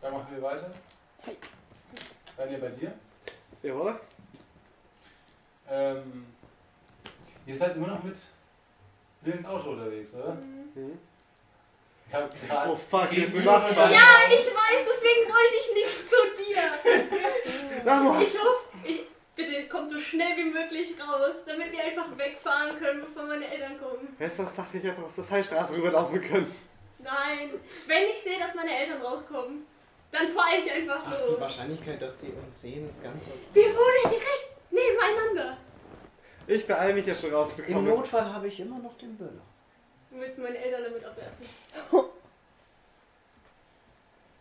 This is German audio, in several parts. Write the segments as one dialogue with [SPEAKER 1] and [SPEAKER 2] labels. [SPEAKER 1] Da machen wir weiter.
[SPEAKER 2] Hi.
[SPEAKER 1] Daniel, bei dir.
[SPEAKER 3] Jawohl.
[SPEAKER 1] Ähm, ihr seid nur noch mit Lins Auto unterwegs, oder?
[SPEAKER 3] Mhm.
[SPEAKER 1] Ich habe
[SPEAKER 3] Oh
[SPEAKER 1] gerade.
[SPEAKER 3] fuck, jetzt
[SPEAKER 1] Gegen
[SPEAKER 3] lachen wir.
[SPEAKER 1] Müller.
[SPEAKER 2] Ja, ich weiß, deswegen wollte ich nicht zu dir.
[SPEAKER 3] Lach mal.
[SPEAKER 2] Ich ruf, ich, bitte komm so schnell wie möglich raus, damit wir einfach wegfahren können, bevor meine Eltern kommen.
[SPEAKER 3] Weißt du, das dachte ich einfach aus der Seilstraße rüberlaufen können.
[SPEAKER 2] Nein, wenn ich sehe, dass meine Eltern rauskommen, dann fahre ich einfach
[SPEAKER 4] Ach,
[SPEAKER 2] los.
[SPEAKER 4] die Wahrscheinlichkeit, dass die uns sehen, ist ganz was.
[SPEAKER 2] wir wohnen direkt nebeneinander.
[SPEAKER 3] Ich beeile mich ja schon
[SPEAKER 4] Im
[SPEAKER 3] rauszukommen.
[SPEAKER 4] Notfall habe ich immer noch den Böller.
[SPEAKER 2] Du willst meine Eltern damit abwerfen.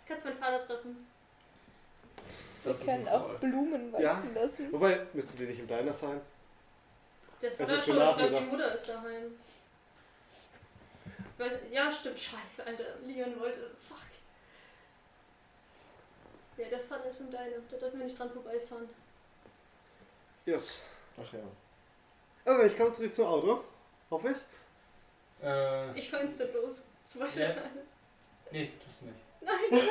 [SPEAKER 2] Kannst meinen Vater treffen.
[SPEAKER 4] Das ist
[SPEAKER 5] Wir können
[SPEAKER 4] ein
[SPEAKER 5] auch
[SPEAKER 4] Call.
[SPEAKER 5] Blumen wachsen lassen.
[SPEAKER 3] Wobei, müssten die nicht im Deiner sein?
[SPEAKER 2] Der
[SPEAKER 3] ist
[SPEAKER 2] Vater
[SPEAKER 3] schon
[SPEAKER 2] ich glaube, die
[SPEAKER 3] nachmittags.
[SPEAKER 2] Mutter ist daheim. Weiß, ja, stimmt, scheiße, Alter. Leon wollte. Fuck. Ja, der Vater ist im Deine. Da dürfen wir nicht dran vorbeifahren.
[SPEAKER 3] Yes.
[SPEAKER 4] Ach ja.
[SPEAKER 3] Also, ich komme zurück zum Auto. Hoffe ich.
[SPEAKER 1] Äh,
[SPEAKER 2] Ich fahr instant los. Soweit
[SPEAKER 1] Ja.
[SPEAKER 2] das alles.
[SPEAKER 1] nee, das nicht.
[SPEAKER 2] Nein.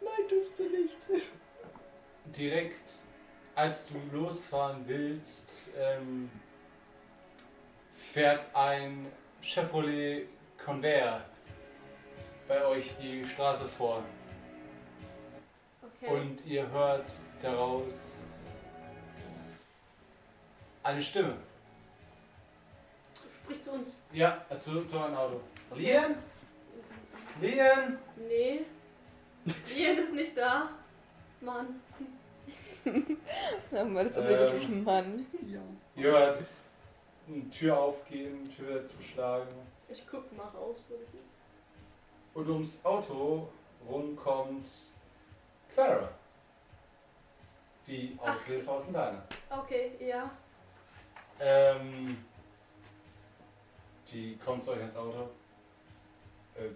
[SPEAKER 4] Nein, tust du nicht.
[SPEAKER 1] Direkt, als du losfahren willst, ähm, fährt ein Chevrolet Convair bei euch die Straße vor.
[SPEAKER 2] Okay.
[SPEAKER 1] Und ihr hört daraus eine Stimme.
[SPEAKER 2] Sprich zu uns.
[SPEAKER 1] Ja, zu, zu einem Auto.
[SPEAKER 2] Okay.
[SPEAKER 1] Lian? Lian?
[SPEAKER 2] Nee. Leon ist nicht da. Mann.
[SPEAKER 5] Dann haben wir das
[SPEAKER 1] Ähm.
[SPEAKER 5] obligatorische Mann.
[SPEAKER 4] Ja.
[SPEAKER 1] Ihr hört eine Tür aufgehen, Tür zuschlagen.
[SPEAKER 2] Ich guck mal raus, wo das ist.
[SPEAKER 1] Und ums Auto rumkommt Clara. Die
[SPEAKER 2] Ach.
[SPEAKER 1] Aushilfe aus dem Diner.
[SPEAKER 2] Okay, ja.
[SPEAKER 1] Ähm, die kommt zu euch ins Auto. Äh,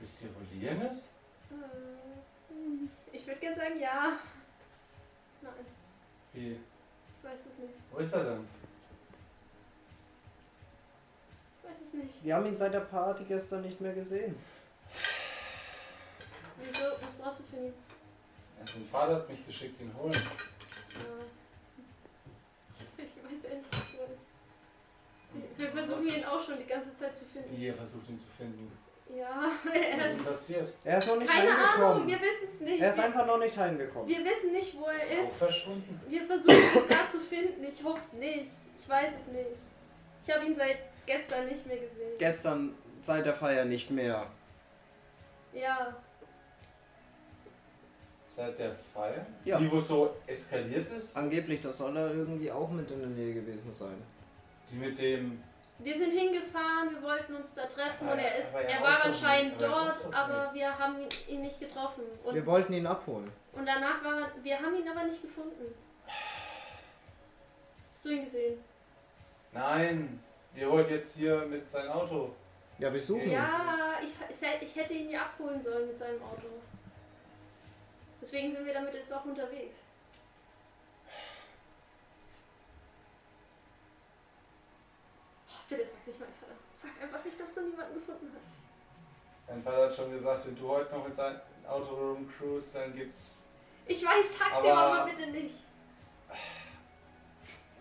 [SPEAKER 1] wisst ihr, wo Lian ist?
[SPEAKER 2] Äh, hm. Ich würde gerne sagen, ja. Nein,
[SPEAKER 1] Wie?
[SPEAKER 2] ich weiß es nicht.
[SPEAKER 1] Wo ist er denn?
[SPEAKER 2] Ich weiß es nicht.
[SPEAKER 4] Wir haben ihn seit der Party gestern nicht mehr gesehen.
[SPEAKER 2] Wieso? Was brauchst du für ihn?
[SPEAKER 1] Also mein Vater hat mich geschickt, ihn holen.
[SPEAKER 2] Äh, Ich, ich weiß ehrlich nicht, wo er ist. Wir- Wir versuchen ihn auch schon die ganze Zeit zu finden.
[SPEAKER 1] Ihr versucht ihn zu finden.
[SPEAKER 2] Ja,
[SPEAKER 1] Was
[SPEAKER 2] er
[SPEAKER 1] ist
[SPEAKER 2] ist.
[SPEAKER 1] denn passiert?
[SPEAKER 4] Er ist noch nicht
[SPEAKER 2] Keine
[SPEAKER 4] heimgekommen.
[SPEAKER 2] Ahnung, wir wissen es nicht.
[SPEAKER 4] er ist
[SPEAKER 2] Wir,
[SPEAKER 4] einfach noch nicht heimgekommen.
[SPEAKER 2] wir wissen nicht, wo
[SPEAKER 1] Ist
[SPEAKER 2] er
[SPEAKER 1] er auch
[SPEAKER 2] ist.
[SPEAKER 1] verschwunden?
[SPEAKER 2] Wir versuchen ihn gerade zu finden. Ich hoffe es nicht. Ich weiß es nicht. Ich habe ihn seit gestern nicht mehr gesehen.
[SPEAKER 4] Gestern seit der Feier nicht mehr.
[SPEAKER 2] Ja,
[SPEAKER 1] Seit der Feier?
[SPEAKER 4] Ja.
[SPEAKER 1] Die, wo es so eskaliert ist?
[SPEAKER 4] Angeblich, da soll er irgendwie auch mit in der Nähe gewesen sein.
[SPEAKER 1] Die mit dem
[SPEAKER 2] wir sind hingefahren, wir wollten uns da treffen und
[SPEAKER 1] Aber-
[SPEAKER 2] er ist,
[SPEAKER 1] aber er
[SPEAKER 2] er
[SPEAKER 1] raucht
[SPEAKER 2] war
[SPEAKER 1] doch
[SPEAKER 2] anscheinend
[SPEAKER 1] nicht. Aber er raucht
[SPEAKER 2] dort,
[SPEAKER 1] doch
[SPEAKER 2] aber
[SPEAKER 1] nichts.
[SPEAKER 2] wir haben ihn- ihn nicht getroffen. Und,
[SPEAKER 4] Wir wollten ihn abholen.
[SPEAKER 2] und danach war er, wir haben ihn aber nicht gefunden. Hast du ihn gesehen?
[SPEAKER 1] Nein, ihr wollt jetzt hier mit seinem Auto.
[SPEAKER 4] Ja, wir suchen ihn.
[SPEAKER 2] Ja, ich, ich hätte ihn ja abholen sollen mit seinem Auto. Deswegen sind wir damit jetzt auch unterwegs. Oh, bitte sag's nicht, mein Vater. Sag einfach nicht, dass du niemanden gefunden hast.
[SPEAKER 1] Dein Vater hat schon gesagt, wenn du heute noch mit seinem Auto rumcruist, dann gibt's.
[SPEAKER 2] Ich weiß, sag's
[SPEAKER 1] Aber-
[SPEAKER 2] dir Mama bitte nicht.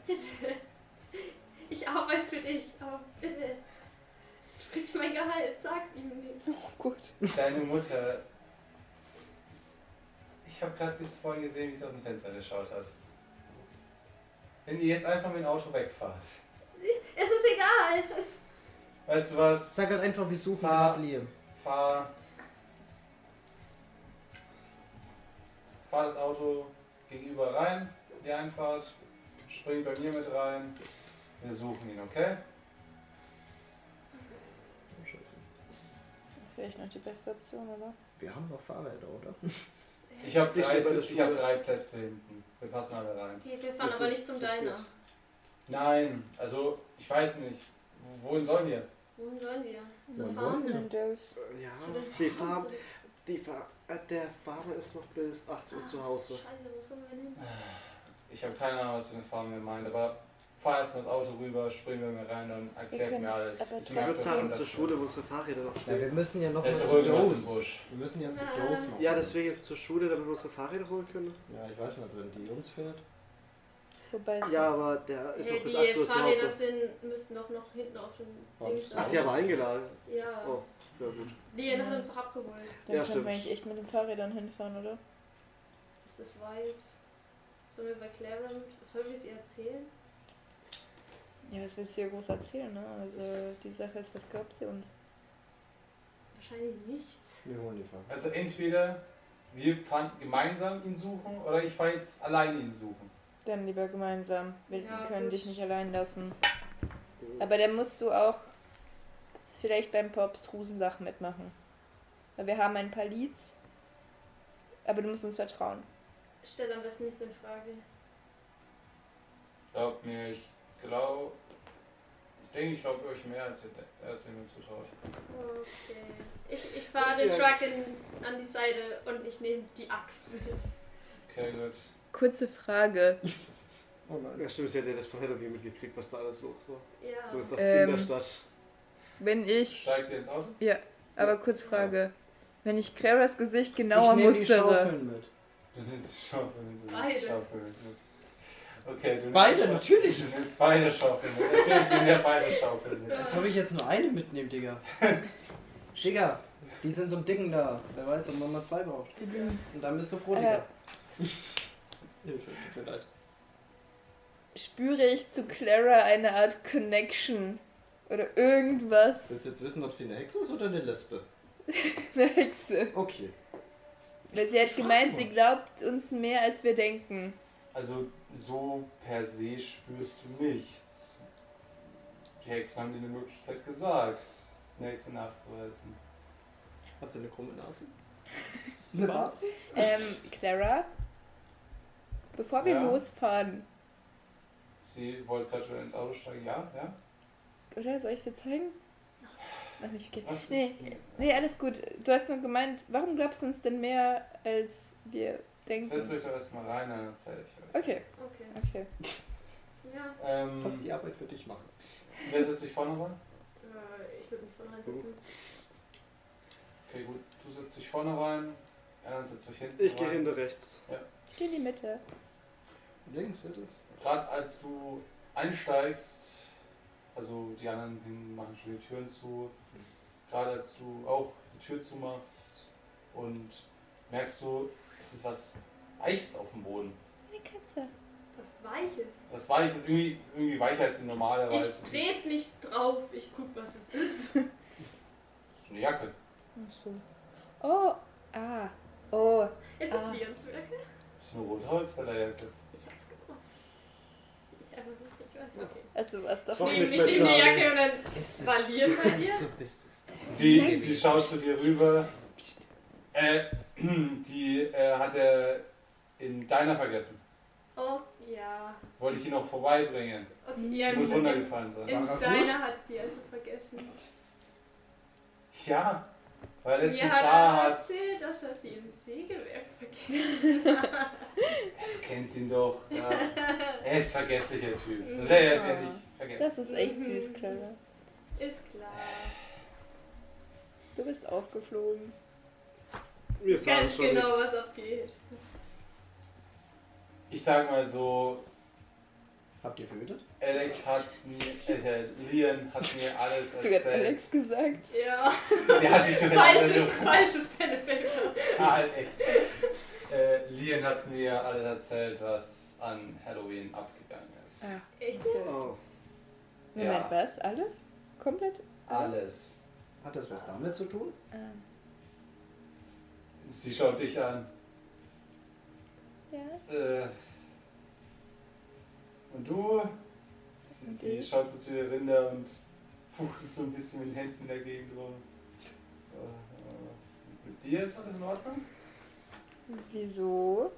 [SPEAKER 2] Bitte. Ich arbeite für dich, aber bitte. Du kriegst mein Gehalt, sag's ihm nicht.
[SPEAKER 5] Oh Gott.
[SPEAKER 1] Deine Mutter. Ich habe gerade bis vorhin gesehen, wie sie aus dem Fenster geschaut hat. Wenn ihr jetzt einfach mit dem Auto wegfahrt.
[SPEAKER 2] Es ist egal. Es,
[SPEAKER 1] Weißt du was?
[SPEAKER 4] Sag halt einfach, wir suchen Oh,
[SPEAKER 1] Ah.
[SPEAKER 4] gerade Liam.
[SPEAKER 1] Fahr. Fahr das Auto gegenüber rein, die Einfahrt. Spring bei mir mit rein. Wir suchen ihn, okay?
[SPEAKER 5] Vielleicht noch die beste Option, oder?
[SPEAKER 4] Wir haben doch Fahrräder, oder?
[SPEAKER 1] Ich habe
[SPEAKER 3] Ich
[SPEAKER 1] drei,
[SPEAKER 3] stehe bei der
[SPEAKER 1] ich hab
[SPEAKER 3] Schule.
[SPEAKER 1] drei Plätze hinten. Wir passen alle rein.
[SPEAKER 2] wir, wir fahren
[SPEAKER 3] Wir
[SPEAKER 2] aber
[SPEAKER 3] sind
[SPEAKER 2] nicht zum
[SPEAKER 3] zu
[SPEAKER 2] Diner.
[SPEAKER 3] viert.
[SPEAKER 1] Nein, also ich weiß nicht. W- Wohin sollen wir?
[SPEAKER 2] Wohin sollen wir? Zur
[SPEAKER 4] Wohin
[SPEAKER 2] Farm?
[SPEAKER 4] sollen wir?
[SPEAKER 5] Und das.
[SPEAKER 3] Äh, Ja,
[SPEAKER 2] Zu den
[SPEAKER 3] die
[SPEAKER 2] Farm
[SPEAKER 3] Farbe.
[SPEAKER 2] zurück.
[SPEAKER 3] Die Fahr äh, der Fahrer ist noch bis 8 Uhr zu Hause.
[SPEAKER 2] Scheiße, wo sollen wir hin?
[SPEAKER 1] Ich habe keine Ahnung, was für eine Farm wir meinen, aber fahr erstmal das Auto rüber, spring bei mir rein und erklärt
[SPEAKER 5] können
[SPEAKER 1] mir alles.
[SPEAKER 5] aber
[SPEAKER 2] Ah.
[SPEAKER 1] mach
[SPEAKER 5] trotzdem-
[SPEAKER 3] Ich
[SPEAKER 1] das
[SPEAKER 3] würde sagen,
[SPEAKER 1] schon
[SPEAKER 3] zur
[SPEAKER 1] dazu.
[SPEAKER 3] Schule, wo unsere Fahrräder noch
[SPEAKER 4] Ja, wir
[SPEAKER 3] stehen.
[SPEAKER 4] müssen ja noch
[SPEAKER 1] Da
[SPEAKER 4] mal
[SPEAKER 1] ist
[SPEAKER 4] zu
[SPEAKER 1] doch irgendwas im
[SPEAKER 4] Dose.
[SPEAKER 1] Busch.
[SPEAKER 4] Wir müssen ja zu
[SPEAKER 2] Nein.
[SPEAKER 4] Dose noch.
[SPEAKER 3] Ja, deswegen zur Schule, damit wir unsere Fahrräder holen können.
[SPEAKER 4] Ja, ich weiß nicht, wenn die uns fehlt.
[SPEAKER 5] Wobei es
[SPEAKER 3] Ja, aber der ist
[SPEAKER 2] Hey,
[SPEAKER 3] noch bis 8
[SPEAKER 2] Äh, die
[SPEAKER 3] Uhr zu
[SPEAKER 2] Fahrräder
[SPEAKER 3] Hause. Oh,
[SPEAKER 2] sind, müssten doch noch hinten auf dem
[SPEAKER 4] Auf
[SPEAKER 2] Ding
[SPEAKER 4] dem
[SPEAKER 2] sein.
[SPEAKER 3] Ach, der war eingeladen.
[SPEAKER 2] Ja.
[SPEAKER 3] Oh, ja gut.
[SPEAKER 2] Lien hat uns doch abgeholt.
[SPEAKER 5] dann
[SPEAKER 3] ja,
[SPEAKER 5] können
[SPEAKER 3] stimmt.
[SPEAKER 5] wir eigentlich echt mit den Fahrrädern hinfahren, oder?
[SPEAKER 2] Es ist weit. Sollen wir bei Claremont, sollen wir es ihr erzählen?
[SPEAKER 5] Ja, was willst du hier groß erzählen, ne? Also die Sache ist, was glaubt sie uns?
[SPEAKER 2] Wahrscheinlich nichts.
[SPEAKER 4] Wir holen die Fahrräder.
[SPEAKER 1] Also entweder wir fahren gemeinsam ihn suchen oder ich fahre jetzt allein ihn suchen.
[SPEAKER 5] Dann lieber gemeinsam. Wir
[SPEAKER 2] Ja,
[SPEAKER 5] können
[SPEAKER 2] gut.
[SPEAKER 5] dich nicht allein lassen. Aber dann musst du auch vielleicht beim obstrusen Sachen mitmachen. Weil wir haben ein paar Leads, aber du musst uns vertrauen.
[SPEAKER 2] Stell am besten nichts in Frage.
[SPEAKER 1] Glaubt mir, ich glaube. Ich denke, ich glaube euch mehr als ihr, als ihr mir zutraut.
[SPEAKER 2] Okay. Ich, ich fahre den
[SPEAKER 3] Ja.
[SPEAKER 2] Truck in, an die Seite und ich nehme die Axt mit.
[SPEAKER 1] Okay, gut.
[SPEAKER 5] Kurze Frage.
[SPEAKER 4] Oh nein.
[SPEAKER 3] Ja, stimmt, sie hat ja das von Halloween mitgekriegt, was da alles los war.
[SPEAKER 2] Ja.
[SPEAKER 3] So ist das
[SPEAKER 5] Ähm.
[SPEAKER 3] in der Stadt.
[SPEAKER 5] Wenn ich,
[SPEAKER 1] Steigt ihr ins Auto?
[SPEAKER 5] aber kurz Frage, wenn ich Claras Gesicht
[SPEAKER 4] ich nehm die Schaufeln mit.
[SPEAKER 1] Du nimmst die Schaufel mit. du nimmst
[SPEAKER 2] Beide.
[SPEAKER 1] die Schaufel mit. Okay, du nimmst
[SPEAKER 4] Beide,
[SPEAKER 1] die Schaufel-
[SPEAKER 4] natürlich.
[SPEAKER 1] Du nimmst beide Schaufeln mit. Natürlich nimm ja beide Schaufeln mit.
[SPEAKER 4] Als ob ich jetzt nur eine mitnehme, Digga. Digga, die sind so dicken da. Wer weiß, ob man mal zwei braucht. Und dann bist du froh, Digga.
[SPEAKER 5] Äh.
[SPEAKER 4] Hilfe, tut mir leid.
[SPEAKER 5] Spüre ich zu Clara eine Art Connection oder irgendwas?
[SPEAKER 4] Willst du jetzt wissen, ob sie eine Hexe ist oder eine Lesbe?
[SPEAKER 5] Eine Hexe.
[SPEAKER 4] Okay.
[SPEAKER 5] Weil sie hat gemeint, sie glaubt uns mehr, als wir denken.
[SPEAKER 1] Also so per se spürst du nichts. Die Hexen haben dir eine Möglichkeit gesagt, eine Hexe nachzuweisen.
[SPEAKER 4] Hat sie eine krumme Nase? Eine Warze?
[SPEAKER 5] Ähm, Clara, bevor wir
[SPEAKER 1] Ja.
[SPEAKER 5] losfahren,
[SPEAKER 1] Sie wollte gerade schon ins Auto steigen. Ja, ja.
[SPEAKER 5] oder soll ich es dir zeigen? Ach, nicht okay.
[SPEAKER 1] Was
[SPEAKER 5] Nee,
[SPEAKER 1] ist denn?
[SPEAKER 5] nee, alles gut. Du hast nur gemeint, warum glaubst du uns denn mehr, als wir
[SPEAKER 1] Setzt
[SPEAKER 5] denken?
[SPEAKER 1] euch doch erstmal rein, dann erzähle ich euch.
[SPEAKER 5] Okay,
[SPEAKER 2] Okay.
[SPEAKER 5] okay.
[SPEAKER 2] Ja.
[SPEAKER 4] Lass die
[SPEAKER 1] Ähm,
[SPEAKER 4] Arbeit für dich machen.
[SPEAKER 1] wer setzt sich vorne ran?
[SPEAKER 2] Äh, ich würde mich vorne reinsetzen.
[SPEAKER 1] Okay, gut. Du setzt dich vorne rein, die anderen setzt euch hinten
[SPEAKER 3] Ich
[SPEAKER 1] rein.
[SPEAKER 3] gehe hinter rechts.
[SPEAKER 5] Geh in die Mitte.
[SPEAKER 4] Links, das ist.
[SPEAKER 1] Gerade als du einsteigst, also die anderen hin- machen schon die Türen zu, gerade als du auch die Tür zumachst und merkst du, es ist was Weiches auf dem Boden.
[SPEAKER 5] Eine Katze.
[SPEAKER 2] Was Weiches.
[SPEAKER 1] Was Weiches, irgendwie, irgendwie weicher als die normalerweise.
[SPEAKER 2] Ich trete nicht drauf. Ich guck, was es ist.
[SPEAKER 1] Eine Jacke.
[SPEAKER 5] Oh, ah, oh.
[SPEAKER 2] Es
[SPEAKER 5] Ah.
[SPEAKER 2] ist Lions Werke.
[SPEAKER 1] Das ist eine rote Holzfällerjacke.
[SPEAKER 2] Ich hab's gewusst. Ich einfach nicht. Ich weiß okay.
[SPEAKER 5] Also was doch
[SPEAKER 3] Doch,
[SPEAKER 2] Nee,
[SPEAKER 5] nicht.
[SPEAKER 3] ist
[SPEAKER 2] ich
[SPEAKER 3] mir
[SPEAKER 2] nehme die
[SPEAKER 3] klar.
[SPEAKER 2] Jacke und dann
[SPEAKER 4] Ist
[SPEAKER 2] es- Valier bei dir?
[SPEAKER 4] So bist es doch.
[SPEAKER 1] Sie,
[SPEAKER 5] Nein.
[SPEAKER 1] sie schaut zu dir rüber. Äh, die äh, hat er in deiner vergessen.
[SPEAKER 2] Oh, ja.
[SPEAKER 1] Wollte ich ihn noch vorbeibringen.
[SPEAKER 2] Okay, ja,
[SPEAKER 1] Muss
[SPEAKER 2] gut.
[SPEAKER 1] runtergefallen sein.
[SPEAKER 2] In
[SPEAKER 4] War er
[SPEAKER 2] deiner hat sie also vergessen.
[SPEAKER 1] Ja, weil letztens
[SPEAKER 2] Mir hat
[SPEAKER 1] da
[SPEAKER 2] er
[SPEAKER 1] hat.
[SPEAKER 2] erzählt, dass er sie im Sägewerk vergessen
[SPEAKER 1] Du kennst ihn doch. Ja. er ist vergesslicher Typ. Sonst hätte er es ja nicht vergessen.
[SPEAKER 5] Das ist echt süß, Clara.
[SPEAKER 2] hat. Ist klar.
[SPEAKER 5] Du bist aufgeflogen.
[SPEAKER 3] Wir sagen
[SPEAKER 2] Ganz
[SPEAKER 3] schon
[SPEAKER 2] genau,
[SPEAKER 3] nichts.
[SPEAKER 2] was abgeht.
[SPEAKER 1] Ich sag mal so,
[SPEAKER 4] Habt ihr verhütet?
[SPEAKER 1] Alex hat mir, äh, Lian hat mir alles
[SPEAKER 5] Hast du gerade
[SPEAKER 1] erzählt.
[SPEAKER 5] Alex gesagt?
[SPEAKER 2] Ja.
[SPEAKER 1] Der hat mich schon in
[SPEAKER 2] Falsches,
[SPEAKER 1] Erinnerung.
[SPEAKER 2] falsches Benefit.
[SPEAKER 1] Ah, halt echt. Äh, Lian hat mir alles erzählt, was an Halloween abgegangen ist.
[SPEAKER 5] Ah.
[SPEAKER 2] Echt jetzt?
[SPEAKER 3] Oh.
[SPEAKER 5] Moment,
[SPEAKER 1] Ja.
[SPEAKER 5] was? Alles? Komplett?
[SPEAKER 1] Alles.
[SPEAKER 4] Hat das was damit zu tun?
[SPEAKER 5] Ah.
[SPEAKER 1] Sie schaut dich an.
[SPEAKER 5] Ja.
[SPEAKER 1] Äh, und du? Sie,
[SPEAKER 5] Und
[SPEAKER 1] sie
[SPEAKER 5] ich?
[SPEAKER 1] schaut so zu der Rinder und fuchtelt so ein bisschen mit den Händen dagegen rum. Äh, äh, Mit dir ist alles in Ordnung?
[SPEAKER 5] Wieso?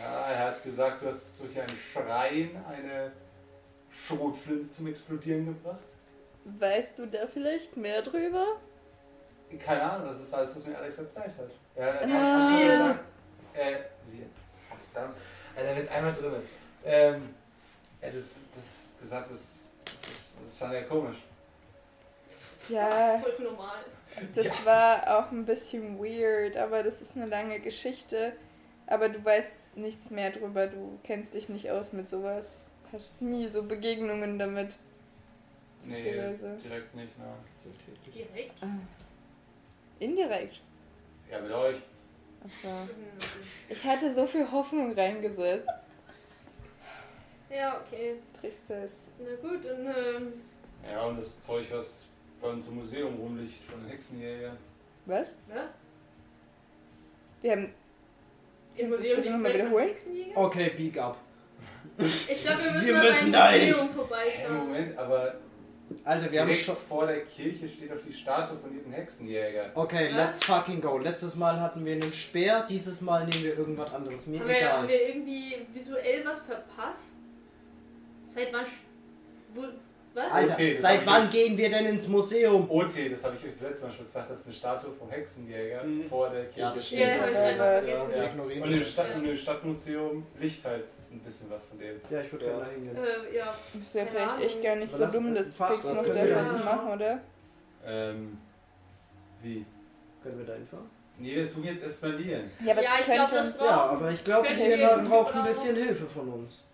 [SPEAKER 1] Ja, er hat gesagt, du hast durch einen Schrein eine Schrotflinte zum Explodieren gebracht.
[SPEAKER 5] Weißt du da vielleicht mehr drüber?
[SPEAKER 1] Keine Ahnung, das ist alles, was mir Alex erzählt hat. Ja, er hat
[SPEAKER 5] Ah.
[SPEAKER 1] einmal gesagt, äh, wir. Verdammt. Alter, wenn es einmal drin ist. Ähm, Ja, das, das gesagt, das, das, ist, das fand er komisch.
[SPEAKER 5] Ja,
[SPEAKER 2] Das ist voll normal.
[SPEAKER 5] das
[SPEAKER 1] Ja.
[SPEAKER 5] war auch ein bisschen weird, aber das ist eine lange Geschichte. Aber du weißt nichts mehr drüber, du kennst dich nicht aus mit sowas. Hast nie so Begegnungen damit. also.
[SPEAKER 1] Nee,
[SPEAKER 5] Zufällerweise.
[SPEAKER 1] direkt nicht, ne?
[SPEAKER 2] Direkt?
[SPEAKER 5] Ah. Indirekt.
[SPEAKER 1] Ja, mit euch.
[SPEAKER 5] Also, ich hatte so viel Hoffnung reingesetzt.
[SPEAKER 2] Ja, okay.
[SPEAKER 5] Tristes.
[SPEAKER 2] Na gut, und ähm,
[SPEAKER 1] Ja, und das Zeug, was bei uns im Museum rumliegt von den Hexenjägern.
[SPEAKER 5] Was?
[SPEAKER 2] was?
[SPEAKER 5] Wir haben.
[SPEAKER 2] Im
[SPEAKER 5] Kannst du
[SPEAKER 2] Museum
[SPEAKER 5] das bitte
[SPEAKER 2] die
[SPEAKER 5] noch mal
[SPEAKER 2] Zeit von
[SPEAKER 5] wiederholen?
[SPEAKER 2] Hexenjäger?
[SPEAKER 4] Okay, Peak up.
[SPEAKER 2] Ich glaube, wir müssen
[SPEAKER 4] Wir
[SPEAKER 2] mal
[SPEAKER 4] müssen da
[SPEAKER 2] beim Museum
[SPEAKER 1] Hey,
[SPEAKER 2] vorbeifahren.
[SPEAKER 1] Moment, aber
[SPEAKER 4] Alter, wir haben
[SPEAKER 1] direkt
[SPEAKER 4] schon.
[SPEAKER 1] vor der Kirche steht doch die Statue von diesen Hexenjägern.
[SPEAKER 4] Okay,
[SPEAKER 2] Was?
[SPEAKER 4] let's fucking go. Letztes Mal hatten wir einen Speer, dieses Mal nehmen wir irgendwas anderes. Mir
[SPEAKER 2] Haben wir, haben
[SPEAKER 4] egal.
[SPEAKER 2] wir irgendwie visuell was verpasst? Seit wann. sch- Wo, was?
[SPEAKER 4] Alter,
[SPEAKER 1] Okay, das
[SPEAKER 4] seit
[SPEAKER 1] hab
[SPEAKER 4] wann
[SPEAKER 1] ich-
[SPEAKER 4] gehen wir denn ins Museum?
[SPEAKER 1] OT, das habe ich euch das letzte Mal schon gesagt, das ist eine Statue vom Hexenjäger
[SPEAKER 3] Mhm.
[SPEAKER 1] vor der Kirche.
[SPEAKER 2] stimmt. Ja, das hab ich einfach vergessen.
[SPEAKER 4] wir
[SPEAKER 1] Ja.
[SPEAKER 4] ignorieren
[SPEAKER 1] Und im,
[SPEAKER 4] das.
[SPEAKER 1] Stadt, und im Stadtmuseum liegt halt ein bisschen was von dem.
[SPEAKER 4] Ja, ich würde
[SPEAKER 3] Ja.
[SPEAKER 4] gerne da hingehen.
[SPEAKER 2] Äh, ja.
[SPEAKER 5] Das wäre
[SPEAKER 2] Keine
[SPEAKER 5] vielleicht echt
[SPEAKER 2] Ahnung.
[SPEAKER 5] gar nicht so
[SPEAKER 4] Lass-
[SPEAKER 5] dumm, das
[SPEAKER 4] fahr-
[SPEAKER 5] Fix noch
[SPEAKER 4] können
[SPEAKER 5] selber
[SPEAKER 4] wir
[SPEAKER 5] zu
[SPEAKER 2] jetzt-
[SPEAKER 5] machen, oder?
[SPEAKER 1] Ähm, wie?
[SPEAKER 4] Können wir da hinfahren?
[SPEAKER 1] Nee, wir suchen jetzt eskalieren.
[SPEAKER 5] Ja, aber
[SPEAKER 2] Ja,
[SPEAKER 5] es
[SPEAKER 2] ich glaub,
[SPEAKER 5] könnte
[SPEAKER 2] das
[SPEAKER 5] uns.
[SPEAKER 2] braucht-
[SPEAKER 4] Ja, aber ich glaube,
[SPEAKER 2] Können
[SPEAKER 4] ihr
[SPEAKER 2] wir
[SPEAKER 4] Leute braucht ein
[SPEAKER 2] hinfahren?
[SPEAKER 4] bisschen Hilfe von uns.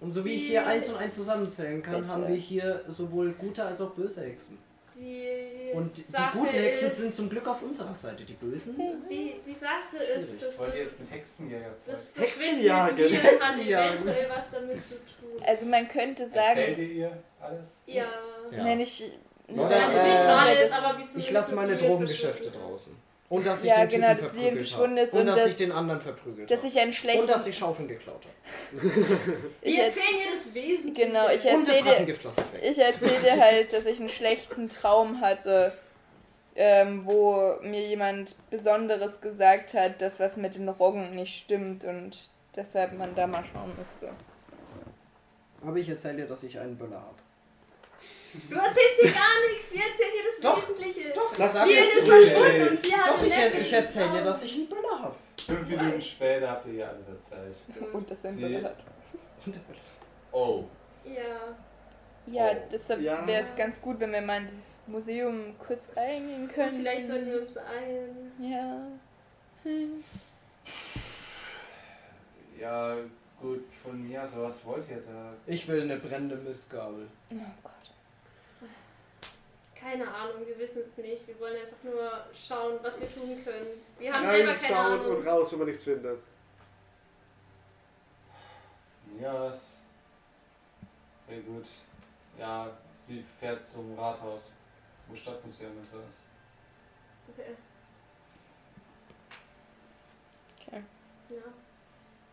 [SPEAKER 4] Und so wie ich hier
[SPEAKER 2] Die-
[SPEAKER 4] eins und eins zusammenzählen kann,
[SPEAKER 5] Bitte.
[SPEAKER 4] haben wir hier sowohl gute als auch böse Hexen.
[SPEAKER 2] Die
[SPEAKER 4] Und
[SPEAKER 2] Sache
[SPEAKER 4] die guten Hexen
[SPEAKER 2] ist,
[SPEAKER 4] sind zum Glück auf unserer Seite, die bösen.
[SPEAKER 2] Die, die Sache
[SPEAKER 4] Schwierig.
[SPEAKER 2] ist,
[SPEAKER 1] Das
[SPEAKER 2] dass
[SPEAKER 1] wollt
[SPEAKER 2] das,
[SPEAKER 1] ihr jetzt mit Hexenjäger
[SPEAKER 2] das
[SPEAKER 1] zeigen.
[SPEAKER 3] Hexenjagen,
[SPEAKER 2] Verschwinden mit Liebe hat
[SPEAKER 4] Hexenjagen.
[SPEAKER 2] eventuell was damit zu tun.
[SPEAKER 5] Also, man könnte sagen.
[SPEAKER 1] Erzählt ihr ihr alles?
[SPEAKER 2] Ja.
[SPEAKER 4] Ja.
[SPEAKER 5] Nein, ich.
[SPEAKER 4] Oder,
[SPEAKER 2] Also nicht
[SPEAKER 4] äh,
[SPEAKER 2] alles, aber wie zumindest
[SPEAKER 4] Ich lasse
[SPEAKER 2] das
[SPEAKER 4] meine
[SPEAKER 2] Lied
[SPEAKER 4] Drogengeschäfte
[SPEAKER 2] verschwunden ist.
[SPEAKER 4] draußen. Und dass ich
[SPEAKER 5] Ja,
[SPEAKER 4] den Typen
[SPEAKER 5] genau, dass die
[SPEAKER 4] verprügelt
[SPEAKER 5] verschwunden
[SPEAKER 4] habe.
[SPEAKER 5] ist
[SPEAKER 4] und
[SPEAKER 5] und
[SPEAKER 4] dass ich
[SPEAKER 5] dass-
[SPEAKER 4] den anderen verprügelt
[SPEAKER 5] dass
[SPEAKER 4] habe.
[SPEAKER 5] ich einen schlechten.
[SPEAKER 4] Und dass ich Schaufeln geklaut habe.
[SPEAKER 5] ich
[SPEAKER 2] Wir
[SPEAKER 5] erz-
[SPEAKER 2] erzählen hier das Wesentliche.
[SPEAKER 5] genau, ich
[SPEAKER 4] Und das
[SPEAKER 5] erzähle.
[SPEAKER 4] Rattengift lasse ich weg.
[SPEAKER 5] Ich erzähle dir halt, dass ich einen schlechten Traum hatte, ähm, wo mir jemand Besonderes gesagt hat, dass was mit den Roggen nicht stimmt und deshalb man da mal schauen müsste.
[SPEAKER 4] Aber ich erzähle dir, dass ich einen Böller habe.
[SPEAKER 2] Du erzählst hier gar nichts, wir erzählen hier das
[SPEAKER 4] Doch,
[SPEAKER 2] Wesentliche.
[SPEAKER 4] Doch,
[SPEAKER 3] Lass-
[SPEAKER 4] sag
[SPEAKER 2] Hier
[SPEAKER 4] es
[SPEAKER 2] ist es
[SPEAKER 4] mir.
[SPEAKER 1] nicht.
[SPEAKER 2] verschwunden und sie hat
[SPEAKER 4] Doch,
[SPEAKER 2] einen
[SPEAKER 4] ich, er-
[SPEAKER 2] leckeren
[SPEAKER 4] ich erzähle dir, dass
[SPEAKER 2] Traum.
[SPEAKER 4] ich einen Böller habe.
[SPEAKER 1] Fünf Minuten später habt ihr ihr alles erzählt.
[SPEAKER 2] Mhm.
[SPEAKER 5] Und das ein
[SPEAKER 1] Sie-
[SPEAKER 5] Böller hat.
[SPEAKER 1] Oh.
[SPEAKER 2] Ja.
[SPEAKER 5] Ja,
[SPEAKER 1] Oh.
[SPEAKER 5] deshalb
[SPEAKER 3] Ja.
[SPEAKER 5] wäre es ganz gut, wenn wir mal in dieses Museum kurz eingehen
[SPEAKER 2] Und
[SPEAKER 5] können.
[SPEAKER 2] vielleicht sollten wir uns beeilen.
[SPEAKER 5] Ja. Hm.
[SPEAKER 1] Ja, gut, von mir aus, aber was wollt ihr da?
[SPEAKER 4] Ich will eine brennende Mistgabel.
[SPEAKER 5] Oh Gott.
[SPEAKER 2] Keine Ahnung, wir wissen es nicht. Wir wollen einfach nur schauen, was wir tun können. Wir haben selber keine
[SPEAKER 3] Reinschauen
[SPEAKER 2] Ahnung.
[SPEAKER 3] und raus, wenn man nichts findet.
[SPEAKER 1] Ja, ist. Ja, gut. Ja, sie fährt zum Rathaus, wo Stadtmuseum mit drin ist.
[SPEAKER 2] Okay.
[SPEAKER 5] Okay.
[SPEAKER 2] Ja.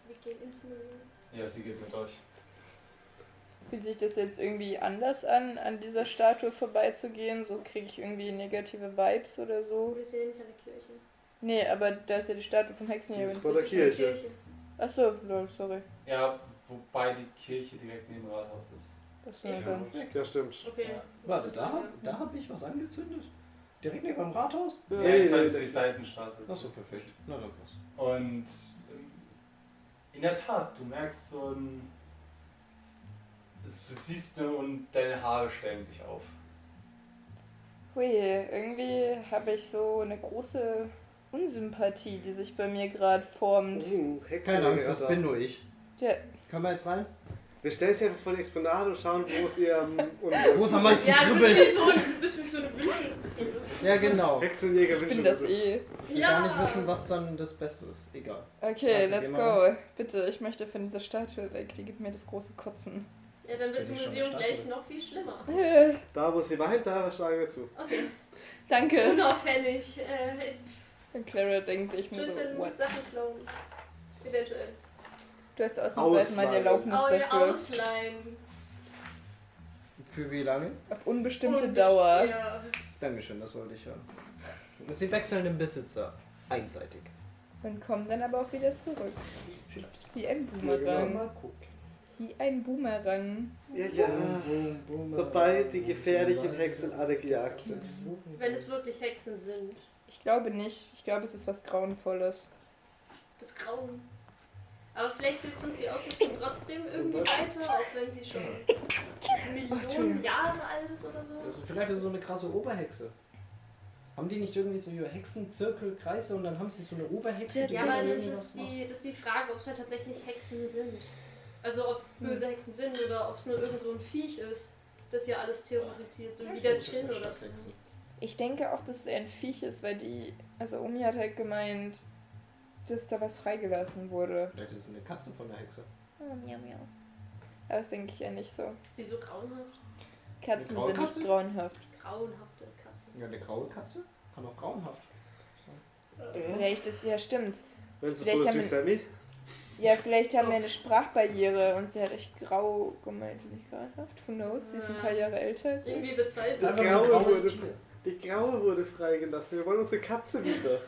[SPEAKER 2] Wir gehen ins Müll.
[SPEAKER 1] Ja, sie geht mit euch.
[SPEAKER 5] Fühlt sich das jetzt irgendwie anders an, an dieser Statue vorbeizugehen? So kriege ich irgendwie negative Vibes oder so?
[SPEAKER 2] Oh, Wir sehen nicht an der Kirche.
[SPEAKER 5] Nee, aber da ist ja die Statue vom
[SPEAKER 3] Die ist
[SPEAKER 5] Hexenjäger.
[SPEAKER 3] vor der Kirche.
[SPEAKER 5] Achso, lol, sorry.
[SPEAKER 1] Ja, wobei die Kirche direkt neben dem Rathaus ist.
[SPEAKER 5] Das ist mir
[SPEAKER 2] Ja.
[SPEAKER 5] egal.
[SPEAKER 3] Ja, stimmt.
[SPEAKER 2] Okay.
[SPEAKER 1] Ja.
[SPEAKER 4] Warte, da, hab- da habe ich was angezündet? Direkt neben dem Rathaus?
[SPEAKER 1] Ja,
[SPEAKER 3] Nee,
[SPEAKER 1] das
[SPEAKER 3] nee,
[SPEAKER 1] ist
[SPEAKER 3] nee.
[SPEAKER 1] die Seitenstraße.
[SPEAKER 4] Achso, perfekt. Na, dann passt.
[SPEAKER 1] Und ähm, in der Tat, du merkst so ein. Das- Du siehst nur und deine Haare stellen sich auf.
[SPEAKER 5] Hui, irgendwie habe ich so eine große Unsympathie, die sich bei mir gerade formt.
[SPEAKER 3] Uh, Hexen-
[SPEAKER 4] Keine Angst, das
[SPEAKER 3] Alter.
[SPEAKER 4] bin nur ich.
[SPEAKER 5] Ja.
[SPEAKER 4] Können wir jetzt rein?
[SPEAKER 3] Wir stellen es einfach vor die Exponate und schauen, wo es ihr am
[SPEAKER 4] Wo es am
[SPEAKER 3] unbesten
[SPEAKER 4] meisten
[SPEAKER 2] Ja, du bist
[SPEAKER 4] kribbelt.
[SPEAKER 2] wie so, ein- du bist wie so eine Bündel.
[SPEAKER 4] Ja, genau.
[SPEAKER 3] Hexenjäger
[SPEAKER 5] Ich bin
[SPEAKER 3] Windschutz-
[SPEAKER 5] das eh.
[SPEAKER 4] Ich will gar nicht wissen, was dann das Beste ist. Egal.
[SPEAKER 5] Okay,
[SPEAKER 4] Also,
[SPEAKER 5] let's
[SPEAKER 4] geh
[SPEAKER 5] go.
[SPEAKER 4] mal
[SPEAKER 5] Bitte, ich möchte von dieser Statue weg. Die gibt mir das große Kotzen.
[SPEAKER 2] Ja, dann wird's im
[SPEAKER 4] Bin ich schon
[SPEAKER 2] Museum
[SPEAKER 4] bestattet?
[SPEAKER 2] gleich noch viel schlimmer.
[SPEAKER 5] Äh,
[SPEAKER 3] Da, wo sie weint, da schlagen wir zu.
[SPEAKER 2] Okay.
[SPEAKER 5] Danke.
[SPEAKER 2] Unauffällig. Äh,
[SPEAKER 5] Und Clara denkt sich nur
[SPEAKER 4] Also,
[SPEAKER 5] so,
[SPEAKER 2] bisschen
[SPEAKER 5] what?
[SPEAKER 2] Sachen klauen. Eventuell.
[SPEAKER 5] Du hast ausnahmsweise mal die
[SPEAKER 3] Ausleihen.
[SPEAKER 5] Erlaubnis
[SPEAKER 2] Au-
[SPEAKER 5] dafür.
[SPEAKER 2] Ausleihen.
[SPEAKER 4] Für wie lange?
[SPEAKER 5] Auf unbestimmte
[SPEAKER 2] Und-
[SPEAKER 5] Dauer.
[SPEAKER 2] Ja.
[SPEAKER 4] Dankeschön, das wollte ich hören. Sie wechseln den Besitzer. Einseitig.
[SPEAKER 5] Und kommen dann aber auch wieder zurück.
[SPEAKER 4] Vielleicht.
[SPEAKER 5] Wie ein
[SPEAKER 3] Ja,
[SPEAKER 5] Boomerang.
[SPEAKER 4] Mal gucken.
[SPEAKER 5] Wie ein Boomerang.
[SPEAKER 3] Ja, ja.
[SPEAKER 4] Boom, boom, boom,
[SPEAKER 3] Ah, Sobald die
[SPEAKER 4] boom,
[SPEAKER 3] gefährlichen
[SPEAKER 4] sobald-
[SPEAKER 3] Hexen alle gejagt sind.
[SPEAKER 2] Wenn es wirklich Hexen sind.
[SPEAKER 5] Ich glaube nicht. Ich glaube, es ist was Grauenvolles.
[SPEAKER 2] Das Grauen. Aber vielleicht hilft uns die Ausrüstung trotzdem irgendwie
[SPEAKER 3] Beispiel.
[SPEAKER 2] weiter, auch wenn sie schon
[SPEAKER 5] Oh,
[SPEAKER 2] Millionen Jahre alt ist oder so.
[SPEAKER 4] Also vielleicht ist es so eine krasse Oberhexe. Haben die nicht irgendwie so ihre Hexenzirkel, Kreise und dann haben sie so eine Oberhexe?
[SPEAKER 2] Ja, aber
[SPEAKER 4] irgendwie
[SPEAKER 2] das
[SPEAKER 4] was
[SPEAKER 2] ist,
[SPEAKER 4] macht?
[SPEAKER 2] die, das ist die Frage, ob es halt tatsächlich Hexen sind. Also ob es
[SPEAKER 5] Hm.
[SPEAKER 2] böse Hexen sind oder ob es nur irgend so ein Viech ist, das hier alles terrorisiert, so wie der
[SPEAKER 4] Das ist
[SPEAKER 2] Chin
[SPEAKER 4] eine
[SPEAKER 2] oder so.
[SPEAKER 4] Stadthexe.
[SPEAKER 5] Ich denke auch, dass es eher ein Viech ist, weil die, also Omi hat halt gemeint, dass da was freigelassen wurde.
[SPEAKER 4] Vielleicht ist es eine Katze von der Hexe.
[SPEAKER 5] Oh, miau, miau. Aber das denke ich ja nicht so.
[SPEAKER 2] Ist die so grauenhaft?
[SPEAKER 5] Katzen
[SPEAKER 4] Eine
[SPEAKER 5] sind
[SPEAKER 4] Graukatze?
[SPEAKER 5] nicht grauenhaft.
[SPEAKER 2] Grauenhafte Katze.
[SPEAKER 4] Ja, eine graue Katze? Kann auch grauenhaft.
[SPEAKER 5] Vielleicht ist, ja stimmt.
[SPEAKER 3] Wenn es so
[SPEAKER 5] Vielleicht
[SPEAKER 3] ist
[SPEAKER 5] haben
[SPEAKER 3] wie
[SPEAKER 5] wir-
[SPEAKER 3] Sammy.
[SPEAKER 5] Ja, vielleicht haben wir eine Sprachbarriere und sie hat echt grau gemeint und nicht grauenhaft. Who knows? Sie ist ein paar Jahre älter als ich.
[SPEAKER 2] Irgendwie
[SPEAKER 4] Das
[SPEAKER 2] bezweifelt.
[SPEAKER 4] ist
[SPEAKER 3] Die
[SPEAKER 4] einfach so ein
[SPEAKER 3] Graue
[SPEAKER 4] graues
[SPEAKER 3] wurde-
[SPEAKER 4] Tier.
[SPEAKER 3] Die Graue wurde freigelassen. Wir wollen unsere Katze wieder.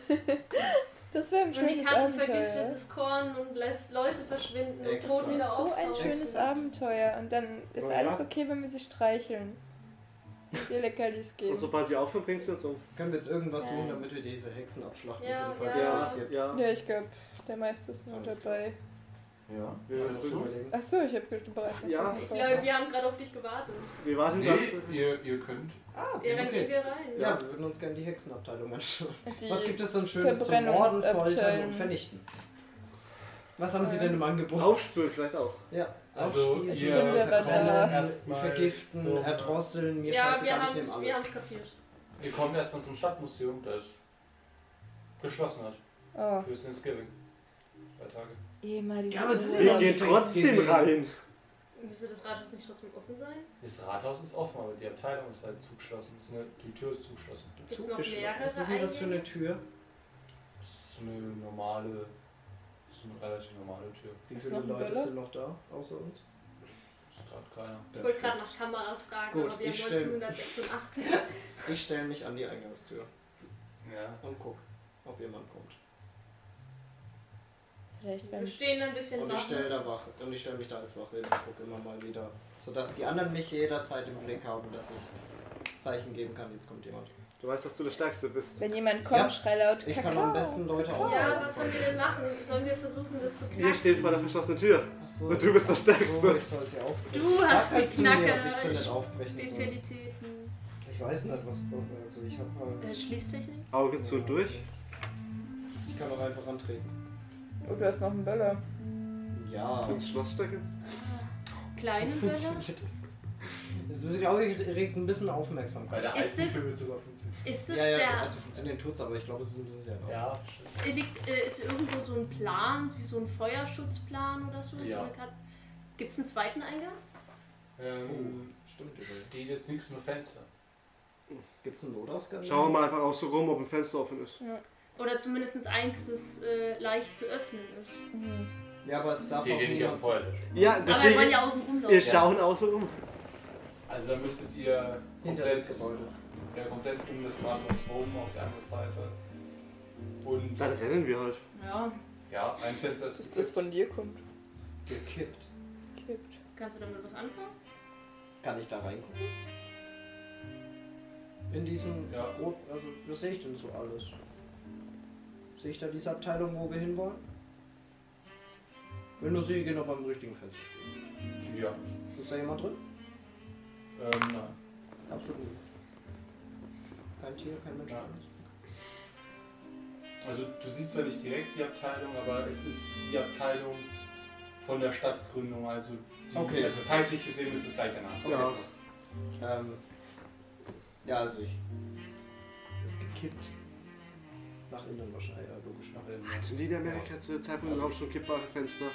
[SPEAKER 5] Das wäre ein
[SPEAKER 2] Und die
[SPEAKER 5] schönes
[SPEAKER 2] Katze vergiftet
[SPEAKER 5] Abenteuer.
[SPEAKER 2] das Korn und lässt Leute verschwinden und
[SPEAKER 4] Exakt.
[SPEAKER 2] tot wieder
[SPEAKER 5] So ein
[SPEAKER 2] auftauchen.
[SPEAKER 5] schönes Abenteuer. Und dann ist
[SPEAKER 3] Ja.
[SPEAKER 5] alles okay, wenn wir sie streicheln. Wir Leckerlis
[SPEAKER 3] Und
[SPEAKER 4] Also,
[SPEAKER 5] geben.
[SPEAKER 3] sobald wir aufhören, bringt sie uns um.
[SPEAKER 4] Können wir jetzt irgendwas
[SPEAKER 5] Ja.
[SPEAKER 4] tun, damit wir diese Hexen abschlachten
[SPEAKER 2] Ja,
[SPEAKER 4] können, falls
[SPEAKER 2] ja.
[SPEAKER 4] es nicht gibt?
[SPEAKER 3] ja.
[SPEAKER 5] Ja, ich glaube, der Meister ist nur
[SPEAKER 4] Alles
[SPEAKER 5] dabei.
[SPEAKER 1] Ja,
[SPEAKER 3] Wir werden
[SPEAKER 1] also
[SPEAKER 4] Das
[SPEAKER 3] drüber-
[SPEAKER 1] so.
[SPEAKER 4] überlegen.
[SPEAKER 5] Achso, ich habe bereits
[SPEAKER 3] Ja.
[SPEAKER 2] Ich glaube, wir haben gerade auf dich gewartet.
[SPEAKER 3] Wir warten
[SPEAKER 1] Nee,
[SPEAKER 3] was.
[SPEAKER 1] ihr, ihr könnt.
[SPEAKER 4] Ah,
[SPEAKER 2] Ja, dann gehen
[SPEAKER 4] okay.
[SPEAKER 2] wir rein.
[SPEAKER 4] Ja, wir würden uns gerne die Hexenabteilung anschauen.
[SPEAKER 5] Die
[SPEAKER 4] Was gibt es denn Schönes zum Morden, Foltern und
[SPEAKER 5] Verbrennungsabteilung.
[SPEAKER 4] Vernichten? Was haben Sie denn im Angebot?
[SPEAKER 3] Aufspüren vielleicht auch.
[SPEAKER 4] Ja,
[SPEAKER 1] Also,
[SPEAKER 4] aufschließen,
[SPEAKER 1] ihr
[SPEAKER 5] verbraucht
[SPEAKER 4] verbrennen,
[SPEAKER 1] erstmal
[SPEAKER 4] vergiften,
[SPEAKER 1] so-
[SPEAKER 4] erdrosseln,
[SPEAKER 2] ja wir
[SPEAKER 4] mir scheißegal, ich
[SPEAKER 2] haben
[SPEAKER 4] nehme
[SPEAKER 2] es wir
[SPEAKER 4] alles.
[SPEAKER 2] haben's kapiert.
[SPEAKER 1] Ihr kommt erstmal zum Stadtmuseum, das geschlossen hat.
[SPEAKER 5] Oh,
[SPEAKER 1] Für Thanksgiving. Zwei Tage.
[SPEAKER 5] eh mal die
[SPEAKER 4] Ja, aber es ist
[SPEAKER 5] Sonne.
[SPEAKER 3] Wir gehen trotzdem rein.
[SPEAKER 2] Müsste das Rathaus nicht trotzdem offen sein?
[SPEAKER 1] Das Rathaus ist offen, aber die Abteilung ist halt zugeschlossen. Das ist eine, die Tür ist zugeschlossen.
[SPEAKER 2] Gibt's noch
[SPEAKER 4] Zugeschlagen.
[SPEAKER 2] mehrere
[SPEAKER 4] Was ist denn das für eine Tür?
[SPEAKER 1] Das ist so eine normale. Das ist eine relativ normale Tür.
[SPEAKER 4] Wie
[SPEAKER 5] Ist
[SPEAKER 4] viele
[SPEAKER 5] noch eine
[SPEAKER 4] Leute
[SPEAKER 5] Bälle?
[SPEAKER 4] sind noch da, außer uns?
[SPEAKER 1] Ist gerade keiner.
[SPEAKER 2] Ich wollte gerade nach Kameras fragen,
[SPEAKER 4] Gut,
[SPEAKER 2] aber wir
[SPEAKER 4] ich
[SPEAKER 2] haben
[SPEAKER 4] stell-
[SPEAKER 2] 1986.
[SPEAKER 4] Ich stelle mich an die Eingangstür
[SPEAKER 1] Ja.
[SPEAKER 4] und guck, ob jemand kommt.
[SPEAKER 5] Vielleicht
[SPEAKER 2] Wir
[SPEAKER 5] beim
[SPEAKER 2] stehen ein bisschen
[SPEAKER 4] Und ich
[SPEAKER 2] wach.
[SPEAKER 4] stelle da wach und ich stelle mich da als Wachhin und gucke immer mal wieder, sodass die anderen mich jederzeit im Blick haben, dass ich Zeichen geben kann, jetzt kommt jemand.
[SPEAKER 3] Du weißt, dass du der Stärkste bist.
[SPEAKER 5] Wenn jemand kommt,
[SPEAKER 4] Ja.
[SPEAKER 5] schrei laut
[SPEAKER 4] Ich
[SPEAKER 5] Kakao.
[SPEAKER 4] kann am besten Leute
[SPEAKER 5] Kakao.
[SPEAKER 4] aufhalten.
[SPEAKER 2] Ja, was sollen wir denn machen? Sollen wir versuchen, das zu
[SPEAKER 3] Wir
[SPEAKER 2] knacken?
[SPEAKER 3] stehen vor der verschlossenen Tür.
[SPEAKER 4] Ach so,
[SPEAKER 3] Und du bist der
[SPEAKER 4] ach so,
[SPEAKER 3] Stärkste.
[SPEAKER 4] Ich soll sie aufbrechen.
[SPEAKER 2] Du
[SPEAKER 4] Sag
[SPEAKER 2] hast
[SPEAKER 4] halt
[SPEAKER 2] die
[SPEAKER 4] zu mir,
[SPEAKER 2] Knacker-
[SPEAKER 4] Ich soll nicht aufbrechen. sollen.
[SPEAKER 2] Spezialitäten.
[SPEAKER 4] Ich weiß nicht, was also ich habe halt.
[SPEAKER 2] Äh, Schließtechnik?
[SPEAKER 3] Augen zu und durch.
[SPEAKER 4] Ich kann auch einfach antreten.
[SPEAKER 5] Oh, du hast noch einen Böller.
[SPEAKER 4] Ja.
[SPEAKER 3] Ins Schloss stecken.
[SPEAKER 2] Kleine
[SPEAKER 4] So
[SPEAKER 2] Bälle?
[SPEAKER 4] funktioniert das. Das ist die Augen regt ein bisschen
[SPEAKER 1] Bei
[SPEAKER 4] Aufmerksamkeit.
[SPEAKER 1] der
[SPEAKER 2] Ist
[SPEAKER 1] alten
[SPEAKER 2] es-
[SPEAKER 1] Tür wird sogar funktionieren.
[SPEAKER 2] Ist es
[SPEAKER 4] Ja, ja,
[SPEAKER 2] der.
[SPEAKER 4] also funktionieren tut's, aber ich glaube, es ist ein bisschen sehr laut.
[SPEAKER 1] Ja,
[SPEAKER 2] Äh, Liegt, äh, ist irgendwo so ein Plan, wie so ein Feuerschutzplan oder so?
[SPEAKER 1] Ja.
[SPEAKER 2] Gibt es einen zweiten Eingang?
[SPEAKER 1] ähm,
[SPEAKER 4] Stimmt.
[SPEAKER 1] Steht jetzt nichts, nur Fenster.
[SPEAKER 4] Gibt es einen Notausgang?
[SPEAKER 3] Schauen wir mal einfach außen rum, ob ein Fenster offen ist.
[SPEAKER 2] Oder zumindest eins, das äh, leicht zu öffnen ist.
[SPEAKER 5] Mhm.
[SPEAKER 4] Ja, aber es darf auch
[SPEAKER 1] Seht ihr nicht auf
[SPEAKER 4] niemand
[SPEAKER 1] dem Feuer.
[SPEAKER 3] Ja,
[SPEAKER 2] Aber wir wollen
[SPEAKER 3] deswegen.
[SPEAKER 2] ja außen rumlaufen.
[SPEAKER 3] Wir schauen außen rum.
[SPEAKER 1] Also da müsstet ihr
[SPEAKER 4] hinter
[SPEAKER 1] komplett,
[SPEAKER 4] das Gebäude.
[SPEAKER 1] ja, komplett um das Rathaus rum auf die andere Seite. Und
[SPEAKER 3] Dann rennen wir halt.
[SPEAKER 2] Ja,
[SPEAKER 1] ja, ein Fenster ist
[SPEAKER 5] Dass das
[SPEAKER 1] gekippt.
[SPEAKER 5] von dir kommt.
[SPEAKER 4] Gekippt.
[SPEAKER 5] Kippt.
[SPEAKER 2] kannst du damit was anfangen?
[SPEAKER 4] Kann ich da reingucken? In diesem
[SPEAKER 1] Ja.
[SPEAKER 4] Rot, also was sehe ich denn so alles? Sehe ich da diese Abteilung, wo wir hinwollen? Wenn du sie genau beim richtigen Fenster stehen.
[SPEAKER 1] Ja,
[SPEAKER 4] Ist da jemand drin?
[SPEAKER 1] ähm, nein.
[SPEAKER 4] Absolut nicht. Kein Tier, kein Mensch.
[SPEAKER 1] Ja.
[SPEAKER 4] alles.
[SPEAKER 1] Also du siehst zwar nicht direkt die Abteilung, aber es ist die Abteilung von der Stadtgründung. Also, die,
[SPEAKER 4] Okay.
[SPEAKER 1] also zeitlich gesehen ist es gleich danach.
[SPEAKER 4] Okay,
[SPEAKER 3] Ja.
[SPEAKER 4] passt. Ähm, ja, also ich. Ist gekippt. Nach innen wahrscheinlich, ja, logisch. Nach innen.
[SPEAKER 3] Hatten die in Amerika zu dem Zeitpunkt überhaupt schon kippbare Fenster?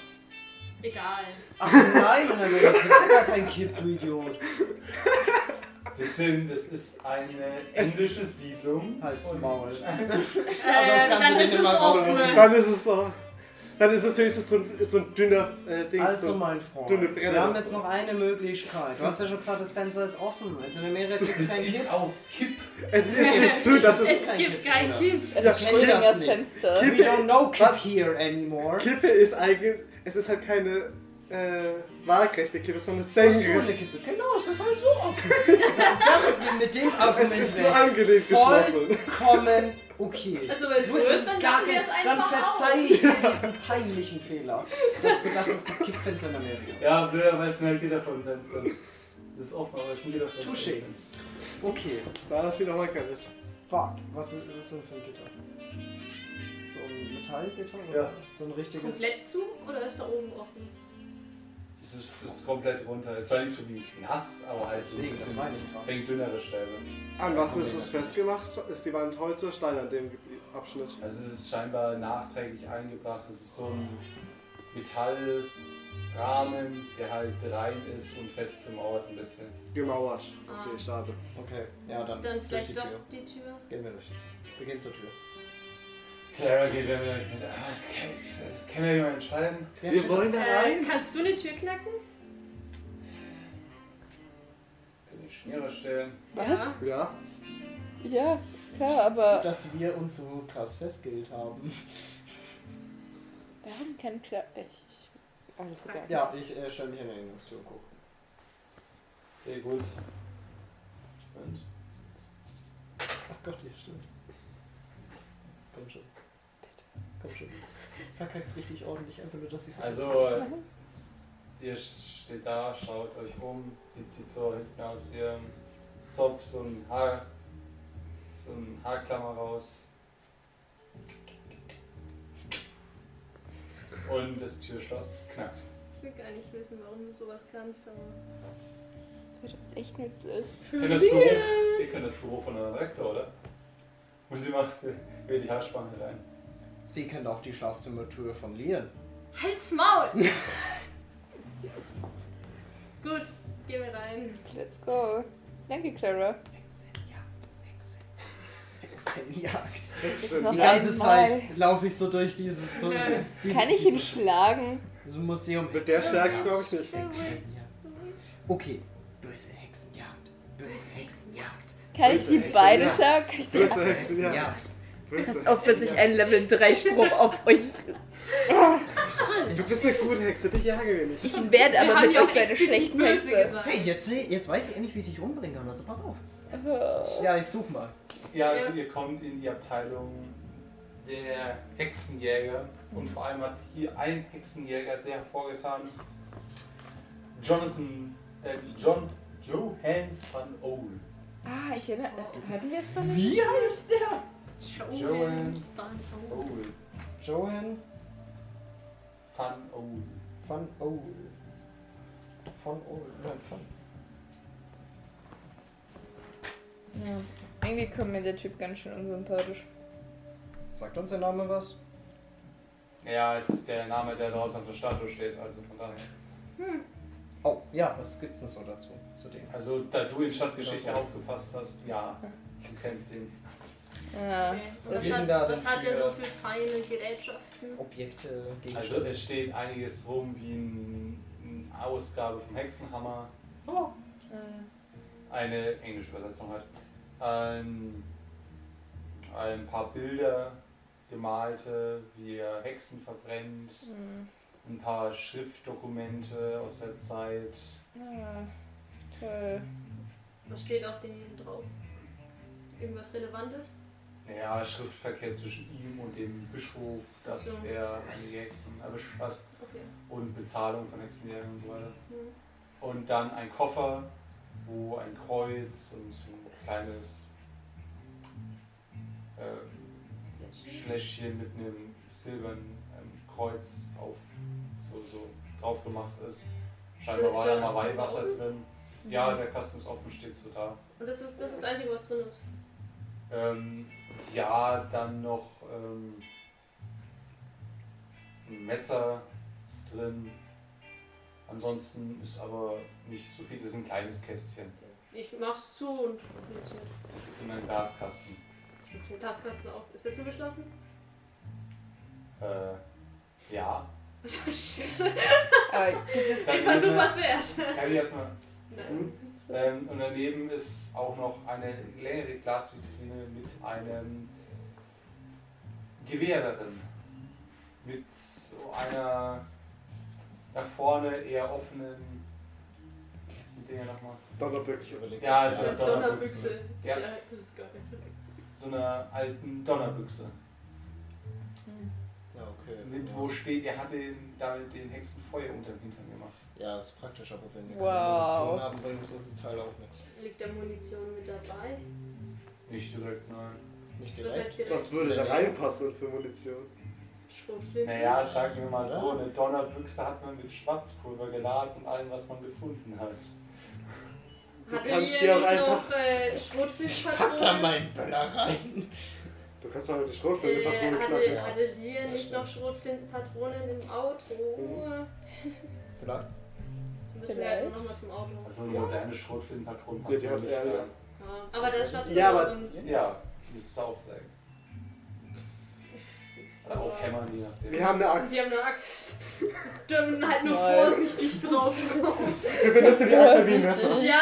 [SPEAKER 2] Egal.
[SPEAKER 4] Ach nein, in Amerika gibt's ja gar kein Kipp, du Idiot.
[SPEAKER 1] Das, sind, das ist eine englische Siedlung.
[SPEAKER 4] Halt's
[SPEAKER 1] Und-
[SPEAKER 4] Maul.
[SPEAKER 2] Äh,
[SPEAKER 4] das kannst
[SPEAKER 2] dann
[SPEAKER 4] du
[SPEAKER 2] ist
[SPEAKER 4] nicht
[SPEAKER 2] es
[SPEAKER 4] immer
[SPEAKER 2] offen.
[SPEAKER 3] Dann ist es so. Dann ist es höchstens so ein, so ein dünner äh, Ding.
[SPEAKER 4] Also,
[SPEAKER 3] so.
[SPEAKER 4] mein Freund,
[SPEAKER 3] du eine Brille.
[SPEAKER 4] wir haben jetzt noch eine Möglichkeit. Du hast ja schon gesagt, das Fenster ist offen. Also in Amerika gibt es
[SPEAKER 1] Das
[SPEAKER 4] kein
[SPEAKER 1] ist
[SPEAKER 4] Kipp.
[SPEAKER 1] auf Kipp.
[SPEAKER 3] Es ist nicht zu, dass es.
[SPEAKER 2] Es
[SPEAKER 4] kein
[SPEAKER 2] gibt
[SPEAKER 4] Gift,
[SPEAKER 2] kein
[SPEAKER 4] oder?
[SPEAKER 2] Gift.
[SPEAKER 5] Also
[SPEAKER 3] Ja,
[SPEAKER 5] spring
[SPEAKER 4] das
[SPEAKER 5] das
[SPEAKER 4] nicht.
[SPEAKER 5] Fenster.
[SPEAKER 4] We
[SPEAKER 3] Kipp-
[SPEAKER 4] don't know Kipp
[SPEAKER 3] Was?
[SPEAKER 4] here anymore.
[SPEAKER 3] Kippe ist eigentlich. Es ist halt keine äh, waagrechte Kippe, sondern eine
[SPEAKER 4] Ach so,
[SPEAKER 3] Senke.
[SPEAKER 4] eine Kippe. Genau, es ist halt so offen. Damit, mit dem
[SPEAKER 3] Es
[SPEAKER 4] Argument
[SPEAKER 3] ist nur
[SPEAKER 4] wäre
[SPEAKER 3] angelegt
[SPEAKER 4] ich
[SPEAKER 3] geschlossen.
[SPEAKER 4] vollkommen okay.
[SPEAKER 2] Also wenn es
[SPEAKER 4] Du
[SPEAKER 2] so ist,
[SPEAKER 4] hättest
[SPEAKER 2] dann
[SPEAKER 4] gar
[SPEAKER 2] machen wir
[SPEAKER 4] kein-
[SPEAKER 2] es
[SPEAKER 4] dann
[SPEAKER 2] einfach
[SPEAKER 4] verzeih ich dir diesen peinlichen Fehler, dass du dachtest, es gibt Kippfenster in Amerika.
[SPEAKER 1] Ja, blöderweise sind halt jeder von Fenstern. Das ist offen, aber es sind jeder von
[SPEAKER 4] Touché. Okay,
[SPEAKER 3] Da ist wieder mal nicht.
[SPEAKER 4] fuck. Was ist, was ist denn für ein Gitter? So ein Metallgitter? oder?
[SPEAKER 1] Ja.
[SPEAKER 4] So ein richtiges...
[SPEAKER 2] Komplett zu oder ist da oben offen?
[SPEAKER 1] Es ist, ist komplett runter. Es war nicht so wie ein Knast, aber halt so ein
[SPEAKER 4] Deswegen, das
[SPEAKER 1] bisschen
[SPEAKER 4] meine ich gerade.
[SPEAKER 1] wegen dünnere Stäbe.
[SPEAKER 3] An was ist es festgemacht? Ist die Wand Holz oder Stein an dem Abschnitt?
[SPEAKER 1] Also es ist scheinbar nachträglich eingebracht. Es ist so ein Metallrahmen, der halt rein ist und festgemauert ein bisschen.
[SPEAKER 3] Gemauert. Okay, schade.
[SPEAKER 4] Okay, ja, dann,
[SPEAKER 2] Dann
[SPEAKER 4] durch
[SPEAKER 2] vielleicht
[SPEAKER 4] die
[SPEAKER 2] doch
[SPEAKER 4] Tür.
[SPEAKER 2] die Tür.
[SPEAKER 4] Gehen wir durch die Tür. Wir gehen zur Tür.
[SPEAKER 1] Clara geht dann gleich mit, ah, das kann, ich, das kann ja jemand entscheiden.
[SPEAKER 3] Wir wollen da
[SPEAKER 2] Äh,
[SPEAKER 3] rein.
[SPEAKER 2] kannst du eine Tür knacken?
[SPEAKER 1] Kann ich Schmiere stellen.
[SPEAKER 5] Was?
[SPEAKER 3] Ja.
[SPEAKER 5] Ja, klar, aber
[SPEAKER 4] Dass wir uns so krass festgehielt haben.
[SPEAKER 5] warum kann klar. Ich. Alles egal.
[SPEAKER 4] Ja, ich äh, stelle mich an der Erinnerungstür und gucke.
[SPEAKER 1] Okay, gut. Und?
[SPEAKER 4] Ach Gott, hier stimmt. Komm schon. Komm schon. Verkackst richtig ordentlich, einfach nur, dass ich
[SPEAKER 1] Also, äh, ihr steht da, schaut euch um, sie zieht so hinten aus ihrem Zopf so ein Haar, so ein Haarklammer raus. Und das Türschloss knackt.
[SPEAKER 2] Ich will gar nicht wissen, warum du sowas kannst, aber.
[SPEAKER 5] Das ist echt nützlich.
[SPEAKER 1] Ihr kennt das Büro, ihr kennt das Büro von einer Rektor, oder? Und sie macht äh, über die Haarspange rein.
[SPEAKER 4] Sie kennt auch die Schlafzimmertür von Lian.
[SPEAKER 2] Halt's Maul! Gut, gehen wir rein.
[SPEAKER 5] Let's go. Danke, Clara.
[SPEAKER 4] Hexenjagd, Hexen. Hexenjagd.
[SPEAKER 5] Ist noch
[SPEAKER 4] Die ganze
[SPEAKER 5] einmal.
[SPEAKER 4] Zeit laufe ich so durch dieses. So, diese,
[SPEAKER 5] Kann ich ihn
[SPEAKER 4] dieses,
[SPEAKER 5] schlagen?
[SPEAKER 4] dieses Museum.
[SPEAKER 3] Mit der Stärke glaube ich nicht.
[SPEAKER 4] Hexenjagd. Okay, böse Hexenjagd. Böse Hexenjagd.
[SPEAKER 5] Kann ich sie
[SPEAKER 4] Böse
[SPEAKER 5] beide
[SPEAKER 3] Hexenjagd.
[SPEAKER 5] schlagen? Kann ich sie
[SPEAKER 3] Böse Hexenjagd.
[SPEAKER 5] Pass
[SPEAKER 3] Böse.
[SPEAKER 5] auf, bis ich einen Level 3 Spruch auf euch.
[SPEAKER 3] Du bist eine gute Hexe, dich jagen wir nicht.
[SPEAKER 5] Ich werde aber mit euch seine schlechten Hexe.
[SPEAKER 2] gesagt.
[SPEAKER 4] Hey, jetzt, jetzt weiß ich endlich, wie ich dich umbringen kann, also pass auf.
[SPEAKER 5] Oh.
[SPEAKER 4] Ja, ich such mal.
[SPEAKER 1] Ja, also ihr kommt in die Abteilung der Hexenjäger und vor allem hat sich hier ein Hexenjäger sehr hervorgetan. Jonathan, äh, John, Johan van Oel.
[SPEAKER 5] Ah, ich erinnere. Hatten wir es von dem?
[SPEAKER 4] Wie heißt der?
[SPEAKER 2] Joan Van Hoen.
[SPEAKER 1] Oel.
[SPEAKER 4] Johan
[SPEAKER 1] Van Oel.
[SPEAKER 4] Van Oel. Von Oel. Nein, von.
[SPEAKER 5] Ja. Irgendwie kommt mir der Typ ganz schön unsympathisch.
[SPEAKER 4] Sagt uns der Name was?
[SPEAKER 1] Ja, es ist der Name, der draußen auf der Statue steht, also von daher.
[SPEAKER 4] Oh, ja, was gibt's denn so dazu? Zu dem.
[SPEAKER 1] Also, da du in Stadtgeschichte
[SPEAKER 4] Das war-
[SPEAKER 1] aufgepasst hast, ja, du kennst ihn.
[SPEAKER 5] Ja.
[SPEAKER 2] Okay.
[SPEAKER 4] Was
[SPEAKER 2] Was
[SPEAKER 4] geht denn
[SPEAKER 2] hat,
[SPEAKER 4] da Oh.
[SPEAKER 2] was
[SPEAKER 4] denn
[SPEAKER 2] hat er
[SPEAKER 4] für-
[SPEAKER 2] so für feine Gerätschaften?
[SPEAKER 4] Objekte,
[SPEAKER 1] Also, es steht einiges rum, wie ein, eine Ausgabe vom Hexenhammer. eine englische Übersetzung halt, ein, ein paar Bilder gemalte, wie er Hexen verbrennt,
[SPEAKER 5] Hm.
[SPEAKER 1] ein paar Schriftdokumente aus der Zeit.
[SPEAKER 5] Ja. Toll.
[SPEAKER 2] Was steht auf denen drauf? Irgendwas Relevantes?
[SPEAKER 1] Naja, Schriftverkehr zwischen ihm und dem Bischof, dass
[SPEAKER 2] So.
[SPEAKER 1] er einige Hexen erwischt hat
[SPEAKER 2] Okay.
[SPEAKER 1] und Bezahlung von Hexenjägern und so weiter.
[SPEAKER 2] Hm.
[SPEAKER 1] Und dann ein Koffer, wo ein Kreuz und so ein kleines äh, Fläschchen mit einem silbernen ähm, Kreuz auf, so, so drauf gemacht ist. Scheinbar
[SPEAKER 2] So-
[SPEAKER 1] war
[SPEAKER 2] so
[SPEAKER 1] da
[SPEAKER 2] ein
[SPEAKER 1] mal Weihwasser
[SPEAKER 2] offen?
[SPEAKER 1] drin. Ja, der Kasten ist offen, steht so da.
[SPEAKER 2] Und das ist das, ist das Einzige, was drin ist.
[SPEAKER 1] Ähm, ja, dann noch ähm, ein Messer ist drin. Ansonsten ist aber nicht so viel. Das ist ein kleines Kästchen.
[SPEAKER 2] Ich mach's zu und notiert.
[SPEAKER 1] Das ist in einem Glaskasten.
[SPEAKER 2] Ich mach den Taskkasten auf. Ist der zugeschlossen?
[SPEAKER 1] Äh, ja.
[SPEAKER 2] Oh, Scheiße.
[SPEAKER 5] Aber du bist.
[SPEAKER 1] Dann
[SPEAKER 2] Den Versuch
[SPEAKER 1] müssen wir-
[SPEAKER 2] was wert.
[SPEAKER 1] Kann ich erstmal.
[SPEAKER 2] Nein.
[SPEAKER 1] Ähm, und daneben ist auch noch eine längere Glasvitrine mit einem Gewehr darin. Mit so einer nach vorne eher offenen. Wie heißen die Dinger nochmal?
[SPEAKER 3] Donnerbüchse.
[SPEAKER 1] Ja,
[SPEAKER 2] Das
[SPEAKER 1] ist
[SPEAKER 2] ist eine
[SPEAKER 1] ja Donnerbüchse.
[SPEAKER 2] Donnerbüchse.
[SPEAKER 1] Ja.
[SPEAKER 2] Ja. das ist geil.
[SPEAKER 1] So einer alten Donnerbüchse.
[SPEAKER 4] Ja, okay.
[SPEAKER 1] Wo steht, er hat den, damit den Hexen Feuer unterm Hintern gemacht.
[SPEAKER 4] Ja, ist praktisch, aber wenn wir
[SPEAKER 5] Wow.
[SPEAKER 4] keine Munition haben, bringt uns das Teil auch nichts.
[SPEAKER 2] Liegt da Munition mit dabei?
[SPEAKER 1] Nicht direkt, nein.
[SPEAKER 4] Nicht
[SPEAKER 2] Was heißt
[SPEAKER 4] direkt.
[SPEAKER 2] direkt?
[SPEAKER 3] Was würde da reinpassen für Munition?
[SPEAKER 2] Schrotflinte?
[SPEAKER 1] Naja, sagen wir mal so, eine Donnerbüchse hat man mit Schwarzpulver geladen und allem, was man gefunden hat.
[SPEAKER 3] Du
[SPEAKER 2] Hatte
[SPEAKER 3] kannst
[SPEAKER 2] hier
[SPEAKER 3] die auch
[SPEAKER 2] nicht
[SPEAKER 3] einfach-
[SPEAKER 2] noch äh,
[SPEAKER 4] Pack da
[SPEAKER 2] Schrotflintenpatronen?
[SPEAKER 4] meinen Böller rein!
[SPEAKER 3] Du kannst mal mit der Schrotflinte
[SPEAKER 2] Äh,
[SPEAKER 3] Patronen
[SPEAKER 2] hatte,
[SPEAKER 3] knacken.
[SPEAKER 4] ja.
[SPEAKER 2] hatte Lia
[SPEAKER 4] Das
[SPEAKER 2] nicht
[SPEAKER 4] stimmt.
[SPEAKER 2] noch Schrotflintenpatronen im Auto?
[SPEAKER 4] Vielleicht.
[SPEAKER 2] Müssen wir halt nochmal zum Auto.
[SPEAKER 1] Also eine moderne Schrotflintenpatronen
[SPEAKER 3] Ja,
[SPEAKER 1] passt
[SPEAKER 3] die
[SPEAKER 1] ja
[SPEAKER 3] hat
[SPEAKER 1] nicht
[SPEAKER 3] er, ja.
[SPEAKER 1] mehr.
[SPEAKER 2] Ja. Aber da ist was
[SPEAKER 3] Ja, aber-
[SPEAKER 2] drin.
[SPEAKER 1] Ja, müsstest du auch sagen. Oder aufhämmern, je nachdem.
[SPEAKER 3] Wir haben eine Axt.
[SPEAKER 2] Die also, haben eine Axt. Dümmen halt nur
[SPEAKER 5] Nein.
[SPEAKER 2] vorsichtig drauf.
[SPEAKER 3] Wir benutzen die Axt wie ein Messer.
[SPEAKER 2] ja,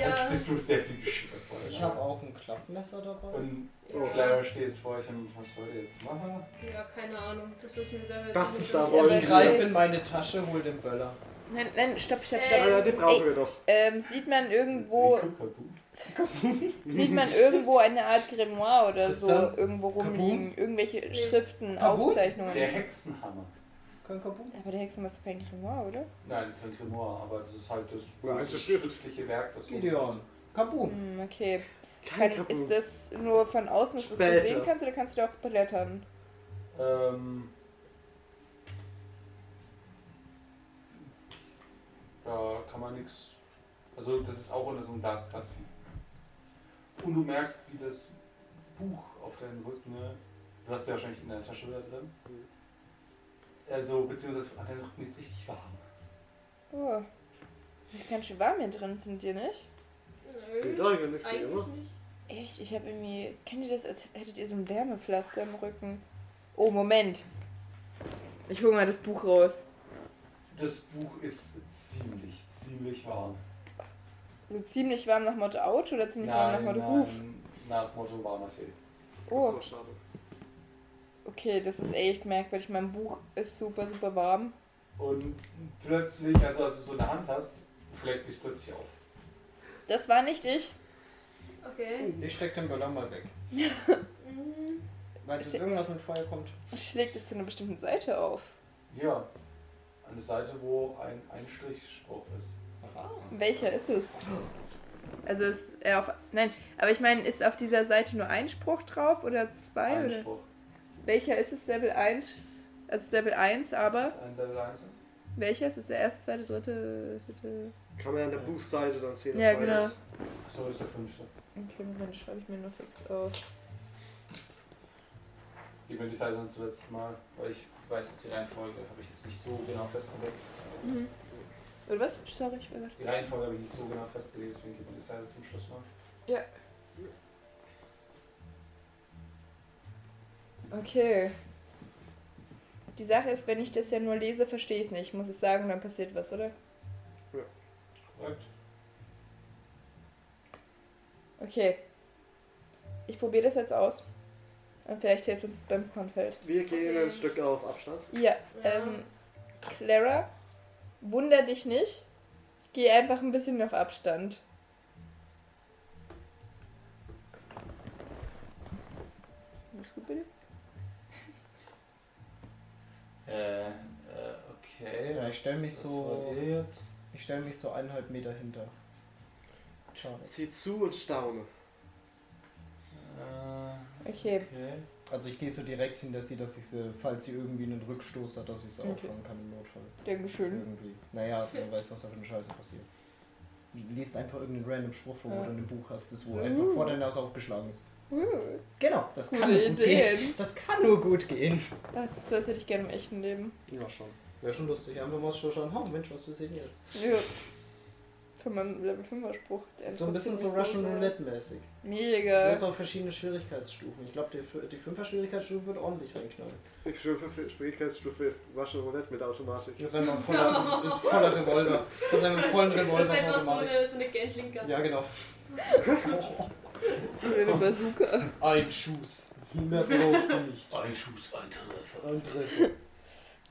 [SPEAKER 2] ja.
[SPEAKER 1] Das ist so Also, sehr viel Geschichte vorher.
[SPEAKER 4] Ich habe auch ein Klappmesser dabei.
[SPEAKER 1] Und
[SPEAKER 3] Oh.
[SPEAKER 1] Clara steht jetzt vor euch und was wollt ihr jetzt machen?
[SPEAKER 2] Ja, keine Ahnung. Das wissen wir selber jetzt
[SPEAKER 3] Das
[SPEAKER 2] nicht.
[SPEAKER 3] da
[SPEAKER 5] wollen
[SPEAKER 4] Ich
[SPEAKER 5] Ja.
[SPEAKER 4] greife in meine Tasche, hol den Böller.
[SPEAKER 5] Nein, nein, stopp, stopp,
[SPEAKER 3] Ja,
[SPEAKER 5] stopp.
[SPEAKER 2] Äh.
[SPEAKER 3] ja, die brauchen wir doch.
[SPEAKER 5] Ähm, sieht man irgendwo,
[SPEAKER 1] Kaboom.
[SPEAKER 5] sieht man irgendwo eine Art Grimoire oder so
[SPEAKER 4] Tristan?
[SPEAKER 5] irgendwo rumliegen? Irgendwelche Schriften,
[SPEAKER 4] Kabum?
[SPEAKER 5] Aufzeichnungen?
[SPEAKER 1] Der Hexenhammer.
[SPEAKER 4] Kein Kabum?
[SPEAKER 5] Aber der Hexen doch kein Grimoire, oder?
[SPEAKER 1] Nein, kein Grimoire, aber es ist halt das
[SPEAKER 3] Eine
[SPEAKER 1] große
[SPEAKER 3] alte Schrift.
[SPEAKER 1] schriftliche Werk, das
[SPEAKER 4] Gideon. Kabum.
[SPEAKER 5] Hm, okay.
[SPEAKER 3] Kein
[SPEAKER 5] Kann, ist
[SPEAKER 3] Kaputt.
[SPEAKER 5] das nur von außen, dass du es so
[SPEAKER 3] Später.
[SPEAKER 5] sehen kannst, oder kannst du da auch blättern?
[SPEAKER 1] Ähm, da kann man nichts. Also das ist auch unter so einem Glaskasten. Und du merkst, wie das Buch auf deinem Rücken, ne? du hast ja wahrscheinlich in der Tasche wieder drin. Also, beziehungsweise hat dein Rücken jetzt richtig warm.
[SPEAKER 5] Oh. Ist ganz schön warm hier drin, findet ihr nicht?
[SPEAKER 2] Nö,
[SPEAKER 3] Geht eigentlich wie
[SPEAKER 2] eigentlich
[SPEAKER 3] immer.
[SPEAKER 2] nicht.
[SPEAKER 5] Echt? Ich habe irgendwie. Kennt ihr das, als hättet ihr so ein Wärmepflaster im Rücken? Oh, Moment. Ich hole mal das Buch raus.
[SPEAKER 1] Das Buch ist ziemlich, ziemlich warm.
[SPEAKER 5] So ziemlich warm nach Motto Out oder ziemlich warm nach Motto Ruf?
[SPEAKER 1] nach Motto warmer Tee.
[SPEAKER 5] Oh,
[SPEAKER 3] Das war schade.
[SPEAKER 5] okay, das ist echt merkwürdig. Mein Buch ist super, super warm.
[SPEAKER 1] Und plötzlich, also als du es so in der Hand hast, schlägt sich plötzlich auf.
[SPEAKER 5] Das war nicht ich.
[SPEAKER 2] Okay.
[SPEAKER 4] Ich steck den Böller mal weg.
[SPEAKER 2] Mhm.
[SPEAKER 4] Weil es irgendwas mit Feuer kommt.
[SPEAKER 5] Schlägt es zu einer bestimmten Seite auf.
[SPEAKER 1] Ja, eine Seite, wo ein Einstrichspruch ist.
[SPEAKER 5] Welcher ist es? Also ist er auf. Nein, aber ich meine, ist auf dieser Seite nur ein Spruch drauf oder zwei? Oder?
[SPEAKER 1] Einspruch.
[SPEAKER 5] Welcher ist es Level 1? Also es ist Level 1,
[SPEAKER 1] Das
[SPEAKER 5] aber
[SPEAKER 1] ist ein Level 1.
[SPEAKER 5] welcher ist es? Der erste, zweite, dritte, vierte.
[SPEAKER 3] Kann man ja an der Buchseite dann sehen.
[SPEAKER 5] Ja,
[SPEAKER 3] das war
[SPEAKER 5] genau.
[SPEAKER 3] das.
[SPEAKER 1] Achso, ist der fünfte.
[SPEAKER 5] Okay, Moment, schreibe ich mir nur fix auf.
[SPEAKER 1] Ich bin die Seite dann zuletzt mal, weil ich weiß jetzt die Reihenfolge, habe ich jetzt nicht so genau festgelegt.
[SPEAKER 5] Mhm. Oder was? Sorry, ich vergesse.
[SPEAKER 1] Die Reihenfolge habe ich nicht so genau festgelegt, deswegen gebe ich die Seite zum Schluss mal.
[SPEAKER 5] Okay. Die Sache ist, wenn ich das ja nur lese, verstehe ich es nicht. Ich muss es sagen, dann passiert was, oder?
[SPEAKER 1] Korrekt.
[SPEAKER 5] Okay. Ich probiere das jetzt aus. Und vielleicht hilft uns das beim Kornfeld.
[SPEAKER 3] Wir gehen
[SPEAKER 2] Okay.
[SPEAKER 3] ein Stück auf Abstand.
[SPEAKER 5] Ja, ähm, Clara, wunder dich nicht. Geh einfach ein bisschen auf Abstand. Alles gut, bitte?
[SPEAKER 1] Äh, äh, okay.
[SPEAKER 4] Ja, ich stell mich
[SPEAKER 1] was
[SPEAKER 4] so-
[SPEAKER 1] wollt ihr jetzt?
[SPEAKER 4] Ich stelle mich so eineinhalb Meter hinter. Schade.
[SPEAKER 3] Sieh zu und staune.
[SPEAKER 1] Äh,
[SPEAKER 5] Okay.
[SPEAKER 1] okay.
[SPEAKER 4] Also ich gehe so direkt hinter sie, dass ich sie, falls sie irgendwie einen Rückstoß hat, dass ich sie
[SPEAKER 5] Okay. Mhm.
[SPEAKER 4] auffangen kann im Notfall.
[SPEAKER 5] Dankeschön.
[SPEAKER 4] Irgendwie. Naja, wer weiß, was da für eine Scheiße passiert. Du liest einfach irgendeinen random Spruch vor, wo
[SPEAKER 5] Ja.
[SPEAKER 4] du ein Buch hast, das wo
[SPEAKER 5] Uh.
[SPEAKER 4] einfach vor deiner Nase aufgeschlagen ist.
[SPEAKER 5] Uh,
[SPEAKER 4] Genau, das kann
[SPEAKER 5] gute
[SPEAKER 4] nur gut gehen.
[SPEAKER 5] Ideen.
[SPEAKER 4] Das kann nur gut gehen.
[SPEAKER 5] Ach, das hätte ich gerne im echten Leben.
[SPEAKER 4] Ja, schon. Wäre schon lustig. Einfach mal so schauen, oh Mensch, was passiert jetzt?
[SPEAKER 5] Ja. Von meinem Level 5er Spruch. Der
[SPEAKER 4] So ein bisschen so
[SPEAKER 5] interessiert mich
[SPEAKER 4] Russian
[SPEAKER 5] sehr.
[SPEAKER 4] Roulette-mäßig. Du
[SPEAKER 5] Mega.
[SPEAKER 4] hast auch verschiedene Schwierigkeitsstufen. Ich glaube, die, die 5er Schwierigkeitsstufe wird ordentlich reinknallen.
[SPEAKER 3] Die Schwierigkeitsstufe Schwierigkeitsstufe ist Russian Roulette mit Automatik.
[SPEAKER 4] Das ist einfach ein voller, das ist voller Revolver. Das ist einfach ein voller
[SPEAKER 2] Das ist
[SPEAKER 4] Revolver.
[SPEAKER 2] einfach so
[SPEAKER 4] Automatik.
[SPEAKER 2] eine, so eine Gatling-Gun.
[SPEAKER 4] Ja, genau.
[SPEAKER 5] Oder eine Bazooka.
[SPEAKER 4] Ein Schuss. Mehr brauchst du nicht.
[SPEAKER 1] Ein Schuss, ein Treffer.
[SPEAKER 4] Ein Treffer.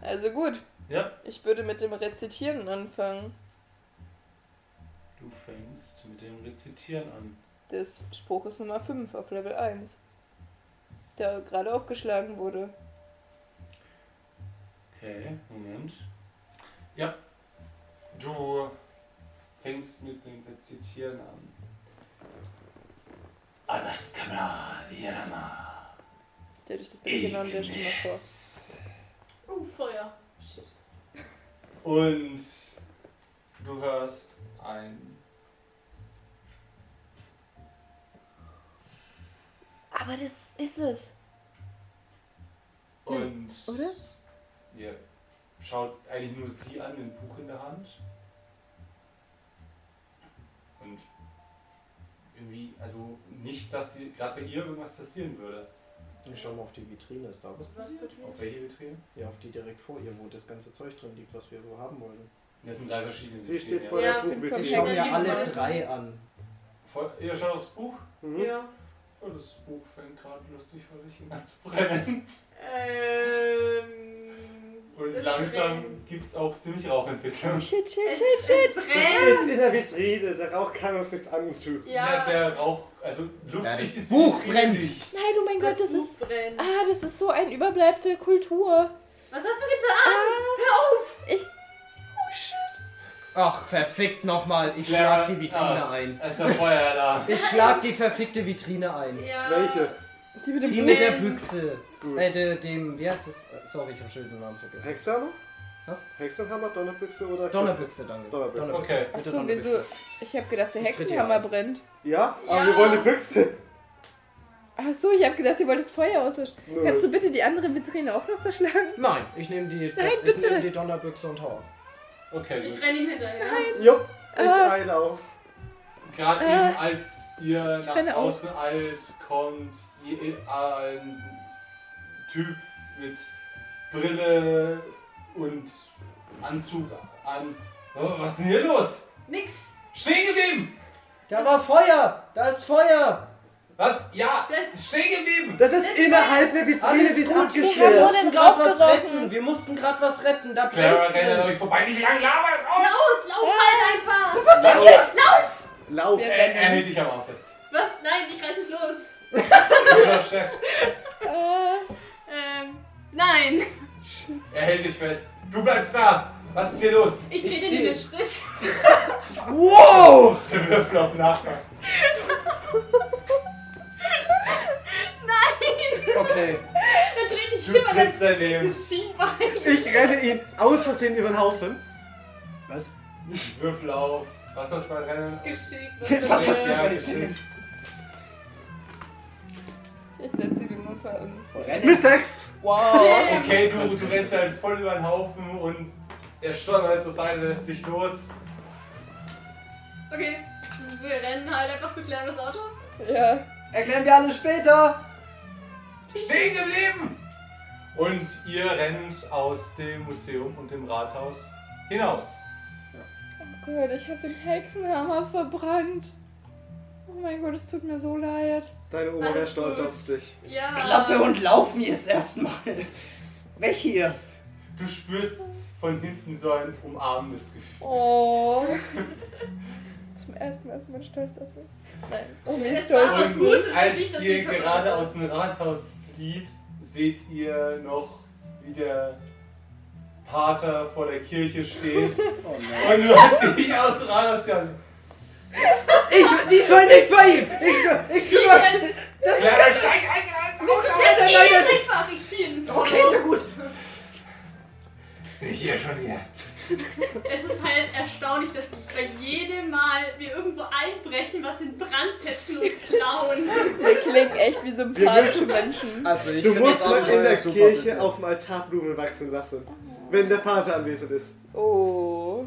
[SPEAKER 5] Also gut,
[SPEAKER 1] Ja.
[SPEAKER 5] ich würde mit dem Rezitieren anfangen
[SPEAKER 1] Du fängst mit dem Rezitieren an.
[SPEAKER 5] des Spruches Nummer 5 auf Level 1, der gerade aufgeschlagen wurde.
[SPEAKER 1] Okay, Moment. Ja. Du fängst mit dem Rezitieren an. Alaskana, Yerama.
[SPEAKER 5] Dadurch das Bild genau in der Stimme vor.
[SPEAKER 2] Oh, Feuer. Shit.
[SPEAKER 1] Und du hörst ein.
[SPEAKER 5] Aber das ist es,
[SPEAKER 1] Und.
[SPEAKER 5] oder?
[SPEAKER 1] Ihr schaut eigentlich nur sie an, ein Buch in der Hand. Und irgendwie, also nicht, dass sie gerade bei ihr irgendwas passieren würde.
[SPEAKER 6] Ich schau mal auf die Vitrine, ist da was?
[SPEAKER 2] Was passiert?
[SPEAKER 1] Auf welche Vitrine?
[SPEAKER 6] Ja, auf die direkt vor ihr, wo das ganze Zeug drin liegt, was wir so haben wollen.
[SPEAKER 1] Das sind drei verschiedene
[SPEAKER 3] Sie steht
[SPEAKER 1] ja.
[SPEAKER 3] vor
[SPEAKER 2] Ja,
[SPEAKER 3] der
[SPEAKER 2] bin
[SPEAKER 5] Die
[SPEAKER 6] Die
[SPEAKER 5] Okay,
[SPEAKER 3] Buchvitrine.
[SPEAKER 6] schauen
[SPEAKER 5] schauen
[SPEAKER 6] wir
[SPEAKER 5] dann ja die alle
[SPEAKER 6] alle
[SPEAKER 5] Frage.
[SPEAKER 6] drei an.
[SPEAKER 1] Vor, ihr schaut aufs Buch
[SPEAKER 3] Mhm.
[SPEAKER 2] Ja.
[SPEAKER 1] und das Buch fängt gerade lustig vor sich hin an zu brennen.
[SPEAKER 2] Ähm.
[SPEAKER 1] Und
[SPEAKER 2] es
[SPEAKER 1] langsam
[SPEAKER 2] brennt.
[SPEAKER 1] gibt es auch ziemlich Rauchentwicklung.
[SPEAKER 5] Oh, Shit, shit,
[SPEAKER 2] Es,
[SPEAKER 5] shit.
[SPEAKER 2] es
[SPEAKER 3] Das
[SPEAKER 2] brennt.
[SPEAKER 3] ist in der Vitrine, der Rauch kann uns nichts antun.
[SPEAKER 1] Ja,
[SPEAKER 2] Ja.
[SPEAKER 1] der Rauch, also luftig
[SPEAKER 6] Ja, das
[SPEAKER 1] ist die
[SPEAKER 6] Buch
[SPEAKER 1] Vitrine
[SPEAKER 6] brennt.
[SPEAKER 1] nicht.
[SPEAKER 5] Nein, oh mein
[SPEAKER 2] das
[SPEAKER 5] Gott, das
[SPEAKER 2] Buch
[SPEAKER 5] ist.
[SPEAKER 2] brennt.
[SPEAKER 5] Ah, das ist so ein Überbleibsel Kultur.
[SPEAKER 2] Was hast du getan? Hör auf!
[SPEAKER 7] Ach, verfickt nochmal. Ich
[SPEAKER 1] Ja,
[SPEAKER 7] schlag die Vitrine
[SPEAKER 1] ah,
[SPEAKER 7] ein.
[SPEAKER 1] Es ist ein Feueralarm.
[SPEAKER 7] Ich schlag die verfickte Vitrine ein.
[SPEAKER 2] Ja.
[SPEAKER 3] Welche?
[SPEAKER 5] Die mit dem
[SPEAKER 7] Die
[SPEAKER 5] Blut.
[SPEAKER 7] mit der Büchse.
[SPEAKER 3] Gut.
[SPEAKER 7] Äh, de, dem, wie heißt es? Äh, Sorry, ich hab schon den Namen vergessen.
[SPEAKER 3] Hexhammer?
[SPEAKER 7] Was?
[SPEAKER 3] Hexenhammer, Donnerbüchse oder Kiste?
[SPEAKER 7] Donnerbüchse, danke.
[SPEAKER 3] Donnerbüchse.
[SPEAKER 1] Okay.
[SPEAKER 5] Ach
[SPEAKER 7] Bitte
[SPEAKER 5] so, wieso?
[SPEAKER 7] Donnerbüchse.
[SPEAKER 5] Ich habe gedacht, der
[SPEAKER 7] Ich tritt
[SPEAKER 5] Hexenhammer
[SPEAKER 7] dir ein.
[SPEAKER 5] brennt.
[SPEAKER 3] Ja, aber
[SPEAKER 2] Ja.
[SPEAKER 3] wir wollen die Büchse.
[SPEAKER 5] Ach so, ich habe gedacht, ihr wollt das Feuer auslöschen.
[SPEAKER 7] Äh.
[SPEAKER 3] Nö.
[SPEAKER 5] Kannst du bitte die andere Vitrine auch noch zerschlagen?
[SPEAKER 7] Nein, ich nehme die,
[SPEAKER 5] Nein,
[SPEAKER 7] ich
[SPEAKER 5] bitte.
[SPEAKER 7] nehm die Donnerbüchse und hau ab.
[SPEAKER 1] Okay, gut.
[SPEAKER 2] Ich renne ihm hinterher.
[SPEAKER 3] Jupp, ich
[SPEAKER 5] Ah.
[SPEAKER 3] eile auf.
[SPEAKER 1] Gerade
[SPEAKER 5] Äh,
[SPEAKER 1] eben, als ihr nach
[SPEAKER 5] renne aus.
[SPEAKER 1] draußen eilt, kommt je- äh, ein Typ mit Brille und Anzug an. Oh, was ist denn hier los?
[SPEAKER 2] Nix.
[SPEAKER 1] Stehen geblieben!
[SPEAKER 7] Da war Feuer! Da ist Feuer!
[SPEAKER 1] Was? Ja!
[SPEAKER 2] Das-
[SPEAKER 1] Stehen geblieben!
[SPEAKER 3] Das ist innerhalb der Vitrine,
[SPEAKER 7] Alles
[SPEAKER 3] sie ist
[SPEAKER 7] gut,
[SPEAKER 5] wir
[SPEAKER 7] Wir
[SPEAKER 5] haben
[SPEAKER 3] abgesperrt.
[SPEAKER 7] mussten gerade was retten! Wir mussten gerade was retten! Da
[SPEAKER 1] Clara
[SPEAKER 7] brennt's
[SPEAKER 1] rennt an
[SPEAKER 7] drin!
[SPEAKER 1] euch vorbei, nicht lang labern! Raus!
[SPEAKER 2] Los, lauf halt einfach!
[SPEAKER 1] Lauf!
[SPEAKER 3] Lauf.
[SPEAKER 5] Ja.
[SPEAKER 1] Er, er hält dich am Arm fest.
[SPEAKER 2] Was? Nein, ich reiß mich los.
[SPEAKER 1] Guter Chef.
[SPEAKER 5] Ah,
[SPEAKER 2] Ähm. Nein.
[SPEAKER 1] Er hält dich fest. Du bleibst da! Was ist hier los?
[SPEAKER 2] Ich drehe dir den Schritt.
[SPEAKER 7] Wow!
[SPEAKER 1] Wir würfeln auf Nachbar.
[SPEAKER 7] Okay.
[SPEAKER 2] Dann dreh dich
[SPEAKER 1] Du
[SPEAKER 2] immer
[SPEAKER 1] trittst
[SPEAKER 2] das
[SPEAKER 1] daneben.
[SPEAKER 2] Schienbein.
[SPEAKER 3] Ich renne ihn aus Versehen über den Haufen.
[SPEAKER 6] Was?
[SPEAKER 1] Würfel auf. Was hast du bei Rennen?
[SPEAKER 2] Geschickt.
[SPEAKER 3] Was hast du-
[SPEAKER 1] ja, geschickt.
[SPEAKER 5] ich setze den Notfall irgendwo.
[SPEAKER 3] Miss Hex.
[SPEAKER 5] Wow.
[SPEAKER 1] Okay, du, du rennst halt voll über den Haufen und der Stotter halt zur Seite lässt dich los.
[SPEAKER 2] Okay. Wir rennen halt einfach zu Claras Auto.
[SPEAKER 5] Ja.
[SPEAKER 7] Erklären wir alles später!
[SPEAKER 1] Stehen geblieben! Und ihr rennt aus dem Museum und dem Rathaus hinaus.
[SPEAKER 5] Oh Gott, ich habe den Hexenhammer verbrannt. Oh mein Gott, es tut mir so leid.
[SPEAKER 3] Deine Oma wäre
[SPEAKER 2] Alles
[SPEAKER 3] stolz
[SPEAKER 2] gut.
[SPEAKER 3] auf dich.
[SPEAKER 2] Ja.
[SPEAKER 6] Klappe und laufen jetzt erstmal. Weg hier.
[SPEAKER 1] Du spürst von hinten so ein umarmendes Gefühl.
[SPEAKER 5] Oh. Zum ersten Mal ist man stolz auf mich. Nein. Oh, mir
[SPEAKER 2] Es
[SPEAKER 5] stolz.
[SPEAKER 2] war- was
[SPEAKER 1] und
[SPEAKER 2] Gutes für
[SPEAKER 1] als
[SPEAKER 2] dich, dass
[SPEAKER 1] ihr
[SPEAKER 2] du verbrannt
[SPEAKER 1] gerade
[SPEAKER 2] hast.
[SPEAKER 1] aus dem Rathaus flieht, seht ihr noch, wie der Pater vor der Kirche steht
[SPEAKER 6] Oh nein.
[SPEAKER 1] und nur dich aus dem Rathaus gehalten.
[SPEAKER 6] Ich, diesmal nicht bei ihm. Ich, schwör- ich schwöre. Das ist
[SPEAKER 1] Clara,
[SPEAKER 6] ganz
[SPEAKER 1] steig eins, eins,
[SPEAKER 6] nicht
[SPEAKER 1] aus!
[SPEAKER 6] schon
[SPEAKER 2] Es
[SPEAKER 6] besser,
[SPEAKER 2] geht
[SPEAKER 6] Leute.
[SPEAKER 2] jetzt einfach. Ich ziehe ihn ins Auto.
[SPEAKER 6] Okay, so gut.
[SPEAKER 1] Nicht hier schon wieder.
[SPEAKER 2] Es ist halt erstaunlich, dass bei jedem Mal wir irgendwo einbrechen, was in Brand setzen und klauen.
[SPEAKER 5] Wir klingen echt wie sympathische Menschen.
[SPEAKER 7] Also, ich
[SPEAKER 3] Du
[SPEAKER 7] find
[SPEAKER 3] musst
[SPEAKER 7] das
[SPEAKER 3] mal in
[SPEAKER 7] Abenteuer
[SPEAKER 3] der
[SPEAKER 7] super bis jetzt.
[SPEAKER 3] Kirche auf dem Altar Blumen wachsen lassen. Wenn der Pater anwesend ist.
[SPEAKER 5] Oh.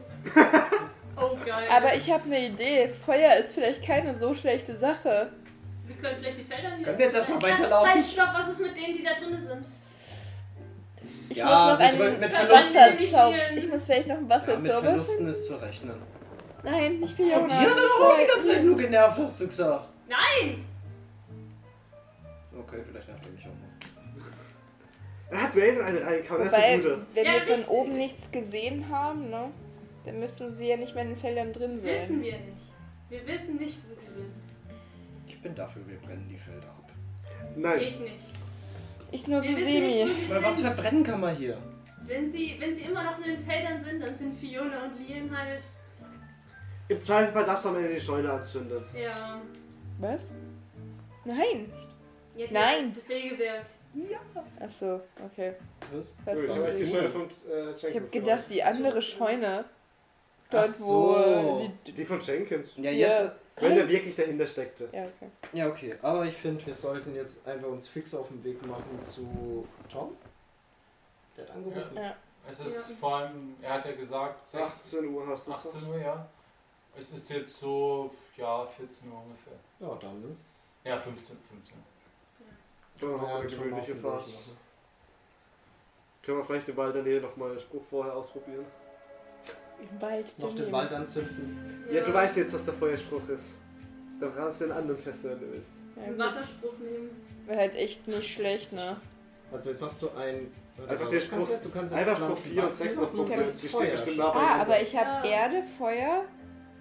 [SPEAKER 2] Oh geil.
[SPEAKER 5] Aber ich habe eine Idee. Feuer ist vielleicht keine so schlechte Sache.
[SPEAKER 2] wir können vielleicht die Felder hier.
[SPEAKER 6] Können wir jetzt erstmal weiterlaufen?
[SPEAKER 2] Halt, stopp, was ist mit denen, die da drin sind?
[SPEAKER 5] Ich
[SPEAKER 7] Ja,
[SPEAKER 5] muss noch
[SPEAKER 7] mit-
[SPEAKER 5] einen
[SPEAKER 7] mit
[SPEAKER 2] Verlusten nicht
[SPEAKER 5] Wasserzauber.
[SPEAKER 2] spielen.
[SPEAKER 5] Ich muss vielleicht noch einen
[SPEAKER 7] Ja, mit
[SPEAKER 5] Wasserzauber.
[SPEAKER 7] Verlusten ist zu rechnen.
[SPEAKER 5] Nein, nicht für Jonas.
[SPEAKER 7] Die hat er doch auch Oh, die ganze Zeit nur genervt, hast du gesagt.
[SPEAKER 2] Nein!
[SPEAKER 7] Okay, vielleicht nervt er mich auch mal.
[SPEAKER 3] Er hat Raven eine reingehauen, das ist
[SPEAKER 5] Wobei,
[SPEAKER 3] eine gute.
[SPEAKER 5] wenn
[SPEAKER 2] Ja,
[SPEAKER 5] wir von
[SPEAKER 2] richtig.
[SPEAKER 5] oben nichts gesehen haben, ne, dann müssen sie ja nicht mehr in den Feldern drin sein.
[SPEAKER 2] Wissen wir nicht. Wir wissen nicht, wo sie sind.
[SPEAKER 7] Ich bin dafür, wir brennen die Felder ab.
[SPEAKER 3] Nein,
[SPEAKER 2] Ich nicht.
[SPEAKER 5] Ich nur so
[SPEAKER 2] Wir wissen nicht,
[SPEAKER 5] semi.
[SPEAKER 2] wo
[SPEAKER 7] Weil
[SPEAKER 2] sie
[SPEAKER 7] was
[SPEAKER 2] sind.
[SPEAKER 7] verbrennen kann man hier?
[SPEAKER 2] Wenn sie, wenn sie immer noch in den Feldern sind, dann sind Fiona und Liam halt.
[SPEAKER 3] im Zweifel war das am Ende die Scheune anzündet.
[SPEAKER 2] Ja.
[SPEAKER 5] Was? Nein.
[SPEAKER 2] ja die-
[SPEAKER 5] Nein.
[SPEAKER 2] Das Sägewerk.
[SPEAKER 5] Achso, okay.
[SPEAKER 4] Was?
[SPEAKER 5] Was
[SPEAKER 3] ich habe
[SPEAKER 5] sonst?
[SPEAKER 3] echt die
[SPEAKER 5] ich
[SPEAKER 3] Scheune von äh, Jenkins.
[SPEAKER 5] hab gedacht, die andere Scheune, dort
[SPEAKER 7] Ach
[SPEAKER 5] wo
[SPEAKER 7] so.
[SPEAKER 5] die...
[SPEAKER 3] Die von Jenkins.
[SPEAKER 7] Ja,
[SPEAKER 5] Ja.
[SPEAKER 7] jetzt.
[SPEAKER 3] Wenn der wirklich dahinter steckte.
[SPEAKER 5] Ja, okay.
[SPEAKER 4] Ja, okay. Aber ich finde, wir sollten jetzt einfach uns fix auf den Weg machen zu Tom. Der hat angerufen.
[SPEAKER 5] Ja.
[SPEAKER 1] Es ist
[SPEAKER 2] Ja.
[SPEAKER 1] vor allem, er hat ja gesagt, 16,
[SPEAKER 3] 18 Uhr hast du Zeit.
[SPEAKER 1] 18 Uhr, ja. Es ist jetzt so, ja, 14 Uhr ungefähr.
[SPEAKER 4] Ja, dann, ne?
[SPEAKER 1] Ja, 15, 15.
[SPEAKER 3] Können wir noch mal eine
[SPEAKER 4] dann schon mal auf
[SPEAKER 3] gewöhnliche
[SPEAKER 4] den
[SPEAKER 3] Fahrt.
[SPEAKER 4] Weg machen.
[SPEAKER 3] Können wir vielleicht im Wald der Nähe nochmal einen Spruch vorher ausprobieren?
[SPEAKER 5] Im Wald.
[SPEAKER 4] Noch den
[SPEAKER 5] daneben.
[SPEAKER 4] Wald anzünden.
[SPEAKER 3] Ja, du weißt jetzt, was der Feuerspruch ist. Dann kannst du den anderen testen, wenn du willst.
[SPEAKER 5] Ja,
[SPEAKER 2] Zum
[SPEAKER 5] gut.
[SPEAKER 2] Wasserspruch nehmen.
[SPEAKER 5] Wäre halt echt nicht schlecht, ne?
[SPEAKER 4] Also jetzt hast du ein...
[SPEAKER 3] Einfach den
[SPEAKER 4] du kannst
[SPEAKER 3] Spruch-
[SPEAKER 4] jetzt- du kannst jetzt
[SPEAKER 3] Einfach Spruch
[SPEAKER 4] Pflanzen
[SPEAKER 3] 4 und
[SPEAKER 4] wachsen
[SPEAKER 3] 6
[SPEAKER 4] lassen
[SPEAKER 3] noch
[SPEAKER 4] und
[SPEAKER 3] gucken,
[SPEAKER 4] kannst
[SPEAKER 3] die stehen
[SPEAKER 4] Feuer
[SPEAKER 3] bestimmt
[SPEAKER 4] erschaffen.
[SPEAKER 3] nah
[SPEAKER 5] Ah, aber
[SPEAKER 3] beieinander.
[SPEAKER 5] ich habe
[SPEAKER 2] Ja.
[SPEAKER 5] Erde, Feuer,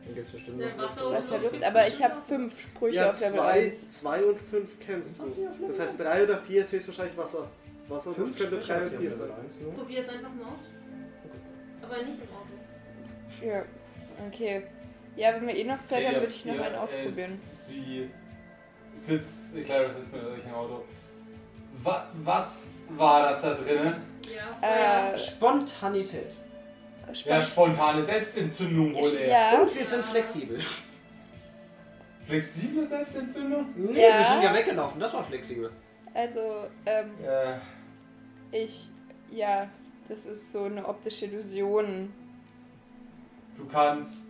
[SPEAKER 4] Dann gibt's bestimmt
[SPEAKER 2] Ja,
[SPEAKER 4] noch
[SPEAKER 2] Wasser und
[SPEAKER 5] Wasser,
[SPEAKER 2] Luft.
[SPEAKER 5] Luft. Aber ich habe fünf Sprüche
[SPEAKER 3] Ja,
[SPEAKER 5] auf Level
[SPEAKER 3] 2
[SPEAKER 5] 1.
[SPEAKER 3] zwei und 5 kennst du. Das heißt, 3 oder 4 ist höchstwahrscheinlich Wasser. Wasser und 5 könnte 3 und 4 sein.
[SPEAKER 4] sein.
[SPEAKER 2] Probier es einfach mal aus. Aber nicht im Auto.
[SPEAKER 5] Ja, okay. Ja, wenn wir eh noch Zeit haben,
[SPEAKER 1] Ja,
[SPEAKER 5] würde ich noch
[SPEAKER 1] ja,
[SPEAKER 5] einen
[SPEAKER 1] es-
[SPEAKER 5] ausprobieren.
[SPEAKER 1] Sie sitzt, ich glaube, das ist mit euch im Auto. Wa was war das da drinnen?
[SPEAKER 2] Oh Ja.
[SPEAKER 5] Äh,
[SPEAKER 4] Spontanität.
[SPEAKER 1] Ja,
[SPEAKER 5] Spaß.
[SPEAKER 1] spontane Selbstentzündung wohl eher.
[SPEAKER 5] Ja,
[SPEAKER 4] Und wir sind flexibel.
[SPEAKER 1] Flexible Selbstentzündung?
[SPEAKER 4] Nee,
[SPEAKER 5] Ja.
[SPEAKER 4] wir sind ja weggelaufen, das war flexibel.
[SPEAKER 5] also, ähm,
[SPEAKER 1] Äh,
[SPEAKER 5] ich, ja, das ist so eine optische Illusion.
[SPEAKER 1] du kannst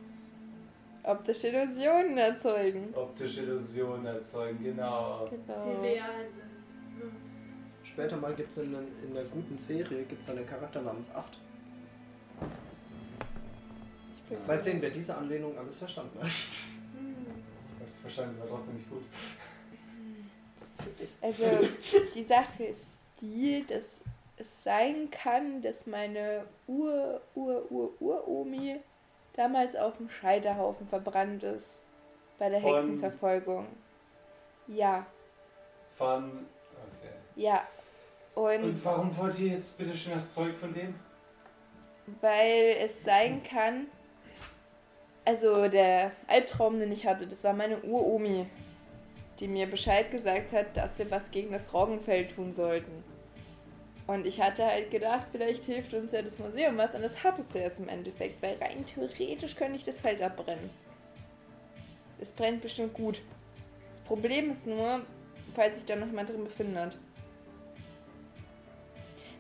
[SPEAKER 5] Optische Illusionen erzeugen.
[SPEAKER 1] optische Illusionen erzeugen, genau.
[SPEAKER 2] Die
[SPEAKER 5] Genau.
[SPEAKER 2] real sind.
[SPEAKER 4] Später mal gibt es in, in der guten Serie gibt's einen Charakter namens 8. Mal sehen, wer diese Anlehnung alles verstanden hat.
[SPEAKER 2] hm,
[SPEAKER 1] Das verstanden sie aber trotzdem nicht gut.
[SPEAKER 5] Also, die Sache ist die, dass es sein kann, dass meine Ur, Ur, Ur, Ur-Omi damals auf dem Scheiterhaufen verbrannt ist. Bei der
[SPEAKER 1] Von-
[SPEAKER 5] Hexenverfolgung. Ja,
[SPEAKER 1] Fun. Okay.
[SPEAKER 5] ja. Und
[SPEAKER 1] Und warum wollt ihr jetzt bitte schön das Zeug von dem?
[SPEAKER 5] weil es sein kann, also der Albtraum, den ich hatte, das war meine Uromi, die mir Bescheid gesagt hat, dass wir was gegen das Roggenfeld tun sollten. Und ich hatte halt gedacht, vielleicht hilft uns ja das Museum was und das hat es ja jetzt im Endeffekt, weil rein theoretisch könnte ich das Feld abbrennen. Es brennt bestimmt gut. Das Problem ist nur, falls sich da noch jemand drin befindet.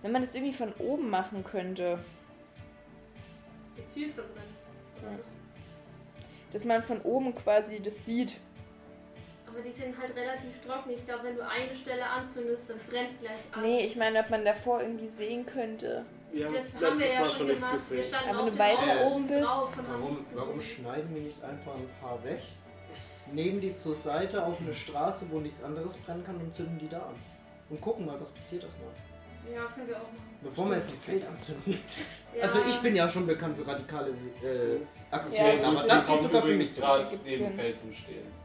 [SPEAKER 5] Wenn man das irgendwie von oben machen könnte.
[SPEAKER 2] Die Zielverbrennen.
[SPEAKER 5] dass man von oben quasi das sieht.
[SPEAKER 2] Aber die sind halt relativ trocken. Ich glaube, wenn du eine Stelle anzündest, dann brennt gleich alles.
[SPEAKER 5] Nee, ich meine, ob man davor irgendwie sehen könnte.
[SPEAKER 3] Wir haben
[SPEAKER 2] Das haben wir
[SPEAKER 3] letztes
[SPEAKER 2] ja
[SPEAKER 3] Mal
[SPEAKER 2] schon
[SPEAKER 3] schon nichts
[SPEAKER 2] gemacht. Wir
[SPEAKER 3] gesehen.
[SPEAKER 2] standen
[SPEAKER 5] Aber
[SPEAKER 2] auf
[SPEAKER 5] wenn
[SPEAKER 2] dem
[SPEAKER 5] du weiter
[SPEAKER 2] Auto
[SPEAKER 5] oben bist-
[SPEAKER 2] drauf und haben
[SPEAKER 4] Warum,
[SPEAKER 2] nichts
[SPEAKER 4] warum
[SPEAKER 2] gesehen.
[SPEAKER 4] schneiden wir nicht einfach ein paar weg, nehmen die zur Seite auf eine Straße, wo nichts anderes brennen kann und zünden die da an? Und gucken mal, was passiert erstmal.
[SPEAKER 2] Ja, können wir auch machen.
[SPEAKER 4] Bevor wir jetzt ein Feld anzünden.
[SPEAKER 2] Ja.
[SPEAKER 4] Also ich bin ja schon bekannt für radikale äh,
[SPEAKER 5] Ja,
[SPEAKER 4] Aktionen,
[SPEAKER 5] das
[SPEAKER 4] aber
[SPEAKER 5] ist-
[SPEAKER 4] das geht sogar für mich
[SPEAKER 1] übrigens
[SPEAKER 4] zu.
[SPEAKER 1] gerade
[SPEAKER 5] Gibt's
[SPEAKER 1] neben
[SPEAKER 5] Sinn.
[SPEAKER 1] Feld zum Stehen.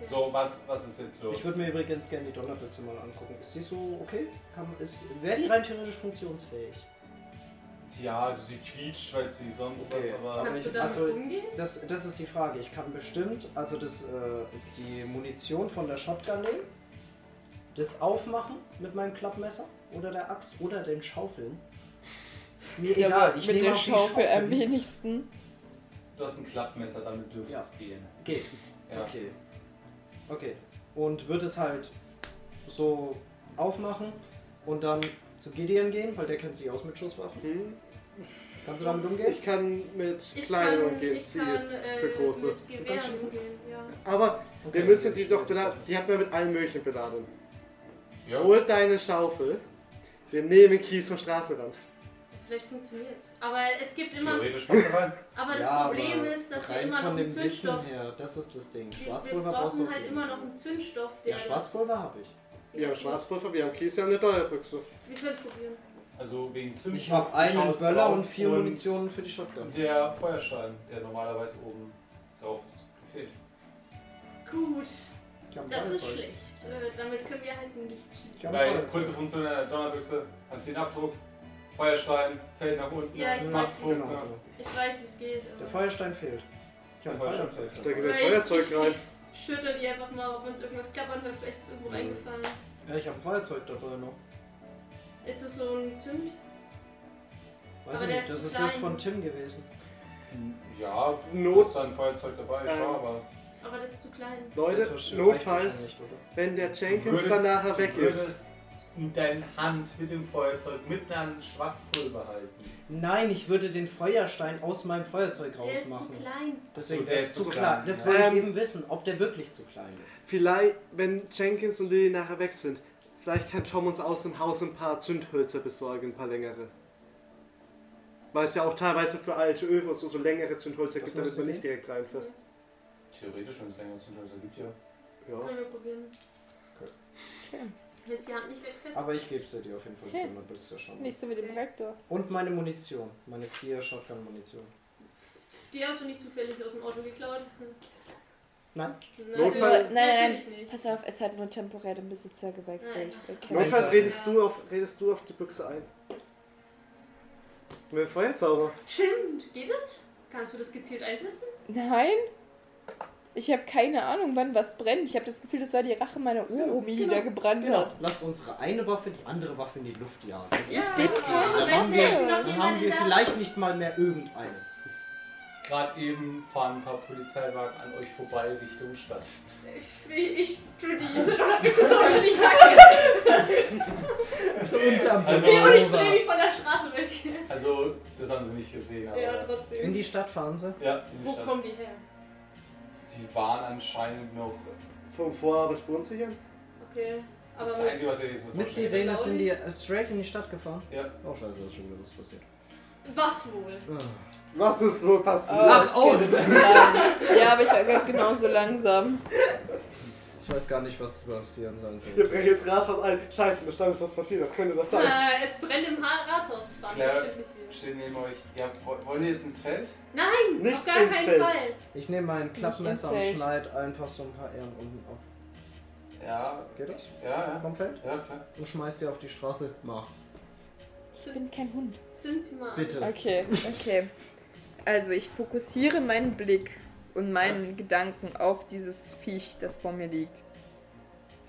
[SPEAKER 2] Okay.
[SPEAKER 1] So, was, was ist jetzt los?
[SPEAKER 4] Ich würde mir übrigens gerne die Donnerbüchse mal angucken. Ist die so okay? Kann- ist- Wäre die rein theoretisch funktionsfähig?
[SPEAKER 1] Ja, also sie quietscht, weil sie sonst
[SPEAKER 4] Okay.
[SPEAKER 1] was, aber.
[SPEAKER 2] Kannst du
[SPEAKER 4] ich-
[SPEAKER 2] damit
[SPEAKER 4] also-
[SPEAKER 2] umgehen?
[SPEAKER 4] Das, das ist die Frage. Ich kann bestimmt, also das, äh, die Munition von der Shotgun nehmen, das aufmachen mit meinem Klappmesser oder der Axt oder den Schaufeln. Mir
[SPEAKER 5] Ja,
[SPEAKER 4] egal,
[SPEAKER 5] aber
[SPEAKER 4] ich
[SPEAKER 5] mit
[SPEAKER 4] nehme
[SPEAKER 5] der
[SPEAKER 4] auch die
[SPEAKER 5] Schaufel am
[SPEAKER 4] Schaufeln.
[SPEAKER 5] wenigsten.
[SPEAKER 1] Du hast ein Klappmesser, damit dürfte
[SPEAKER 4] Ja.
[SPEAKER 1] es gehen.
[SPEAKER 4] Geht.
[SPEAKER 1] Ja.
[SPEAKER 4] Okay. Okay. Und wird es halt so aufmachen und dann zu Gideon gehen, weil der kennt sich aus mit Schusswaffen.
[SPEAKER 3] Hm?
[SPEAKER 4] Kannst du damit umgehen?
[SPEAKER 3] Ich kann mit
[SPEAKER 2] Ich
[SPEAKER 3] kleinen
[SPEAKER 2] kann-
[SPEAKER 3] umgehen,
[SPEAKER 2] ich
[SPEAKER 3] sie
[SPEAKER 2] kann,
[SPEAKER 3] ist
[SPEAKER 2] äh,
[SPEAKER 3] für große.
[SPEAKER 2] Mit
[SPEAKER 4] kannst
[SPEAKER 2] Gewehren
[SPEAKER 4] schießen.
[SPEAKER 2] umgehen, ja.
[SPEAKER 3] Aber wir müssen die doch beladen. Die hat man mit allem Möglichen beladen.
[SPEAKER 1] Ja.
[SPEAKER 3] Hol deine Schaufel. Wir nehmen Kies vom Straßenrand.
[SPEAKER 2] Vielleicht funktioniert's. Aber es gibt immer.
[SPEAKER 1] Theoretisch passt rein.
[SPEAKER 2] Aber das
[SPEAKER 4] Ja,
[SPEAKER 2] Problem
[SPEAKER 4] aber
[SPEAKER 2] ist, dass wir
[SPEAKER 4] rein
[SPEAKER 2] immer noch
[SPEAKER 4] von
[SPEAKER 2] einen
[SPEAKER 4] dem Wissen
[SPEAKER 2] Zündstoff.
[SPEAKER 4] her, das ist das Ding.
[SPEAKER 2] Wir, wir
[SPEAKER 4] Schwarzpulver brauchst du
[SPEAKER 2] brauchen
[SPEAKER 4] auf
[SPEAKER 2] halt
[SPEAKER 4] jeden
[SPEAKER 2] immer
[SPEAKER 4] Fall.
[SPEAKER 2] noch einen Zündstoff, der.
[SPEAKER 4] Ja, Schwarzpulver habe ich.
[SPEAKER 2] das-
[SPEAKER 3] Wir haben Schwarzpulver, wir haben Kies, wir haben eine Deuerbüchse.
[SPEAKER 2] Wir können es probieren.
[SPEAKER 1] Also wegen Zündschnur.
[SPEAKER 4] Ich habe einen
[SPEAKER 1] schaust
[SPEAKER 4] Böller
[SPEAKER 1] drauf
[SPEAKER 4] und vier
[SPEAKER 1] und
[SPEAKER 4] Munitionen für die Shotgun.
[SPEAKER 1] Der Feuerstein, der normalerweise oben drauf ist, gefehlt.
[SPEAKER 2] Gut,
[SPEAKER 4] Ich hab ein
[SPEAKER 2] das ist
[SPEAKER 4] Feuerzeug.
[SPEAKER 2] schlecht. Äh, damit können wir halt nichts
[SPEAKER 4] Ich
[SPEAKER 2] schließen.
[SPEAKER 4] hab ein
[SPEAKER 1] Weil
[SPEAKER 4] Feuerzeug.
[SPEAKER 1] kurze Funktion einer Donnerbüchse, anziehen Abdruck, Feuerstein, fällt nach unten,
[SPEAKER 2] Ja, ich
[SPEAKER 1] macht
[SPEAKER 2] weiß, wie's-
[SPEAKER 1] Funken.
[SPEAKER 4] Genau.
[SPEAKER 2] Ich weiß, wie es geht. aber-
[SPEAKER 4] Der Feuerstein fehlt. Ich habe ein
[SPEAKER 1] Feuerstein
[SPEAKER 4] Feuerzeug.
[SPEAKER 1] fehlt.
[SPEAKER 3] Da geht ein
[SPEAKER 2] Weil ich-
[SPEAKER 3] Feuerzeug
[SPEAKER 2] ich-
[SPEAKER 3] rein.
[SPEAKER 2] Ich schüttel die einfach mal, ob uns irgendwas klappern hört. Vielleicht ist es irgendwo reingefallen.
[SPEAKER 4] Ja, ich habe ein Feuerzeug dabei noch.
[SPEAKER 2] Ist es so ein Zünd? Aber
[SPEAKER 4] Weiß ich
[SPEAKER 2] der
[SPEAKER 4] nicht,
[SPEAKER 2] ist
[SPEAKER 4] das
[SPEAKER 2] zu
[SPEAKER 4] ist das
[SPEAKER 2] klein.
[SPEAKER 4] von Tim gewesen.
[SPEAKER 1] Hm, Ja, du
[SPEAKER 3] Not,
[SPEAKER 1] hast da ein Feuerzeug dabei,
[SPEAKER 3] Ähm,
[SPEAKER 1] schon, aber
[SPEAKER 2] Aber das ist zu klein.
[SPEAKER 4] Das
[SPEAKER 3] Leute,
[SPEAKER 4] war schon- reicht
[SPEAKER 3] notfalls,
[SPEAKER 4] wahrscheinlich, oder?
[SPEAKER 3] wenn der
[SPEAKER 1] du
[SPEAKER 3] Jenkins dann nachher weg
[SPEAKER 1] du
[SPEAKER 3] ist.
[SPEAKER 1] würdest deine Hand mit dem Feuerzeug mitten an Schwarzpulver halten.
[SPEAKER 4] Nein, ich würde den Feuerstein aus meinem Feuerzeug
[SPEAKER 2] Der ist zu
[SPEAKER 4] rausmachen.
[SPEAKER 2] klein.
[SPEAKER 4] Deswegen,
[SPEAKER 1] So,
[SPEAKER 4] der ist zu klein. Das
[SPEAKER 1] ja.
[SPEAKER 4] wollte ich
[SPEAKER 3] Ähm,
[SPEAKER 4] eben wissen, ob der wirklich zu klein ist.
[SPEAKER 3] Vielleicht, wenn Jenkins und Lily nachher weg sind, vielleicht kann Tom uns aus dem Haus ein paar Zündhölzer besorgen, ein paar längere. Weil es ja auch teilweise für alte Öfen so, so längere Zündhölzer
[SPEAKER 4] Das
[SPEAKER 3] gibt, damit
[SPEAKER 4] müsste
[SPEAKER 3] man nicht direkt reinfasst.
[SPEAKER 1] Theoretisch, wenn es länger Zündhölzer gibt, ja.
[SPEAKER 3] Ja.
[SPEAKER 2] Können wir probieren.
[SPEAKER 4] Okay.
[SPEAKER 5] Okay.
[SPEAKER 2] Wenn es die Hand nicht wegfällt.
[SPEAKER 4] Aber ich gebe dir auf jeden Fall
[SPEAKER 5] Okay.
[SPEAKER 4] mit meiner Büchse schon.
[SPEAKER 5] Nicht so mit dem Rektor.
[SPEAKER 4] Und meine Munition. Meine vier Shotgun-Munition.
[SPEAKER 2] Die hast du nicht zufällig aus dem Auto geklaut. Hm.
[SPEAKER 4] Nein.
[SPEAKER 3] Notfalls-
[SPEAKER 5] Nein, nein,
[SPEAKER 2] natürlich nicht.
[SPEAKER 5] Pass auf, es hat nur temporär den Besitzer gewechselt.
[SPEAKER 2] Nein.
[SPEAKER 5] Wir kennen-
[SPEAKER 3] Notfalls
[SPEAKER 4] Feuerzeug.
[SPEAKER 3] redest du, auf, redest du auf die Büchse ein. Mit dem Feuerzauber.
[SPEAKER 2] Stimmt. Geht das? Kannst du das gezielt einsetzen?
[SPEAKER 5] Nein? Ich habe keine Ahnung, wann was brennt. Ich habe das Gefühl, das war die Rache meiner Uromi, die
[SPEAKER 4] genau,
[SPEAKER 5] da gebrannt
[SPEAKER 4] Genau.
[SPEAKER 5] hat.
[SPEAKER 4] Lasst unsere eine Waffe die andere Waffe in die Luft jagen. Das ist
[SPEAKER 2] Ja,
[SPEAKER 4] die
[SPEAKER 5] das
[SPEAKER 4] Idee.
[SPEAKER 5] war-
[SPEAKER 4] Dann
[SPEAKER 5] am
[SPEAKER 4] haben
[SPEAKER 5] besten
[SPEAKER 4] wir,
[SPEAKER 5] hätte sie noch
[SPEAKER 4] dann
[SPEAKER 2] jemand
[SPEAKER 4] haben
[SPEAKER 2] in
[SPEAKER 4] wir
[SPEAKER 2] der-
[SPEAKER 4] vielleicht nicht mal mehr irgendeine.
[SPEAKER 1] Gerade eben fahren ein paar Polizeiwagen an euch vorbei Richtung Stadt.
[SPEAKER 2] Ich, ich tu diese oder ist das Auto nicht lang?
[SPEAKER 4] Unterm
[SPEAKER 1] Also-
[SPEAKER 2] Nee, und ich drehe mich von der Straße weg.
[SPEAKER 1] Also, das haben sie nicht gesehen, aber.
[SPEAKER 2] Ja,
[SPEAKER 1] Ja,
[SPEAKER 4] In
[SPEAKER 2] trotzdem.
[SPEAKER 4] die Stadt fahren sie.
[SPEAKER 1] in die
[SPEAKER 2] Wo
[SPEAKER 1] Stadt.
[SPEAKER 2] kommen die her?
[SPEAKER 1] Die waren anscheinend noch.
[SPEAKER 3] Vom Vorabend spurensichern?
[SPEAKER 2] Okay.
[SPEAKER 1] Das ist das
[SPEAKER 2] Aber
[SPEAKER 1] Einzige, was ihr jetzt noch
[SPEAKER 4] Mit
[SPEAKER 1] vorstellen
[SPEAKER 4] Sirene
[SPEAKER 2] Glaub
[SPEAKER 4] sind die
[SPEAKER 2] ich.
[SPEAKER 4] äh, straight in die Stadt gefahren.
[SPEAKER 1] könnt. Ja,
[SPEAKER 7] Oh scheiße, das ist schon wieder was passiert.
[SPEAKER 2] was wohl?
[SPEAKER 4] Ah,
[SPEAKER 3] Was ist so passiert?
[SPEAKER 5] Aber
[SPEAKER 4] Ach,
[SPEAKER 5] es
[SPEAKER 4] oh.
[SPEAKER 5] geht langsam. Ja, aber ich war gerade genauso langsam.
[SPEAKER 7] Ich weiß gar nicht, was passieren sein soll.
[SPEAKER 3] Wir brechen jetzt Gras was ein. Scheiße, da stand ist was passiert. Was könnte das sein?
[SPEAKER 2] Äh, es brennt im Ha- Rathaus. Das war
[SPEAKER 1] Claire.
[SPEAKER 2] bestimmt nicht wir.
[SPEAKER 1] steht neben euch. Ja, wo- wollen wir jetzt ins Feld?
[SPEAKER 2] Nein,
[SPEAKER 3] Nicht
[SPEAKER 2] auf gar
[SPEAKER 3] ins
[SPEAKER 2] keinen
[SPEAKER 3] Feld.
[SPEAKER 2] Fall.
[SPEAKER 4] Ich nehme mein Klappmesser und
[SPEAKER 5] Nicht ins
[SPEAKER 4] schneide einfach so ein paar Ähren unten auf.
[SPEAKER 1] Ja,
[SPEAKER 4] Geht das?
[SPEAKER 1] ja,
[SPEAKER 4] Vom Feld?
[SPEAKER 1] ja. Ja, klar.
[SPEAKER 4] Und schmeiß die auf die Straße. Mach.
[SPEAKER 5] Ich bin kein Hund.
[SPEAKER 2] Zünd sie mal an.
[SPEAKER 4] Bitte.
[SPEAKER 5] Okay, okay. Also ich fokussiere meinen Blick und meinen Gedanken auf dieses Viech, das vor mir liegt.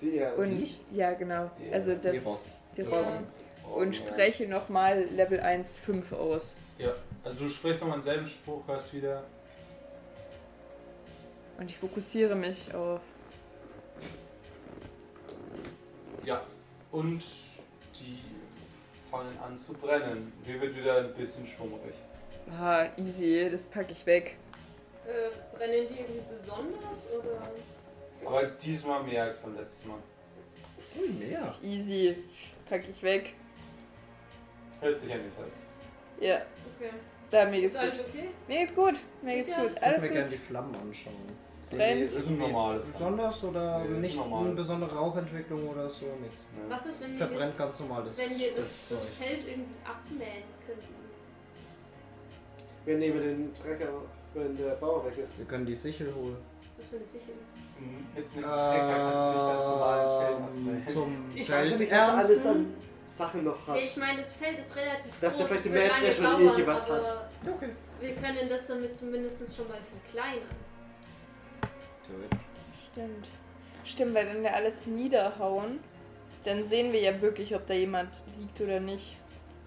[SPEAKER 3] Die Erde.
[SPEAKER 5] Und ja, genau.
[SPEAKER 1] Ja,
[SPEAKER 5] Also das
[SPEAKER 7] Geh raus.
[SPEAKER 5] die
[SPEAKER 7] Das
[SPEAKER 5] Robben. Und spreche nochmal Level 1, 5 aus.
[SPEAKER 1] Also, du sprichst nochmal denselben Spruch, hast wieder.
[SPEAKER 5] Und ich fokussiere mich auf.
[SPEAKER 1] Ja. Und die fangen an zu brennen. Und Hier wird wieder ein bisschen schwummrig.
[SPEAKER 5] Ah, easy, das packe ich weg.
[SPEAKER 2] Äh, brennen die irgendwie besonders oder?
[SPEAKER 1] Aber diesmal mehr als beim letzten Mal.
[SPEAKER 7] Ui, mehr.
[SPEAKER 5] Easy, packe ich weg.
[SPEAKER 1] Hält sich an den fest.
[SPEAKER 5] Ja,
[SPEAKER 2] Okay.
[SPEAKER 5] da mir geht's
[SPEAKER 2] Ist alles
[SPEAKER 5] gut.
[SPEAKER 2] okay?
[SPEAKER 5] Mir geht's gut, mir geht's
[SPEAKER 2] Sicher?
[SPEAKER 5] gut,
[SPEAKER 4] Ich würde
[SPEAKER 5] alles
[SPEAKER 4] mir gerne die
[SPEAKER 5] gut.
[SPEAKER 4] Flammen anschauen. Sind die
[SPEAKER 5] brennt.
[SPEAKER 1] Das ist ein
[SPEAKER 4] irgendwie
[SPEAKER 1] normaler Brand.
[SPEAKER 4] Besonders oder
[SPEAKER 1] Nee,
[SPEAKER 4] nicht
[SPEAKER 1] normal.
[SPEAKER 4] eine besondere Rauchentwicklung oder so? Nichts.
[SPEAKER 1] Ja.
[SPEAKER 2] Was ist, wenn wir,
[SPEAKER 4] Verbrennt
[SPEAKER 2] das,
[SPEAKER 4] ganz normal das,
[SPEAKER 2] wenn wir das,
[SPEAKER 4] das
[SPEAKER 2] das
[SPEAKER 4] Zeug.
[SPEAKER 2] Feld irgendwie abmähen könnten?
[SPEAKER 3] Wir nehmen den Trecker, wenn der Bauer weg ist.
[SPEAKER 4] Wir können die Sichel holen.
[SPEAKER 2] Was für eine Sichel?
[SPEAKER 1] Mit einem Trecker kannst du nicht ganz normal ein Feld
[SPEAKER 4] Ähm,
[SPEAKER 1] abnehmen.
[SPEAKER 4] Zum
[SPEAKER 3] Ich weiß ja
[SPEAKER 4] Feld
[SPEAKER 3] nicht, was er
[SPEAKER 4] ernten.
[SPEAKER 3] alles an Sachen noch hat.
[SPEAKER 2] Nee, ich meine, das Feld ist relativ
[SPEAKER 3] Dass der
[SPEAKER 2] groß.
[SPEAKER 3] vielleicht
[SPEAKER 2] es
[SPEAKER 3] die
[SPEAKER 2] wird
[SPEAKER 3] Mähdrescher
[SPEAKER 2] lange
[SPEAKER 3] und
[SPEAKER 2] dauern,
[SPEAKER 3] irgendwie was
[SPEAKER 2] aber
[SPEAKER 3] hat.
[SPEAKER 4] Ja, Okay.
[SPEAKER 2] Wir können das damit zumindest schon mal verkleinern.
[SPEAKER 7] Theoretisch.
[SPEAKER 5] Stimmt. Stimmt, weil wenn wir alles niederhauen, dann sehen wir ja wirklich, ob da jemand liegt oder nicht.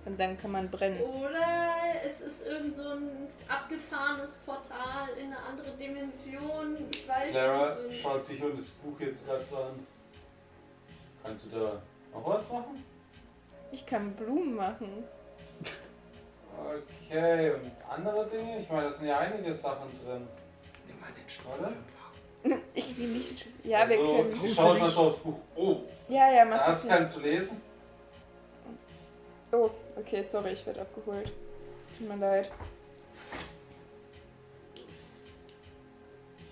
[SPEAKER 5] Und dann kann man brennen.
[SPEAKER 2] Oder es ist irgend so ein abgefahrenes Portal in eine andere Dimension. Ich weiß
[SPEAKER 1] Clara
[SPEAKER 2] nicht. Und-
[SPEAKER 1] schaut dich und das Buch jetzt gerade so an. Kannst du da noch was machen?
[SPEAKER 5] Ich kann Blumen machen.
[SPEAKER 1] Okay, und andere Dinge? Ich meine, das sind ja einige Sachen drin.
[SPEAKER 4] Nimm mal den Stuhl.
[SPEAKER 1] Oder?
[SPEAKER 5] Ich will nicht. Ja, wir
[SPEAKER 1] also,
[SPEAKER 5] können.
[SPEAKER 1] sie schaut mal so aufs Buch. Oh,
[SPEAKER 5] Ja, ja, mach
[SPEAKER 1] das
[SPEAKER 5] das. mal.
[SPEAKER 1] kannst du lesen.
[SPEAKER 5] Oh, okay, sorry, ich werde abgeholt. Tut mir leid.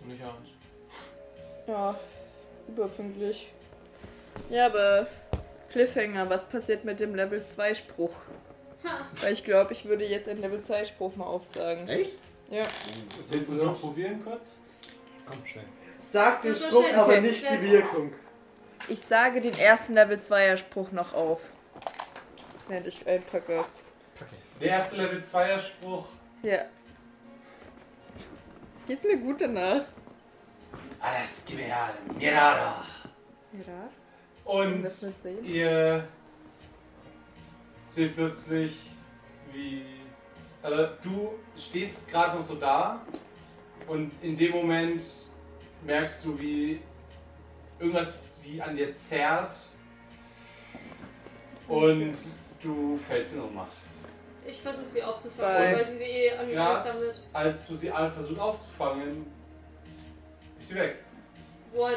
[SPEAKER 1] Nicht ernst.
[SPEAKER 5] Ja, überpünktlich. Ja, aber Cliffhanger, was passiert mit dem Level 2 Spruch? Weil ich glaube, ich würde jetzt einen Level 2 Spruch mal aufsagen.
[SPEAKER 7] Echt?
[SPEAKER 5] Ja.
[SPEAKER 1] Willst du es noch probieren kurz?
[SPEAKER 7] Komm, schnell.
[SPEAKER 3] Sag den
[SPEAKER 2] Ja, so
[SPEAKER 3] Spruch,
[SPEAKER 2] schnell,
[SPEAKER 3] aber
[SPEAKER 5] okay,
[SPEAKER 3] nicht
[SPEAKER 2] schnell.
[SPEAKER 3] die Wirkung.
[SPEAKER 5] Ich sage den ersten Level 2er Spruch noch auf. Während ich einpacke.
[SPEAKER 1] Der erste Level 2er Spruch.
[SPEAKER 5] Ja. Geht's mir gut danach?
[SPEAKER 1] Alles gib mir her, Mirada.
[SPEAKER 5] Ja.
[SPEAKER 1] Und
[SPEAKER 5] Das mit sehen.
[SPEAKER 1] ihr seht plötzlich, wie. Also, du stehst gerade noch so da und in dem Moment merkst du, wie irgendwas wie an dir zerrt und du fällst in Ohnmacht.
[SPEAKER 2] Ich versuche sie aufzufangen,
[SPEAKER 5] Bye.
[SPEAKER 2] weil sie sie eh an mich
[SPEAKER 1] Gerade
[SPEAKER 2] damit.
[SPEAKER 1] als du sie alle versucht aufzufangen, ist sie weg.
[SPEAKER 2] What?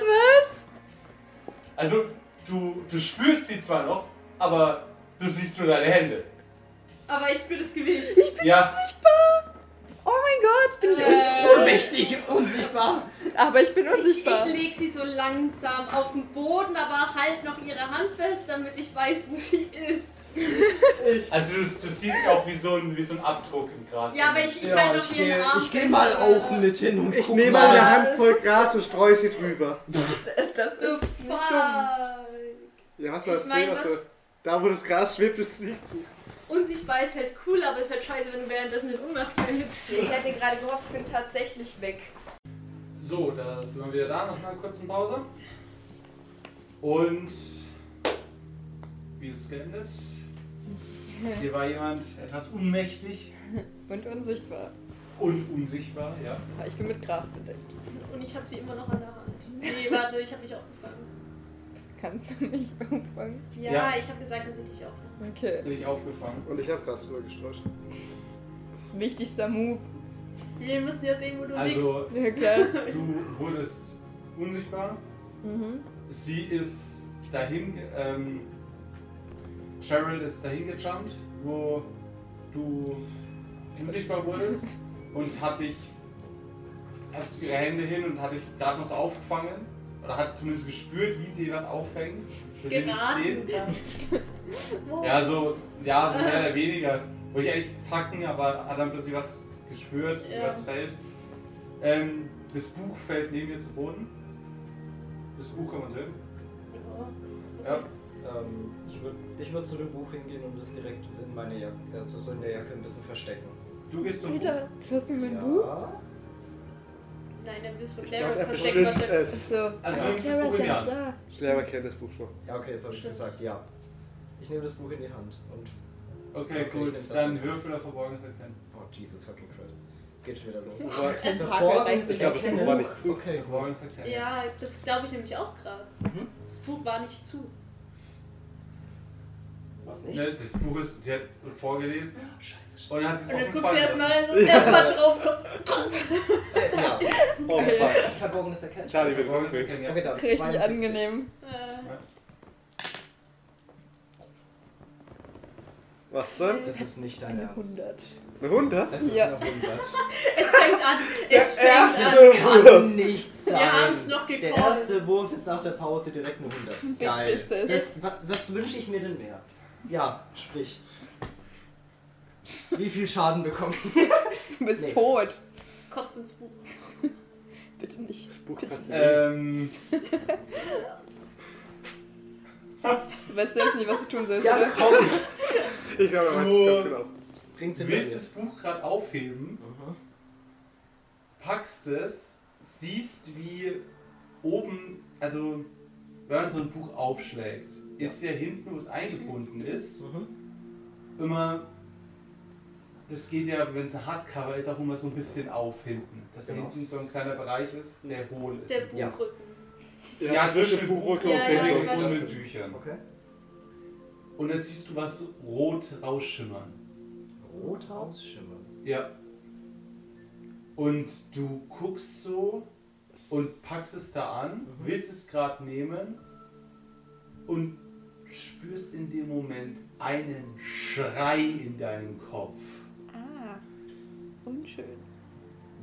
[SPEAKER 1] Also, du, du spürst sie zwar noch, aber du siehst nur deine Hände.
[SPEAKER 2] Aber ich bin das Gewicht.
[SPEAKER 1] ja,
[SPEAKER 5] Oh mein Gott, bin ich
[SPEAKER 2] Äh.
[SPEAKER 5] unsichtbar?
[SPEAKER 7] Richtig unsichtbar.
[SPEAKER 5] Aber ich bin
[SPEAKER 2] Ich,
[SPEAKER 5] unsichtbar.
[SPEAKER 2] ich lege sie so langsam auf den Boden, aber halt noch ihre Hand fest, damit ich weiß, wo sie ist.
[SPEAKER 1] also du, du siehst auch wie so, ein, wie so ein Abdruck im Gras.
[SPEAKER 2] Ja, aber ich, ich
[SPEAKER 4] Ja,
[SPEAKER 2] halte noch
[SPEAKER 4] ich
[SPEAKER 2] ihren
[SPEAKER 4] gehe
[SPEAKER 2] Arm
[SPEAKER 4] ich geh
[SPEAKER 2] fest,
[SPEAKER 4] mal
[SPEAKER 2] äh,
[SPEAKER 4] auch mit hin und
[SPEAKER 3] Ich
[SPEAKER 4] guck
[SPEAKER 3] nehme
[SPEAKER 4] mal.
[SPEAKER 3] eine
[SPEAKER 5] mal.
[SPEAKER 3] Handvoll Gras und streue sie drüber.
[SPEAKER 5] das ist
[SPEAKER 2] the
[SPEAKER 5] nicht dumm.
[SPEAKER 2] Fuck.
[SPEAKER 3] Ja, was soll
[SPEAKER 2] Ich
[SPEAKER 3] das sehen?
[SPEAKER 5] eh
[SPEAKER 2] meine, was
[SPEAKER 3] Was soll... Da, wo das Gras schwebt, ist es nicht zu.
[SPEAKER 2] unsichtbar ist halt cool, aber ist halt scheiße, wenn du währenddessen in Ohnmacht fällst.
[SPEAKER 5] Ich hatte gerade gehofft, ich bin tatsächlich weg.
[SPEAKER 1] So, da sind wir wieder da, nach einer kurzen Pause. Und wie ist es geendet? Hier war jemand etwas unmächtig
[SPEAKER 5] Und unsichtbar.
[SPEAKER 1] und unsichtbar, ja.
[SPEAKER 5] Aber Ich bin mit Gras bedeckt.
[SPEAKER 2] Und ich habe sie immer noch an der Hand. Nee, warte, ich habe mich aufgefangen.
[SPEAKER 5] Kannst du mich umfangen?
[SPEAKER 2] Ja,
[SPEAKER 1] Ja.
[SPEAKER 2] ich habe gesagt, dass ich dich auffange.
[SPEAKER 5] Okay.
[SPEAKER 1] Ist nicht aufgefangen.
[SPEAKER 3] Und ich habe Gras drüber gestreut.
[SPEAKER 5] Wichtigster Move.
[SPEAKER 2] Wir müssen jetzt sehen, wo du liegst.
[SPEAKER 1] Also,
[SPEAKER 5] Ja, klar.
[SPEAKER 1] du wurdest unsichtbar.
[SPEAKER 5] Mhm.
[SPEAKER 1] Sie ist dahin. Ähm, Cheryl ist dahin gejumpt, wo du unsichtbar wurdest und hat dich. hat so ihre Hände hin und hat dich gerade noch so aufgefangen. Oder hat zumindest gespürt, wie sie was auffängt. Dass sie dich
[SPEAKER 2] Geraten.
[SPEAKER 1] sehen kann. Ja, so, ja, so mehr oder weniger. Wollte ich eigentlich packen, aber hat dann plötzlich was gespürt, wie
[SPEAKER 2] Ja.
[SPEAKER 1] was fällt. Ähm, das Buch fällt neben ihr zu Boden. Das Buch kann man sehen. Ja.
[SPEAKER 7] Ähm, ich würde ich würd zu dem Buch hingehen und es direkt in meine Jacke, also so in der Jacke ein bisschen verstecken.
[SPEAKER 1] Du gehst zum Buch.
[SPEAKER 5] Alter, du hast mir mein
[SPEAKER 7] ja.
[SPEAKER 5] Buch?
[SPEAKER 2] Nein, dann wirst du von
[SPEAKER 3] glaub,
[SPEAKER 2] Clara
[SPEAKER 3] er
[SPEAKER 2] verstecken, was
[SPEAKER 3] beschützt
[SPEAKER 2] er-
[SPEAKER 3] es.
[SPEAKER 5] So.
[SPEAKER 1] Also
[SPEAKER 7] Ja.
[SPEAKER 1] du nimmst das Buch in die Hand.
[SPEAKER 5] da.
[SPEAKER 3] Ich selber kenne das Buch schon.
[SPEAKER 7] Ja, okay, jetzt habe ich gesagt, ja. Ich nehme das Buch in die Hand und.
[SPEAKER 1] Okay,
[SPEAKER 7] Okay, ich
[SPEAKER 1] gut.
[SPEAKER 7] nehm's
[SPEAKER 1] Dann
[SPEAKER 7] erst
[SPEAKER 1] Würfel oder Verborgenes erkennen.
[SPEAKER 7] Oh, Jesus fucking Christ. Es geht schon wieder los.
[SPEAKER 5] Ein
[SPEAKER 7] Verborgenes
[SPEAKER 3] Ich glaube, das Buch war nicht zu.
[SPEAKER 7] Okay, gut.
[SPEAKER 1] Verborgenes erkennen.
[SPEAKER 2] Ja, das glaube ich nämlich auch gerade.
[SPEAKER 7] Mhm.
[SPEAKER 2] Das Buch war nicht zu.
[SPEAKER 4] Was nicht?
[SPEAKER 1] Ne, das Buch ist, sie hat vorgelesen. Scheiße. Und dann hat sie es
[SPEAKER 2] Und dann
[SPEAKER 1] offen
[SPEAKER 2] guckst du
[SPEAKER 1] fallen lassen.
[SPEAKER 2] erstmal so, erstmal drauf, kurz.
[SPEAKER 7] Äh, ja.
[SPEAKER 3] Oh, fuck.
[SPEAKER 4] Verborgenes erkennen.
[SPEAKER 3] Charlie wird
[SPEAKER 1] Verborgenes
[SPEAKER 3] hungrig.
[SPEAKER 1] erkennen, ja.
[SPEAKER 7] Okay, dann.
[SPEAKER 5] Richtig
[SPEAKER 7] 72.
[SPEAKER 5] angenehm.
[SPEAKER 2] Äh,
[SPEAKER 3] Was denn?
[SPEAKER 7] Das ist nicht dein
[SPEAKER 5] Eine
[SPEAKER 7] Ernst.
[SPEAKER 5] 100.
[SPEAKER 3] Eine Hunde?
[SPEAKER 7] Es ist
[SPEAKER 5] Ja.
[SPEAKER 7] eine 100.
[SPEAKER 2] es fängt an, es fängt an.
[SPEAKER 3] Erste Wurf.
[SPEAKER 4] Kann nicht sein.
[SPEAKER 2] Wir haben es noch
[SPEAKER 4] Der
[SPEAKER 2] gecallt.
[SPEAKER 4] erste Wurf jetzt nach der Pause direkt eine 100.
[SPEAKER 5] Ist es.
[SPEAKER 4] Jetzt, wa- was wünsche ich mir denn mehr? Ja, sprich. Wie viel Schaden bekomme ich?
[SPEAKER 5] Du bist
[SPEAKER 4] Nee.
[SPEAKER 5] tot.
[SPEAKER 2] Kotzt ins Buch.
[SPEAKER 5] Bitte nicht.
[SPEAKER 3] Das Buch kannst du
[SPEAKER 1] Ähm,
[SPEAKER 5] Du weißt selbst nicht, was du tun sollst,
[SPEAKER 4] Ja,
[SPEAKER 5] oder?
[SPEAKER 4] komm.
[SPEAKER 3] Ich glaube, du meinst es ganz genau.
[SPEAKER 4] Bring's
[SPEAKER 1] du
[SPEAKER 4] hin.
[SPEAKER 1] willst das Buch gerade aufheben,
[SPEAKER 4] Mhm.
[SPEAKER 1] packst es, siehst wie oben, also wenn man so ein Buch aufschlägt, ist ja hinten, wo es eingebunden ist,
[SPEAKER 4] Mhm.
[SPEAKER 1] immer, das geht ja, wenn es ein Hardcover ist, auch immer so ein bisschen auf hinten. Dass
[SPEAKER 4] Genau.
[SPEAKER 1] hinten so ein kleiner Bereich ist, der hohl ist.
[SPEAKER 2] Der
[SPEAKER 4] Ja.
[SPEAKER 2] Buchrücken.
[SPEAKER 3] Ja, zwischen Buchrücke
[SPEAKER 2] Ja,
[SPEAKER 3] und
[SPEAKER 2] ja,
[SPEAKER 1] Bewegung
[SPEAKER 2] ich weiß
[SPEAKER 3] Bildung.
[SPEAKER 1] und
[SPEAKER 2] schon.
[SPEAKER 1] mit Büchern.
[SPEAKER 4] Okay.
[SPEAKER 1] Und dann siehst du was rot rausschimmern.
[SPEAKER 4] Rot rausschimmer.
[SPEAKER 1] Ja. Und du guckst so und packst es da an, willst es gerade nehmen und spürst in dem Moment einen Schrei in deinem Kopf.
[SPEAKER 5] Ah, unschön.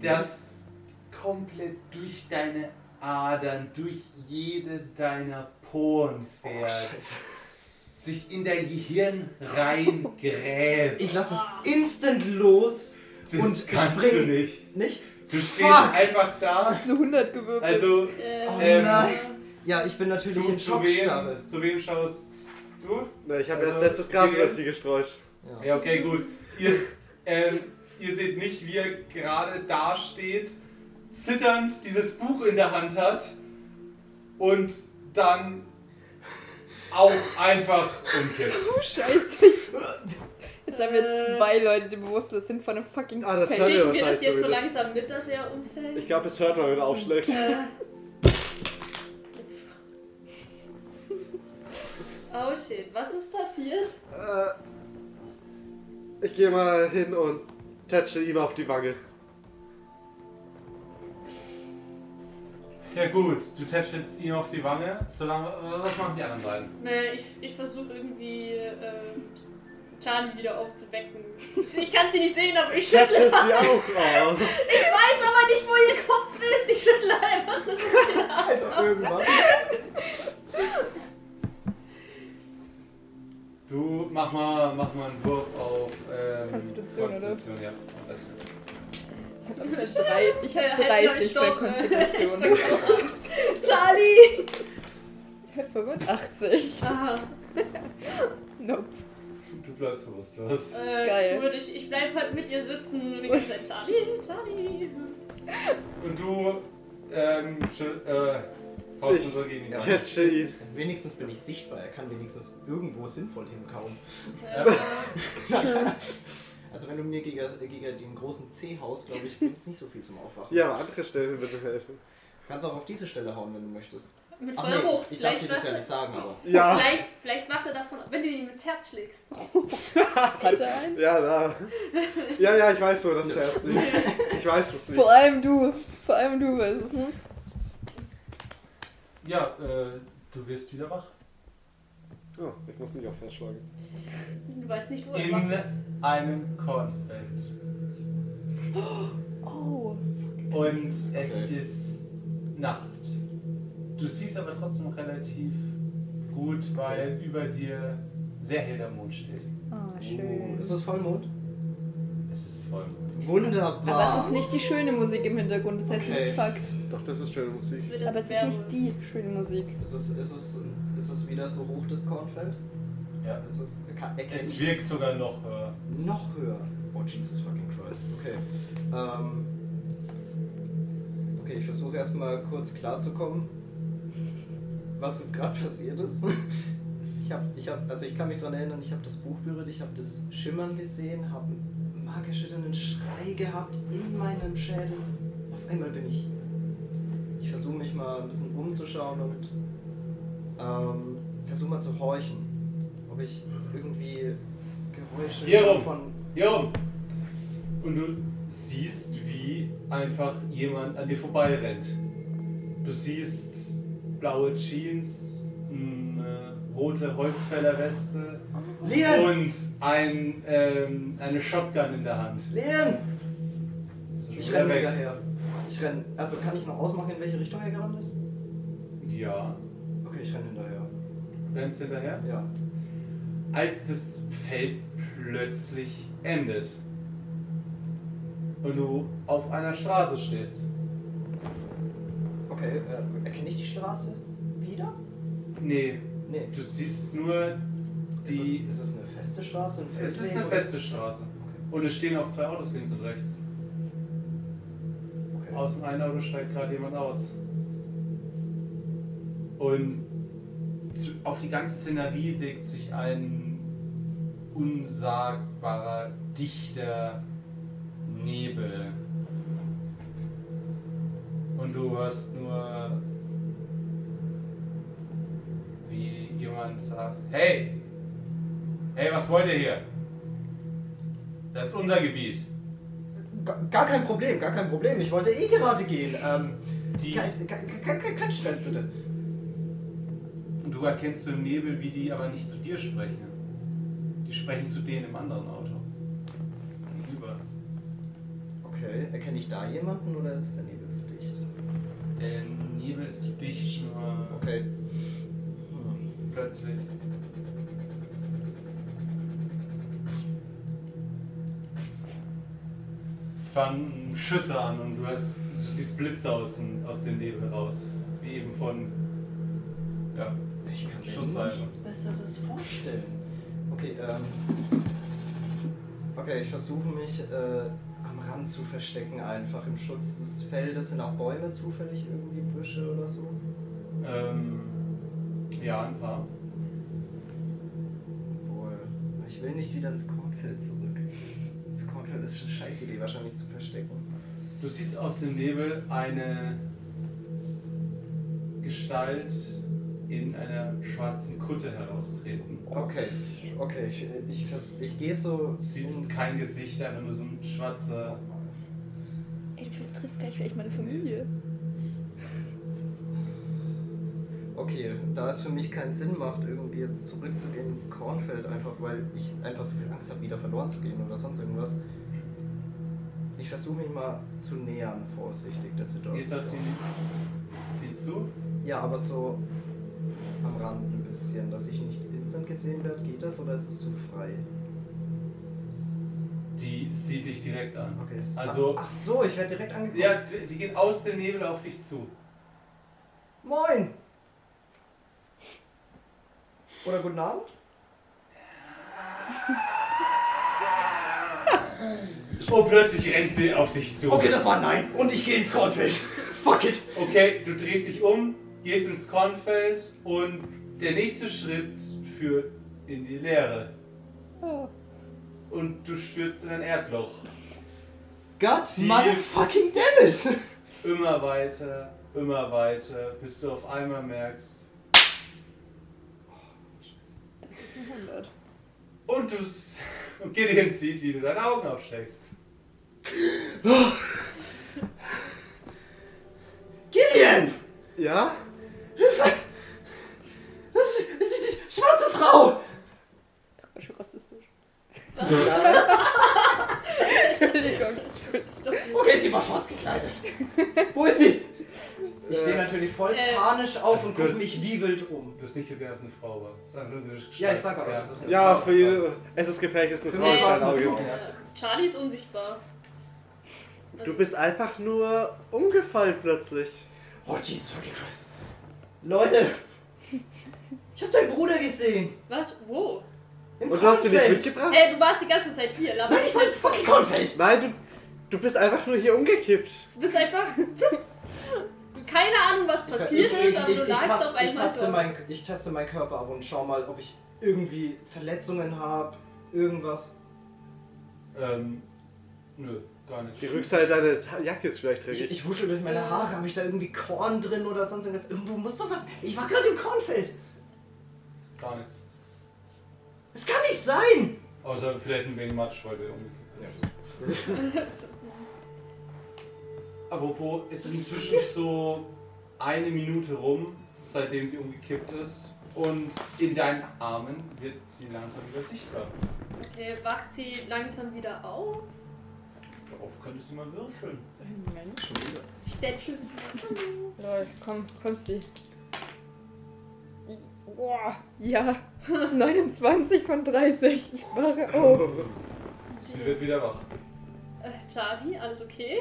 [SPEAKER 1] das komplett durch deine Adern, durch jede deiner
[SPEAKER 4] Oh,
[SPEAKER 8] Oh,
[SPEAKER 9] Porenpferd sich in dein Gehirn reingräbt.
[SPEAKER 8] Ich lasse es instant los.
[SPEAKER 9] Das
[SPEAKER 8] Und
[SPEAKER 9] kannst du
[SPEAKER 8] spring.
[SPEAKER 9] nicht.
[SPEAKER 8] Nicht?
[SPEAKER 9] Du stehst
[SPEAKER 8] Fuck.
[SPEAKER 9] einfach da.
[SPEAKER 5] Eine 100 gewürfelt.
[SPEAKER 9] Also
[SPEAKER 4] Oh,
[SPEAKER 2] Ähm,
[SPEAKER 9] Ähm,
[SPEAKER 8] Ja, ich bin natürlich
[SPEAKER 1] Zu,
[SPEAKER 8] in
[SPEAKER 1] zu,
[SPEAKER 8] Schockstarre.
[SPEAKER 1] wem, zu wem schaust du?
[SPEAKER 3] Na, ich habe
[SPEAKER 1] Also,
[SPEAKER 3] erst letztes Gras
[SPEAKER 1] wir-
[SPEAKER 3] über sie gestreut.
[SPEAKER 1] Ja, okay, gut. Ihr, ähm, ihr seht nicht, wie er gerade dasteht, zitternd dieses Buch in der Hand hat und dann auch einfach umkippt.
[SPEAKER 5] Scheiße. Jetzt haben wir
[SPEAKER 2] Äh.
[SPEAKER 5] zwei Leute, die bewusstlos sind von einem fucking
[SPEAKER 3] Ah, das
[SPEAKER 5] Feld.
[SPEAKER 3] hört ihr
[SPEAKER 2] kriegen wir das
[SPEAKER 3] wahrscheinlich
[SPEAKER 2] jetzt so
[SPEAKER 3] zumindest.
[SPEAKER 2] langsam mit, dass er umfällt?
[SPEAKER 3] Ich glaube, es hört man, wenn er aufschlägt.
[SPEAKER 2] Äh. Oh shit, was ist passiert?
[SPEAKER 3] Äh, ich gehe mal hin und tätsche ihm auf die Wange.
[SPEAKER 1] Ja gut, du tätschelst ihn auf die Wange. Solange, äh, was machen die anderen beiden?
[SPEAKER 2] Naja, ich, ich versuche irgendwie äh, Charlie wieder aufzuwecken. Ich kann sie nicht sehen, aber ich schüttle.
[SPEAKER 3] Tätsche sie auch Oh. auf.
[SPEAKER 2] Ich weiß aber nicht, wo ihr Kopf ist. Ich schüttle einfach.
[SPEAKER 8] Irgendwas.
[SPEAKER 1] Du mach mal, mach mal einen Wurf auf ähm,
[SPEAKER 5] Konstitution, oder?
[SPEAKER 1] Konstitution, ja. Das-
[SPEAKER 5] Ich hab drei- Ich
[SPEAKER 2] Halt,
[SPEAKER 5] habe
[SPEAKER 2] halt,
[SPEAKER 5] 30 bei
[SPEAKER 2] stopp.
[SPEAKER 5] Konstitution.
[SPEAKER 2] Charlie!
[SPEAKER 5] Ich hab 85.
[SPEAKER 2] Aha,
[SPEAKER 5] Nope.
[SPEAKER 1] Du bleibst bewusstlos.
[SPEAKER 2] äh,
[SPEAKER 5] Geil.
[SPEAKER 2] Gut, ich, ich bleib halt mit ihr sitzen und die ganze Zeit Charlie, Charlie.
[SPEAKER 1] Und du ähm, schü- äh, haust du so gegen die Wand.
[SPEAKER 3] Tätsche ihn.
[SPEAKER 4] Wenigstens bin ich sichtbar, er kann wenigstens irgendwo sinnvoll hinkauen.
[SPEAKER 2] Äh,
[SPEAKER 4] Also wenn du mir gegen, gegen den großen C haust, glaube ich, gibt es nicht so viel zum Aufwachen.
[SPEAKER 3] Ja, aber andere Stellen bitte helfen.
[SPEAKER 4] Kannst auch auf diese Stelle hauen, wenn du möchtest.
[SPEAKER 2] mit
[SPEAKER 4] Ach
[SPEAKER 2] voller
[SPEAKER 4] nee,
[SPEAKER 2] Wucht.
[SPEAKER 4] ich darf dir
[SPEAKER 2] Vielleicht,
[SPEAKER 4] das
[SPEAKER 2] macht
[SPEAKER 4] ja
[SPEAKER 2] er-
[SPEAKER 4] nicht sagen, aber...
[SPEAKER 3] Ja,
[SPEAKER 2] vielleicht, vielleicht macht er davon, wenn du ihn ins Herz schlägst.
[SPEAKER 5] Hat er eins?
[SPEAKER 3] ja, da. Ja, ja, ich weiß, wo das Herz liegt. Ich weiß, wo es liegt.
[SPEAKER 5] Vor allem du. Vor allem du weißt es, ne?
[SPEAKER 1] Ja, äh, du wirst wieder wach.
[SPEAKER 3] Oh, ich muss nicht aufs Herz schlagen.
[SPEAKER 2] Du weißt nicht, wo er
[SPEAKER 1] In
[SPEAKER 2] war.
[SPEAKER 1] einem Kornfeld.
[SPEAKER 5] Oh.
[SPEAKER 1] Und es
[SPEAKER 4] Okay.
[SPEAKER 1] ist Nacht. Du siehst aber trotzdem relativ gut, weil über dir sehr hell der Mond steht.
[SPEAKER 5] Ah,
[SPEAKER 4] Oh,
[SPEAKER 5] schön.
[SPEAKER 4] Ist das Vollmond?
[SPEAKER 1] Es ist Vollmond.
[SPEAKER 4] Wunderbar.
[SPEAKER 5] Aber es ist nicht die schöne Musik im Hintergrund, das heißt, es
[SPEAKER 4] Okay.
[SPEAKER 5] ist Fakt.
[SPEAKER 3] Doch, das ist schöne Musik.
[SPEAKER 2] Wird er
[SPEAKER 5] Aber es
[SPEAKER 2] zu
[SPEAKER 5] ist
[SPEAKER 2] Werwolf.
[SPEAKER 5] nicht die schöne Musik.
[SPEAKER 4] Ist es, ist es, ist es wieder so hoch, das Kornfeld?
[SPEAKER 1] Ja.
[SPEAKER 4] Ist es, kann, erkenne
[SPEAKER 1] Es
[SPEAKER 4] ich
[SPEAKER 1] wirkt
[SPEAKER 4] das
[SPEAKER 1] sogar noch höher.
[SPEAKER 4] noch höher. Oh, Jesus fucking Christ. Okay. Ähm, okay, ich versuche erstmal kurz klarzukommen, was jetzt gerade passiert ist. Ich hab, ich hab, also ich kann mich daran erinnern, ich habe das Buch berührt, ich habe das Schimmern gesehen, habe einen mageschütternden Schrei gehabt in meinem Schädel. Auf einmal bin ich. Ich versuche mich mal ein bisschen umzuschauen und ähm, versuche mal zu horchen, ob ich irgendwie Geräusche
[SPEAKER 1] Hier rum.
[SPEAKER 4] von
[SPEAKER 1] Jo! Und du siehst, wie einfach jemand an dir vorbeirennt. Du siehst blaue Jeans, eine rote Holzfällerweste
[SPEAKER 4] Leon!
[SPEAKER 1] und ein, ähm, eine Shotgun in der Hand.
[SPEAKER 4] Leon!
[SPEAKER 1] Bist du schon
[SPEAKER 4] Ich
[SPEAKER 1] wieder
[SPEAKER 4] renne
[SPEAKER 1] weg?
[SPEAKER 4] hinterher. Ich renne. Also kann ich noch ausmachen, in welche Richtung er gerannt ist?
[SPEAKER 1] Ja.
[SPEAKER 4] Okay, ich renne hinterher.
[SPEAKER 1] Rennst hinterher?
[SPEAKER 4] Ja.
[SPEAKER 1] als das Feld plötzlich endet und du auf einer Straße stehst.
[SPEAKER 4] Okay, äh, erkenne ich die Straße wieder?
[SPEAKER 1] Nee,
[SPEAKER 4] Nee.
[SPEAKER 1] du siehst nur die.
[SPEAKER 4] ist, es, ist es eine feste Straße? Ein
[SPEAKER 1] Es ist
[SPEAKER 4] Feldweg
[SPEAKER 1] eine
[SPEAKER 4] oder-
[SPEAKER 1] feste Straße. Und es stehen auch zwei Autos links und rechts.
[SPEAKER 4] Okay.
[SPEAKER 1] Aus dem einen Auto steigt gerade jemand aus. Und zu, auf die ganze Szenerie legt sich ein unsagbarer, dichter Nebel. Und du hörst nur, wie jemand sagt, hey, hey, was wollt ihr hier? Das ist unser Gebiet.
[SPEAKER 4] Gar, gar kein Problem, gar kein Problem. Ich wollte eh gerade gehen. Ähm,
[SPEAKER 1] Die,
[SPEAKER 4] kein, kein, kein, kein, kein Stress bitte.
[SPEAKER 1] Und du erkennst im Nebel, wie die aber nicht zu dir sprechen. Die sprechen zu denen im anderen Auto. Über.
[SPEAKER 4] Okay, erkenne ich da jemanden oder ist der Nebel zu dicht?
[SPEAKER 1] Ah. Der Nebel ist zu dicht. Nur
[SPEAKER 4] Okay.
[SPEAKER 1] Hm. Plötzlich. Fangen Schüsse an und du, hast, du siehst Blitze aus, dem- aus dem Nebel raus. Wie eben von. Ja,
[SPEAKER 4] Ich kann
[SPEAKER 1] Schuss
[SPEAKER 4] mir
[SPEAKER 1] sein.
[SPEAKER 4] nichts Besseres vorstellen.
[SPEAKER 7] Okay, ähm. Okay, ich versuche mich äh, am Rand zu verstecken, einfach im Schutz des Feldes. Sind auch Bäume zufällig irgendwie, Büsche oder so?
[SPEAKER 1] ähm, ja, ein paar.
[SPEAKER 7] Wohl. Ich will nicht wieder ins Kornfeld zurück. Das Kornfeld ist eine scheiß Idee, wahrscheinlich zu verstecken.
[SPEAKER 1] Du siehst aus dem Nebel eine Gestalt in einer schwarzen Kutte heraustreten.
[SPEAKER 7] Okay, okay, ich, ich, vers- ich gehe so.
[SPEAKER 1] Du siehst kein Gesicht, einfach nur so ein schwarzer.
[SPEAKER 5] Ey, du triffst gleich vielleicht meine Familie.
[SPEAKER 7] Okay, da es für mich keinen Sinn macht, irgendwie jetzt zurückzugehen ins Kornfeld, einfach weil ich einfach zu viel Angst habe, wieder verloren zu gehen oder sonst irgendwas. Ich versuche mich mal zu nähern, vorsichtig der
[SPEAKER 1] Gehst
[SPEAKER 7] Situation.
[SPEAKER 1] auf die, die zu.
[SPEAKER 7] Ja, aber so am Rand ein bisschen, dass ich nicht instant gesehen werde. Geht das oder ist es zu frei?
[SPEAKER 1] Die sieht dich direkt an.
[SPEAKER 7] Okay.
[SPEAKER 1] Also-
[SPEAKER 7] Ach, ach so, ich werde direkt angeguckt.
[SPEAKER 1] Ja, die, die geht aus dem Nebel auf dich zu.
[SPEAKER 7] Moin! Oder guten Abend?
[SPEAKER 1] Und Oh, plötzlich rennt sie auf dich zu.
[SPEAKER 4] Okay, das war ein Nein. Und ich gehe ins Kornfeld. Fuck it.
[SPEAKER 1] Okay, du drehst dich um, gehst ins Kornfeld und der nächste Schritt führt in die Leere.
[SPEAKER 5] Oh.
[SPEAKER 1] Und du stürzt in ein Erdloch.
[SPEAKER 4] God
[SPEAKER 1] Die-
[SPEAKER 4] motherfucking damn it.
[SPEAKER 1] Immer weiter, immer weiter, bis du auf einmal merkst.
[SPEAKER 5] Das ist ein 100.
[SPEAKER 1] Und du. s- Und Gideon sieht, wie du deine Augen aufschlägst.
[SPEAKER 4] Gideon!
[SPEAKER 3] Ja?
[SPEAKER 4] Hilfe! Das ist, das ist die schwarze Frau!
[SPEAKER 5] Ganz schön rassistisch.
[SPEAKER 3] Ja.
[SPEAKER 5] Entschuldigung.
[SPEAKER 4] Okay, sie war schwarz gekleidet. Wo ist sie? Ich stehe
[SPEAKER 3] Äh,
[SPEAKER 4] natürlich voll
[SPEAKER 2] Äh.
[SPEAKER 4] panisch
[SPEAKER 3] Also
[SPEAKER 4] auf und
[SPEAKER 1] Du
[SPEAKER 4] gucke
[SPEAKER 1] hast-
[SPEAKER 4] mich wie wild um.
[SPEAKER 1] Du hast nicht gesehen, dass es eine Frau war. Es ist einfach nur eine
[SPEAKER 4] Ja, ich sag aber,
[SPEAKER 1] ja.
[SPEAKER 4] das ist eine
[SPEAKER 3] Ja,
[SPEAKER 4] Frau.
[SPEAKER 3] für jede. Es ist gefährlich, es ist
[SPEAKER 4] Für
[SPEAKER 3] eine
[SPEAKER 4] mich
[SPEAKER 3] Frau
[SPEAKER 4] war es
[SPEAKER 3] ist ein
[SPEAKER 4] eine
[SPEAKER 3] Auge.
[SPEAKER 4] Frau.
[SPEAKER 2] Charlie ist unsichtbar.
[SPEAKER 3] Du bist einfach nur umgefallen plötzlich.
[SPEAKER 4] Oh, Jesus fucking Christ. Leute! Ich hab deinen Bruder gesehen!
[SPEAKER 2] Was? Wo?
[SPEAKER 4] Im
[SPEAKER 3] Und du hast ihn nicht
[SPEAKER 4] Kornfeld.
[SPEAKER 3] mitgebracht?
[SPEAKER 2] Äh, du warst die ganze Zeit hier, Lama.
[SPEAKER 4] Nein, ich war im fucking Kornfeld!
[SPEAKER 3] Nein, du, du bist einfach nur hier umgekippt.
[SPEAKER 2] Du bist einfach. Keine Ahnung, was passiert ist, aber du lagst
[SPEAKER 4] tast-
[SPEAKER 2] auf
[SPEAKER 4] ich,
[SPEAKER 2] einmal
[SPEAKER 4] taste
[SPEAKER 2] dort.
[SPEAKER 4] mein, ich taste meinen Körper ab und schau mal, ob ich irgendwie Verletzungen habe, irgendwas.
[SPEAKER 1] Ähm. Nö, gar nicht.
[SPEAKER 3] Die Rückseite deiner Ta- Jacke ist vielleicht
[SPEAKER 4] Ich,
[SPEAKER 3] dreckig.
[SPEAKER 4] ich wuschel durch meine Haare, habe ich da irgendwie Korn drin oder sonst irgendwas? Irgendwo muss doch was. Ich war gerade im Kornfeld!
[SPEAKER 1] Gar nichts.
[SPEAKER 4] Das kann nicht sein!
[SPEAKER 1] Außer vielleicht ein wenig Matsch, weil wir umgekippt sind. Apropos, es ist inzwischen so eine Minute rum, seitdem sie umgekippt ist. Und in deinen Armen wird sie langsam wieder sichtbar.
[SPEAKER 2] Okay, wacht sie langsam wieder auf.
[SPEAKER 1] Darauf könntest du mal würfeln.
[SPEAKER 5] Mensch.
[SPEAKER 7] Schon wieder.
[SPEAKER 2] Städtchen.
[SPEAKER 5] Lol, komm, kommst du. Boah, ja. 29 von 30. Ich wache auf.
[SPEAKER 1] Sie wird wieder wach.
[SPEAKER 2] Äh, Charlie, alles okay?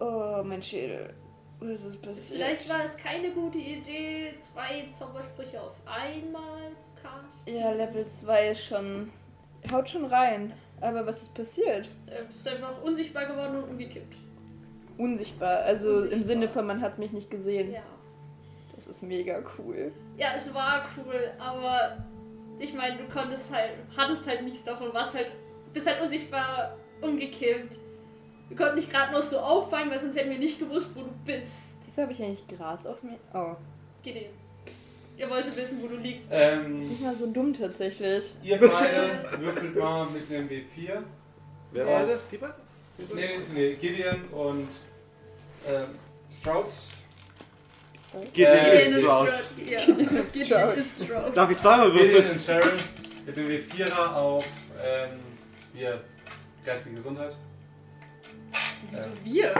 [SPEAKER 5] Oh, mein Schädel. Was ist passiert?
[SPEAKER 2] Vielleicht war es keine gute Idee, zwei Zaubersprüche auf einmal zu casten.
[SPEAKER 5] Ja, Level 2 ist schon. Haut schon rein. Aber was ist passiert?
[SPEAKER 2] Äh, bist einfach unsichtbar geworden und umgekippt.
[SPEAKER 5] Unsichtbar. Also im
[SPEAKER 2] Unsichtbar.
[SPEAKER 5] Sinne von, man hat mich nicht gesehen.
[SPEAKER 2] Ja.
[SPEAKER 5] Das ist mega cool.
[SPEAKER 2] Ja, es war cool, aber ich meine, du konntest halt, hattest halt nichts davon, warst halt, bist halt unsichtbar umgekippt. Wir konnten dich gerade noch so auffangen, weil sonst hätten wir nicht gewusst, wo du bist.
[SPEAKER 5] Wieso habe ich eigentlich Gras auf mir? Oh.
[SPEAKER 2] Gideon. Er wollte wissen, wo du liegst.
[SPEAKER 5] Ist
[SPEAKER 1] Ähm,
[SPEAKER 5] nicht mal so dumm tatsächlich.
[SPEAKER 1] ihr beide würfelt mal mit einem W4.
[SPEAKER 3] Wer
[SPEAKER 5] Ja.
[SPEAKER 3] war das? Die beiden?
[SPEAKER 1] Nee, nee, Gideon und ähm, Stroud.
[SPEAKER 3] Also Gideon
[SPEAKER 1] Äh,
[SPEAKER 3] ist Strauß.
[SPEAKER 2] Stroud. Ja. Gideon
[SPEAKER 5] Stroud.
[SPEAKER 2] ist Stroud.
[SPEAKER 3] Darf ich zweimal
[SPEAKER 1] Gideon
[SPEAKER 3] würfeln?
[SPEAKER 1] und Sharon mit dem W4er auf ähm, ihr geistige Gesundheit,
[SPEAKER 2] Wieso wir?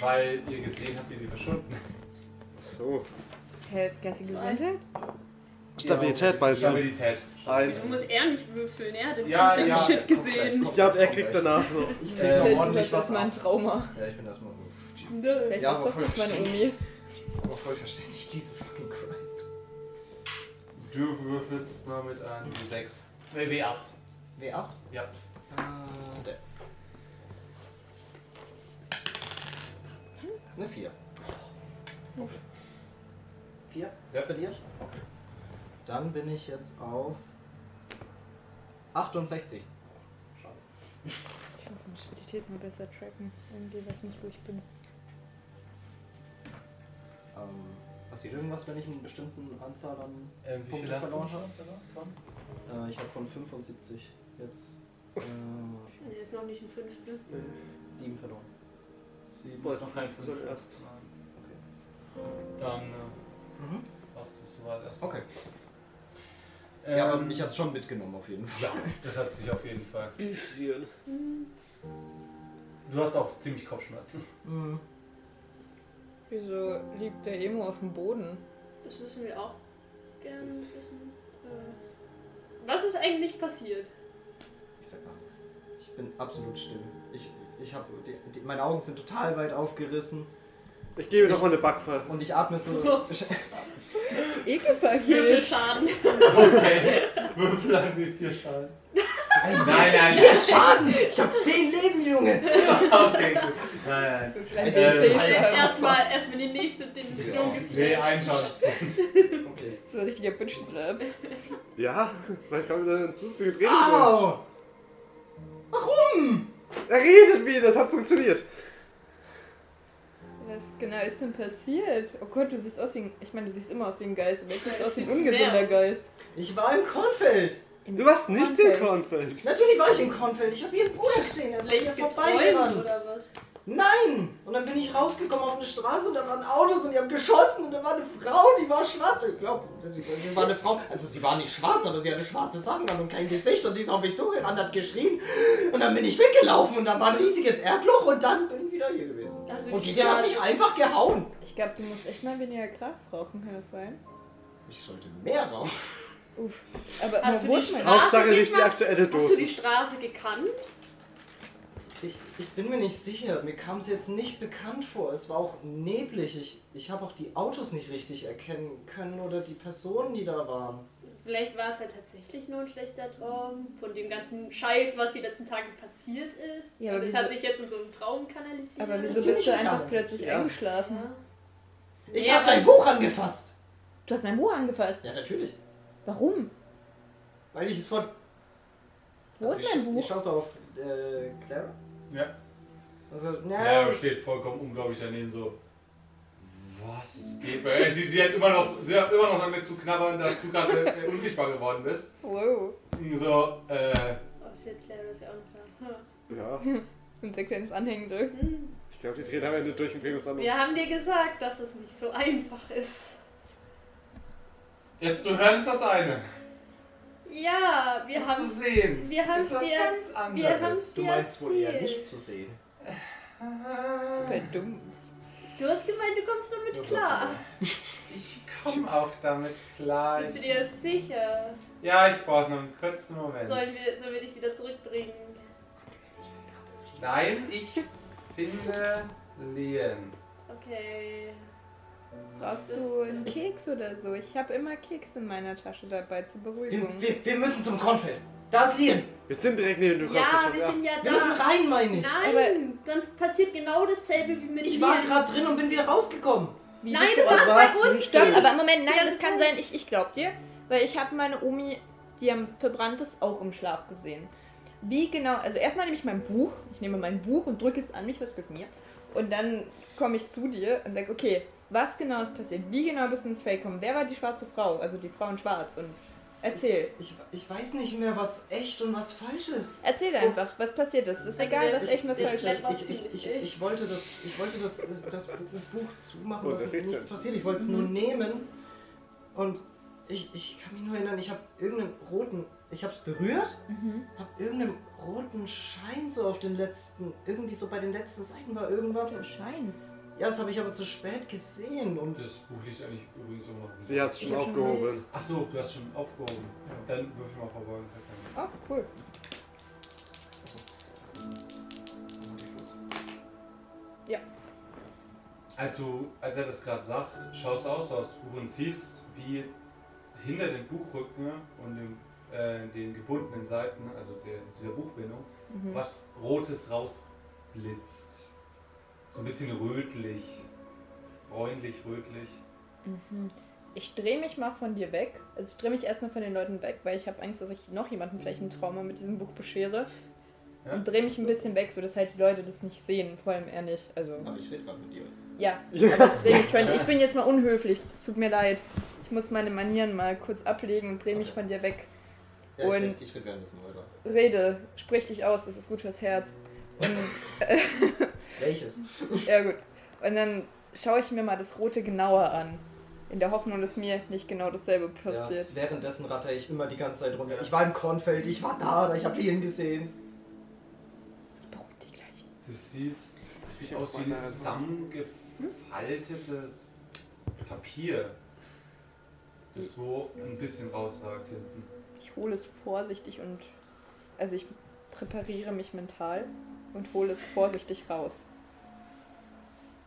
[SPEAKER 1] weil ihr gesehen habt, wie sie verschwunden ist.
[SPEAKER 3] So.
[SPEAKER 5] Hä, geistige
[SPEAKER 4] Äh,
[SPEAKER 2] Zwei.
[SPEAKER 5] Gesundheit?
[SPEAKER 3] Stabilität meinst du?
[SPEAKER 1] Stabilität.
[SPEAKER 2] Wieso
[SPEAKER 3] Eins.
[SPEAKER 2] muss er nicht würfeln? Er hat den
[SPEAKER 1] Ja,
[SPEAKER 2] ganzen
[SPEAKER 1] ja,
[SPEAKER 2] Shit gesehen.
[SPEAKER 3] Ich glaube, er kriegt danach noch.
[SPEAKER 4] Ich krieg
[SPEAKER 1] Äh,
[SPEAKER 4] noch
[SPEAKER 5] Das
[SPEAKER 4] ordentlich
[SPEAKER 5] ist
[SPEAKER 4] was
[SPEAKER 5] mein
[SPEAKER 4] ab.
[SPEAKER 5] Trauma.
[SPEAKER 4] Ja, ich bin erstmal so. Jesus.
[SPEAKER 5] Vielleicht
[SPEAKER 4] Ja,
[SPEAKER 5] ist
[SPEAKER 4] aber
[SPEAKER 5] doch
[SPEAKER 4] voll
[SPEAKER 5] nicht meine
[SPEAKER 4] verständlich.
[SPEAKER 5] Omi.
[SPEAKER 4] Aber voll verständlich. Jesus fucking Christ.
[SPEAKER 1] Du würfelst mal mit einem W6. Ne, W8.
[SPEAKER 4] W8?
[SPEAKER 1] Ja.
[SPEAKER 4] Äh, der. Eine 4.
[SPEAKER 10] Vier?
[SPEAKER 1] Ja.
[SPEAKER 4] Verliert? Okay. Dann bin ich jetzt auf 68.
[SPEAKER 5] Ich muss meine Stabilität mal besser tracken. Irgendwie weiß nicht, wo ich bin.
[SPEAKER 4] Ähm, passiert irgendwas, wenn ich einen bestimmten Anzahl an.
[SPEAKER 1] Ähm, wie
[SPEAKER 4] Punkte
[SPEAKER 1] viel hast du
[SPEAKER 4] verloren.
[SPEAKER 1] schon?
[SPEAKER 4] Äh, ich habe von 75 jetzt. Äh,
[SPEAKER 2] Das ist noch nicht ein Fünftel.
[SPEAKER 4] 7 verloren.
[SPEAKER 1] Sieben
[SPEAKER 3] Boah,
[SPEAKER 1] ist noch kein
[SPEAKER 3] fünf soll
[SPEAKER 1] Fünf.
[SPEAKER 3] erst.
[SPEAKER 1] Okay. Dann, äh,
[SPEAKER 4] Mhm.
[SPEAKER 1] was bist du gerade erst?
[SPEAKER 4] Okay.
[SPEAKER 1] Ähm,
[SPEAKER 4] ja, aber mich hat's schon mitgenommen auf jeden Fall.
[SPEAKER 1] ja, das hat sich auf jeden Fall.
[SPEAKER 3] Bisschen.
[SPEAKER 1] Du hast auch ziemlich Kopfschmerzen.
[SPEAKER 4] Mhm.
[SPEAKER 5] Wieso liegt der Emo auf dem Boden?
[SPEAKER 2] Das müssen wir auch gerne wissen. Äh, Was ist eigentlich passiert?
[SPEAKER 4] Ich sag gar nichts. Ich bin absolut still. Ich, ich hab, die, die, meine Augen sind total weit aufgerissen
[SPEAKER 3] Ich gebe noch mal eine Backpfeife.
[SPEAKER 4] und ich atme so.
[SPEAKER 5] Ekelpaket.
[SPEAKER 2] Würfelschaden.
[SPEAKER 1] Okay. Würfel ein W4 Schaden.
[SPEAKER 4] Ein
[SPEAKER 1] Nein, nein,
[SPEAKER 4] Vier Schaden! Ich hab zehn Leben, Junge!
[SPEAKER 1] Okay, gut. Nein, nein.
[SPEAKER 5] Vielleicht
[SPEAKER 1] Ähm,
[SPEAKER 5] sehe ich
[SPEAKER 1] halt.
[SPEAKER 5] einfach.
[SPEAKER 2] Erstmal erstmal die nächste Dimension
[SPEAKER 1] Nee,
[SPEAKER 2] gesehen.
[SPEAKER 1] ein Schaden.
[SPEAKER 4] Okay.
[SPEAKER 5] So ein richtiger Bitch-Slap.
[SPEAKER 3] Ja, vielleicht kommt wieder ein Zustand redet
[SPEAKER 4] Au!
[SPEAKER 3] uns. Er redet wieder, das hat funktioniert.
[SPEAKER 5] Was genau ist denn passiert? Oh Gott, du siehst aus wie ein. Ich meine, du siehst immer aus wie ein Geist, aber jetzt siehst du aus wie ein ungesunder Geist.
[SPEAKER 4] Ich war im Kornfeld!
[SPEAKER 3] Du warst nicht
[SPEAKER 5] Kornfeld.
[SPEAKER 3] im Kornfeld.
[SPEAKER 4] Natürlich war ich im Kornfeld. Ich hab ihren Bruder gesehen. Er ist an
[SPEAKER 2] Vielleicht
[SPEAKER 4] mir
[SPEAKER 2] geträumt
[SPEAKER 4] vorbeigerannt.
[SPEAKER 2] oder was?
[SPEAKER 4] Nein! Und dann bin ich rausgekommen auf eine Straße und da waren Autos und die haben geschossen und da war eine Frau, die war schwarz. Ich glaube, sie sie war eine Frau. Also sie war nicht schwarz, aber sie hatte schwarze Sachen an und kein Gesicht und sie ist auf mich zugerannt, hat geschrien. Und dann bin ich weggelaufen und dann war ein riesiges Erdloch und dann bin ich wieder hier gewesen.
[SPEAKER 2] Also
[SPEAKER 4] Und
[SPEAKER 2] die
[SPEAKER 4] Oh, die haben mich
[SPEAKER 2] Straße.
[SPEAKER 4] einfach gehauen.
[SPEAKER 5] Ich glaube, du musst echt mal weniger Gras rauchen, kann das sein?
[SPEAKER 4] Ich sollte mehr rauchen.
[SPEAKER 5] Uff. Aber
[SPEAKER 2] Hast du
[SPEAKER 5] man
[SPEAKER 2] die
[SPEAKER 5] wurde mal-
[SPEAKER 2] Straße
[SPEAKER 3] Hauptsache
[SPEAKER 2] jetzt
[SPEAKER 3] nicht die
[SPEAKER 2] mal-
[SPEAKER 3] aktuelle
[SPEAKER 2] Hast du die
[SPEAKER 3] Dosis.
[SPEAKER 2] Straße gekannt?
[SPEAKER 4] Ich, ich bin mir nicht sicher. Mir kam es jetzt nicht bekannt vor. Es war auch neblig. Ich, ich habe auch die Autos nicht richtig erkennen können oder die Personen, die da waren.
[SPEAKER 2] Vielleicht war es ja tatsächlich nur ein schlechter Traum von dem ganzen Scheiß, was die letzten Tage passiert ist. Ja,
[SPEAKER 5] Ja, aber
[SPEAKER 2] aber das
[SPEAKER 5] wieso-
[SPEAKER 2] hat sich jetzt in so einem Traum kanalisiert. Oh,
[SPEAKER 5] Aber
[SPEAKER 4] Das
[SPEAKER 5] wieso
[SPEAKER 4] ist
[SPEAKER 5] bist
[SPEAKER 4] ziemlich
[SPEAKER 5] du einfach
[SPEAKER 4] egal.
[SPEAKER 5] plötzlich
[SPEAKER 3] Ja.
[SPEAKER 5] eingeschlafen?
[SPEAKER 2] Ja.
[SPEAKER 4] Ich
[SPEAKER 2] Ja,
[SPEAKER 4] habe dein
[SPEAKER 2] aber-
[SPEAKER 4] Buch angefasst.
[SPEAKER 5] Du hast mein Buch angefasst.
[SPEAKER 4] Ja, natürlich.
[SPEAKER 5] Warum?
[SPEAKER 4] Weil ich es vor.
[SPEAKER 5] Wo
[SPEAKER 4] Also
[SPEAKER 5] ist
[SPEAKER 4] ich,
[SPEAKER 5] mein
[SPEAKER 4] Ich
[SPEAKER 5] Buch?
[SPEAKER 4] schaue so auf äh, Clara.
[SPEAKER 1] Ja.
[SPEAKER 4] Also,
[SPEAKER 1] Ja,
[SPEAKER 4] na,
[SPEAKER 1] aber steht vollkommen unglaublich daneben so. Was geht bei. Sie, sie, hat immer noch, sie hat immer noch damit zu knabbern, dass du gerade äh, unsichtbar geworden bist.
[SPEAKER 5] Wow.
[SPEAKER 1] So, äh.
[SPEAKER 2] Oh, shit, Clara ist ja auch noch da.
[SPEAKER 3] Ja,
[SPEAKER 5] Unser kleines Anhängen so.
[SPEAKER 2] Hm.
[SPEAKER 3] ich glaube, die drehen am Ende durch und bringen uns an.
[SPEAKER 2] Wir haben dir gesagt, dass es nicht so einfach ist.
[SPEAKER 1] Es zu hören ist das eine.
[SPEAKER 2] Ja, wir
[SPEAKER 1] es zu
[SPEAKER 2] haben
[SPEAKER 1] sehen
[SPEAKER 2] wir haben's
[SPEAKER 1] ist was
[SPEAKER 2] dir-
[SPEAKER 1] ganz
[SPEAKER 2] wir
[SPEAKER 1] anderes.
[SPEAKER 2] haben's
[SPEAKER 4] du
[SPEAKER 2] dir
[SPEAKER 4] meinst wohl eher
[SPEAKER 2] erzählt.
[SPEAKER 4] nicht zu sehen.
[SPEAKER 5] Voll dumm.
[SPEAKER 2] Du hast gemeint, du kommst damit
[SPEAKER 4] Ja,
[SPEAKER 2] klar.
[SPEAKER 1] Ich komme auch damit klar.
[SPEAKER 2] Bist du dir sicher?
[SPEAKER 1] Ja, ich brauche noch einen kurzen Moment.
[SPEAKER 2] Sollen wir, sollen wir dich wieder zurückbringen?
[SPEAKER 1] Nein, ich finde Lehen.
[SPEAKER 2] Okay.
[SPEAKER 5] Brauchst
[SPEAKER 2] Das-
[SPEAKER 5] du einen Keks oder so? Ich habe immer Keks in meiner Tasche dabei zur Beruhigung.
[SPEAKER 4] Wir, wir, wir müssen zum Kornfeld. Da ist Lien.
[SPEAKER 3] Wir sind direkt neben dem
[SPEAKER 2] Ja,
[SPEAKER 3] Kornfeld.
[SPEAKER 2] wir sind ja
[SPEAKER 4] Wir müssen
[SPEAKER 2] da.
[SPEAKER 4] rein, meine ich.
[SPEAKER 2] Nein, dann passiert genau dasselbe wie mit
[SPEAKER 4] Ich war
[SPEAKER 2] mir.
[SPEAKER 4] gerade drin und bin wieder rausgekommen.
[SPEAKER 5] Wie
[SPEAKER 2] Nein,
[SPEAKER 5] bist
[SPEAKER 2] du warst bei
[SPEAKER 3] warst
[SPEAKER 2] uns.
[SPEAKER 3] nicht
[SPEAKER 5] Stopp,
[SPEAKER 3] Stimmt.
[SPEAKER 5] aber Moment, nein,
[SPEAKER 2] Ja,
[SPEAKER 5] das
[SPEAKER 2] das
[SPEAKER 5] kann
[SPEAKER 2] kann
[SPEAKER 5] sein, ich, ich glaub dir, weil ich habe meine Omi, die am Verbranntes auch im Schlaf gesehen. Wie genau, also erstmal nehme ich mein Buch, ich nehme mein Buch und drücke es an mich, was gehört mir, und dann komme ich zu dir und sage, okay, was genau ist passiert, wie genau bist du ins Feld gekommen, wer war die schwarze Frau, also die Frau in schwarz und erzähl,
[SPEAKER 4] Ich, ich weiß nicht mehr, was echt und was falsch ist.
[SPEAKER 5] erzähl einfach, was passiert ist, ist
[SPEAKER 2] Also
[SPEAKER 5] egal,
[SPEAKER 2] wer
[SPEAKER 5] was
[SPEAKER 2] ist-
[SPEAKER 5] echt und was
[SPEAKER 4] ich,
[SPEAKER 5] falsch ist.
[SPEAKER 2] war
[SPEAKER 4] ich, ich, ich, ich,
[SPEAKER 2] ziemlich
[SPEAKER 4] ich wollte das, ich wollte das, das Buch zumachen,
[SPEAKER 3] Oh,
[SPEAKER 4] dass
[SPEAKER 3] der kriegt's
[SPEAKER 4] nichts
[SPEAKER 3] ja.
[SPEAKER 4] passiert. Ich wollte es
[SPEAKER 5] Mhm.
[SPEAKER 4] nur nehmen und ich, ich kann mich nur erinnern, ich habe irgendeinen roten, ich habe es berührt,
[SPEAKER 5] Mhm.
[SPEAKER 4] habe irgendeinen roten Schein so auf den letzten, irgendwie so bei den letzten Seiten war irgendwas
[SPEAKER 5] Schein.
[SPEAKER 4] Ja, das habe ich aber zu spät gesehen und
[SPEAKER 1] Das Buch liegt eigentlich übrigens immer noch.
[SPEAKER 3] Sie hat es schon
[SPEAKER 5] Ich hab schon
[SPEAKER 3] aufgehoben.
[SPEAKER 1] Achso, du hast schon aufgehoben. Dann würfel mal verborgen. das hat keinen-
[SPEAKER 5] Oh, cool. Ja.
[SPEAKER 1] Als, du, Also, als er das gerade sagt, schaust du aus aufs Buch und siehst, wie hinter dem Buchrücken und dem, äh, den gebundenen Seiten, also der, dieser Buchbindung, was Rotes rausblitzt. So ein bisschen rötlich. Bräunlich-rötlich.
[SPEAKER 5] Ich drehe mich mal von dir weg. Also ich drehe mich erstmal von den Leuten weg, weil ich habe Angst, dass ich noch jemanden vielleicht ein Trauma mit diesem Buch beschere.
[SPEAKER 1] Ja.
[SPEAKER 5] Und drehe mich ein bisschen weg, sodass halt die Leute das nicht sehen. Vor allem er nicht. Also
[SPEAKER 11] Aber ich rede gerade mit dir.
[SPEAKER 5] ja, aber ich drehe mich von Ich bin jetzt mal unhöflich. Es tut mir leid. Ich muss meine Manieren mal kurz ablegen und drehe mich von dir weg.
[SPEAKER 11] Ja, ich
[SPEAKER 5] Und-
[SPEAKER 11] rede red währenddessen weiter.
[SPEAKER 5] Rede, sprich dich aus, das ist gut fürs Herz. Und
[SPEAKER 4] welches?
[SPEAKER 5] ja gut. Und dann schaue ich mir mal das Rote genauer an. In der Hoffnung, dass mir nicht genau dasselbe
[SPEAKER 4] Ja,
[SPEAKER 5] passiert.
[SPEAKER 4] währenddessen ratter ich immer die ganze Zeit runter. Ich war im Kornfeld, ich war da, ich habe Lehen gesehen.
[SPEAKER 5] Beruhig dich gleich.
[SPEAKER 1] Du siehst,
[SPEAKER 3] Das
[SPEAKER 1] sieht
[SPEAKER 3] ist
[SPEAKER 1] aus
[SPEAKER 3] auch
[SPEAKER 1] wie ein
[SPEAKER 3] meine-
[SPEAKER 1] zusammengefaltetes Papier, das wo ein bisschen rausragt hinten.
[SPEAKER 5] Ich hole es vorsichtig und. Also ich präpariere mich mental und hole es vorsichtig raus.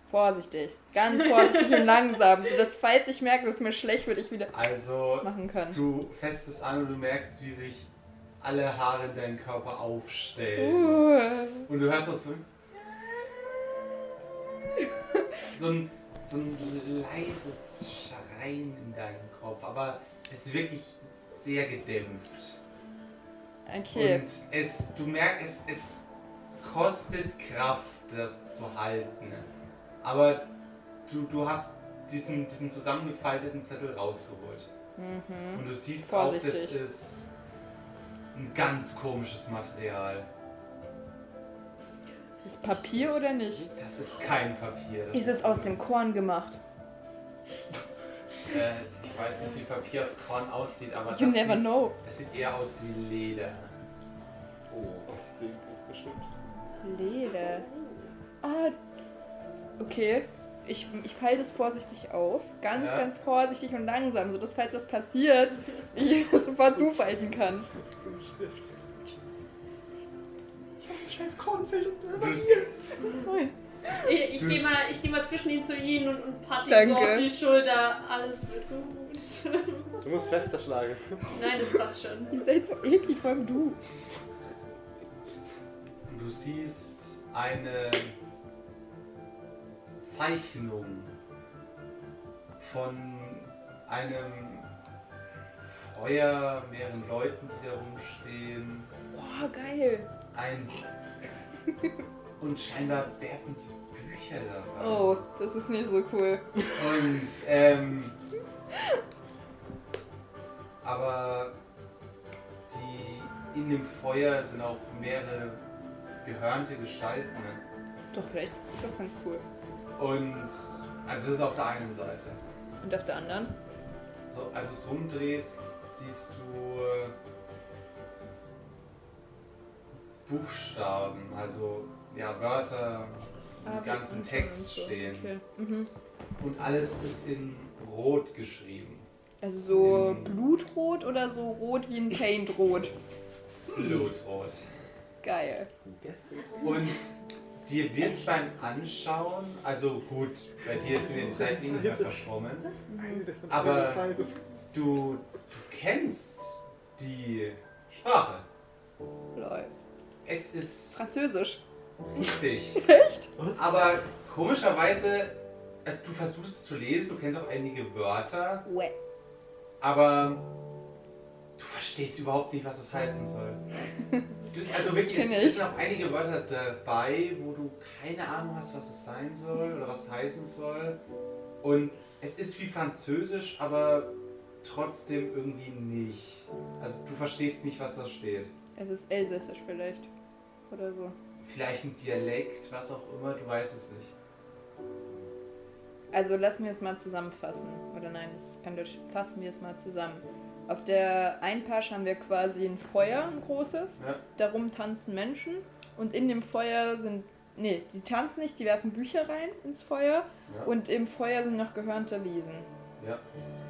[SPEAKER 5] Vorsichtig. Ganz vorsichtig und langsam. Sodass, falls ich merke, dass mir schlecht wird, ich wieder
[SPEAKER 1] Also,
[SPEAKER 5] machen kann.
[SPEAKER 1] du fässt es an und du merkst, wie sich alle Haare in deinem Körper aufstellen.
[SPEAKER 5] Uh.
[SPEAKER 1] Und du hörst das so. So ein, so ein leises Schreien in deinem Kopf, aber es ist wirklich sehr gedämpft.
[SPEAKER 5] Okay.
[SPEAKER 1] Und es, du merkst, es, es kostet Kraft, das zu halten. Aber du, du hast diesen, diesen zusammengefalteten Zettel rausgeholt.
[SPEAKER 5] Mhm.
[SPEAKER 1] Und du siehst auch, das
[SPEAKER 5] Vorsichtig.
[SPEAKER 1] ist ein ganz komisches Material.
[SPEAKER 5] Ist es Papier oder nicht?
[SPEAKER 1] Das ist kein Papier. Das
[SPEAKER 5] Ist es aus dem Korn gemacht?
[SPEAKER 1] Äh, ich weiß nicht, wie Papier aus Korn aussieht, aber
[SPEAKER 5] You
[SPEAKER 1] das
[SPEAKER 5] never
[SPEAKER 1] sieht,
[SPEAKER 5] know.
[SPEAKER 1] das sieht eher aus wie Leder.
[SPEAKER 3] Aus dem Buch bestimmt.
[SPEAKER 5] Leder. Ah. Okay. Ich, ich falte es vorsichtig auf. Ganz,
[SPEAKER 1] Ja.
[SPEAKER 5] ganz vorsichtig und langsam, sodass, falls was passiert, ich es sofort zufalten kann.
[SPEAKER 4] Scheiß Kornfeld.
[SPEAKER 1] Du, s-
[SPEAKER 2] Ich, ich
[SPEAKER 1] Das-
[SPEAKER 2] gehe mal, ich geh mal zwischen ihn zu ihnen und, und patte ihn
[SPEAKER 5] Danke.
[SPEAKER 2] so auf die Schulter. Alles wird gut.
[SPEAKER 3] Du musst fester schlagen.
[SPEAKER 2] Nein, das passt schon.
[SPEAKER 5] Ihr seid so eklig, vor allem du.
[SPEAKER 1] Und du siehst eine Zeichnung von einem Feuer, mehreren Leuten, die da rumstehen.
[SPEAKER 5] Boah, geil.
[SPEAKER 1] Ein und scheinbar werfen die Bücher da rein.
[SPEAKER 5] Oh, das ist nicht so cool.
[SPEAKER 1] Und ähm. Aber die in dem Feuer sind auch mehrere gehörnte Gestalten. Ne?
[SPEAKER 5] Doch, vielleicht ist es doch ganz cool.
[SPEAKER 1] Und also das ist auf der einen Seite.
[SPEAKER 5] Und auf der anderen?
[SPEAKER 1] So, als du es rumdrehst, siehst du äh, Buchstaben, also ja, Wörter,
[SPEAKER 5] Ah,
[SPEAKER 1] den ganzen
[SPEAKER 5] und so
[SPEAKER 1] Text
[SPEAKER 5] und so.
[SPEAKER 1] stehen.
[SPEAKER 5] Okay. Mhm.
[SPEAKER 1] Und alles ist in Rot geschrieben.
[SPEAKER 5] Also so
[SPEAKER 1] Mhm.
[SPEAKER 5] blutrot oder so rot wie ein Paintrot?
[SPEAKER 1] Blutrot.
[SPEAKER 5] Geil.
[SPEAKER 1] Und dir wird beim Anschauen, also gut, bei dir sind ja die Seiten nicht mehr verschwommen, Aber- du, du kennst die Sprache.
[SPEAKER 5] Lol.
[SPEAKER 1] Es ist
[SPEAKER 5] Französisch.
[SPEAKER 1] Richtig. Aber komischerweise, also du versuchst es zu lesen, du kennst auch einige Wörter,
[SPEAKER 5] Ouais.
[SPEAKER 1] aber du verstehst überhaupt nicht, was das heißen soll. Du, also wirklich,
[SPEAKER 5] Kenn
[SPEAKER 1] es,
[SPEAKER 5] ich.
[SPEAKER 1] es sind auch einige Wörter dabei, wo du keine Ahnung hast, was es sein soll oder was es heißen soll. Und es ist wie Französisch, aber trotzdem irgendwie nicht. Also du verstehst nicht, was da steht.
[SPEAKER 5] Es ist Elsässisch vielleicht. Oder so.
[SPEAKER 1] Vielleicht ein Dialekt, was auch immer, du weißt es nicht.
[SPEAKER 5] Also lassen wir es mal zusammenfassen. Oder nein, das ist kein Deutsch. Fassen wir es mal zusammen. Auf der einen Pasch haben wir quasi ein Feuer, ein großes.
[SPEAKER 1] Ja.
[SPEAKER 5] Darum tanzen Menschen. Und in dem Feuer sind Nee, die tanzen nicht, die werfen Bücher rein ins Feuer
[SPEAKER 1] Ja.
[SPEAKER 5] und im Feuer sind noch gehörnte Wesen.
[SPEAKER 1] Ja.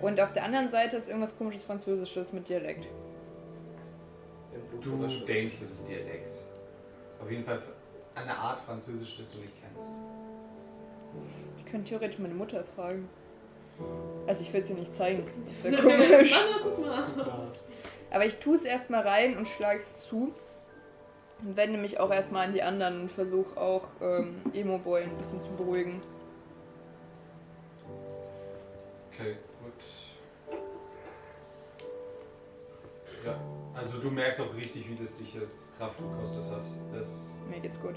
[SPEAKER 5] Und auf der anderen Seite ist irgendwas komisches Französisches mit Dialekt.
[SPEAKER 7] Im Blut
[SPEAKER 1] Du
[SPEAKER 7] verwaschen.
[SPEAKER 1] denkst, es ist Dialekt. Auf jeden Fall eine Art Französisch, das du nicht kennst.
[SPEAKER 5] Ich könnte theoretisch meine Mutter fragen. Also ich will es ihr nicht zeigen. Das wäre komisch.
[SPEAKER 2] Mama, guck mal.
[SPEAKER 5] Aber ich tue es erstmal rein und schlage es zu. Und wende mich auch erstmal an die anderen und versuche auch ähm, Emo Boy ein bisschen zu beruhigen.
[SPEAKER 1] Okay, gut. Ja, also du merkst auch richtig, wie das dich jetzt Kraft gekostet hat. Das,
[SPEAKER 5] Mir geht's gut.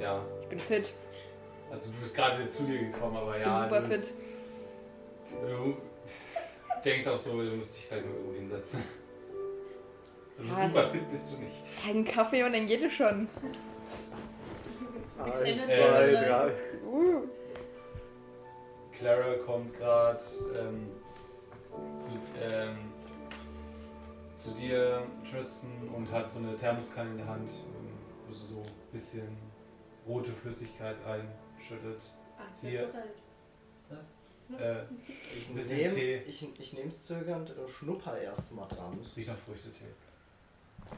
[SPEAKER 1] ja,
[SPEAKER 5] Ich bin fit.
[SPEAKER 1] also du bist gerade zu dir gekommen, aber
[SPEAKER 5] Ich
[SPEAKER 1] ja.
[SPEAKER 5] bin super
[SPEAKER 1] du
[SPEAKER 5] fit.
[SPEAKER 1] bist- Du denkst auch so, du musst dich gleich mal irgendwo hinsetzen. Also
[SPEAKER 5] Ja.
[SPEAKER 1] super fit bist du nicht.
[SPEAKER 5] Einen Kaffee und dann geht es schon.
[SPEAKER 2] Eins,
[SPEAKER 1] zwei,
[SPEAKER 2] drei.
[SPEAKER 5] Uh.
[SPEAKER 1] Clara kommt gerade ähm, zu, ähm, zu dir, Tristan, und hat so eine Thermoskanne in der Hand, ähm, wo sie so ein bisschen rote Flüssigkeit reinschüttet.
[SPEAKER 2] Ah,
[SPEAKER 1] Hier. Äh, ein bisschen
[SPEAKER 7] Nehm-
[SPEAKER 1] Tee.
[SPEAKER 7] Ich, ich nehme es zögernd und schnupper erstmal dran.
[SPEAKER 1] Es riecht nach Früchtetee.
[SPEAKER 7] Okay,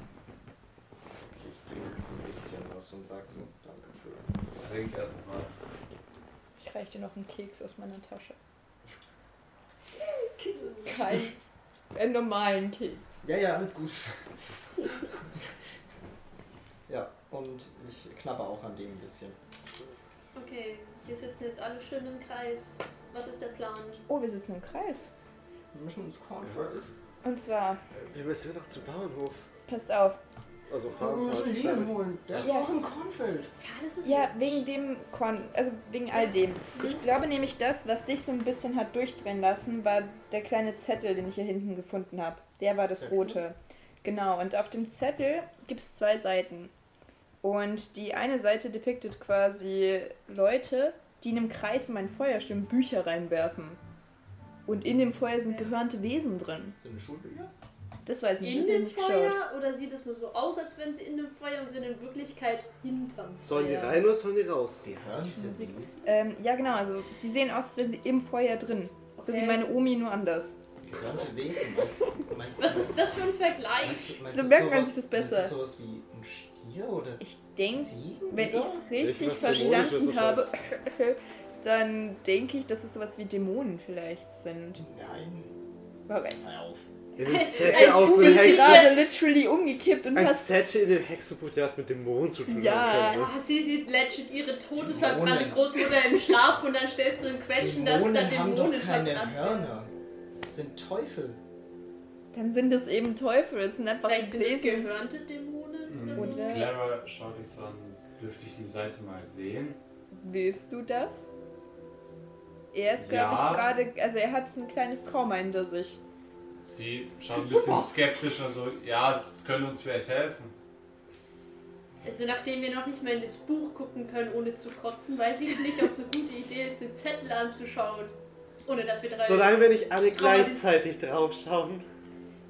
[SPEAKER 7] ich trinke ein bisschen was und sag so, danke für.
[SPEAKER 1] Trink erstmal.
[SPEAKER 5] Ich reiche dir noch einen Keks aus meiner Tasche.
[SPEAKER 2] Kids in
[SPEAKER 5] Kein einen normalen Keks.
[SPEAKER 7] Ja, ja, alles gut. ja, und ich knabber auch an dem ein bisschen.
[SPEAKER 2] Okay, hier sitzen jetzt alle schön im Kreis. Was ist der Plan?
[SPEAKER 5] Oh, wir sitzen im Kreis.
[SPEAKER 7] Wir müssen uns Cornfeld.
[SPEAKER 5] Und zwar,
[SPEAKER 3] Wir müssen noch zum Bauernhof.
[SPEAKER 5] passt auf.
[SPEAKER 3] Also
[SPEAKER 7] Wir
[SPEAKER 3] fahren
[SPEAKER 7] müssen Lilien holen. Der ist
[SPEAKER 5] Ja.
[SPEAKER 7] auch im Cornfeld.
[SPEAKER 2] Ja, das wissen
[SPEAKER 5] Ja, wegen dem Kon, also wegen all dem.
[SPEAKER 2] Mhm.
[SPEAKER 5] Ich glaube nämlich, das, was dich so ein bisschen hat durchdrehen lassen, war der kleine Zettel, den ich hier hinten gefunden habe. Der war das rote. Genau, und auf dem Zettel gibt es zwei Seiten. Und die eine Seite depiktet quasi Leute, die in einem Kreis um ein Feuer stehen, Bücher reinwerfen. Und in dem Feuer sind gehörnte Wesen drin.
[SPEAKER 7] Sind das Schulbücher?
[SPEAKER 5] Das weiß ich
[SPEAKER 2] In
[SPEAKER 5] nicht. das hab ich
[SPEAKER 2] dem
[SPEAKER 5] nicht geschaut.
[SPEAKER 2] Feuer oder sieht es nur so aus, als wären sie in dem Feuer und sind in Wirklichkeit hinterm Feuer?
[SPEAKER 3] Sollen die rein oder sollen die raus?
[SPEAKER 7] Die hören
[SPEAKER 5] Musik. Ähm, ja, genau, also die sehen aus, als wären sie im Feuer drin. So
[SPEAKER 2] Okay.
[SPEAKER 5] wie meine Omi, nur anders.
[SPEAKER 7] Gehörnte Wesen. Meinst, meinst,
[SPEAKER 2] Was ist das für ein Vergleich?
[SPEAKER 7] Meinst, meinst
[SPEAKER 5] So
[SPEAKER 7] du
[SPEAKER 5] merkt man
[SPEAKER 7] sowas-
[SPEAKER 5] sich das besser.
[SPEAKER 7] Meinst du sowas wie ein Stier oder
[SPEAKER 5] Ich denke,
[SPEAKER 7] Ziegen?
[SPEAKER 5] wenn ich es richtig
[SPEAKER 3] was
[SPEAKER 5] verstanden
[SPEAKER 3] Dämonisches
[SPEAKER 5] habe, dann denke ich, dass es sowas wie Dämonen vielleicht sind.
[SPEAKER 7] Nein,
[SPEAKER 5] Warum?
[SPEAKER 7] jetzt hör auf.
[SPEAKER 3] In dem
[SPEAKER 2] Ey,
[SPEAKER 3] Zettel aus
[SPEAKER 5] Du
[SPEAKER 3] dem
[SPEAKER 5] bist
[SPEAKER 2] Hexe.
[SPEAKER 3] Hexenbuch.
[SPEAKER 5] gerade literally umgekippt und
[SPEAKER 3] Ein
[SPEAKER 5] hast...
[SPEAKER 3] Zettel in dem Hexenbuch, der was mit Dämonen zu tun
[SPEAKER 5] Ja.
[SPEAKER 3] hat.
[SPEAKER 2] Ah, sie sieht legit ihre tote,
[SPEAKER 7] Dämonen.
[SPEAKER 2] verbrannte Großmutter im Schlaf und dann stellst du im Quetschen, dass da
[SPEAKER 7] haben doch
[SPEAKER 2] Dämonen
[SPEAKER 7] keine
[SPEAKER 2] verbrannt werden.
[SPEAKER 7] Hörner. Das sind Teufel.
[SPEAKER 5] Dann sind es eben Teufel, es sind einfach
[SPEAKER 2] Vielleicht sind es
[SPEAKER 5] Wesen.
[SPEAKER 2] gehörnte Dämonen
[SPEAKER 1] Mhm.
[SPEAKER 2] oder so.
[SPEAKER 5] Oder-
[SPEAKER 1] Clara schaut dich so an. Dürfte ich die Seite mal sehen?
[SPEAKER 5] Willst du das? Er ist, glaube
[SPEAKER 1] Ja.
[SPEAKER 5] ich, gerade... Also er hat ein kleines Trauma hinter sich.
[SPEAKER 1] Sie schaut ein bisschen skeptisch. Also, ja, es können uns vielleicht helfen.
[SPEAKER 2] Also nachdem wir noch nicht mal in das Buch gucken können, ohne zu kotzen, weiß ich nicht, ob es eine gute Idee ist, den Zettel anzuschauen. Ohne dass wir drei...
[SPEAKER 3] Solange wir nicht alle
[SPEAKER 2] Aber das-
[SPEAKER 3] gleichzeitig draufschauen.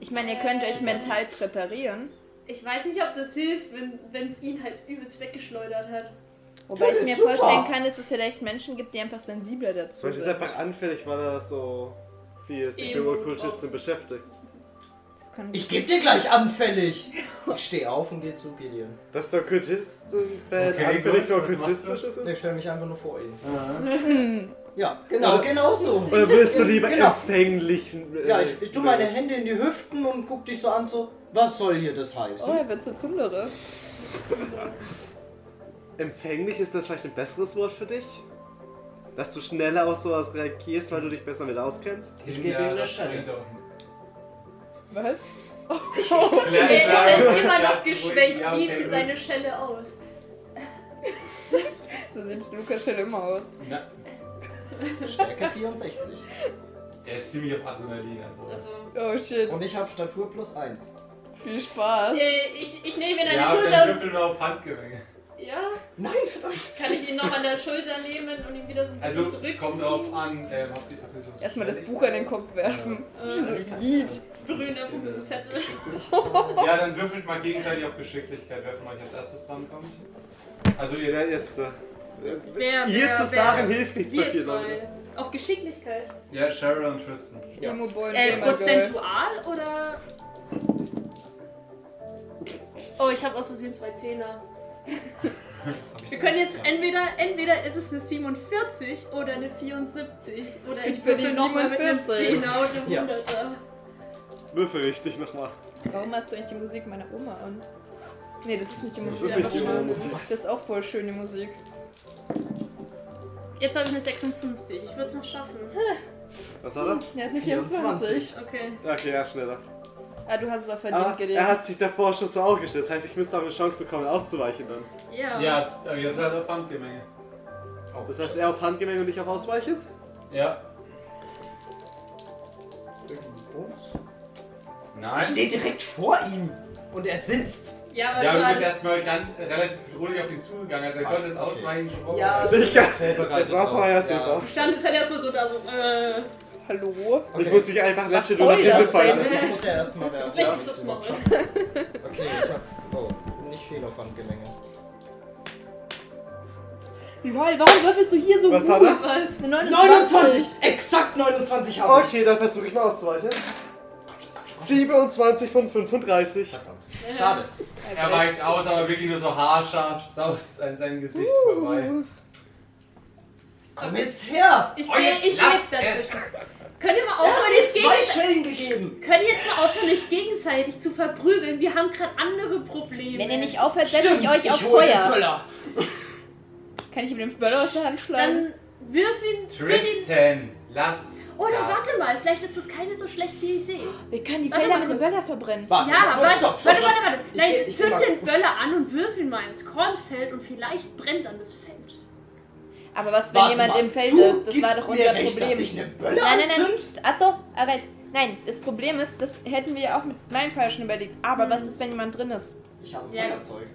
[SPEAKER 5] Ich meine, ihr könnt
[SPEAKER 2] Äh.
[SPEAKER 5] euch mental präparieren.
[SPEAKER 2] Ich weiß nicht, ob das hilft, wenn es ihn halt übelst weggeschleudert hat.
[SPEAKER 5] Wobei ich mir vorstellen kann, dass es vielleicht Menschen gibt, die einfach sensibler dazu
[SPEAKER 3] Vielleicht ist
[SPEAKER 5] sind.
[SPEAKER 3] er einfach anfällig, weil er so viel sich mit
[SPEAKER 2] Eben.
[SPEAKER 3] Okkultisten beschäftigt.
[SPEAKER 5] Das kann
[SPEAKER 7] Ich geb dir gleich anfällig. Ich steh auf und geh zu Gideon.
[SPEAKER 3] Dass der Okkultisten-Fan
[SPEAKER 1] Okay,
[SPEAKER 3] anfällig
[SPEAKER 1] gut, was machst du?
[SPEAKER 3] okkultistisch ist?
[SPEAKER 7] Ich stell mich einfach nur vor ihn.
[SPEAKER 5] Hm,
[SPEAKER 7] Ja, genau,
[SPEAKER 3] Oder-
[SPEAKER 7] genau so.
[SPEAKER 3] Oder willst du lieber
[SPEAKER 7] Genau.
[SPEAKER 3] empfänglich? äh,
[SPEAKER 7] Ja, ich, ich tu meine Hände in die Hüften und guck dich so an, so, was soll hier das
[SPEAKER 5] Oh,
[SPEAKER 7] heißen?
[SPEAKER 5] er wird so zundere.
[SPEAKER 3] Empfänglich ist das vielleicht ein besseres Wort für dich? Dass du schneller auf sowas reagierst, weil du dich besser mit auskennst?
[SPEAKER 1] Ich
[SPEAKER 7] gebe ihm eine
[SPEAKER 1] das
[SPEAKER 7] Stelle.
[SPEAKER 1] bringt doch
[SPEAKER 5] Was? Oh.
[SPEAKER 2] Er ist halt immer noch geschwächt,
[SPEAKER 1] Ja,
[SPEAKER 2] wie
[SPEAKER 1] okay,
[SPEAKER 2] sieht
[SPEAKER 1] gut.
[SPEAKER 2] seine Schelle aus?
[SPEAKER 5] So sieht Lukas schon immer aus.
[SPEAKER 1] Na,
[SPEAKER 7] Stärke 64.
[SPEAKER 1] er ist ziemlich auf Adrenalin. Also.
[SPEAKER 2] Also,
[SPEAKER 5] Oh shit,
[SPEAKER 7] Und ich hab Statur plus 1.
[SPEAKER 5] viel Spaß.
[SPEAKER 2] nee, ich, ich nehme ihn an die
[SPEAKER 1] ja,
[SPEAKER 2] Schulter
[SPEAKER 1] dann
[SPEAKER 2] und...
[SPEAKER 1] würfeln wir auf Handgemenge.
[SPEAKER 2] Ja,
[SPEAKER 4] Nein, verdammt!
[SPEAKER 2] Kann ich ihn noch an der Schulter nehmen und ihn wieder so ein bisschen
[SPEAKER 1] Also,
[SPEAKER 2] zurück?
[SPEAKER 1] kommt drauf an, ähm, habt ihr habt ihr sowas-
[SPEAKER 5] Erstmal das Buch an den Kopf werfen.
[SPEAKER 2] Äh,
[SPEAKER 5] Yeet.
[SPEAKER 2] berühren auf dem Zettel.
[SPEAKER 1] Ja, dann würfelt mal gegenseitig auf Geschicklichkeit, wer von euch als erstes drankommt. Also ihr
[SPEAKER 3] Wer jetzt da?
[SPEAKER 2] Wer,
[SPEAKER 3] Ihr
[SPEAKER 2] wer,
[SPEAKER 3] zu sagen hilft nichts bei
[SPEAKER 2] Ihr
[SPEAKER 3] vier
[SPEAKER 2] zwei.
[SPEAKER 3] Leuten.
[SPEAKER 2] Auf Geschicklichkeit.
[SPEAKER 1] Ja, Cheryl und Tristan.
[SPEAKER 5] Emo Boy und
[SPEAKER 2] Äh,
[SPEAKER 5] Gamer Girl.
[SPEAKER 2] prozentual oder? Oh, ich habe aus Versehen zwei Zehner. Wir können jetzt entweder, entweder ist es eine 47 oder eine 74. Oder ich,
[SPEAKER 5] Ich bin die
[SPEAKER 2] würfel nochmal mit einem
[SPEAKER 5] 47.
[SPEAKER 2] 10er und
[SPEAKER 4] Ja.
[SPEAKER 2] einem 100er.
[SPEAKER 3] Würfel richtig nochmal.
[SPEAKER 5] Warum hast du eigentlich die Musik meiner Oma an? Nee, das ist nicht die Musik.
[SPEAKER 3] ist nicht die
[SPEAKER 5] meiner Oma.
[SPEAKER 3] Musik.
[SPEAKER 5] Das ist auch voll schöne Musik.
[SPEAKER 2] Jetzt habe ich eine 56. Ich würde es noch schaffen.
[SPEAKER 3] Was hat
[SPEAKER 2] Hm.
[SPEAKER 5] Er hat eine
[SPEAKER 4] 24.
[SPEAKER 5] 24.
[SPEAKER 2] Okay.
[SPEAKER 3] er? Okay, ja, schneller.
[SPEAKER 5] Ah, du hast es auch verdient,
[SPEAKER 3] Ah,
[SPEAKER 5] Gideon.
[SPEAKER 3] er hat sich davor schon so aufgestellt. Das heißt, ich müsste auch eine Chance bekommen, auszuweichen dann.
[SPEAKER 2] Ja.
[SPEAKER 1] Ja, äh, ihr seid auf Handgemenge.
[SPEAKER 3] Oh, Das heißt, er auf Handgemenge und ich auf Ausweichen?
[SPEAKER 1] Ja.
[SPEAKER 4] Ich
[SPEAKER 1] Nein.
[SPEAKER 4] stehe direkt vor ihm und er sitzt.
[SPEAKER 2] Ja, aber
[SPEAKER 1] Ja,
[SPEAKER 2] du
[SPEAKER 1] du bist
[SPEAKER 2] hast.
[SPEAKER 1] erstmal ganz äh, relativ bedrohlich auf ihn zugegangen, also er konnte es ausweichen. Oh, schon.
[SPEAKER 3] Ich kann.
[SPEAKER 11] Vorbereitet
[SPEAKER 3] Das war vorher
[SPEAKER 11] drauf.
[SPEAKER 3] so
[SPEAKER 11] Ja.
[SPEAKER 3] was.
[SPEAKER 2] Du standest halt erstmal so da so. Äh,
[SPEAKER 5] Hallo?
[SPEAKER 3] Ich muss mich einfach legit
[SPEAKER 5] soll
[SPEAKER 3] nur nach hinten
[SPEAKER 5] das
[SPEAKER 3] fallen.
[SPEAKER 5] denn?
[SPEAKER 7] Ich muss ja erstmal werfen.
[SPEAKER 2] vielleicht ist
[SPEAKER 7] Ja.
[SPEAKER 2] das Maul.
[SPEAKER 7] Okay, ich hab. Oh, nicht viel auf Handgemenge.
[SPEAKER 5] Lol, warum würfelst du hier so
[SPEAKER 3] Was
[SPEAKER 5] gut?
[SPEAKER 3] hat er?
[SPEAKER 2] Was? Eine
[SPEAKER 4] 29! Exakt 29 habe ich.
[SPEAKER 3] Okay, dann versuche ich mal auszuweichen. 27 von 35.
[SPEAKER 4] Schade.
[SPEAKER 1] Er weicht aus, aber wirklich nur so haarscharf saust an seinem Gesicht
[SPEAKER 2] Uh.
[SPEAKER 1] vorbei.
[SPEAKER 4] Komm jetzt her!
[SPEAKER 2] Ich
[SPEAKER 1] Oh,
[SPEAKER 2] gehe
[SPEAKER 1] jetzt
[SPEAKER 2] ich geh
[SPEAKER 1] lass
[SPEAKER 2] jetzt dazwischen. Könnt ihr mal aufhören, euch
[SPEAKER 4] Zwei
[SPEAKER 2] gegenseitig.
[SPEAKER 4] Schellen gegeben!
[SPEAKER 2] Könnt ihr jetzt mal aufhören, euch gegenseitig zu verprügeln? Wir haben gerade andere Probleme.
[SPEAKER 5] Wenn ihr nicht aufhört, setze
[SPEAKER 4] Stimmt,
[SPEAKER 5] ich euch auf
[SPEAKER 4] hol den
[SPEAKER 5] Feuer.
[SPEAKER 4] Böller.
[SPEAKER 5] Kann ich ihm den Böller aus der Hand schlagen?
[SPEAKER 2] Dann wirf ihn. zähl
[SPEAKER 1] Tristan, lass.
[SPEAKER 2] ihn- Oder
[SPEAKER 1] das.
[SPEAKER 2] Oh, warte mal, vielleicht ist das keine so schlechte Idee.
[SPEAKER 5] wir können die
[SPEAKER 2] Warte
[SPEAKER 5] Felder
[SPEAKER 2] mal
[SPEAKER 5] mit dem
[SPEAKER 2] kurz.
[SPEAKER 5] Böller verbrennen.
[SPEAKER 4] Warte,
[SPEAKER 2] Ja,
[SPEAKER 4] warte,
[SPEAKER 2] warte,
[SPEAKER 4] stopp, stopp,
[SPEAKER 2] warte,
[SPEAKER 4] stopp.
[SPEAKER 2] warte, warte.
[SPEAKER 4] Ich
[SPEAKER 2] Nein,
[SPEAKER 4] geh- ich geh
[SPEAKER 2] zünd
[SPEAKER 4] mal
[SPEAKER 2] den Böller an und wirf ihn mal ins Kornfeld und vielleicht brennt dann das Feld.
[SPEAKER 5] Aber was, wenn
[SPEAKER 4] Warte
[SPEAKER 5] jemand
[SPEAKER 4] mal,
[SPEAKER 5] im Feld
[SPEAKER 4] du
[SPEAKER 5] ist? Das
[SPEAKER 4] gibst
[SPEAKER 5] war doch
[SPEAKER 4] mir
[SPEAKER 5] unser
[SPEAKER 4] recht, Dass
[SPEAKER 5] Problem.
[SPEAKER 4] ich eine Böller
[SPEAKER 5] Nein, nein,
[SPEAKER 4] anzünd?
[SPEAKER 5] nein. Atto, Arbeit. Nein, das Problem ist, das hätten wir ja auch mit Minecraft schon überlegt.
[SPEAKER 12] Mhm.
[SPEAKER 5] Aber was ist, wenn jemand drin ist?
[SPEAKER 4] Ich habe ein
[SPEAKER 2] Ja.
[SPEAKER 4] Feuerzeug.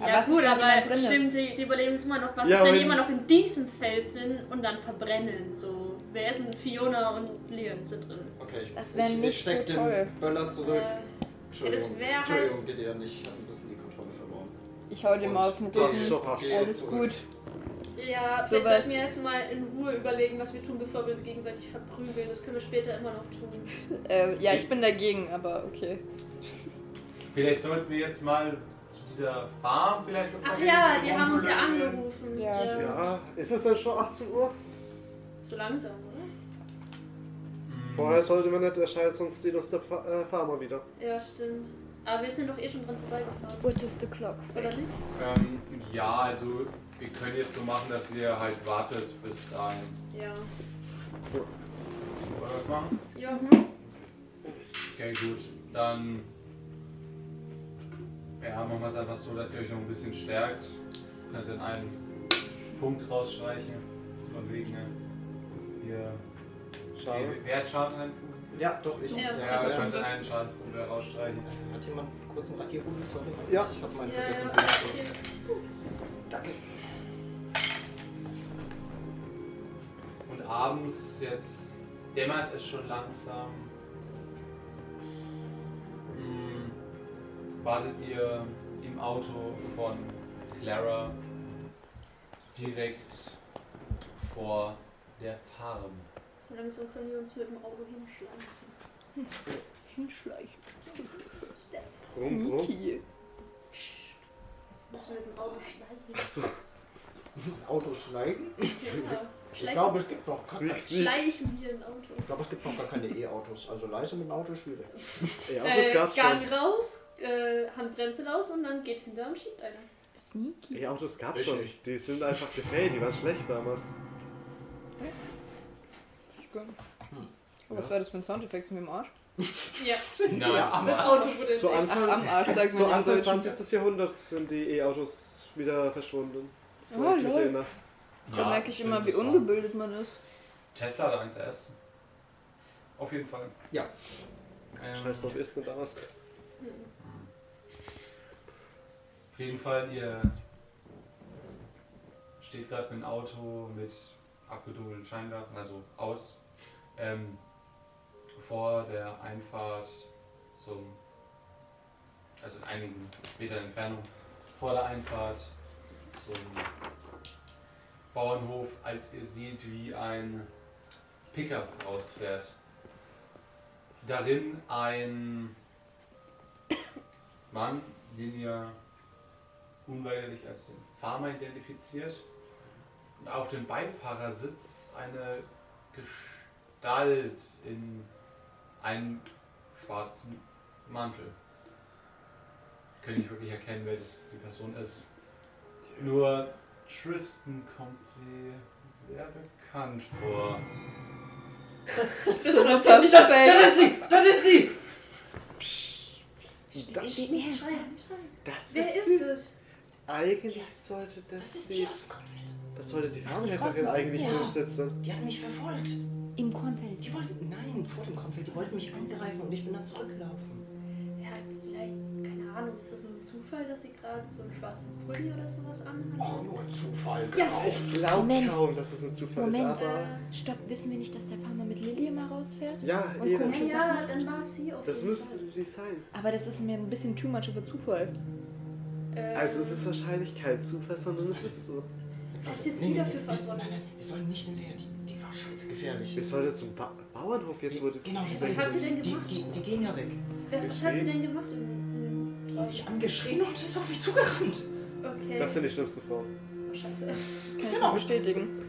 [SPEAKER 5] Aber was ist, wenn jemand drin
[SPEAKER 2] stimmt,
[SPEAKER 5] ist?
[SPEAKER 2] die, die überleben immer noch was,
[SPEAKER 3] Ja,
[SPEAKER 2] ist, wenn
[SPEAKER 3] aber
[SPEAKER 2] die
[SPEAKER 3] wenn-
[SPEAKER 2] immer noch in diesem Feld sind und dann verbrennen. So, wer ist denn Fiona und Leon sind drin?
[SPEAKER 7] Okay, ich,
[SPEAKER 5] Das wär
[SPEAKER 7] ich,
[SPEAKER 5] nicht
[SPEAKER 7] ich steck
[SPEAKER 5] so
[SPEAKER 7] den
[SPEAKER 5] toll.
[SPEAKER 7] Böller zurück.
[SPEAKER 2] Äh,
[SPEAKER 7] Entschuldigung,
[SPEAKER 2] das wär
[SPEAKER 7] Entschuldigung,
[SPEAKER 2] halt-
[SPEAKER 7] Gideon, ich hab ein bisschen die Kontrolle verloren.
[SPEAKER 5] Ich hau dir mal auf den
[SPEAKER 7] Geh-
[SPEAKER 5] Rücken.
[SPEAKER 3] schon passt.
[SPEAKER 7] geh
[SPEAKER 5] Alles
[SPEAKER 7] zurück.
[SPEAKER 5] gut.
[SPEAKER 2] Ja,
[SPEAKER 5] So
[SPEAKER 2] vielleicht
[SPEAKER 5] was-
[SPEAKER 2] sollten wir erstmal in Ruhe überlegen, was wir tun, bevor wir uns gegenseitig verprügeln. Das können wir später immer noch tun.
[SPEAKER 5] Äh, ja, ich bin dagegen, aber okay.
[SPEAKER 1] Vielleicht sollten wir jetzt mal zu dieser Farm vielleicht
[SPEAKER 2] Ach
[SPEAKER 1] vorgehen,
[SPEAKER 2] ja,
[SPEAKER 1] wo
[SPEAKER 2] die haben uns ja
[SPEAKER 1] rumblödeln.
[SPEAKER 2] angerufen.
[SPEAKER 5] Ja.
[SPEAKER 3] Ja, ist es denn schon 18 Uhr?
[SPEAKER 2] So langsam, oder?
[SPEAKER 3] Vorher sollte man nicht erscheinen, sonst sehen uns der Pfa- äh, Farmer wieder.
[SPEAKER 2] Ja, stimmt. Aber wir sind doch eh schon dran vorbeigefahren.
[SPEAKER 5] What is the clock?
[SPEAKER 2] Oder nicht?
[SPEAKER 1] Ähm, ja, also wir können jetzt so machen, dass ihr halt wartet bis dahin.
[SPEAKER 2] Ja.
[SPEAKER 1] Wollen wir das machen?
[SPEAKER 2] Ja.
[SPEAKER 5] Mhm.
[SPEAKER 1] Okay, gut. Dann ja, machen wir es einfach so, dass ihr euch noch ein bisschen stärkt. Ihr könnt dann einen Punkt rausstreichen. Von wegen, ne? Ihr
[SPEAKER 3] Schade.
[SPEAKER 1] Ihr- Wer hat Schaden einen Punkt?
[SPEAKER 7] Ja, doch, ich.
[SPEAKER 2] Ja.
[SPEAKER 1] Ja,
[SPEAKER 2] das
[SPEAKER 1] ihr könnt
[SPEAKER 2] stimmt.
[SPEAKER 1] dann einen Schadenspunkt wieder rausstreichen.
[SPEAKER 7] Hat jemand kurz einen Radiergummi? Sorry.
[SPEAKER 3] Ja.
[SPEAKER 7] Ich hab meinen
[SPEAKER 2] Ja,
[SPEAKER 7] vergessen.
[SPEAKER 2] ja, okay.
[SPEAKER 7] Danke.
[SPEAKER 1] Und abends jetzt dämmert es schon langsam. Hm, wartet ihr im Auto von Clara direkt vor der Farm.
[SPEAKER 2] So langsam können wir uns mit dem Auto hinschlagen.
[SPEAKER 5] Hinschleichen.
[SPEAKER 3] Rum, rum.
[SPEAKER 5] Sneaky.
[SPEAKER 2] Müssen wir mit dem Auto schleichen?
[SPEAKER 7] Auto schneiden?
[SPEAKER 2] Ja.
[SPEAKER 7] Ich
[SPEAKER 2] Schleichen,
[SPEAKER 7] glaube, es gibt noch gar
[SPEAKER 3] Sneak,
[SPEAKER 7] keine.
[SPEAKER 3] sneak.
[SPEAKER 2] schleichen wir ein Auto.
[SPEAKER 7] Ich glaube, es gibt noch gar keine E-Autos. Also leise mit dem Auto ist schwierig.
[SPEAKER 3] Ja, Autos
[SPEAKER 2] Äh,
[SPEAKER 3] gab's schon.
[SPEAKER 2] Gang raus, äh, Handbremse raus und dann geht hinter und schiebt einer.
[SPEAKER 5] Sneaky.
[SPEAKER 3] Ja, Autos gab's
[SPEAKER 7] Ich
[SPEAKER 3] schon.
[SPEAKER 7] nicht.
[SPEAKER 3] Die sind einfach gefällt, die waren schlecht damals.
[SPEAKER 5] Oh, was war das für ein Soundeffekt mit dem Arsch?
[SPEAKER 2] Ja.
[SPEAKER 1] Nice.
[SPEAKER 2] Das Auto wurde
[SPEAKER 3] So
[SPEAKER 2] entdeckt.
[SPEAKER 5] Ach, am
[SPEAKER 3] Anfang,
[SPEAKER 5] Arsch, sagt man
[SPEAKER 3] so
[SPEAKER 5] im
[SPEAKER 3] Anfang
[SPEAKER 5] Deutschen.
[SPEAKER 3] 20. Jahrhunderts sind die E-Autos wieder verschwunden. So
[SPEAKER 5] Oh,
[SPEAKER 3] ich mich
[SPEAKER 5] lol.
[SPEAKER 3] erinnere.
[SPEAKER 5] Da merke ich immer, wie ungebildet man ist.
[SPEAKER 1] Tesla war eins der ersten. Auf jeden Fall.
[SPEAKER 7] Ja.
[SPEAKER 1] Ähm,
[SPEAKER 3] Scheiß drauf, ist denn damals.
[SPEAKER 1] Auf jeden Fall, ihr steht gerade ein Auto mit abgedunkelten Scheinwerfern, also aus, ähm, vor der Einfahrt zum, also in einigen Meter Entfernung, vor der Einfahrt zum Bauernhof, als ihr seht, wie ein Pickup rausfährt. Darin ein Mann, den ihr unweigerlich als den Farmer identifiziert. Und auf dem Beifahrersitz eine Gestalt in einem schwarzen Mantel. Könnte ich wirklich erkennen, wer das die Person ist. Nur Tristan kommt sie sehr bekannt vor.
[SPEAKER 5] Das ist ziemlich
[SPEAKER 6] Das ist sie! Das ist sie!
[SPEAKER 3] Das, das
[SPEAKER 2] Wer
[SPEAKER 3] ist,
[SPEAKER 2] ist es?
[SPEAKER 3] eigentlich sollte das,
[SPEAKER 6] Das ist die aus Konfeld.
[SPEAKER 3] das sollte die Frauenhackerin eigentlich
[SPEAKER 6] Ja.
[SPEAKER 3] durchsetzen.
[SPEAKER 6] Die haben mich verfolgt.
[SPEAKER 12] Im Kornfeld.
[SPEAKER 6] Die wollten, nein, vor dem Konfeld, die wollten mich angreifen und ich bin dann zurückgelaufen.
[SPEAKER 2] Ja, vielleicht, keine Ahnung, ist das nur ein Zufall, dass sie gerade so einen schwarzen Pulli oder sowas anhat?
[SPEAKER 6] Auch nur ein Zufall. genau.
[SPEAKER 3] Ich glaube
[SPEAKER 12] Moment.
[SPEAKER 3] kaum, dass es ein Zufall
[SPEAKER 12] Moment. äh,
[SPEAKER 3] ist, aber
[SPEAKER 12] Stopp, wissen wir nicht, dass der Farmer mit Lilly immer rausfährt?
[SPEAKER 3] ja,
[SPEAKER 12] Und
[SPEAKER 2] Äh,
[SPEAKER 3] eben.
[SPEAKER 12] komisch.
[SPEAKER 2] ja, ja, dann war es sie auf
[SPEAKER 3] Das
[SPEAKER 2] jeden
[SPEAKER 3] müsste
[SPEAKER 2] Fall.
[SPEAKER 3] nicht sein.
[SPEAKER 12] Aber das ist mir ein bisschen too much über Zufall.
[SPEAKER 2] Äh,
[SPEAKER 3] Also es ist wahrscheinlich kein Zufall, sondern es ist so.
[SPEAKER 2] Vielleicht ist sie dafür
[SPEAKER 6] Nein,
[SPEAKER 2] verantwortlich.
[SPEAKER 6] nein, wir sollen nicht in der Nähe. Die, die war scheiße gefährlich.
[SPEAKER 3] Wir sollten zum ba Bauernhof jetzt, wo die
[SPEAKER 6] Genau, das
[SPEAKER 2] Was
[SPEAKER 6] ist
[SPEAKER 4] halt
[SPEAKER 2] hat sie
[SPEAKER 6] so.
[SPEAKER 2] denn
[SPEAKER 6] die,
[SPEAKER 2] gemacht?
[SPEAKER 6] Die, die gehen ja weg.
[SPEAKER 2] Wer- Was hat sie denn gemacht in, in
[SPEAKER 6] Ich angeschrien und Genau, sie ist auf mich zugerannt.
[SPEAKER 2] Okay.
[SPEAKER 3] Das sind die schlimmsten Frauen.
[SPEAKER 2] oh, Scheiße.
[SPEAKER 5] Kann
[SPEAKER 4] Genau.
[SPEAKER 5] ich nur bestätigen.
[SPEAKER 6] Genau.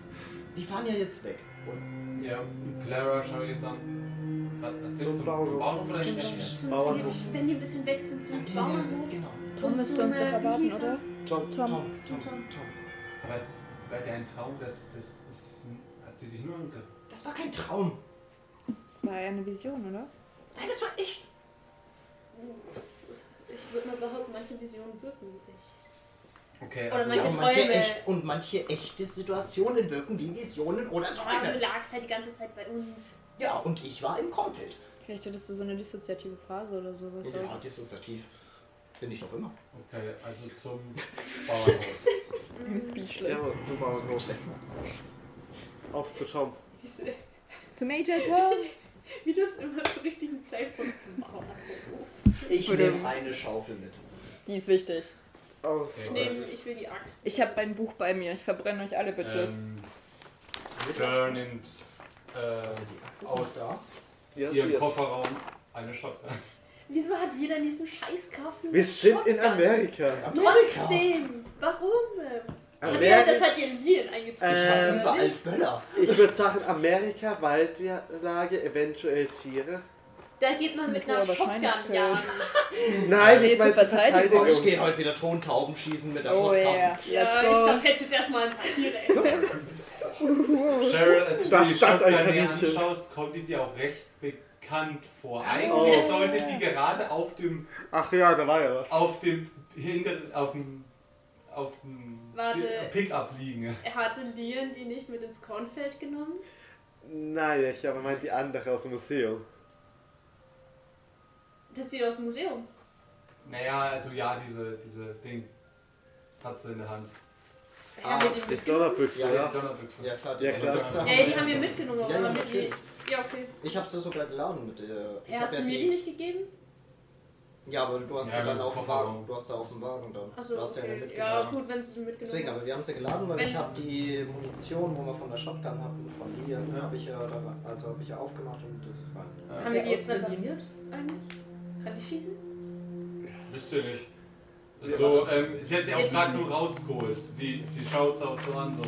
[SPEAKER 6] Die fahren ja jetzt weg.
[SPEAKER 1] Ja, Clara schau ich jetzt an. Was was ist
[SPEAKER 3] Zum
[SPEAKER 1] jetzt zum
[SPEAKER 3] Bauernhof.
[SPEAKER 1] Bauernhof oder
[SPEAKER 6] Zum
[SPEAKER 1] Städtchen?
[SPEAKER 2] Zum
[SPEAKER 3] Bauernhof.
[SPEAKER 2] Tier- Wenn die ein bisschen weg sind
[SPEAKER 6] Dann
[SPEAKER 2] zum
[SPEAKER 6] gehen wir.
[SPEAKER 2] Bauernhof.
[SPEAKER 6] Genau.
[SPEAKER 12] Tom
[SPEAKER 2] Und
[SPEAKER 12] müsste
[SPEAKER 2] so
[SPEAKER 12] uns doch
[SPEAKER 2] eine- wie
[SPEAKER 12] erwarten,
[SPEAKER 2] hieß er?
[SPEAKER 12] oder?
[SPEAKER 3] Tom,
[SPEAKER 12] Tom.
[SPEAKER 6] Tom, Tom, Tom, Tom.
[SPEAKER 1] Aber war der ein Traum, das, das ist, hat sie dich nur angegriffen.
[SPEAKER 6] Das war kein Traum.
[SPEAKER 5] Das war ja eine Vision, oder?
[SPEAKER 6] Nein, das war echt.
[SPEAKER 2] Ich würde mal behaupten, manche Visionen wirken wirklich.
[SPEAKER 1] Okay,
[SPEAKER 2] Oder
[SPEAKER 1] also
[SPEAKER 2] Manche
[SPEAKER 6] Ja, und manche
[SPEAKER 2] Träume.
[SPEAKER 6] echt und manche echte Situationen wirken wie Visionen oder
[SPEAKER 2] Aber du
[SPEAKER 6] Träume.
[SPEAKER 2] lagst halt die ganze Zeit bei uns.
[SPEAKER 6] Ja, und ich war im Kornfeld.
[SPEAKER 5] Vielleicht hattest du so eine dissoziative Phase oder sowas.
[SPEAKER 6] Ja, dissoziativ. Bin ich doch immer.
[SPEAKER 1] okay, also zum Bauernhof.
[SPEAKER 2] Hm.
[SPEAKER 5] Speechless.
[SPEAKER 3] Ja, zum Bauernhof. Auf zu Tom.
[SPEAKER 2] Diese,
[SPEAKER 5] Zu Major Tom.
[SPEAKER 2] wie das immer zur richtigen Zeitpunkt zum Bauernhof.
[SPEAKER 6] Ich
[SPEAKER 5] Oder-
[SPEAKER 6] nehme eine Schaufel mit.
[SPEAKER 5] Die ist wichtig.
[SPEAKER 3] Aus.
[SPEAKER 2] Ich nehme, ich will die Axt.
[SPEAKER 5] Ich habe mein Buch bei mir. Ich verbrenne euch alle, Bitches.
[SPEAKER 1] Ähm, Burn und äh, aus
[SPEAKER 3] Die hat sie
[SPEAKER 1] ihrem
[SPEAKER 3] jetzt.
[SPEAKER 1] Kofferraum eine Shotgun.
[SPEAKER 2] Wieso hat jeder in diesem Scheißkaffen
[SPEAKER 3] Wir sind in Amerika.
[SPEAKER 2] Trotzdem! Warum? Hat
[SPEAKER 3] Amerika-
[SPEAKER 2] jeder, das hat ihr in Lien eingezogen.
[SPEAKER 6] Ich habe
[SPEAKER 3] Ähm,
[SPEAKER 6] überall Böller.
[SPEAKER 3] Ich würde sagen, Amerika, Waldlage, eventuell Tiere.
[SPEAKER 2] Da geht man mit
[SPEAKER 5] Mit hoher
[SPEAKER 2] einer Shotgun
[SPEAKER 5] Wahrscheinlichkeit.
[SPEAKER 2] jagen.
[SPEAKER 3] Nein,
[SPEAKER 5] Nee,
[SPEAKER 3] ich meine
[SPEAKER 5] zur
[SPEAKER 3] zur
[SPEAKER 5] Verteidigung.
[SPEAKER 6] Ich
[SPEAKER 3] Verteidigung.
[SPEAKER 6] gehe heute wieder Tontauben schießen mit der
[SPEAKER 5] Oh
[SPEAKER 6] Shotgun.
[SPEAKER 5] yeah.
[SPEAKER 2] Ja, ich
[SPEAKER 5] Let's
[SPEAKER 2] zerfetze jetzt erstmal ein paar Tiere. ey.
[SPEAKER 1] Cheryl, als du
[SPEAKER 3] Da
[SPEAKER 1] die
[SPEAKER 3] stand ein
[SPEAKER 1] Shotgun dir
[SPEAKER 3] Kaninchen.
[SPEAKER 1] anschaust, kommt die dir auch recht bekannt vor. Eigentlich
[SPEAKER 3] Oh.
[SPEAKER 1] sollte die gerade auf dem,
[SPEAKER 3] Ach ja, da war ja was.
[SPEAKER 1] auf dem, hinter, auf dem, auf dem
[SPEAKER 2] Warte.
[SPEAKER 1] Pickup liegen.
[SPEAKER 2] Er hatte Lien die nicht mit ins Kornfeld genommen.
[SPEAKER 3] Nein, ich habe meint die andere aus dem Museum.
[SPEAKER 2] Das ist die aus dem Museum.
[SPEAKER 1] Naja, also ja, diese, diese Ding. Katze in der Hand.
[SPEAKER 2] Ja, mit dem
[SPEAKER 3] Die Donnerbüchse,
[SPEAKER 1] Ja,
[SPEAKER 3] ja.
[SPEAKER 1] die Donnerbüchse.
[SPEAKER 7] Ja, klar,
[SPEAKER 3] Ja,
[SPEAKER 7] die
[SPEAKER 3] klar.
[SPEAKER 7] Donnerbüchse.
[SPEAKER 2] Ey, die haben wir mitgenommen,
[SPEAKER 7] Ja,
[SPEAKER 2] aber
[SPEAKER 7] ja,
[SPEAKER 2] haben wir die.
[SPEAKER 7] natürlich.
[SPEAKER 2] Ja, okay.
[SPEAKER 7] Ich hab's ja sogar geladen mit der. Ich
[SPEAKER 2] Ja,
[SPEAKER 7] hab
[SPEAKER 2] hast
[SPEAKER 7] ja
[SPEAKER 2] du mir die
[SPEAKER 7] die.
[SPEAKER 2] nicht gegeben?
[SPEAKER 7] Ja, aber du hast
[SPEAKER 1] Ja,
[SPEAKER 7] sie dann
[SPEAKER 1] das
[SPEAKER 7] auf
[SPEAKER 1] ist
[SPEAKER 7] dem
[SPEAKER 1] Kofferraum.
[SPEAKER 7] Wagen. Du hast sie auf dem Wagen dann.
[SPEAKER 2] Achso,
[SPEAKER 7] du hast ja eine
[SPEAKER 2] okay.
[SPEAKER 7] mitgenommen.
[SPEAKER 2] Ja, genau.
[SPEAKER 1] mitgenommen.
[SPEAKER 2] gut, wenn sie sie mitgenommen
[SPEAKER 7] Deswegen, aber wir haben sie geladen, weil ich
[SPEAKER 2] Wenn-
[SPEAKER 7] habe die Munition, wo wir von der Shotgun hatten, von ihr, ne, habe ich ja, da, rein- also habe ich ja aufgemacht und das war.
[SPEAKER 2] haben. Haben wir die jetzt repariert eigentlich? Kann ich schießen?
[SPEAKER 1] Wisst ihr nicht.
[SPEAKER 7] Ja,
[SPEAKER 1] So,
[SPEAKER 7] das-
[SPEAKER 1] ähm, sie hat sie
[SPEAKER 2] Ja,
[SPEAKER 1] auch gerade
[SPEAKER 2] diesen-
[SPEAKER 1] nur rausgeholt. Sie, sie schaut's auch so an, so.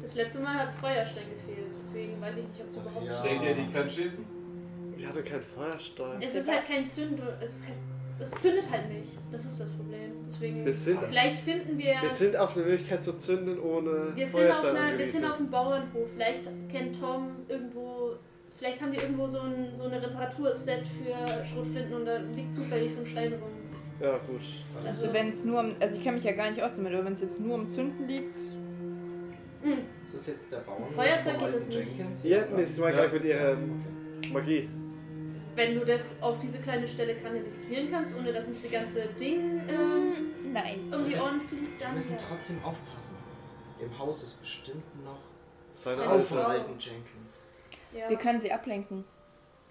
[SPEAKER 2] Das letzte Mal hat Feuerstein gefehlt, deswegen weiß ich nicht, ob es überhaupt
[SPEAKER 7] Ja.
[SPEAKER 2] schießt.
[SPEAKER 1] Denkt ihr, die kann schießen?
[SPEAKER 3] Wir hatten keinen Feuerstein.
[SPEAKER 2] Es ist halt kein Zündel. Es, ist halt, es zündet halt nicht. Das ist das Problem. Deswegen.
[SPEAKER 3] Wir sind,
[SPEAKER 2] Vielleicht finden wir.
[SPEAKER 3] wir sind auf eine Möglichkeit zu zünden ohne
[SPEAKER 2] Wir sind, auf
[SPEAKER 3] Feuerstein
[SPEAKER 2] einer, wir sind
[SPEAKER 3] angewiesen.
[SPEAKER 2] auf einem Bauernhof. Vielleicht kennt Tom irgendwo. Vielleicht haben wir irgendwo so ein so eine Reparaturset für Schrotflinten und da liegt zufällig so ein Stein rum.
[SPEAKER 3] ja, gut.
[SPEAKER 2] Also,
[SPEAKER 5] Also wenn es nur um, also ich kenne mich ja gar nicht aus damit, aber wenn es jetzt nur um Zünden liegt,
[SPEAKER 2] Hm,
[SPEAKER 7] Ist das jetzt der Bauer?
[SPEAKER 2] Feuerzeug geht das nicht.
[SPEAKER 7] Jenkins?
[SPEAKER 3] Sie hätten nächstes Mal
[SPEAKER 1] Ja.
[SPEAKER 3] gleich mit ihrer Magie.
[SPEAKER 2] wenn du das auf diese kleine Stelle kanalisieren kannst, ohne dass uns das ganze Ding ähm,
[SPEAKER 12] Nein.
[SPEAKER 2] um die Ohren fliegt,
[SPEAKER 6] Wir
[SPEAKER 2] dann.
[SPEAKER 6] müssen trotzdem aufpassen.
[SPEAKER 7] Im Haus ist bestimmt noch
[SPEAKER 3] Seine
[SPEAKER 2] Seine
[SPEAKER 7] Frau von
[SPEAKER 2] Frau.
[SPEAKER 7] alten Jenkins.
[SPEAKER 2] Ja.
[SPEAKER 5] Wir können sie ablenken.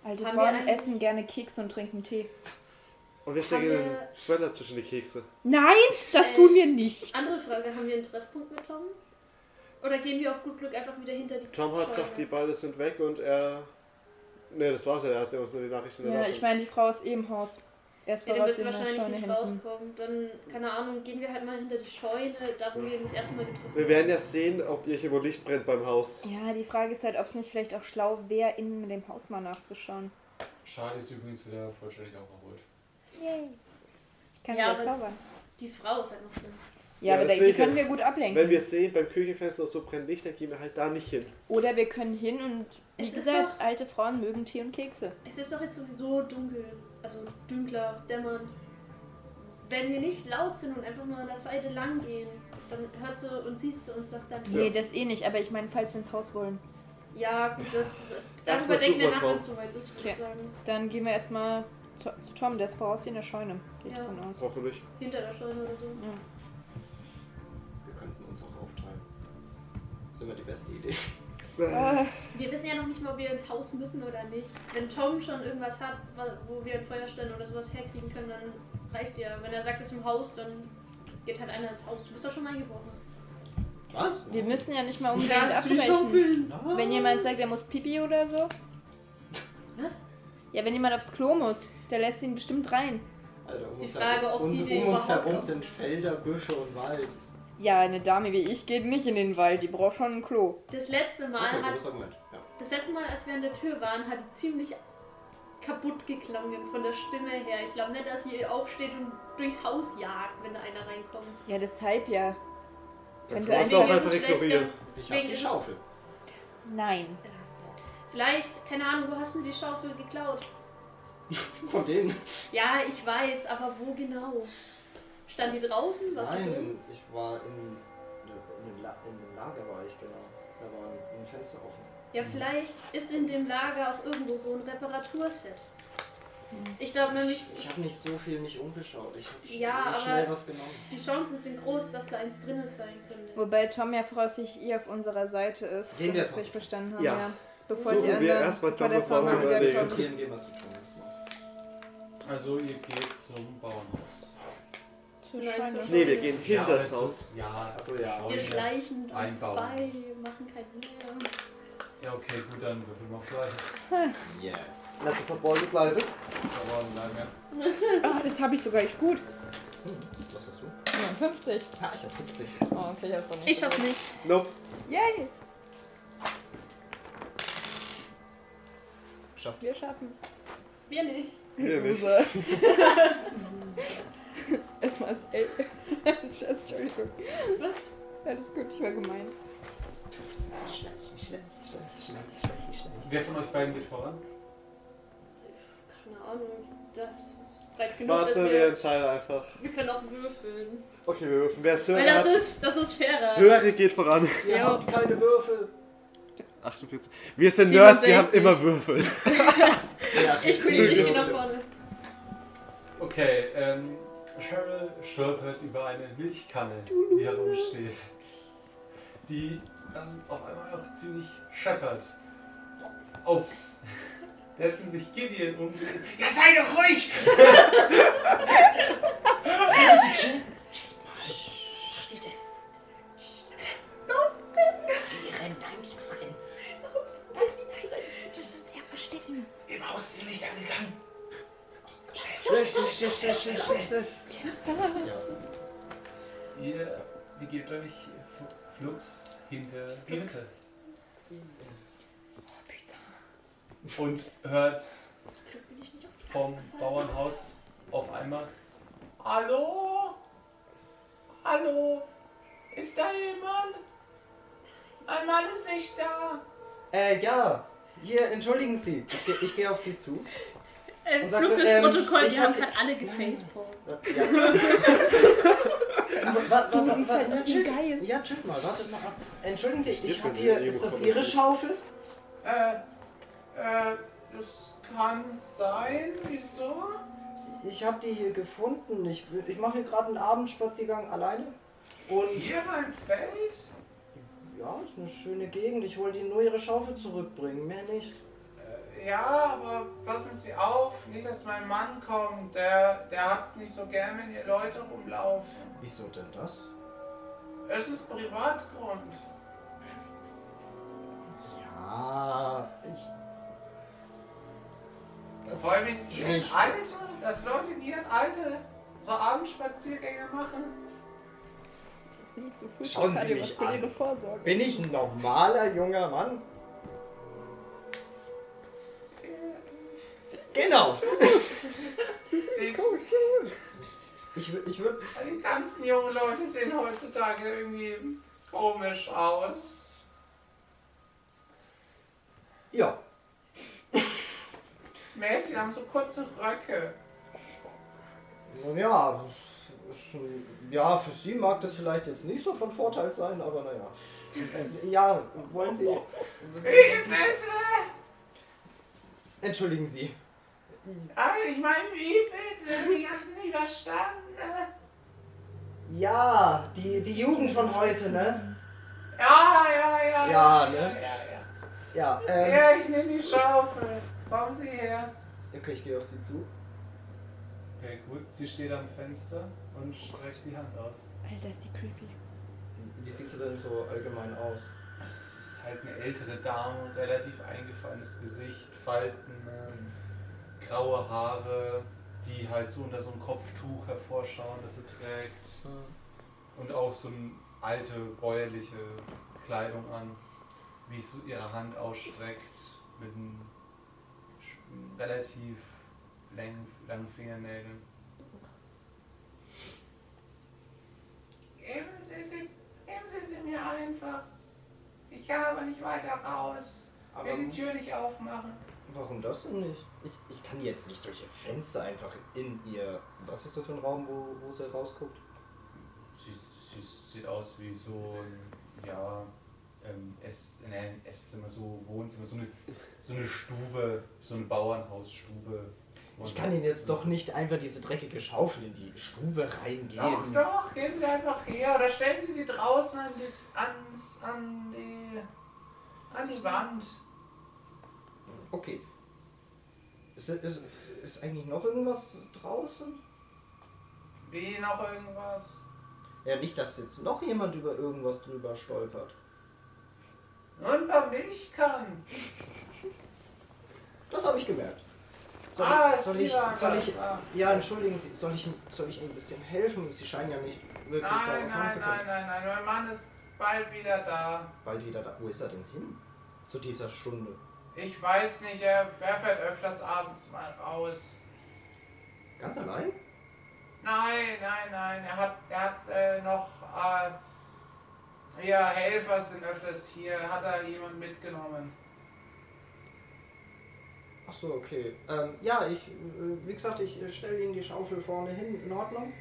[SPEAKER 5] Alte
[SPEAKER 2] Haben wir
[SPEAKER 5] Frauen
[SPEAKER 2] eigentlich-
[SPEAKER 5] essen gerne Keks und trinken Tee.
[SPEAKER 3] Und wir
[SPEAKER 2] Haben
[SPEAKER 3] stecken
[SPEAKER 2] wir-
[SPEAKER 3] einen Schredder zwischen die Kekse.
[SPEAKER 5] Nein, das
[SPEAKER 2] Äh.
[SPEAKER 5] tun wir nicht.
[SPEAKER 2] Andere Frage, haben wir einen Treffpunkt mit Tom? Oder gehen wir auf gut Glück einfach wieder hinter die
[SPEAKER 3] Tom hat
[SPEAKER 2] Scheune?
[SPEAKER 3] gesagt, die Beine sind weg und er. Ne, das war's ja, er hat uns nur die Nachrichten
[SPEAKER 5] Ja,
[SPEAKER 3] hinterlassen.
[SPEAKER 5] ich meine, die Frau ist eh im Haus.
[SPEAKER 2] Ja, dann
[SPEAKER 5] Erstmal ja,
[SPEAKER 2] wird
[SPEAKER 5] was
[SPEAKER 2] sie
[SPEAKER 5] in der
[SPEAKER 2] wahrscheinlich
[SPEAKER 5] Scheune
[SPEAKER 2] nicht
[SPEAKER 5] hinten.
[SPEAKER 2] rauskommen. Dann, keine Ahnung, gehen wir halt mal hinter die Scheune, da wo wir ihn das erste Mal getroffen
[SPEAKER 3] wir werden ja sehen, ob irgendwo Licht brennt beim Haus.
[SPEAKER 5] Ja, die Frage ist halt, ob es nicht vielleicht auch schlau wäre, innen mit dem Haus mal nachzuschauen.
[SPEAKER 1] Schade ist übrigens wieder vollständig aufgeholt.
[SPEAKER 5] Yay. Ich kann
[SPEAKER 2] Ja,
[SPEAKER 5] ja,
[SPEAKER 2] aber-
[SPEAKER 5] zaubern.
[SPEAKER 2] Die Frau ist halt noch schlimm.
[SPEAKER 5] Ja,
[SPEAKER 3] Ja,
[SPEAKER 5] aber die
[SPEAKER 3] deswegen.
[SPEAKER 5] können wir gut ablenken.
[SPEAKER 3] Wenn wir sehen, beim Küchenfenster so brennt Licht, dann gehen wir halt da nicht hin.
[SPEAKER 5] Oder wir können hin und, wie
[SPEAKER 2] Es ist
[SPEAKER 5] gesagt, alte Frauen mögen Tee und Kekse.
[SPEAKER 2] Es ist doch jetzt sowieso dunkel, also dunkler, dämmernd. Wenn wir nicht laut sind und einfach nur an der Seite lang gehen, dann hört sie und sieht sie uns doch dann.
[SPEAKER 5] Nee, das eh nicht, aber ich meine, falls wir ins Haus wollen,
[SPEAKER 2] Ja, gut, das. Darüber
[SPEAKER 3] Erstmal
[SPEAKER 2] denken wir nach,
[SPEAKER 3] Suchworkshop.
[SPEAKER 2] wenn es soweit ist, würde ich
[SPEAKER 5] Okay.
[SPEAKER 2] sagen.
[SPEAKER 5] dann gehen wir erstmal zu, zu Tom, der ist voraus in der Scheune. Geht
[SPEAKER 2] Ja. Oh.
[SPEAKER 5] davon aus.
[SPEAKER 3] Hoffentlich.
[SPEAKER 2] Hinter der Scheune oder so.
[SPEAKER 5] Ja.
[SPEAKER 11] Wir könnten uns auch aufteilen. Das ist immer die beste Idee.
[SPEAKER 5] Äh,
[SPEAKER 2] Wir wissen ja noch nicht mal, ob wir ins Haus müssen oder nicht. Wenn Tom schon irgendwas hat, wa- wo wir ein Feuer stellen oder sowas herkriegen können, dann reicht ja. Wenn er sagt, es ist im Haus, dann geht halt einer ins Haus. Du bist doch schon eingebrochen.
[SPEAKER 11] Was?
[SPEAKER 5] wir müssen ja nicht mal
[SPEAKER 2] Ja,
[SPEAKER 5] unbedingt
[SPEAKER 2] das ist wie
[SPEAKER 5] abbrechen.
[SPEAKER 11] Was?
[SPEAKER 5] Wenn jemand sagt, er muss Pipi oder so.
[SPEAKER 2] Was?
[SPEAKER 5] Ja, wenn jemand aufs Klo muss, der lässt ihn bestimmt rein.
[SPEAKER 11] Alter, um
[SPEAKER 2] Ist die
[SPEAKER 11] uns
[SPEAKER 2] Frage,
[SPEAKER 11] herum-
[SPEAKER 2] ob
[SPEAKER 11] um,
[SPEAKER 2] die Idee
[SPEAKER 11] um uns
[SPEAKER 2] überhaupt
[SPEAKER 11] herum
[SPEAKER 2] aus-
[SPEAKER 11] sind Felder, Büsche und Wald.
[SPEAKER 5] Ja, eine Dame wie ich geht nicht in den Wald, die braucht schon ein Klo.
[SPEAKER 2] Das letzte Mal
[SPEAKER 11] Okay,
[SPEAKER 2] hat
[SPEAKER 11] gutes Argument. Ja.
[SPEAKER 2] Das letzte Mal, als wir an der Tür waren, hat die ziemlich kaputt geklungen von der Stimme her. Ich glaube nicht, dass sie aufsteht und durchs Haus jagt, wenn da einer reinkommt.
[SPEAKER 5] Ja, deshalb ja.
[SPEAKER 3] Das
[SPEAKER 5] Wenn
[SPEAKER 3] kann
[SPEAKER 5] du
[SPEAKER 3] man auch
[SPEAKER 5] einfach-
[SPEAKER 3] einfach ignorieren.
[SPEAKER 11] Ich
[SPEAKER 2] deswegen
[SPEAKER 11] hab die
[SPEAKER 2] ist es-
[SPEAKER 11] Schaufel.
[SPEAKER 5] Nein.
[SPEAKER 2] Vielleicht, keine Ahnung, wo hast du die Schaufel geklaut?
[SPEAKER 11] Von denen?
[SPEAKER 2] Ja, ich weiß, aber wo genau? Stand die draußen? Warst du
[SPEAKER 11] Nein,
[SPEAKER 2] drin?
[SPEAKER 11] in- ich war in, ne, in, dem La- in dem Lager war ich genau. Da war ein, ein Fenster offen.
[SPEAKER 2] Ja, vielleicht ist in dem Lager auch irgendwo so ein Reparaturset. Ich glaube nämlich,
[SPEAKER 11] Ich habe nicht so viel nicht umgeschaut. Ich habe
[SPEAKER 2] Ja, aber-
[SPEAKER 11] schnell was genommen.
[SPEAKER 2] die Chancen sind groß, dass da eins drin sein könnte.
[SPEAKER 5] Wobei Tom ja voraussichtlich eh auf unserer Seite ist,
[SPEAKER 11] Gehen
[SPEAKER 5] wenn
[SPEAKER 11] wir
[SPEAKER 5] wir es
[SPEAKER 11] erst
[SPEAKER 5] richtig
[SPEAKER 11] mal
[SPEAKER 5] verstanden haben.
[SPEAKER 3] Ja.
[SPEAKER 5] Ja. Bevor
[SPEAKER 3] Suchen
[SPEAKER 5] die
[SPEAKER 3] wir
[SPEAKER 5] anderen,
[SPEAKER 3] erst mal
[SPEAKER 5] bevor
[SPEAKER 3] Tom,
[SPEAKER 5] der
[SPEAKER 3] bevor
[SPEAKER 5] Farmer
[SPEAKER 3] wir
[SPEAKER 5] wieder
[SPEAKER 3] sehen.
[SPEAKER 5] kommt.
[SPEAKER 11] Diskutieren wir mal zu tun. Das macht.
[SPEAKER 1] Also ihr geht zum Bauernhaus.
[SPEAKER 5] Zur
[SPEAKER 2] Nein,
[SPEAKER 5] Scheune.
[SPEAKER 2] zur
[SPEAKER 3] Nee, wir gehen
[SPEAKER 1] Ja, also
[SPEAKER 3] hinter das
[SPEAKER 1] aber
[SPEAKER 3] Haus.
[SPEAKER 1] zu- Ja,
[SPEAKER 11] Ach so,
[SPEAKER 1] zur
[SPEAKER 11] ja.
[SPEAKER 1] Scheune.
[SPEAKER 2] Wir schleichen dran
[SPEAKER 1] Einbauen.
[SPEAKER 2] vorbei, machen keinen Lärm.
[SPEAKER 1] Ja, okay, gut, dann würfeln wir vielleicht.
[SPEAKER 11] Yes.
[SPEAKER 4] Lass uns verborgen bleiben.
[SPEAKER 1] Aber nein, mehr.
[SPEAKER 5] Ah, das habe ich sogar echt gut.
[SPEAKER 11] Was hast du?
[SPEAKER 5] 59.
[SPEAKER 11] Ja, ich hab 70.
[SPEAKER 5] Oh, okay, ich hab's doch nicht.
[SPEAKER 2] Ich schaff's nicht.
[SPEAKER 3] Nope.
[SPEAKER 5] Yay!
[SPEAKER 11] Schafft.
[SPEAKER 5] Wir schaffen es.
[SPEAKER 2] Wir nicht.
[SPEAKER 3] Wir nicht.
[SPEAKER 5] Loser. Erstmal das L. Just Entschuldigung.
[SPEAKER 2] Was?
[SPEAKER 5] Alles gut, ich war gemein.
[SPEAKER 1] Wer von euch beiden geht voran?
[SPEAKER 2] Keine Ahnung. Das ist weit genug,
[SPEAKER 3] Warte,
[SPEAKER 2] dass
[SPEAKER 3] wir
[SPEAKER 2] wir,
[SPEAKER 3] entscheiden einfach.
[SPEAKER 2] wir können auch würfeln.
[SPEAKER 3] Okay, wir würfen. Wer es
[SPEAKER 2] Weil
[SPEAKER 3] höher
[SPEAKER 2] das
[SPEAKER 3] hat,
[SPEAKER 2] ist, das ist fairer.
[SPEAKER 3] höhere geht voran.
[SPEAKER 4] Ihr habt keine Würfel.
[SPEAKER 3] 48. Wir sind Nerds, wir haben
[SPEAKER 2] 67.
[SPEAKER 3] immer Würfel.
[SPEAKER 2] Ich bin
[SPEAKER 3] Zehn
[SPEAKER 2] nicht
[SPEAKER 3] Würfel.
[SPEAKER 2] nach vorne.
[SPEAKER 1] Okay, ähm, Cheryl stolpert über eine Milchkanne, die herumsteht. Die dann auf einmal auch ziemlich scheppert. Auf dessen sich Gideon umdreht. Ja, sei doch ruhig! Im Haus ist sie nicht angegangen.
[SPEAKER 4] Schnell, schnell, schnell, schnell, schnell, schnell, schnell.
[SPEAKER 1] Ihr begebt euch fl- flugs hinter die Hütte. Und hört
[SPEAKER 2] Oh, Zum Glück bin ich nicht auf die
[SPEAKER 1] vom
[SPEAKER 2] Axt gefallen.
[SPEAKER 1] Bauernhaus auf einmal: Hallo? Hallo? Ist da jemand? Mein Mann ist nicht da.
[SPEAKER 4] Äh, ja. Hier, entschuldigen Sie. Ich, geh- ich gehe auf Sie zu.
[SPEAKER 2] Ähm, nur
[SPEAKER 4] Und sagst du,
[SPEAKER 2] fürs
[SPEAKER 4] ähm,
[SPEAKER 2] Protokoll,
[SPEAKER 4] ich
[SPEAKER 2] wir haben
[SPEAKER 4] hab-
[SPEAKER 2] gerade alle Gefängnisporn.
[SPEAKER 5] Du siehst halt aus wie ein Geist.
[SPEAKER 4] Ja, chill mal, wartet mal ab. Entschuldigen Sie, ich
[SPEAKER 3] Stimmt,
[SPEAKER 4] habe
[SPEAKER 3] wenn
[SPEAKER 4] hier.
[SPEAKER 3] wir
[SPEAKER 4] Ist das
[SPEAKER 3] irgendwo
[SPEAKER 4] Ihre
[SPEAKER 3] kommen.
[SPEAKER 4] Schaufel?
[SPEAKER 1] Äh, äh, das kann sein. Wieso?
[SPEAKER 4] Ich habe die hier gefunden. Ich, ich mache hier gerade einen Abendspaziergang alleine. Und
[SPEAKER 1] Hier mein Feld?
[SPEAKER 13] Ja, ist eine schöne Gegend. Ich wollte ihnen nur ihre Schaufel zurückbringen, mehr nicht.
[SPEAKER 14] Äh, Ja, aber passen Sie auf, nicht dass mein Mann kommt. Der, der hat's nicht so gern, wenn hier Leute rumlaufen.
[SPEAKER 4] Wieso denn das?
[SPEAKER 14] Es ist Privatgrund.
[SPEAKER 4] Ja, ich. Das
[SPEAKER 14] Vor allem in
[SPEAKER 4] ist
[SPEAKER 14] Ihrem
[SPEAKER 4] richtig.
[SPEAKER 14] Alter, dass Leute in Ihrem Alter so Abendspaziergänge machen.
[SPEAKER 5] Das ist nie zu
[SPEAKER 4] Schauen
[SPEAKER 5] früh. Ich
[SPEAKER 4] Sie
[SPEAKER 5] kann
[SPEAKER 4] mich
[SPEAKER 5] dir was für
[SPEAKER 4] an.
[SPEAKER 5] Ihre Vorsorge.
[SPEAKER 4] Bin ich ein normaler junger Mann? Genau!
[SPEAKER 14] Sie ist,
[SPEAKER 13] Ich, wü- ich würde.
[SPEAKER 14] die ganzen jungen Leute sehen heutzutage irgendwie komisch aus.
[SPEAKER 13] Ja.
[SPEAKER 14] Mädchen haben so kurze Röcke.
[SPEAKER 4] Nun ja, ist schon- ja, für Sie mag das vielleicht jetzt nicht so von Vorteil sein, aber naja. Äh, Ja, wollen Sie.
[SPEAKER 14] Wie bitte?
[SPEAKER 4] Entschuldigen Sie.
[SPEAKER 14] Nein, ich meine, wie bitte? Ich hab's nicht verstanden.
[SPEAKER 13] Ja, die, die Jugend von heute, ne?
[SPEAKER 14] Ja, ja, ja.
[SPEAKER 4] Ja, ne?
[SPEAKER 14] ja, ja.
[SPEAKER 4] Ja, ähm.
[SPEAKER 14] Ja, ich nehme die Schaufel. Kommen Sie her.
[SPEAKER 4] Okay, ich gehe auf Sie zu.
[SPEAKER 1] Okay, gut. Sie steht am Fenster und streckt die Hand aus.
[SPEAKER 15] Alter, ist die creepy.
[SPEAKER 4] Wie sieht sie denn so allgemein aus?
[SPEAKER 1] Es ist halt eine ältere Dame, relativ eingefallenes Gesicht, Falten, äh, graue Haare, die halt so unter so einem Kopftuch hervorschauen, das sie trägt. Und auch so eine alte, bäuerliche Kleidung an, wie sie so ihre Hand ausstreckt, mit einem sch- relativ langen, langen Fingernägeln.
[SPEAKER 14] Geben Sie, sie, geben sie sie mir einfach. Ich kann aber nicht weiter raus. Ich
[SPEAKER 4] Aber
[SPEAKER 14] will die Tür nicht aufmachen.
[SPEAKER 4] warum das denn nicht? Ich, ich kann jetzt nicht durch ihr Fenster einfach in ihr. Was ist das für ein Raum, wo, wo sie rausguckt?
[SPEAKER 1] Sie, sie sieht aus wie so ein, ja, ähm, Ess, nein, Esszimmer, so Wohnzimmer, so eine, so eine Stube, so eine Bauernhausstube.
[SPEAKER 4] Ich kann Ihnen jetzt doch nicht einfach diese dreckige Schaufel in die Stube
[SPEAKER 14] Doch,
[SPEAKER 4] reingeben.
[SPEAKER 14] doch, geben Sie einfach her. Oder stellen Sie sie draußen an, das, ans, an, die, an die Wand.
[SPEAKER 4] Okay. Ist, ist, ist eigentlich noch irgendwas draußen?
[SPEAKER 14] Wie noch irgendwas?
[SPEAKER 4] Ja, nicht, dass jetzt noch jemand über irgendwas drüber stolpert.
[SPEAKER 14] Nur ein paar Milchkannen.
[SPEAKER 4] Das habe ich gemerkt. Soll,
[SPEAKER 14] ah,
[SPEAKER 4] ich,
[SPEAKER 14] ist
[SPEAKER 4] soll, ich,
[SPEAKER 14] wieder
[SPEAKER 4] soll ich.
[SPEAKER 14] Ah.
[SPEAKER 4] Ja, entschuldigen Sie, soll ich, soll ich Ihnen ein bisschen helfen? Sie scheinen ja nicht wirklich da
[SPEAKER 14] Nein,
[SPEAKER 4] was machen
[SPEAKER 14] nein,
[SPEAKER 4] zu können.
[SPEAKER 14] nein, nein, nein. Mein Mann ist bald wieder da.
[SPEAKER 4] Bald wieder da. Wo ist er denn hin? Zu dieser Stunde.
[SPEAKER 14] Ich weiß nicht, er, er fährt öfters abends mal raus.
[SPEAKER 4] Ganz allein?
[SPEAKER 14] Nein, nein, nein. Er hat, er hat äh, noch. Äh, ja, Helfer sind öfters hier. Hat er jemand mitgenommen?
[SPEAKER 4] Ach so, okay. Ähm, ja, ich, äh, wie gesagt, ich stelle Ihnen die Schaufel vorne hin. In Ordnung?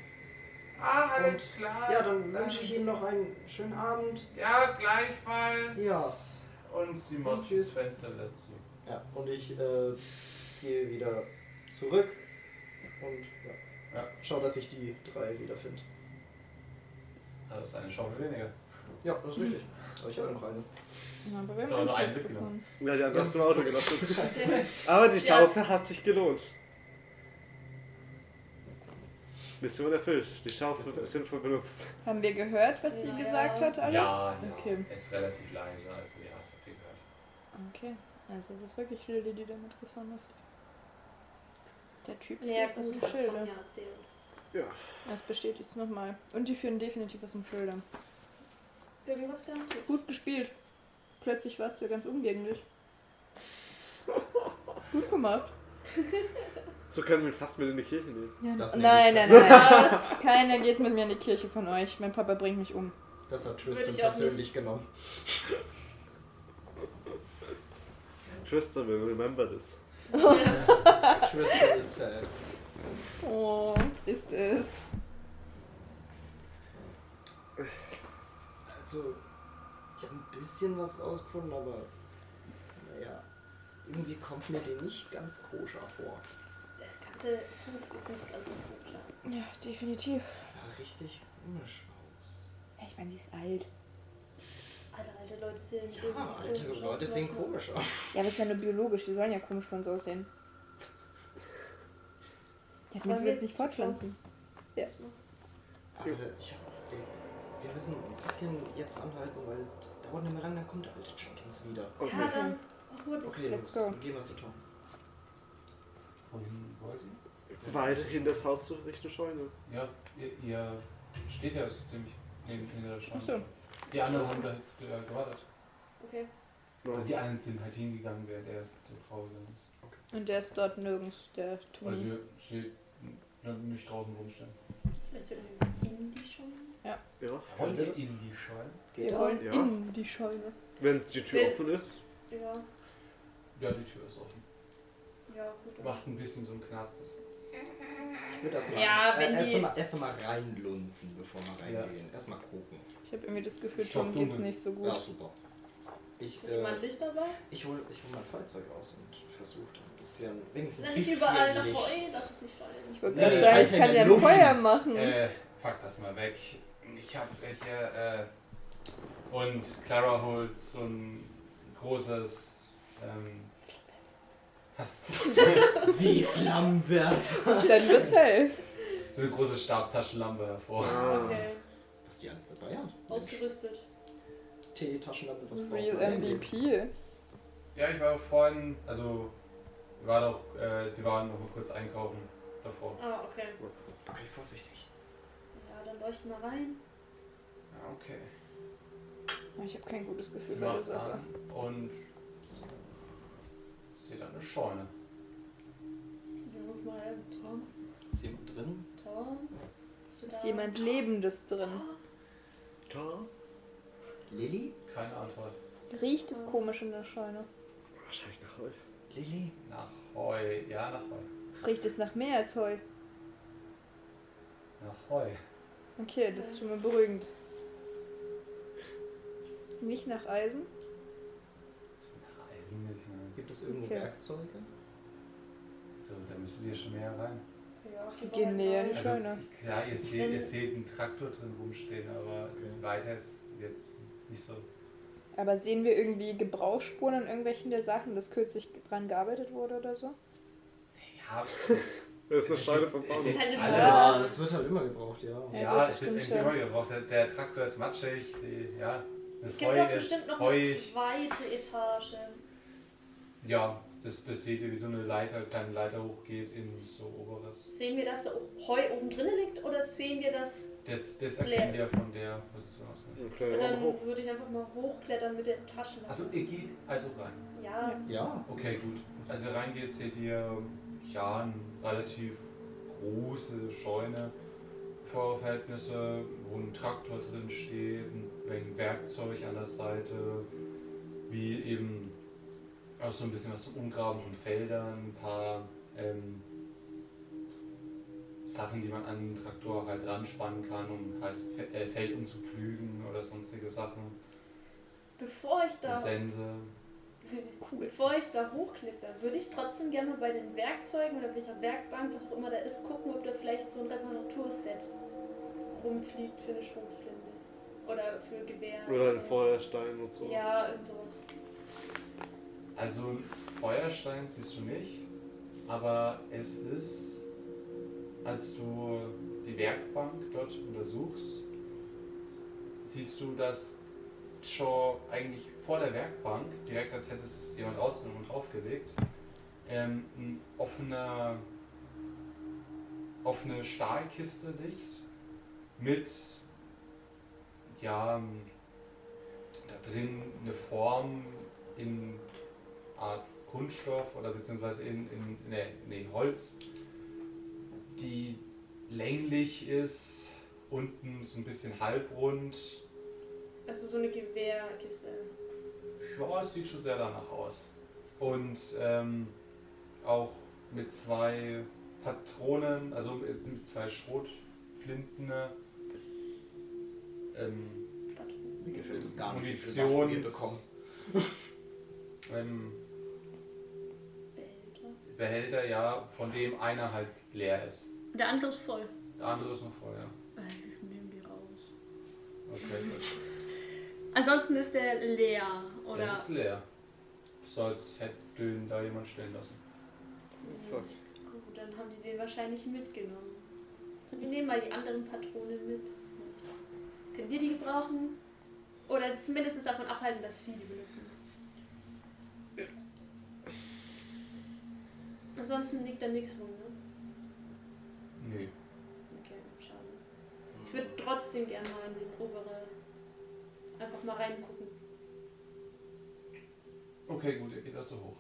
[SPEAKER 14] Ah, alles
[SPEAKER 4] Und-
[SPEAKER 14] klar.
[SPEAKER 4] Ja, dann wünsche ich Ihnen noch einen schönen Abend.
[SPEAKER 14] Ja, gleichfalls.
[SPEAKER 4] Ja.
[SPEAKER 1] Und sie macht
[SPEAKER 4] Tschüss.
[SPEAKER 1] das Fenster dazu.
[SPEAKER 4] Ja, und ich äh, gehe wieder zurück und ja,
[SPEAKER 1] Ja.
[SPEAKER 4] schau, dass ich die drei wiederfinde.
[SPEAKER 1] Also ist eine Schaufel weniger.
[SPEAKER 4] Ja, das ist richtig. Mhm. Aber ich habe noch eine.
[SPEAKER 5] Na, aber wir
[SPEAKER 1] Ist
[SPEAKER 5] haben
[SPEAKER 1] aber nur
[SPEAKER 5] einen
[SPEAKER 1] ein
[SPEAKER 5] Fuß
[SPEAKER 1] Mitglied.
[SPEAKER 5] bekommen.
[SPEAKER 3] Ja, die haben das im
[SPEAKER 4] Das-
[SPEAKER 3] Auto gelassen.
[SPEAKER 4] Scheiße.
[SPEAKER 3] Aber die
[SPEAKER 2] Ja.
[SPEAKER 3] Schaufel hat sich gelohnt. Mission erfüllt. Die Schaufel ist sinnvoll benutzt.
[SPEAKER 5] Haben wir gehört, was
[SPEAKER 2] Ja.
[SPEAKER 5] sie gesagt hat alles?
[SPEAKER 1] Ja,
[SPEAKER 5] Okay.
[SPEAKER 1] ja. Ist relativ leise, als wir die erste Pick gehört.
[SPEAKER 5] Okay. Also es ist wirklich Lilly, die da mitgefahren ist. Der Typ
[SPEAKER 2] Ja,
[SPEAKER 5] führt was
[SPEAKER 2] gut,
[SPEAKER 5] im
[SPEAKER 2] hat Tom
[SPEAKER 5] Schilde.
[SPEAKER 2] ja erzählt.
[SPEAKER 5] Das bestätigt es nochmal. Und die führen definitiv was im Schilde.
[SPEAKER 2] Irgendwas garantiert.
[SPEAKER 5] Gut gespielt. Plötzlich warst du ja ganz umgänglich. Gut gemacht.
[SPEAKER 3] So können wir ihn fast mit in die Kirche nehmen.
[SPEAKER 4] Das
[SPEAKER 5] nein,
[SPEAKER 4] nehme
[SPEAKER 5] nein,
[SPEAKER 4] ich
[SPEAKER 5] nein. Was? Keiner geht mit mir in die Kirche von euch. Mein Papa bringt mich um.
[SPEAKER 4] Das hat
[SPEAKER 2] Würde
[SPEAKER 4] Tristan
[SPEAKER 2] ich auch
[SPEAKER 4] persönlich
[SPEAKER 2] nicht.
[SPEAKER 4] genommen.
[SPEAKER 3] Tristan will remember this.
[SPEAKER 4] Tristan ist sad.
[SPEAKER 5] Oh, ist es.
[SPEAKER 4] Also, ich habe ein bisschen was rausgefunden, aber naja, irgendwie kommt mir die nicht ganz koscher vor.
[SPEAKER 2] Das ganze Buch ist nicht ganz gut.
[SPEAKER 5] Ja, definitiv.
[SPEAKER 4] Das sah richtig komisch aus.
[SPEAKER 5] Ich meine, sie ist alt.
[SPEAKER 2] Alle alte Leute sehen
[SPEAKER 7] Ja, alte Leute sehen komisch aus.
[SPEAKER 5] Ja, aber ist ja nur biologisch, die sollen ja komisch von uns aussehen. Ja,
[SPEAKER 2] Wollen
[SPEAKER 5] man
[SPEAKER 2] wir
[SPEAKER 5] will jetzt
[SPEAKER 2] jetzt
[SPEAKER 5] nicht fortpflanzen. Ja.
[SPEAKER 7] Alter, ich hab den, wir müssen ein bisschen jetzt anhalten, weil das dauert nicht mehr lang, dann kommt der alte Jenkins wieder.
[SPEAKER 2] Ja, dann. Ach, gut.
[SPEAKER 7] Okay,
[SPEAKER 5] Let's
[SPEAKER 7] Let's
[SPEAKER 5] go.
[SPEAKER 7] los, gehen wir zu Tom.
[SPEAKER 1] Wohin wollt ihr?
[SPEAKER 3] Weiterhin das Haus zur Richtung Scheune.
[SPEAKER 1] Ja, ihr, ihr steht ja so ziemlich neben, hinter der Schrank.
[SPEAKER 5] Ach so.
[SPEAKER 1] Die anderen haben da äh, gewartet.
[SPEAKER 2] Okay.
[SPEAKER 1] Und die anderen sind halt hingegangen, während er zur Frau gegangen ist.
[SPEAKER 5] Und der ist dort nirgends, der Toni.
[SPEAKER 1] Also ihr seht n- nicht draußen rumstehen.
[SPEAKER 2] Vielleicht sollten wir in die schon.
[SPEAKER 3] Ja.
[SPEAKER 1] Wollt ihr in die Scheune?
[SPEAKER 5] wir wollen
[SPEAKER 3] Ja.
[SPEAKER 5] in die Scheune.
[SPEAKER 3] Wenn die Tür
[SPEAKER 2] Will-
[SPEAKER 3] offen ist.
[SPEAKER 2] Ja.
[SPEAKER 1] Ja, die Tür ist offen.
[SPEAKER 2] Ja, gut.
[SPEAKER 1] Macht ein bisschen so ein Knarzes.
[SPEAKER 7] Ich würde erstmal
[SPEAKER 2] Ja, wenn
[SPEAKER 7] äh, erst
[SPEAKER 2] die-
[SPEAKER 7] mal, erst mal reinlunzen, bevor wir
[SPEAKER 1] Ja.
[SPEAKER 7] reingehen. Erstmal gucken.
[SPEAKER 5] Ich habe irgendwie das Gefühl,
[SPEAKER 1] Stopp,
[SPEAKER 5] Tom geht's
[SPEAKER 1] dunkel.
[SPEAKER 5] nicht so gut.
[SPEAKER 7] Ja, super. Ich,
[SPEAKER 2] Hat jemand
[SPEAKER 7] äh,
[SPEAKER 2] Licht dabei?
[SPEAKER 7] ich hole ich hol mein Feuerzeug aus und versuche ein bisschen, wenigstens
[SPEAKER 2] Dann
[SPEAKER 7] ein
[SPEAKER 2] nicht
[SPEAKER 7] bisschen
[SPEAKER 2] überall nach
[SPEAKER 7] Licht.
[SPEAKER 2] vorne. Das ist nicht vor
[SPEAKER 5] Ich wollte
[SPEAKER 7] Ja,
[SPEAKER 5] gerade
[SPEAKER 7] ich
[SPEAKER 5] sagen,
[SPEAKER 7] halte
[SPEAKER 5] ich Also kann
[SPEAKER 7] in
[SPEAKER 5] ja
[SPEAKER 7] der
[SPEAKER 5] ein
[SPEAKER 7] Luft.
[SPEAKER 5] Feuer machen.
[SPEAKER 1] Äh, pack das mal weg. Ich hab äh, hier, äh. Und Clara holt so ein großes, ähm. Was?
[SPEAKER 7] Wie Flammenwerfer.
[SPEAKER 5] Dann wird's halt hell.
[SPEAKER 1] So eine große Stabtaschenlampe
[SPEAKER 3] Oh.
[SPEAKER 1] hervor.
[SPEAKER 3] Ah.
[SPEAKER 2] Okay.
[SPEAKER 7] Was die alles dabei hat.
[SPEAKER 2] Ausgerüstet.
[SPEAKER 7] Tee, Taschenlampe, was braucht
[SPEAKER 5] Real
[SPEAKER 7] man?
[SPEAKER 5] MVP.
[SPEAKER 1] Ja, ich war vorhin, also war doch, äh, sie waren noch mal kurz einkaufen davor.
[SPEAKER 2] Ah, okay.
[SPEAKER 7] Okay, vorsichtig.
[SPEAKER 2] Ja, dann leuchten wir rein.
[SPEAKER 1] Ja, Ah, okay.
[SPEAKER 5] Oh, Ich habe kein gutes
[SPEAKER 1] Sie
[SPEAKER 5] Gefühl bei der
[SPEAKER 1] macht
[SPEAKER 5] Sache.
[SPEAKER 1] an und sieht eine Scheune.
[SPEAKER 2] Dann ruf mal an. Tom.
[SPEAKER 7] Ist jemand drin?
[SPEAKER 2] Tom. Bist du da?
[SPEAKER 5] Ist jemand Lebendes drin?
[SPEAKER 3] Da.
[SPEAKER 7] Lilly?
[SPEAKER 1] Keine Antwort.
[SPEAKER 5] Riecht es komisch in der Scheune?
[SPEAKER 3] Wahrscheinlich nach euch.
[SPEAKER 7] Lilly?
[SPEAKER 1] Nach Heu. Ja, nach Heu.
[SPEAKER 5] Riecht es nach mehr als Heu?
[SPEAKER 1] Nach Heu.
[SPEAKER 5] Okay, das ist schon mal beruhigend. Nicht nach Eisen?
[SPEAKER 1] Nach Eisen nicht, ne?
[SPEAKER 7] Gibt es irgendwo
[SPEAKER 5] Okay.
[SPEAKER 7] Werkzeuge?
[SPEAKER 1] So, da müsstet ihr schon mehr rein. Also,
[SPEAKER 2] Ja,
[SPEAKER 5] Wir gehen näher in die
[SPEAKER 2] rein.
[SPEAKER 5] Scheune.
[SPEAKER 1] Klar, ihr seht, ihr seht einen Traktor drin rumstehen, aber
[SPEAKER 7] Okay.
[SPEAKER 1] weiter ist jetzt nicht so.
[SPEAKER 5] Aber sehen wir irgendwie Gebrauchsspuren an irgendwelchen der Sachen, dass kürzlich dran gearbeitet wurde oder so?
[SPEAKER 1] Ja, es-
[SPEAKER 3] Das ist eine
[SPEAKER 1] Es
[SPEAKER 3] Scheune
[SPEAKER 1] ist-
[SPEAKER 3] vom
[SPEAKER 1] es
[SPEAKER 3] Baum.
[SPEAKER 1] ist-
[SPEAKER 2] Das ist halt eine Scheune.
[SPEAKER 7] Ja, das wird halt immer gebraucht, ja.
[SPEAKER 5] Ja,
[SPEAKER 1] ja,
[SPEAKER 5] gut,
[SPEAKER 1] es wird
[SPEAKER 5] stimmt
[SPEAKER 1] eigentlich
[SPEAKER 5] schon.
[SPEAKER 1] immer gebraucht. Der- Der Traktor ist matschig, die, ja. Das
[SPEAKER 2] Es gibt
[SPEAKER 1] Heu
[SPEAKER 2] doch bestimmt
[SPEAKER 1] ist
[SPEAKER 2] noch eine
[SPEAKER 1] heuig.
[SPEAKER 2] zweite Etage.
[SPEAKER 1] Ja, das, das seht ihr, wie so eine Leiter, kleine Leiter hochgeht in so oberes.
[SPEAKER 2] Sehen wir, dass da Heu oben drin liegt oder sehen wir das?
[SPEAKER 1] Das, das
[SPEAKER 2] Leer
[SPEAKER 1] erkennt
[SPEAKER 2] ist.
[SPEAKER 1] ihr von der Position aus nicht.
[SPEAKER 3] Ein kleiner Raum hoch.
[SPEAKER 2] Dann würde ich einfach mal hochklettern mit der Taschenlampe.
[SPEAKER 1] Also ihr geht also rein.
[SPEAKER 2] ja,
[SPEAKER 7] Ja.
[SPEAKER 1] Okay, gut. Als ihr reingeht, seht ihr ja eine relativ große Scheune für Verhältnisse, wo ein Traktor drin steht, ein wenig Werkzeug an der Seite, wie eben auch so ein bisschen was zum Umgraben von Feldern, ein paar ähm, Sachen, die man an den Traktor halt ranspannen kann, um halt Fe- äh, Feld umzupflügen oder sonstige Sachen.
[SPEAKER 2] bevor ich da
[SPEAKER 1] Sense.
[SPEAKER 2] bevor ich da hochkletter, würde ich trotzdem gerne mal bei den Werkzeugen oder welcher Werkbank, was auch immer da ist, gucken, ob da vielleicht so ein Reparaturset rumfliegt für eine Schrotflinte oder für Gewehr.
[SPEAKER 3] Oder ein
[SPEAKER 2] so.
[SPEAKER 3] Feuerstein und sowas.
[SPEAKER 2] Ja, und sowas.
[SPEAKER 1] Also einen Feuerstein siehst du nicht, aber es ist, als du die Werkbank dort untersuchst, siehst du, dass schon eigentlich vor der Werkbank, direkt als hätte es jemand rausgenommen und draufgelegt, ähm, ein offener, offene Stahlkiste liegt mit, ja, da drin eine Form in Art Kunststoff oder beziehungsweise in, in nee, nee, Holz, die länglich ist, unten so ein bisschen halbrund.
[SPEAKER 2] Also so eine Gewehrkiste.
[SPEAKER 1] Ja, es sieht schon sehr danach aus. Und ähm, auch mit zwei Patronen, also mit, mit zwei Schrotflinten. ne, Ähm,
[SPEAKER 7] Mir gefällt das gar nicht. wie viel Waffen
[SPEAKER 1] Munition
[SPEAKER 7] wir bekommen.
[SPEAKER 1] ähm,
[SPEAKER 2] Behälter.
[SPEAKER 1] Behälter, ja, von dem einer halt leer ist.
[SPEAKER 12] Der andere ist voll. Äh,
[SPEAKER 1] Der andere ist noch voll, ja.
[SPEAKER 12] Ich nehme die raus.
[SPEAKER 1] Okay, gut.
[SPEAKER 2] Ansonsten ist der leer, oder?
[SPEAKER 1] Das ist leer. So als hätte ihn da jemand stehen lassen.
[SPEAKER 3] Fuck.
[SPEAKER 2] Gut, dann haben die den wahrscheinlich mitgenommen. Wir nehmen mal die anderen Patronen mit. Können wir die gebrauchen? Oder zumindest davon abhalten, dass sie die benutzen. Ansonsten liegt da nichts rum, ne?
[SPEAKER 1] Nee.
[SPEAKER 2] Okay, schade. Ich würde trotzdem gerne mal in den oberen. Einfach mal reingucken.
[SPEAKER 1] Okay, gut, ihr geht also hoch.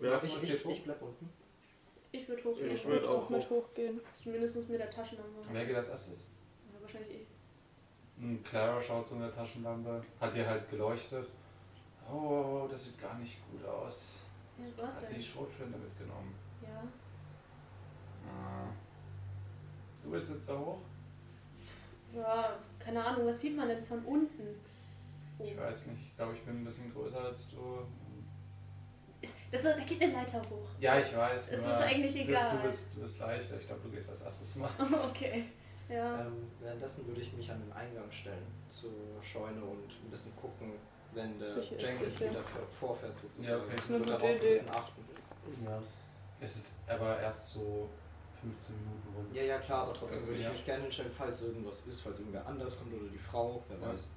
[SPEAKER 3] Ja,
[SPEAKER 1] ich, ich, hoch.
[SPEAKER 4] bleib unten.
[SPEAKER 2] Ich würde hochgehen.
[SPEAKER 3] Ich würd auch
[SPEAKER 5] mit
[SPEAKER 3] hoch.
[SPEAKER 5] hochgehen.
[SPEAKER 2] Zumindest mit der Taschenlampe.
[SPEAKER 1] Wer geht als erstes?
[SPEAKER 2] Ja, wahrscheinlich ich.
[SPEAKER 1] Hm, Clara schaut zu einer Taschenlampe. Hat dir halt geleuchtet. Oh, das sieht gar nicht gut aus.
[SPEAKER 2] Ja, du hast
[SPEAKER 1] Hat die Schrotflinte mitgenommen.
[SPEAKER 2] Ja.
[SPEAKER 1] Ah. Du willst jetzt da hoch?
[SPEAKER 2] Ja, keine Ahnung, was sieht man denn von unten?
[SPEAKER 1] Ich weiß nicht. Ich glaube, ich bin ein bisschen größer als du.
[SPEAKER 2] Das ist, da geht eine Leiter hoch.
[SPEAKER 1] Ja, ich weiß.
[SPEAKER 2] Es
[SPEAKER 1] aber
[SPEAKER 2] ist eigentlich
[SPEAKER 1] du,
[SPEAKER 2] egal.
[SPEAKER 1] Du bist, du bist leichter. Ich glaube, du gehst als erstes mal.
[SPEAKER 2] Okay. Ja.
[SPEAKER 4] Ähm, währenddessen würde ich mich an den Eingang stellen zur Scheune und ein bisschen gucken, wenn der
[SPEAKER 5] Sicher,
[SPEAKER 4] Jenkins
[SPEAKER 5] sicher.
[SPEAKER 4] wieder vor- vorfährt
[SPEAKER 1] Ja,
[SPEAKER 4] sozusagen.
[SPEAKER 1] okay.
[SPEAKER 5] Eine
[SPEAKER 4] Ich würde
[SPEAKER 5] gute
[SPEAKER 4] darauf ein
[SPEAKER 5] Idee.
[SPEAKER 4] bisschen achten.
[SPEAKER 1] Ja. Es ist aber erst so 15 Minuten rum.
[SPEAKER 4] Ja, ja, klar, aber trotzdem
[SPEAKER 1] Also,
[SPEAKER 4] würde ich
[SPEAKER 1] ja.
[SPEAKER 4] mich gerne hinstellen, falls irgendwas ist, falls irgendwer anders kommt oder die Frau, wer
[SPEAKER 1] Ja.
[SPEAKER 4] weiß.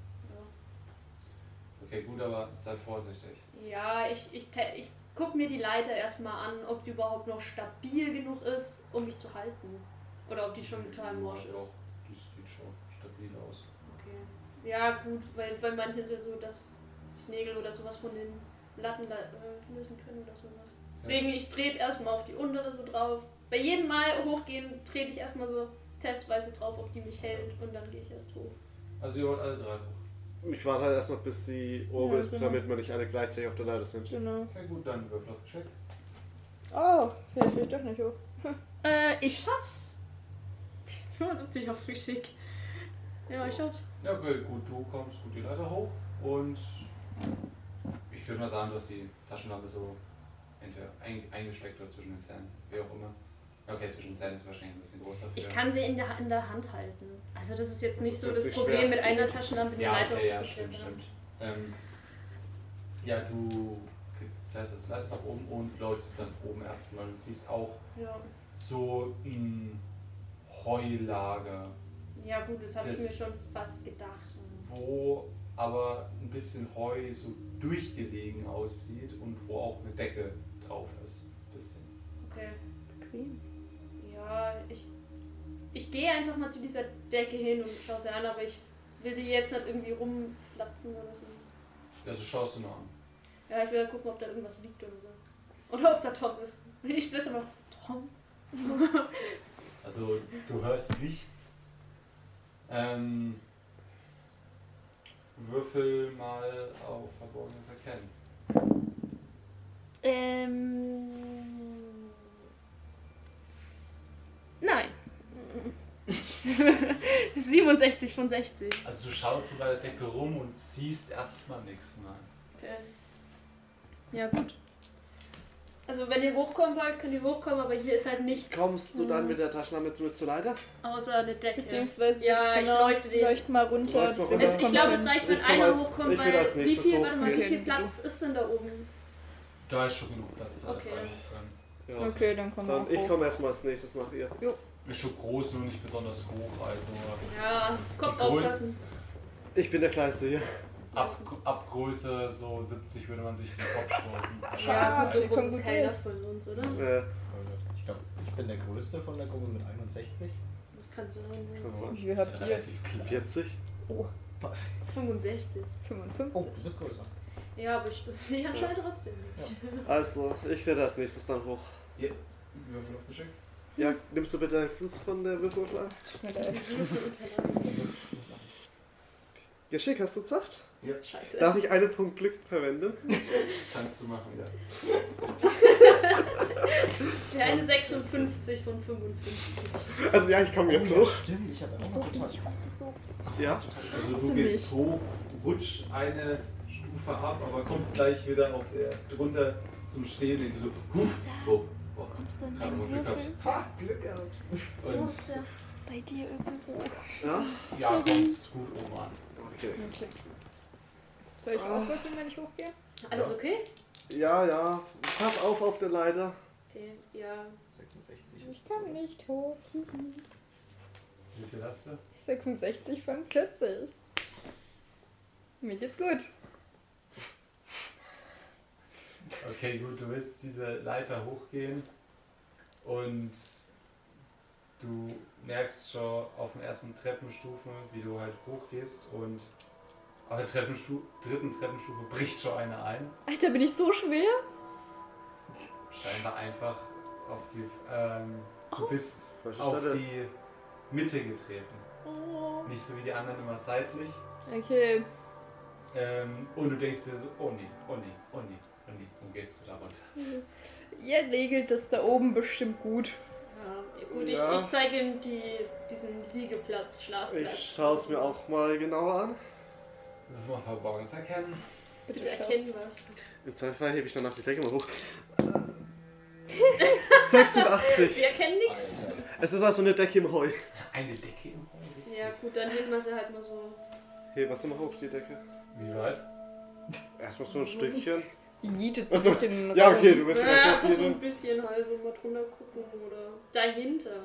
[SPEAKER 1] Okay, gut, aber sei vorsichtig.
[SPEAKER 2] Ja, ich, ich, te- ich guck mir die Leiter erstmal an, ob die überhaupt noch stabil genug ist, um mich zu halten. Oder ob die schon total morsch
[SPEAKER 1] Ja,
[SPEAKER 2] ist.
[SPEAKER 1] Das sieht schon stabil aus.
[SPEAKER 2] Okay. Ja, gut, weil bei manchen ist ja so, dass sich Nägel oder sowas von den Latten da, äh, lösen können oder sowas. Deswegen, ich trete erstmal auf die untere so drauf. Bei jedem Mal hochgehen, trete ich erstmal so testweise drauf, ob die mich hält und dann gehe ich erst hoch.
[SPEAKER 1] Also ihr wollt alle drei hoch.
[SPEAKER 3] Ich warte halt erstmal, bis sie oben
[SPEAKER 5] Ja,
[SPEAKER 3] ist,
[SPEAKER 5] genau.
[SPEAKER 3] damit wir nicht alle gleichzeitig auf der Leiter sind.
[SPEAKER 5] Genau.
[SPEAKER 1] Okay, gut, dann Würfel auf Check.
[SPEAKER 5] Oh, vielleicht will ich doch nicht hoch.
[SPEAKER 2] Äh, ich schaff's. 75 auf Geschick. Ja, ich schaff's.
[SPEAKER 1] Ja, okay, gut, du kommst gut die Leiter hoch und ich würde mal sagen, du hast die Taschenlampe so entweder ein, eingesteckt oder zwischen den Zähnen, wie auch immer. Okay, zwischen den Zähnen ist wahrscheinlich ein bisschen groß dafür.
[SPEAKER 2] Ich kann sie in der, in der Hand halten. Also das ist jetzt nicht
[SPEAKER 3] Das
[SPEAKER 2] so
[SPEAKER 3] ist
[SPEAKER 2] das
[SPEAKER 3] nicht
[SPEAKER 2] Problem,
[SPEAKER 3] schwer.
[SPEAKER 2] mit einer Taschenlampe die
[SPEAKER 1] ja,
[SPEAKER 2] Leiter
[SPEAKER 1] okay, ja,
[SPEAKER 2] hochzuklettern.
[SPEAKER 1] stimmt, stimmt. Ähm, ja, du klettest das Leiter nach oben und leuchtest dann oben erstmal und siehst auch
[SPEAKER 2] Ja.
[SPEAKER 1] so ein Heulager,
[SPEAKER 2] ja gut, das habe ich
[SPEAKER 1] Das-
[SPEAKER 2] mir schon fast gedacht.
[SPEAKER 1] wo aber ein bisschen Heu so durchgelegen aussieht und wo auch eine Decke drauf ist. Bisschen.
[SPEAKER 2] Okay.
[SPEAKER 5] Bequem.
[SPEAKER 2] Ja, ich, ich gehe einfach mal zu dieser Decke hin und schaue sie an, aber ich will die jetzt nicht irgendwie rumflatzen oder so.
[SPEAKER 1] Also schaust du nur an.
[SPEAKER 2] Ja, ich will halt gucken, ob da irgendwas liegt oder so. Oder ob da Tom ist. Ich flüstere mal, Tom?
[SPEAKER 1] Also du hörst nichts. Ähm, würfel mal auf verborgenes Erkennen.
[SPEAKER 5] Ähm. Nein.
[SPEAKER 12] 67 von 60.
[SPEAKER 1] Also du schaust so bei der Decke rum und siehst erstmal nichts. Nein.
[SPEAKER 2] Okay. Ähm, Ja, gut. Also, wenn ihr hochkommen wollt, könnt ihr hochkommen, aber hier ist halt nichts.
[SPEAKER 3] Kommst du dann mit der Taschenlampe zumindest zur Leiter?
[SPEAKER 2] Außer eine Decke.
[SPEAKER 5] Beziehungsweise. genau,
[SPEAKER 2] Ja, ich leuchte den.
[SPEAKER 5] Leucht mal runter.
[SPEAKER 3] Leucht mal
[SPEAKER 5] dass wir
[SPEAKER 3] runter.
[SPEAKER 2] Es,
[SPEAKER 5] das
[SPEAKER 2] ich glaube, es
[SPEAKER 5] kommen
[SPEAKER 2] reicht, wenn
[SPEAKER 3] Ich komm
[SPEAKER 2] einer
[SPEAKER 3] als-
[SPEAKER 2] hochkommt,
[SPEAKER 3] ich will
[SPEAKER 2] weil
[SPEAKER 3] als
[SPEAKER 2] wie
[SPEAKER 3] nächstes
[SPEAKER 2] viel, warte mal, wie
[SPEAKER 5] hochgehen.
[SPEAKER 2] viel Platz ist denn da oben?
[SPEAKER 1] Da ist schon genug Platz, dass alle
[SPEAKER 2] Okay.
[SPEAKER 1] frei hoch können.
[SPEAKER 3] Ja.
[SPEAKER 5] können. Okay, dann kommen
[SPEAKER 3] Dann,
[SPEAKER 5] wir
[SPEAKER 3] ich
[SPEAKER 5] hoch.
[SPEAKER 3] komme erstmal als nächstes nach ihr.
[SPEAKER 1] Ist schon groß, nur nicht besonders hoch. Also
[SPEAKER 2] Ja, Kopf
[SPEAKER 1] Cool.
[SPEAKER 2] aufpassen.
[SPEAKER 3] Ich bin der Kleinste hier.
[SPEAKER 1] ab, ab Größe so 70 würde man sich den Kopf stoßen. Also,
[SPEAKER 5] Ja,
[SPEAKER 2] so
[SPEAKER 5] wir
[SPEAKER 2] groß
[SPEAKER 5] kommen
[SPEAKER 2] ist
[SPEAKER 5] gut
[SPEAKER 2] keiner
[SPEAKER 5] durch.
[SPEAKER 2] von uns, oder?
[SPEAKER 3] Äh,
[SPEAKER 4] Oh Ich glaube, ich bin der Größte von der Gruppe mit 61.
[SPEAKER 2] Das kann so sein. ne?
[SPEAKER 3] kann sein.
[SPEAKER 5] Wie viel
[SPEAKER 1] Das
[SPEAKER 5] habt
[SPEAKER 1] ist
[SPEAKER 5] ihr?
[SPEAKER 1] relativ klein.
[SPEAKER 3] 40?
[SPEAKER 2] 65.
[SPEAKER 5] 55?
[SPEAKER 4] Oh, du bist größer.
[SPEAKER 2] Ja, aber ich, das will ich anscheinend trotzdem nicht.
[SPEAKER 3] Also, ich kletter als nächstes dann hoch.
[SPEAKER 1] Würfel aufgeschickt.
[SPEAKER 3] Ja, nimmst du bitte einen Fuß von der Würfelschlag? Geschick, hast du zacht?
[SPEAKER 2] Scheiße.
[SPEAKER 3] Darf ich einen Punkt Glück verwenden?
[SPEAKER 1] Kannst du machen, ja.
[SPEAKER 2] Das wäre eine 56 von 55.
[SPEAKER 3] Also ja, ich komme jetzt hoch.
[SPEAKER 4] Stimmt, ich habe auch
[SPEAKER 5] Wieso
[SPEAKER 4] mal
[SPEAKER 5] bin
[SPEAKER 4] total.
[SPEAKER 5] ich heute so?
[SPEAKER 3] Ja.
[SPEAKER 1] Also
[SPEAKER 5] Hast
[SPEAKER 1] du
[SPEAKER 5] du
[SPEAKER 1] gehst hoch, rutscht eine Stufe ab, aber kommst gleich wieder auf der drunter zum Stehen. Also so, huh, oh, oh.
[SPEAKER 12] Kommst du in
[SPEAKER 1] Gerade
[SPEAKER 12] deinen
[SPEAKER 1] mal Glück
[SPEAKER 12] Würfel?
[SPEAKER 1] gehabt. Ha, Glück gehabt. Und
[SPEAKER 2] ja.
[SPEAKER 5] bei dir irgendwo.
[SPEAKER 3] Ja?
[SPEAKER 1] Ja, kommst gut oben an.
[SPEAKER 3] Okay.
[SPEAKER 5] Okay. Soll ich
[SPEAKER 3] Ah.
[SPEAKER 5] auch würfeln, wenn ich hochgehe?
[SPEAKER 2] Alles
[SPEAKER 3] Ja.
[SPEAKER 2] okay?
[SPEAKER 3] Ja, ja. Pass auf auf der Leiter.
[SPEAKER 2] Okay, ja.
[SPEAKER 16] 66
[SPEAKER 5] Ich
[SPEAKER 16] ist
[SPEAKER 5] kann nicht hoch. hihi.
[SPEAKER 1] Wie viel hast du?
[SPEAKER 5] 66 von 40. Mir geht's gut.
[SPEAKER 1] Okay, gut, du willst diese Leiter hochgehen und du merkst schon auf den ersten Treppenstufen, wie du halt hochgehst und auf der Treppenstu dritten Treppenstufe bricht schon einer ein.
[SPEAKER 5] Alter, bin ich so schwer?
[SPEAKER 1] Scheinbar einfach auf die. Ähm, du bist
[SPEAKER 3] Falsche
[SPEAKER 1] auf
[SPEAKER 3] Stelle.
[SPEAKER 1] die Mitte getreten.
[SPEAKER 5] Oh.
[SPEAKER 1] Nicht so wie die anderen immer seitlich.
[SPEAKER 5] Okay.
[SPEAKER 1] Ähm, und du denkst dir so, oh nee, oh nee, oh nee, oh nee, und gehst wieder runter.
[SPEAKER 5] Ihr regelt das da oben bestimmt gut.
[SPEAKER 2] ja. Gut, ich,
[SPEAKER 3] Ja.
[SPEAKER 2] ich zeige ihm die, diesen Liegeplatz, Schlafplatz.
[SPEAKER 3] Ich schaue es mir auch mal genauer an.
[SPEAKER 1] Müssen wir Verborgenes erkennen.
[SPEAKER 2] Bitte erkennen was.
[SPEAKER 3] Im Zweifel hebe ich danach die Decke mal hoch. 86.
[SPEAKER 2] Wir erkennen nichts.
[SPEAKER 1] Alter,
[SPEAKER 3] Es ist also eine Decke im Heu.
[SPEAKER 1] Eine Decke im Honig.
[SPEAKER 2] Ja, gut, dann heben wir sie halt mal so.
[SPEAKER 3] Hey, was immer hoch die Decke?
[SPEAKER 1] Wie weit?
[SPEAKER 3] Erstmal so ein Stückchen.
[SPEAKER 5] Jietet sich
[SPEAKER 3] Ach so.
[SPEAKER 5] auf den
[SPEAKER 3] Ja,
[SPEAKER 5] Raum.
[SPEAKER 3] okay, du bist
[SPEAKER 2] Ja,
[SPEAKER 3] ja
[SPEAKER 2] einfach so ein
[SPEAKER 3] hier.
[SPEAKER 2] bisschen halt so mal drunter gucken oder dahinter.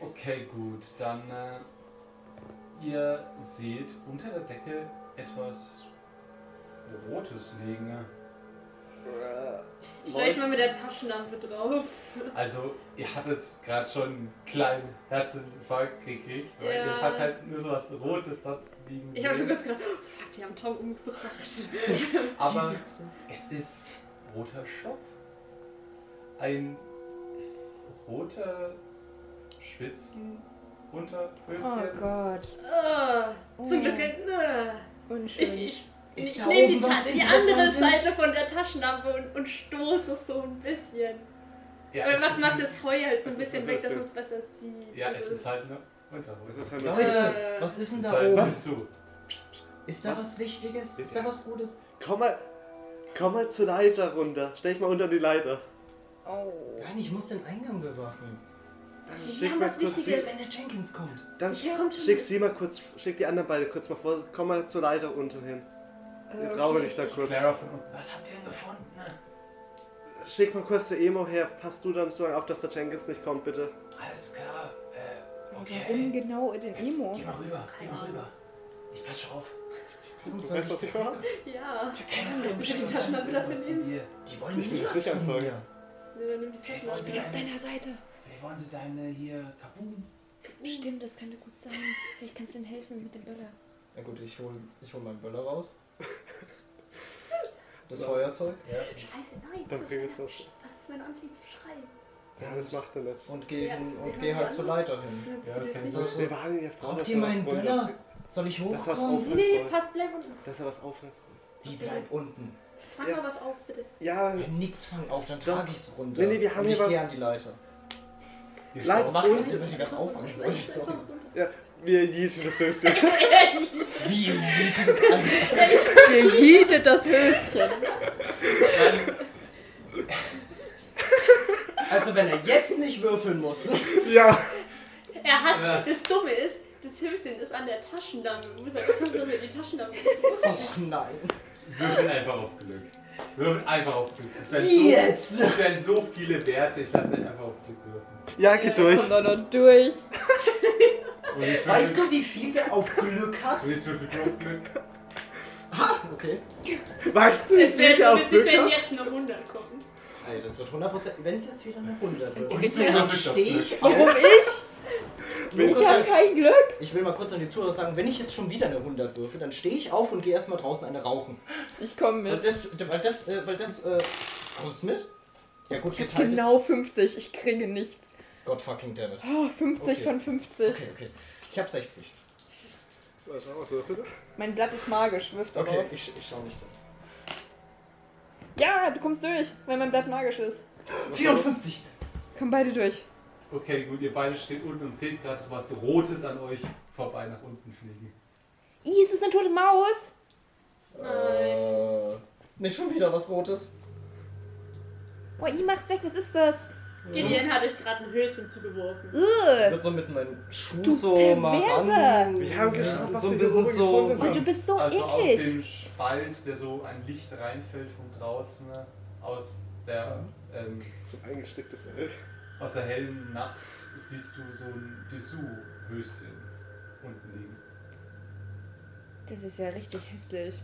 [SPEAKER 1] Okay, gut, dann äh, ihr seht unter der Decke etwas Rotes liegen.
[SPEAKER 2] Vielleicht mal mit der Taschenlampe drauf.
[SPEAKER 1] Also, ihr hattet gerade schon einen kleinen Herzinfarkt gekriegt, weil
[SPEAKER 2] Ja.
[SPEAKER 1] ihr habt halt nur so was Rotes dort liegen
[SPEAKER 2] Ich habe schon
[SPEAKER 1] sehen.
[SPEAKER 2] kurz gedacht, oh, fuck, die haben Tom umgebracht.
[SPEAKER 1] Aber es ist roter Schopf. Ein roter Schwitzen unter
[SPEAKER 5] Oh Gott.
[SPEAKER 2] Ah, zum
[SPEAKER 5] Oh.
[SPEAKER 2] Glück, ne.
[SPEAKER 5] Unschön.
[SPEAKER 2] Ich, ich,
[SPEAKER 4] Ist
[SPEAKER 2] ich
[SPEAKER 4] da
[SPEAKER 2] nehme die,
[SPEAKER 4] oben was
[SPEAKER 2] Ta- die andere
[SPEAKER 4] Interessantes?
[SPEAKER 2] Seite von der Taschenlampe und, und stoße es so ein bisschen.
[SPEAKER 1] Ja,
[SPEAKER 2] Weil
[SPEAKER 1] es
[SPEAKER 2] was
[SPEAKER 1] ist
[SPEAKER 2] macht
[SPEAKER 1] ein-
[SPEAKER 2] das Heu halt so
[SPEAKER 3] es
[SPEAKER 2] ein
[SPEAKER 3] ist
[SPEAKER 2] bisschen
[SPEAKER 3] ein
[SPEAKER 2] weg, dass
[SPEAKER 3] bisschen-
[SPEAKER 2] man es besser sieht.
[SPEAKER 1] Ja, es
[SPEAKER 2] Also,
[SPEAKER 1] ist halt eine Unterhose.
[SPEAKER 3] Das ist halt
[SPEAKER 2] äh,
[SPEAKER 3] was-
[SPEAKER 4] Leute, was ist denn
[SPEAKER 1] Es
[SPEAKER 4] da
[SPEAKER 1] ist halt
[SPEAKER 4] oben?
[SPEAKER 1] ein Besuch.
[SPEAKER 4] Ist da was Wichtiges? Ist da was Gutes?
[SPEAKER 3] Komm mal, komm mal zur Leiter runter. Stell dich mal unter die Leiter.
[SPEAKER 5] Oh.
[SPEAKER 4] Nein, ich muss den Eingang bewachen.
[SPEAKER 3] Dann
[SPEAKER 2] Wir
[SPEAKER 3] schick
[SPEAKER 2] haben
[SPEAKER 3] mal
[SPEAKER 2] was
[SPEAKER 3] kurz
[SPEAKER 2] Wichtiges.
[SPEAKER 3] sie,
[SPEAKER 4] Wenn der Jenkins kommt.
[SPEAKER 3] dann
[SPEAKER 2] Ja, kommt schon
[SPEAKER 3] schick
[SPEAKER 2] mit.
[SPEAKER 3] sie mal kurz, schick die anderen beide kurz mal vor. Komm mal zur Leiter unten hin. Ich traue dich da kurz.
[SPEAKER 1] Clara von unten.
[SPEAKER 14] Was habt ihr denn gefunden?
[SPEAKER 3] Schick mal kurz der Emo her. Passt du dann so lange auf, dass der Jenkins nicht kommt, bitte.
[SPEAKER 14] Alles klar. Äh,
[SPEAKER 5] Warum genau in den Emo?
[SPEAKER 14] Geh mal rüber, geh mal rüber. Ich passe schon auf.
[SPEAKER 4] Warum
[SPEAKER 3] Du
[SPEAKER 4] soll
[SPEAKER 3] weißt,
[SPEAKER 4] ich
[SPEAKER 3] was ich
[SPEAKER 4] denn-
[SPEAKER 3] mache?
[SPEAKER 2] Ja.
[SPEAKER 14] Keine Ahnung,
[SPEAKER 2] Bitte die Taschenlampe dafür
[SPEAKER 14] irgendwas von
[SPEAKER 2] nehmen.
[SPEAKER 14] dir.
[SPEAKER 4] Die wollen
[SPEAKER 3] Ich will
[SPEAKER 4] nie
[SPEAKER 3] das
[SPEAKER 4] was
[SPEAKER 3] nicht
[SPEAKER 4] von
[SPEAKER 3] anfangen.
[SPEAKER 4] mir.
[SPEAKER 2] Nee, dann nimm die
[SPEAKER 14] Vielleicht wollen,
[SPEAKER 2] Taschenlampe.
[SPEAKER 14] sie
[SPEAKER 5] Auf
[SPEAKER 14] deine,
[SPEAKER 5] deiner Seite.
[SPEAKER 14] vielleicht wollen sie deine hier kaputt.
[SPEAKER 5] Stimmt, das könnte gut sein. Vielleicht kannst du ihm helfen mit dem Böller.
[SPEAKER 16] Na gut, ich hol, ich hol meinen Böller raus. Das Feuerzeug.
[SPEAKER 2] Scheiße, nein.
[SPEAKER 3] Dann
[SPEAKER 2] was,
[SPEAKER 3] krieg
[SPEAKER 2] ist,
[SPEAKER 3] ich's
[SPEAKER 2] wenn
[SPEAKER 3] noch.
[SPEAKER 2] er, was ist, wenn er anfängt zu schreien?
[SPEAKER 3] Ja, das macht er nicht.
[SPEAKER 16] Und geh,
[SPEAKER 2] Ja,
[SPEAKER 16] hin, und
[SPEAKER 2] wir
[SPEAKER 16] geh
[SPEAKER 2] haben
[SPEAKER 16] halt
[SPEAKER 2] die
[SPEAKER 16] zur
[SPEAKER 2] anderen.
[SPEAKER 16] Leiter hin.
[SPEAKER 2] Ja, bist
[SPEAKER 1] Ja,
[SPEAKER 2] du das
[SPEAKER 1] kennst
[SPEAKER 2] nicht?
[SPEAKER 16] du das?
[SPEAKER 3] Wir waren ja froh,
[SPEAKER 4] Braucht
[SPEAKER 3] dass
[SPEAKER 4] äh, ihr
[SPEAKER 3] er was
[SPEAKER 4] meinen
[SPEAKER 3] runter-
[SPEAKER 4] Böller? Soll ich
[SPEAKER 3] Dass er was
[SPEAKER 4] hochkommen?
[SPEAKER 3] aufhören
[SPEAKER 2] Nee,
[SPEAKER 3] soll.
[SPEAKER 2] passt, bleib unten.
[SPEAKER 3] Dass er was aufhören soll.
[SPEAKER 4] Wie bleib unten?
[SPEAKER 2] Fang
[SPEAKER 3] Ja.
[SPEAKER 2] mal was auf, bitte.
[SPEAKER 3] Ja,
[SPEAKER 4] Wenn nix fang auf, dann
[SPEAKER 3] Doch.
[SPEAKER 4] trage ich's runter.
[SPEAKER 3] Nee, nee, wir haben
[SPEAKER 4] und
[SPEAKER 3] hier
[SPEAKER 4] ich
[SPEAKER 3] was-
[SPEAKER 4] Geh an die Leiter.
[SPEAKER 1] Hier ist
[SPEAKER 3] Lass
[SPEAKER 1] auch-
[SPEAKER 4] Mach
[SPEAKER 3] uns.
[SPEAKER 4] jetzt, wenn ich das auffangen soll. Sorry.
[SPEAKER 3] Ja, wir jeeten das Höschen.
[SPEAKER 4] Wie sieht das an?
[SPEAKER 5] Ihr jietet das Höschen.
[SPEAKER 4] Also wenn er jetzt nicht würfeln muss.
[SPEAKER 3] ja.
[SPEAKER 2] Er hat,
[SPEAKER 1] Ja.
[SPEAKER 2] das Dumme ist, das Höschen ist an der Taschenlampe. Du musst halt versuchen, die Taschenlampe nicht los.
[SPEAKER 4] Och Oh, nein.
[SPEAKER 1] Würfel einfach auf Glück. Würfel einfach auf Glück. Das werden,
[SPEAKER 4] Wie
[SPEAKER 1] so,
[SPEAKER 4] jetzt?
[SPEAKER 1] das werden so viele Werte. Ich lasse den einfach auf Glück würfeln.
[SPEAKER 3] Ja, geht durch.
[SPEAKER 5] Kommt auch noch durch.
[SPEAKER 1] Und jetzt
[SPEAKER 4] Weißt
[SPEAKER 1] würfel,
[SPEAKER 4] du, wie viel der auf Glück hat?
[SPEAKER 1] und jetzt würfel du auf Glück.
[SPEAKER 4] Okay.
[SPEAKER 3] Weißt du,
[SPEAKER 2] Es
[SPEAKER 3] wie
[SPEAKER 2] wäre
[SPEAKER 3] viel
[SPEAKER 2] jetzt
[SPEAKER 3] auf
[SPEAKER 2] witzig,
[SPEAKER 3] Glück
[SPEAKER 2] wenn
[SPEAKER 3] hat?
[SPEAKER 2] jetzt eine 100 kommt.
[SPEAKER 4] Ey, das wird 100%. Wenn es jetzt wieder eine 100 wird,
[SPEAKER 5] Kriegt
[SPEAKER 1] ihr
[SPEAKER 4] dann
[SPEAKER 1] noch
[SPEAKER 4] stehe ich auf.
[SPEAKER 5] Warum ich?
[SPEAKER 4] Nur kurz
[SPEAKER 5] Ich habe
[SPEAKER 4] sagen,
[SPEAKER 5] kein Glück.
[SPEAKER 4] ich will mal kurz an die Zuhörer sagen, wenn ich jetzt schon wieder eine 100 würfe, dann stehe ich auf und gehe erstmal draußen eine rauchen.
[SPEAKER 5] Ich komme
[SPEAKER 4] Weil
[SPEAKER 5] mit.
[SPEAKER 4] das, weil das, äh, weil das, äh, kommst mit? Ja gut,
[SPEAKER 5] Ich hab
[SPEAKER 4] geteiltes-
[SPEAKER 5] genau 50. Ich kriege nichts.
[SPEAKER 4] Gott fucking David.
[SPEAKER 5] Oh, 50
[SPEAKER 4] Okay.
[SPEAKER 5] von 50.
[SPEAKER 4] Okay, okay. Ich hab 60.
[SPEAKER 5] Mein Blatt ist magisch. Wirft aber
[SPEAKER 4] Okay,
[SPEAKER 5] auf.
[SPEAKER 4] ich, ich schau nicht hin.
[SPEAKER 5] Ja, du kommst durch, weil mein Blatt magisch ist.
[SPEAKER 4] 54!
[SPEAKER 5] Komm beide durch.
[SPEAKER 1] Okay, gut, ihr beide steht unten und seht gerade so was Rotes an euch vorbei nach unten fliegen.
[SPEAKER 5] Ih, es ist eine tote Maus.
[SPEAKER 4] Äh, nicht schon wieder was Rotes.
[SPEAKER 5] Boah, ich mach's weg, was ist das?
[SPEAKER 2] Gideon hat euch gerade ein Höschen zugeworfen.
[SPEAKER 5] Äh.
[SPEAKER 4] Ich würde so mit meinem Schuh
[SPEAKER 2] Du
[SPEAKER 4] so mal
[SPEAKER 2] Perverser.
[SPEAKER 4] ran.
[SPEAKER 2] Wir haben geschaut,
[SPEAKER 4] so ein bisschen so.
[SPEAKER 5] Und du bist so
[SPEAKER 1] also aus dem
[SPEAKER 5] eklig.
[SPEAKER 1] Spalt, der so ein Licht reinfällt von draußen, aus der ähm,
[SPEAKER 3] so eingestecktes L.
[SPEAKER 1] Aus der hellen Nacht siehst du so ein Dessous-Höschen unten liegen.
[SPEAKER 5] Das ist ja richtig hässlich.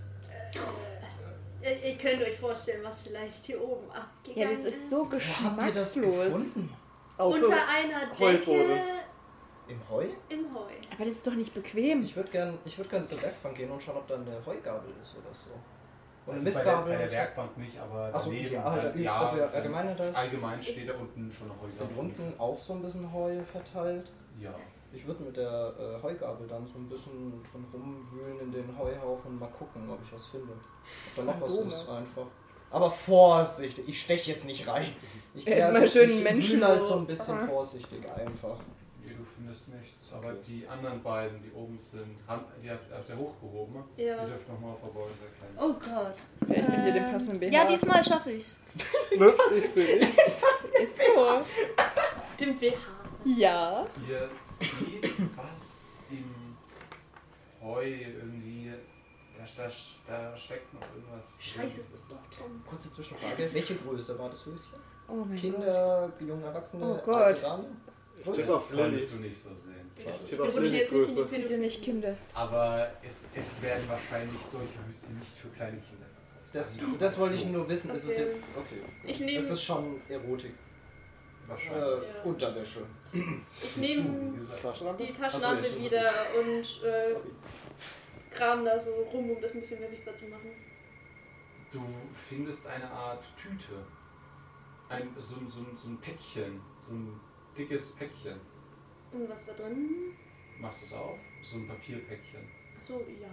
[SPEAKER 2] Ihr, ihr könnt euch vorstellen, was vielleicht hier oben
[SPEAKER 5] Ja,
[SPEAKER 2] abgegangen
[SPEAKER 5] das ist so geschmackslos.
[SPEAKER 2] Unter
[SPEAKER 3] Also,
[SPEAKER 2] einer Decke
[SPEAKER 4] Heuboden. Im Heu?
[SPEAKER 2] im Heu.
[SPEAKER 5] Aber das ist doch nicht bequem.
[SPEAKER 4] Ich würde gern, ich würd gern zur Werkbank gehen und schauen, ob da eine Heugabel ist oder so.
[SPEAKER 1] Also bei
[SPEAKER 4] Und eine
[SPEAKER 1] der,
[SPEAKER 4] Mistgabel.
[SPEAKER 1] bei der
[SPEAKER 4] und so.
[SPEAKER 1] Werkbank nicht, aber
[SPEAKER 4] Ach so,
[SPEAKER 1] daneben,
[SPEAKER 4] ja,
[SPEAKER 1] äh,
[SPEAKER 4] da- da- da- allgemein da ist-
[SPEAKER 1] allgemein steht da unten schon eine
[SPEAKER 4] Sind
[SPEAKER 1] Häuser.
[SPEAKER 4] unten auch so ein bisschen Heu verteilt?
[SPEAKER 1] Ja.
[SPEAKER 4] Ich würde mit der äh, Heugabel dann so ein bisschen drin rumwühlen in den Heuhaufen und mal gucken, ob ich was finde. Ob da noch was
[SPEAKER 5] Kondome.
[SPEAKER 4] ist einfach. Aber vorsichtig, ich steche jetzt nicht rein. Ich geh
[SPEAKER 5] Erstmal
[SPEAKER 4] halt-
[SPEAKER 5] schön
[SPEAKER 4] ich
[SPEAKER 5] Menschen
[SPEAKER 4] wühl halt
[SPEAKER 5] so.
[SPEAKER 4] so ein bisschen
[SPEAKER 5] Aha.
[SPEAKER 4] vorsichtig einfach.
[SPEAKER 1] Nee, du findest nichts, aber die anderen beiden, die oben sind, haben, die habt ihr habt ihr hochgehoben. ne?
[SPEAKER 2] Ja.
[SPEAKER 1] Die dürfen nochmal verborgen sein.
[SPEAKER 2] Oh Gott.
[SPEAKER 5] Vielleicht findet ihr den passenden BH.
[SPEAKER 12] Ja, diesmal schaffe ich's.
[SPEAKER 3] Ne? Ich sehe nicht.
[SPEAKER 5] Ist so.
[SPEAKER 2] Dem BH.
[SPEAKER 5] Ja.
[SPEAKER 1] Ihr seht, was im Heu irgendwie. Da, da, da steckt noch irgendwas. drin.
[SPEAKER 2] Scheiße, es ist doch Tom.
[SPEAKER 4] Kurze Zwischenfrage, welche Größe war das Höschen?
[SPEAKER 5] Oh mein Gott.
[SPEAKER 4] Kinder, junge Erwachsene,
[SPEAKER 5] Oh Gott.
[SPEAKER 4] alte Damen?
[SPEAKER 1] Das
[SPEAKER 3] ist auch
[SPEAKER 1] konntest du nicht so sehen.
[SPEAKER 3] Ich
[SPEAKER 2] Wir
[SPEAKER 3] habe auch
[SPEAKER 2] rutschen jetzt nicht
[SPEAKER 3] wenig
[SPEAKER 2] in die
[SPEAKER 3] Größe.
[SPEAKER 5] Bitte
[SPEAKER 2] Pädophilie.
[SPEAKER 5] nicht Kinder.
[SPEAKER 1] Aber es, es werden wahrscheinlich solche Höschen nicht für kleine Kinder verkauft.
[SPEAKER 4] Das,
[SPEAKER 1] Sagen wir
[SPEAKER 4] das
[SPEAKER 1] mal
[SPEAKER 4] wollte
[SPEAKER 1] so.
[SPEAKER 4] ich nur wissen, ist es
[SPEAKER 2] Okay.
[SPEAKER 4] jetzt. Okay.
[SPEAKER 2] Ich nehme-
[SPEAKER 4] Es ist schon Erotik.
[SPEAKER 1] Wahrscheinlich.
[SPEAKER 4] Äh, Unterwäsche.
[SPEAKER 2] Ich
[SPEAKER 1] So, wie
[SPEAKER 2] nehme
[SPEAKER 1] gesagt.
[SPEAKER 3] Taschenlampe?
[SPEAKER 2] die Taschenlampe
[SPEAKER 4] Ach so, ich-
[SPEAKER 2] wieder und äh, kram da so rum, um das ein bisschen mehr sichtbar zu machen.
[SPEAKER 1] Du findest eine Art Tüte. Ein, so, ein- so, ein- so ein Päckchen. So ein dickes Päckchen.
[SPEAKER 2] Und was da drin?
[SPEAKER 1] Machst du es auf? So ein Papierpäckchen.
[SPEAKER 2] Achso, ja.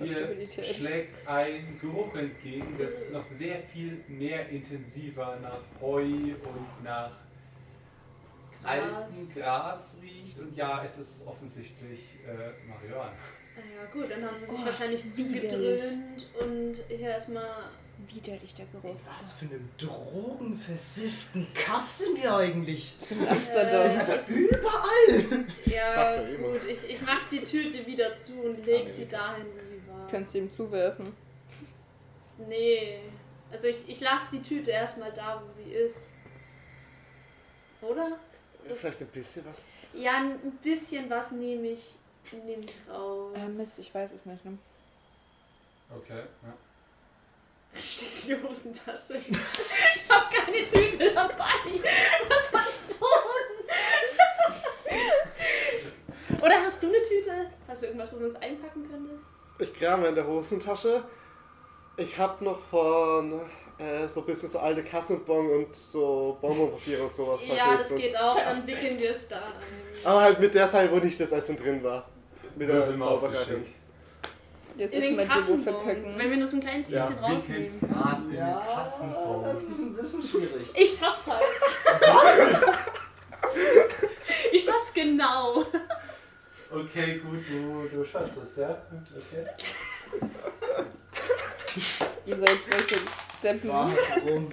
[SPEAKER 1] Dir
[SPEAKER 5] Stabilität.
[SPEAKER 1] schlägt ein Geruch entgegen, das noch sehr viel mehr intensiver nach Heu und nach altem
[SPEAKER 2] Gras.
[SPEAKER 1] Gras riecht. Und ja, es ist offensichtlich äh, Marihuana.
[SPEAKER 2] Na Ah ja, gut, dann haben sie sich
[SPEAKER 5] Oh,
[SPEAKER 2] wahrscheinlich
[SPEAKER 5] widerlich.
[SPEAKER 2] zugedröhnt und hier erstmal.
[SPEAKER 5] Widerlich der Geruch.
[SPEAKER 4] Was für einem drogenversifften Kaff sind wir eigentlich?
[SPEAKER 5] In Amsterdam.
[SPEAKER 2] Ja,
[SPEAKER 3] Sagt er immer.
[SPEAKER 2] gut, ich, ich mach die Tüte wieder zu und leg sie dahin, wo sie war.
[SPEAKER 5] Kannst du ihm zuwerfen.
[SPEAKER 2] Nee. Also ich, ich lasse die Tüte erstmal da, wo sie ist. Oder?
[SPEAKER 3] Vielleicht ein bisschen was.
[SPEAKER 2] Ja, ein bisschen was nehme ich, nehme ich raus.
[SPEAKER 5] Ah, Mist, ich weiß es nicht. Ne?
[SPEAKER 1] Okay, ja.
[SPEAKER 2] Stehst in die Hosentasche. ich hab keine Tüte dabei. Was soll ich tun? Oder hast du eine Tüte? Hast du irgendwas, wo man es einpacken könnte?
[SPEAKER 3] Ich krame in der Hosentasche. Ich hab noch von äh, so ein bisschen so alte Kassenbon und so Bonbonpapier und sowas. halt
[SPEAKER 2] ja, das
[SPEAKER 3] höchstens.
[SPEAKER 2] geht auch. Dann wickeln wir es da an.
[SPEAKER 3] Aber halt mit der Seite, wo nicht das Essen drin war. Mit der
[SPEAKER 1] Würfel mal auf
[SPEAKER 3] Zauberei
[SPEAKER 1] Geschick.
[SPEAKER 3] drin.
[SPEAKER 5] Jetzt
[SPEAKER 2] In
[SPEAKER 5] ist
[SPEAKER 2] den
[SPEAKER 5] mein Debo
[SPEAKER 2] Kassenbon. Wenn
[SPEAKER 5] verkacken.
[SPEAKER 2] wir nur so ein kleines
[SPEAKER 1] Ja,
[SPEAKER 2] bisschen rausnehmen.
[SPEAKER 1] wickelt Gras in den
[SPEAKER 4] Ja,
[SPEAKER 1] Kassenbon.
[SPEAKER 4] das ist ein bisschen schwierig.
[SPEAKER 2] Ich schaff's halt. Was? Ich schaff's genau.
[SPEAKER 1] Okay, gut, du, du schaffst es, ja? Okay.
[SPEAKER 5] Ihr seid solche Deppen.
[SPEAKER 4] Warum?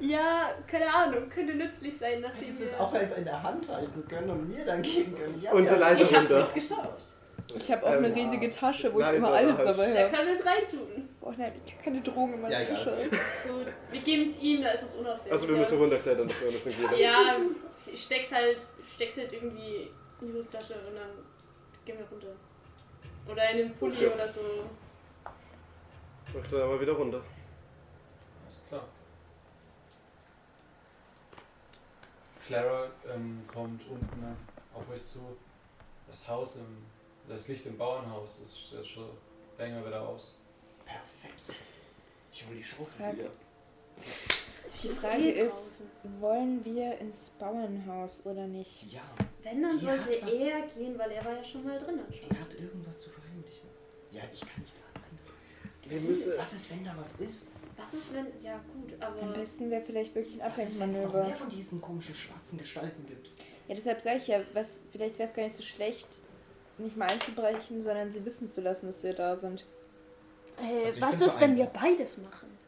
[SPEAKER 2] Ja, keine Ahnung, könnte nützlich sein, nachdem
[SPEAKER 4] Hättest du es
[SPEAKER 2] wir-
[SPEAKER 4] auch einfach in der Hand halten können und mir dann geben können? Ich hab
[SPEAKER 3] Und
[SPEAKER 4] ja
[SPEAKER 3] allein-
[SPEAKER 2] Ich hab's
[SPEAKER 3] runter.
[SPEAKER 2] doch geschafft.
[SPEAKER 5] Ich habe auch eine
[SPEAKER 3] Ähm,
[SPEAKER 5] riesige Tasche, wo ich
[SPEAKER 3] Nein,
[SPEAKER 5] immer
[SPEAKER 3] aber
[SPEAKER 5] alles
[SPEAKER 3] halt-
[SPEAKER 5] dabei
[SPEAKER 2] Da
[SPEAKER 5] habe.
[SPEAKER 2] können wir es reintun.
[SPEAKER 5] Oh nein, ich habe keine Drogen in meiner
[SPEAKER 4] Ja, egal.
[SPEAKER 5] Tasche.
[SPEAKER 2] Gut, wir geben es ihm, da ist es unauffällig.
[SPEAKER 3] Also wir müssen runterklettern, wenn das nicht geht.
[SPEAKER 2] Ja, ich steck's halt, steck's halt irgendwie in die Hosentasche und dann gehen wir runter. Oder in den Pulli
[SPEAKER 3] Ja.
[SPEAKER 2] oder so.
[SPEAKER 3] Ich kletter mal wieder runter.
[SPEAKER 1] Alles klar. Clara ähm, kommt unten auf euch zu. Das Haus im. Das Licht im Bauernhaus ist, ist schon länger wieder aus.
[SPEAKER 4] Perfekt. Ich hol die Schaufel
[SPEAKER 5] Ja.
[SPEAKER 4] wieder.
[SPEAKER 5] Die Frage
[SPEAKER 2] Eh
[SPEAKER 5] ist,
[SPEAKER 2] draußen.
[SPEAKER 5] wollen wir ins Bauernhaus oder nicht?
[SPEAKER 4] Ja,
[SPEAKER 2] Wenn, dann
[SPEAKER 4] Die
[SPEAKER 2] sollte
[SPEAKER 4] hat was-
[SPEAKER 2] er gehen, weil er war ja schon mal drin anscheinend.
[SPEAKER 4] die hat irgendwas zu verheimlichen. Ja, ich kann nicht da rein.
[SPEAKER 3] Wir müssen...
[SPEAKER 4] Was ist, wenn da was ist?
[SPEAKER 2] Was ist, wenn. Ja, gut,
[SPEAKER 5] Am
[SPEAKER 2] aber.
[SPEAKER 5] besten wäre vielleicht wirklich ein
[SPEAKER 4] Was ist, wenn es noch mehr
[SPEAKER 5] Ablenkmanöver.
[SPEAKER 4] von diesen komischen schwarzen Gestalten gibt?
[SPEAKER 5] Ja, deshalb sage ich ja, was, vielleicht wäre es gar nicht so schlecht, nicht mal einzubrechen, sondern sie wissen zu lassen, dass wir da sind.
[SPEAKER 12] Äh,
[SPEAKER 4] Also ich
[SPEAKER 12] was
[SPEAKER 4] bin
[SPEAKER 12] ist, wenn
[SPEAKER 4] für
[SPEAKER 12] wir beides machen?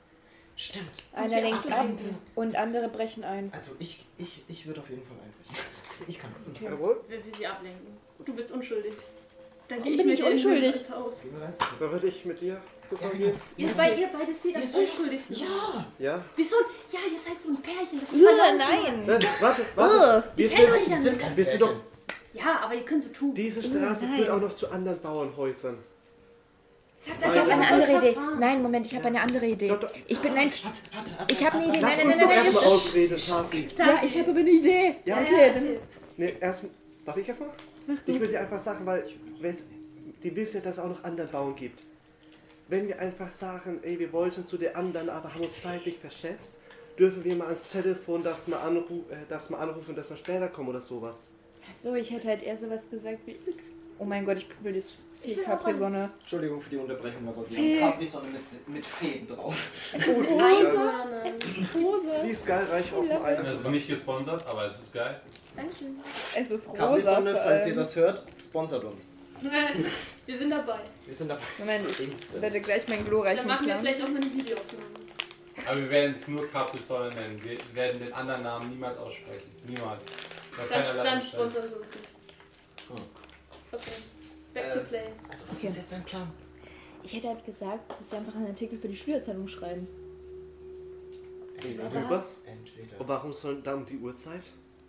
[SPEAKER 17] Stimmt.
[SPEAKER 5] Einer lenkt ab und andere brechen ein.
[SPEAKER 18] Also ich, ich, ich würde auf jeden Fall einbrechen. Ich kann das.
[SPEAKER 5] Okay.
[SPEAKER 2] Will sie sie ablenken. Du bist unschuldig. Dann
[SPEAKER 5] Warum bin ich unschuldig?
[SPEAKER 2] Haus.
[SPEAKER 3] Da würde ich mit dir zusammengehen.
[SPEAKER 2] Ihr, bei, ihr beide seht am
[SPEAKER 19] Ihr seid so-
[SPEAKER 2] unschuldigsten aus.
[SPEAKER 3] Ja?
[SPEAKER 2] Wieso? Ja, ihr seid so ein Pärchen. Das ist
[SPEAKER 5] Ja,
[SPEAKER 2] verlaufen.
[SPEAKER 5] nein.
[SPEAKER 3] Nein, warte, warte.
[SPEAKER 2] Oh, Die
[SPEAKER 3] wir
[SPEAKER 2] kennen euch
[SPEAKER 3] sind,
[SPEAKER 2] ja nicht. Oh,
[SPEAKER 3] wir sind doch.
[SPEAKER 2] Ja, aber ihr könnt so tun.
[SPEAKER 3] Diese Straße
[SPEAKER 5] nein.
[SPEAKER 3] führt auch noch zu anderen Bauernhäusern.
[SPEAKER 2] Sagt
[SPEAKER 5] Ich
[SPEAKER 2] einfach,
[SPEAKER 5] habe eine andere
[SPEAKER 2] ihr wollt
[SPEAKER 5] Idee.
[SPEAKER 2] verfahren.
[SPEAKER 5] Nein, Moment, ich habe eine andere Idee.
[SPEAKER 3] Doch, doch.
[SPEAKER 5] Ich bin nein. Ich habe eine Idee. Nein,
[SPEAKER 3] Lass
[SPEAKER 5] nein,
[SPEAKER 3] uns
[SPEAKER 5] nein,
[SPEAKER 3] doch
[SPEAKER 5] nein.
[SPEAKER 3] erstmal ausreden, Tasi.
[SPEAKER 5] nein. Ja, ich habe aber eine Idee.
[SPEAKER 3] Ja.
[SPEAKER 5] okay,
[SPEAKER 2] erzähl.
[SPEAKER 5] dann
[SPEAKER 3] Nee, erst. Darf ich erstmal? Ich würde dir einfach sagen, weil wenn's- die wissen ja, dass es auch noch anderen Bauern gibt. Wenn wir einfach sagen, ey, wir wollten zu den anderen, aber haben uns zeitlich verschätzt, dürfen wir mal ans Telefon, dass wir, anru äh, dass wir anrufen, dass wir später kommen oder sowas.
[SPEAKER 5] Achso, ich hätte halt eher sowas gesagt wie. Oh mein Gott, ich pübel das
[SPEAKER 2] Ich
[SPEAKER 5] viel
[SPEAKER 2] will auch
[SPEAKER 5] Capri-Sonne.
[SPEAKER 4] Entschuldigung für die Unterbrechung, aber wir
[SPEAKER 5] Fee.
[SPEAKER 4] haben Capri-Sonne mit, mit Fäden drauf.
[SPEAKER 5] Es ist
[SPEAKER 3] Oh,
[SPEAKER 2] Also,
[SPEAKER 5] rosa. Es ist rosa.
[SPEAKER 3] Die ist geil, reich auf dem
[SPEAKER 14] Das ist
[SPEAKER 3] einen.
[SPEAKER 14] nicht gesponsert, aber es ist geil.
[SPEAKER 2] Dankeschön.
[SPEAKER 5] Es ist rosa.
[SPEAKER 4] Capri-Sonne,
[SPEAKER 5] vor
[SPEAKER 4] falls ihr
[SPEAKER 5] allem.
[SPEAKER 4] das hört, sponsert uns.
[SPEAKER 2] wir sind dabei.
[SPEAKER 4] Wir sind dabei.
[SPEAKER 5] Moment, ich
[SPEAKER 4] Instant.
[SPEAKER 5] werde gleich meinen
[SPEAKER 2] Dann
[SPEAKER 5] glorreichen
[SPEAKER 2] machen wir
[SPEAKER 5] Plan.
[SPEAKER 2] vielleicht auch mal eine Videoaufnahme.
[SPEAKER 14] Aber wir werden es nur Capri-Sonne nennen. Wir werden den anderen Namen niemals aussprechen. Niemals. Weil
[SPEAKER 2] Dann,
[SPEAKER 14] keiner
[SPEAKER 2] dann
[SPEAKER 14] lacht.
[SPEAKER 2] sponsern sie uns nicht. Okay. Back to
[SPEAKER 4] Ähm.
[SPEAKER 2] play.
[SPEAKER 4] Also was
[SPEAKER 5] Okay.
[SPEAKER 4] ist jetzt dein Plan?
[SPEAKER 5] Ich hätte halt gesagt, dass wir einfach einen Artikel für die Schülerzeitung schreiben.
[SPEAKER 3] Was?
[SPEAKER 4] Entweder.
[SPEAKER 3] Und warum soll dann um die Uhrzeit?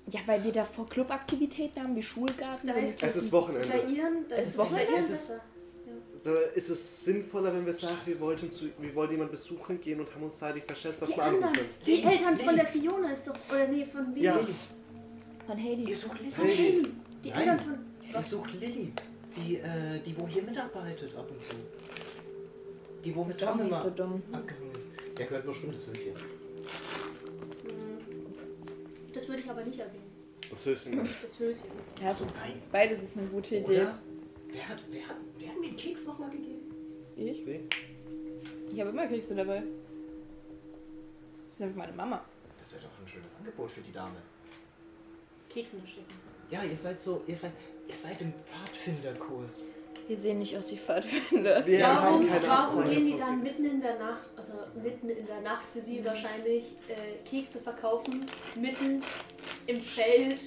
[SPEAKER 5] Ja, weil wir davor Clubaktivitäten haben, wie Schulgarten.
[SPEAKER 2] Da
[SPEAKER 5] so eine
[SPEAKER 2] ist-
[SPEAKER 3] Es
[SPEAKER 5] Kirchen-
[SPEAKER 3] ist
[SPEAKER 2] Bei
[SPEAKER 3] Wochenende.
[SPEAKER 2] ihren, das
[SPEAKER 5] Es
[SPEAKER 2] ist
[SPEAKER 5] ist
[SPEAKER 2] bei ihren
[SPEAKER 5] Wochenende?
[SPEAKER 2] besser.
[SPEAKER 3] Da ist es sinnvoller, wenn wir sagen, wir wollten, zu, wir wollten jemanden besuchen gehen und haben uns zeitlich verschätzt, dass
[SPEAKER 2] Die
[SPEAKER 3] wir
[SPEAKER 2] anderen,
[SPEAKER 3] anrufen.
[SPEAKER 2] die Eltern von der Fiona ist doch, oder nee, von Billy.
[SPEAKER 3] Ja.
[SPEAKER 5] Von Haley.
[SPEAKER 2] Von Haley. Die
[SPEAKER 4] Nein.
[SPEAKER 2] Eltern von...
[SPEAKER 4] Ich suche Lilly, die, äh, die wo hier mitarbeitet ab und zu. Die wo mit
[SPEAKER 5] Auch
[SPEAKER 4] Tom
[SPEAKER 5] nicht
[SPEAKER 4] immer
[SPEAKER 5] so dumm.
[SPEAKER 4] abgehangen ist. Der gehört bestimmt ins Höschen.
[SPEAKER 2] Das würde ich aber nicht erwähnen.
[SPEAKER 3] Das höchste Mal.
[SPEAKER 2] Das Höschen.
[SPEAKER 5] Ja,
[SPEAKER 4] Achso, nein.
[SPEAKER 5] beides ist eine gute Idee.
[SPEAKER 4] Oder? Wer hat, wer hat, wer hat mir den Keks nochmal gegeben?
[SPEAKER 5] Ich?
[SPEAKER 3] Sie?
[SPEAKER 5] Ich habe immer Kekse dabei. Das ist einfach meine Mama.
[SPEAKER 4] Das wäre doch ein schönes Angebot für die Dame.
[SPEAKER 2] Kekse unterschrieben.
[SPEAKER 4] Ja, ihr seid so, ihr seid, ihr seid im Pfadfinderkurs.
[SPEAKER 5] Wir sehen nicht aus wie Pfadfinder.
[SPEAKER 3] Wir
[SPEAKER 2] warum
[SPEAKER 3] haben keine
[SPEAKER 2] warum
[SPEAKER 3] Abzeichen.
[SPEAKER 2] gehen die dann mitten in der Nacht, also mitten in der Nacht für sie wahrscheinlich, äh, Kekse verkaufen, mitten im Feld,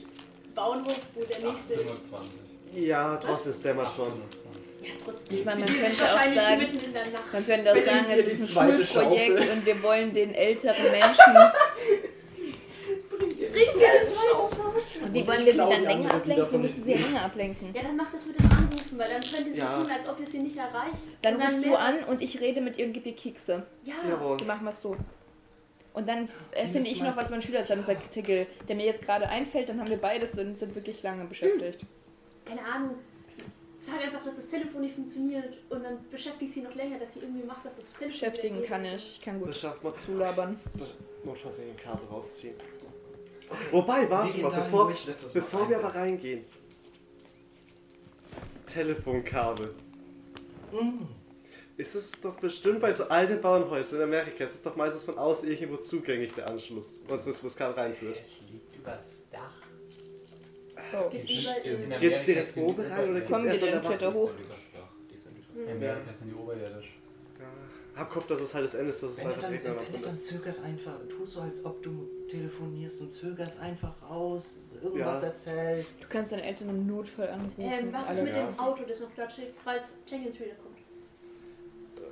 [SPEAKER 2] Bauernhof, wo
[SPEAKER 14] Es
[SPEAKER 2] der
[SPEAKER 14] ist
[SPEAKER 2] nächste...
[SPEAKER 14] 18.20 Uhr.
[SPEAKER 3] Ja, trotzdem ist der mal
[SPEAKER 14] Es ist
[SPEAKER 3] schon.
[SPEAKER 14] 18.20 Uhr.
[SPEAKER 2] Ja, trotzdem.
[SPEAKER 5] Ich meine, man
[SPEAKER 2] Für die ist es
[SPEAKER 5] könnte auch
[SPEAKER 2] wahrscheinlich
[SPEAKER 5] sagen-
[SPEAKER 2] mitten in der Nacht.
[SPEAKER 5] Man könnte auch sagen,
[SPEAKER 4] dir
[SPEAKER 5] es
[SPEAKER 4] die
[SPEAKER 5] ist ein
[SPEAKER 4] zweite
[SPEAKER 5] Schulprojekt
[SPEAKER 4] Schaufel.
[SPEAKER 5] und wir wollen den älteren Menschen,
[SPEAKER 2] Bringen wir eine zweite Chance.
[SPEAKER 5] die wollen wir sie dann länger ablenken, wir müssen sie länger ablenken.
[SPEAKER 2] Ja, dann mach das mit dem Anrufen, weil dann könnt ihr so
[SPEAKER 3] Ja.
[SPEAKER 2] tun, als ob ihr sie nicht erreicht.
[SPEAKER 5] Dann
[SPEAKER 2] Und dann
[SPEAKER 5] rufst du
[SPEAKER 2] merkt's.
[SPEAKER 5] an und ich rede mit ihr und gebe ihr Kekse.
[SPEAKER 2] Ja,
[SPEAKER 3] Jawohl.
[SPEAKER 5] Die machen wir so. Und dann äh, finde ich noch was mein Schülerzeitungsartikel, der mir jetzt gerade einfällt, dann haben wir beides und sind wirklich lange beschäftigt.
[SPEAKER 2] keine Ahnung. Sag einfach, dass das Telefon nicht funktioniert und dann beschäftigt sie noch länger, dass sie irgendwie macht, dass das Telefon
[SPEAKER 5] Beschäftigen
[SPEAKER 2] wieder geht.
[SPEAKER 5] kann ich. Ich kann
[SPEAKER 3] Das
[SPEAKER 5] gut
[SPEAKER 3] schafft man.
[SPEAKER 5] zulabern.
[SPEAKER 3] Notfalls den Kabel rausziehen. Wobei, warte mal, bevor, bevor wir aber reingehen. Telefonkabel. Ist es doch bestimmt bei so alten Bauernhäusern in Amerika, ist es doch meistens von außen irgendwo zugänglich, der Anschluss. Und zumindest, wo es gerade reinführt.
[SPEAKER 14] Es liegt übers Dach.
[SPEAKER 5] Oh.
[SPEAKER 2] Gibt überall-
[SPEAKER 3] Geht's direkt oben rein oder
[SPEAKER 5] Komm,
[SPEAKER 3] geht's
[SPEAKER 5] wir
[SPEAKER 3] erst an der
[SPEAKER 5] gehen Treppe
[SPEAKER 3] Wand?
[SPEAKER 5] hoch.
[SPEAKER 14] In
[SPEAKER 2] Hm.
[SPEAKER 14] Amerika sind die oberirdisch.
[SPEAKER 3] Hab Kopf, dass es halt das Ende ist, dass es
[SPEAKER 4] Wenn er
[SPEAKER 3] einfach
[SPEAKER 4] dann,
[SPEAKER 3] direkt
[SPEAKER 4] wenn
[SPEAKER 3] an
[SPEAKER 4] er
[SPEAKER 3] der Wand
[SPEAKER 4] dann
[SPEAKER 3] ist.
[SPEAKER 4] zögert einfach, tu so, als ob du telefonierst und zögerst einfach raus, irgendwas
[SPEAKER 3] Ja.
[SPEAKER 4] erzählt.
[SPEAKER 5] Du kannst deine Eltern im Notfall anrufen.
[SPEAKER 2] Ähm, was ist
[SPEAKER 5] Alle-
[SPEAKER 2] mit dem Auto, das noch Platz steht, falls Jenkins wiederkommt?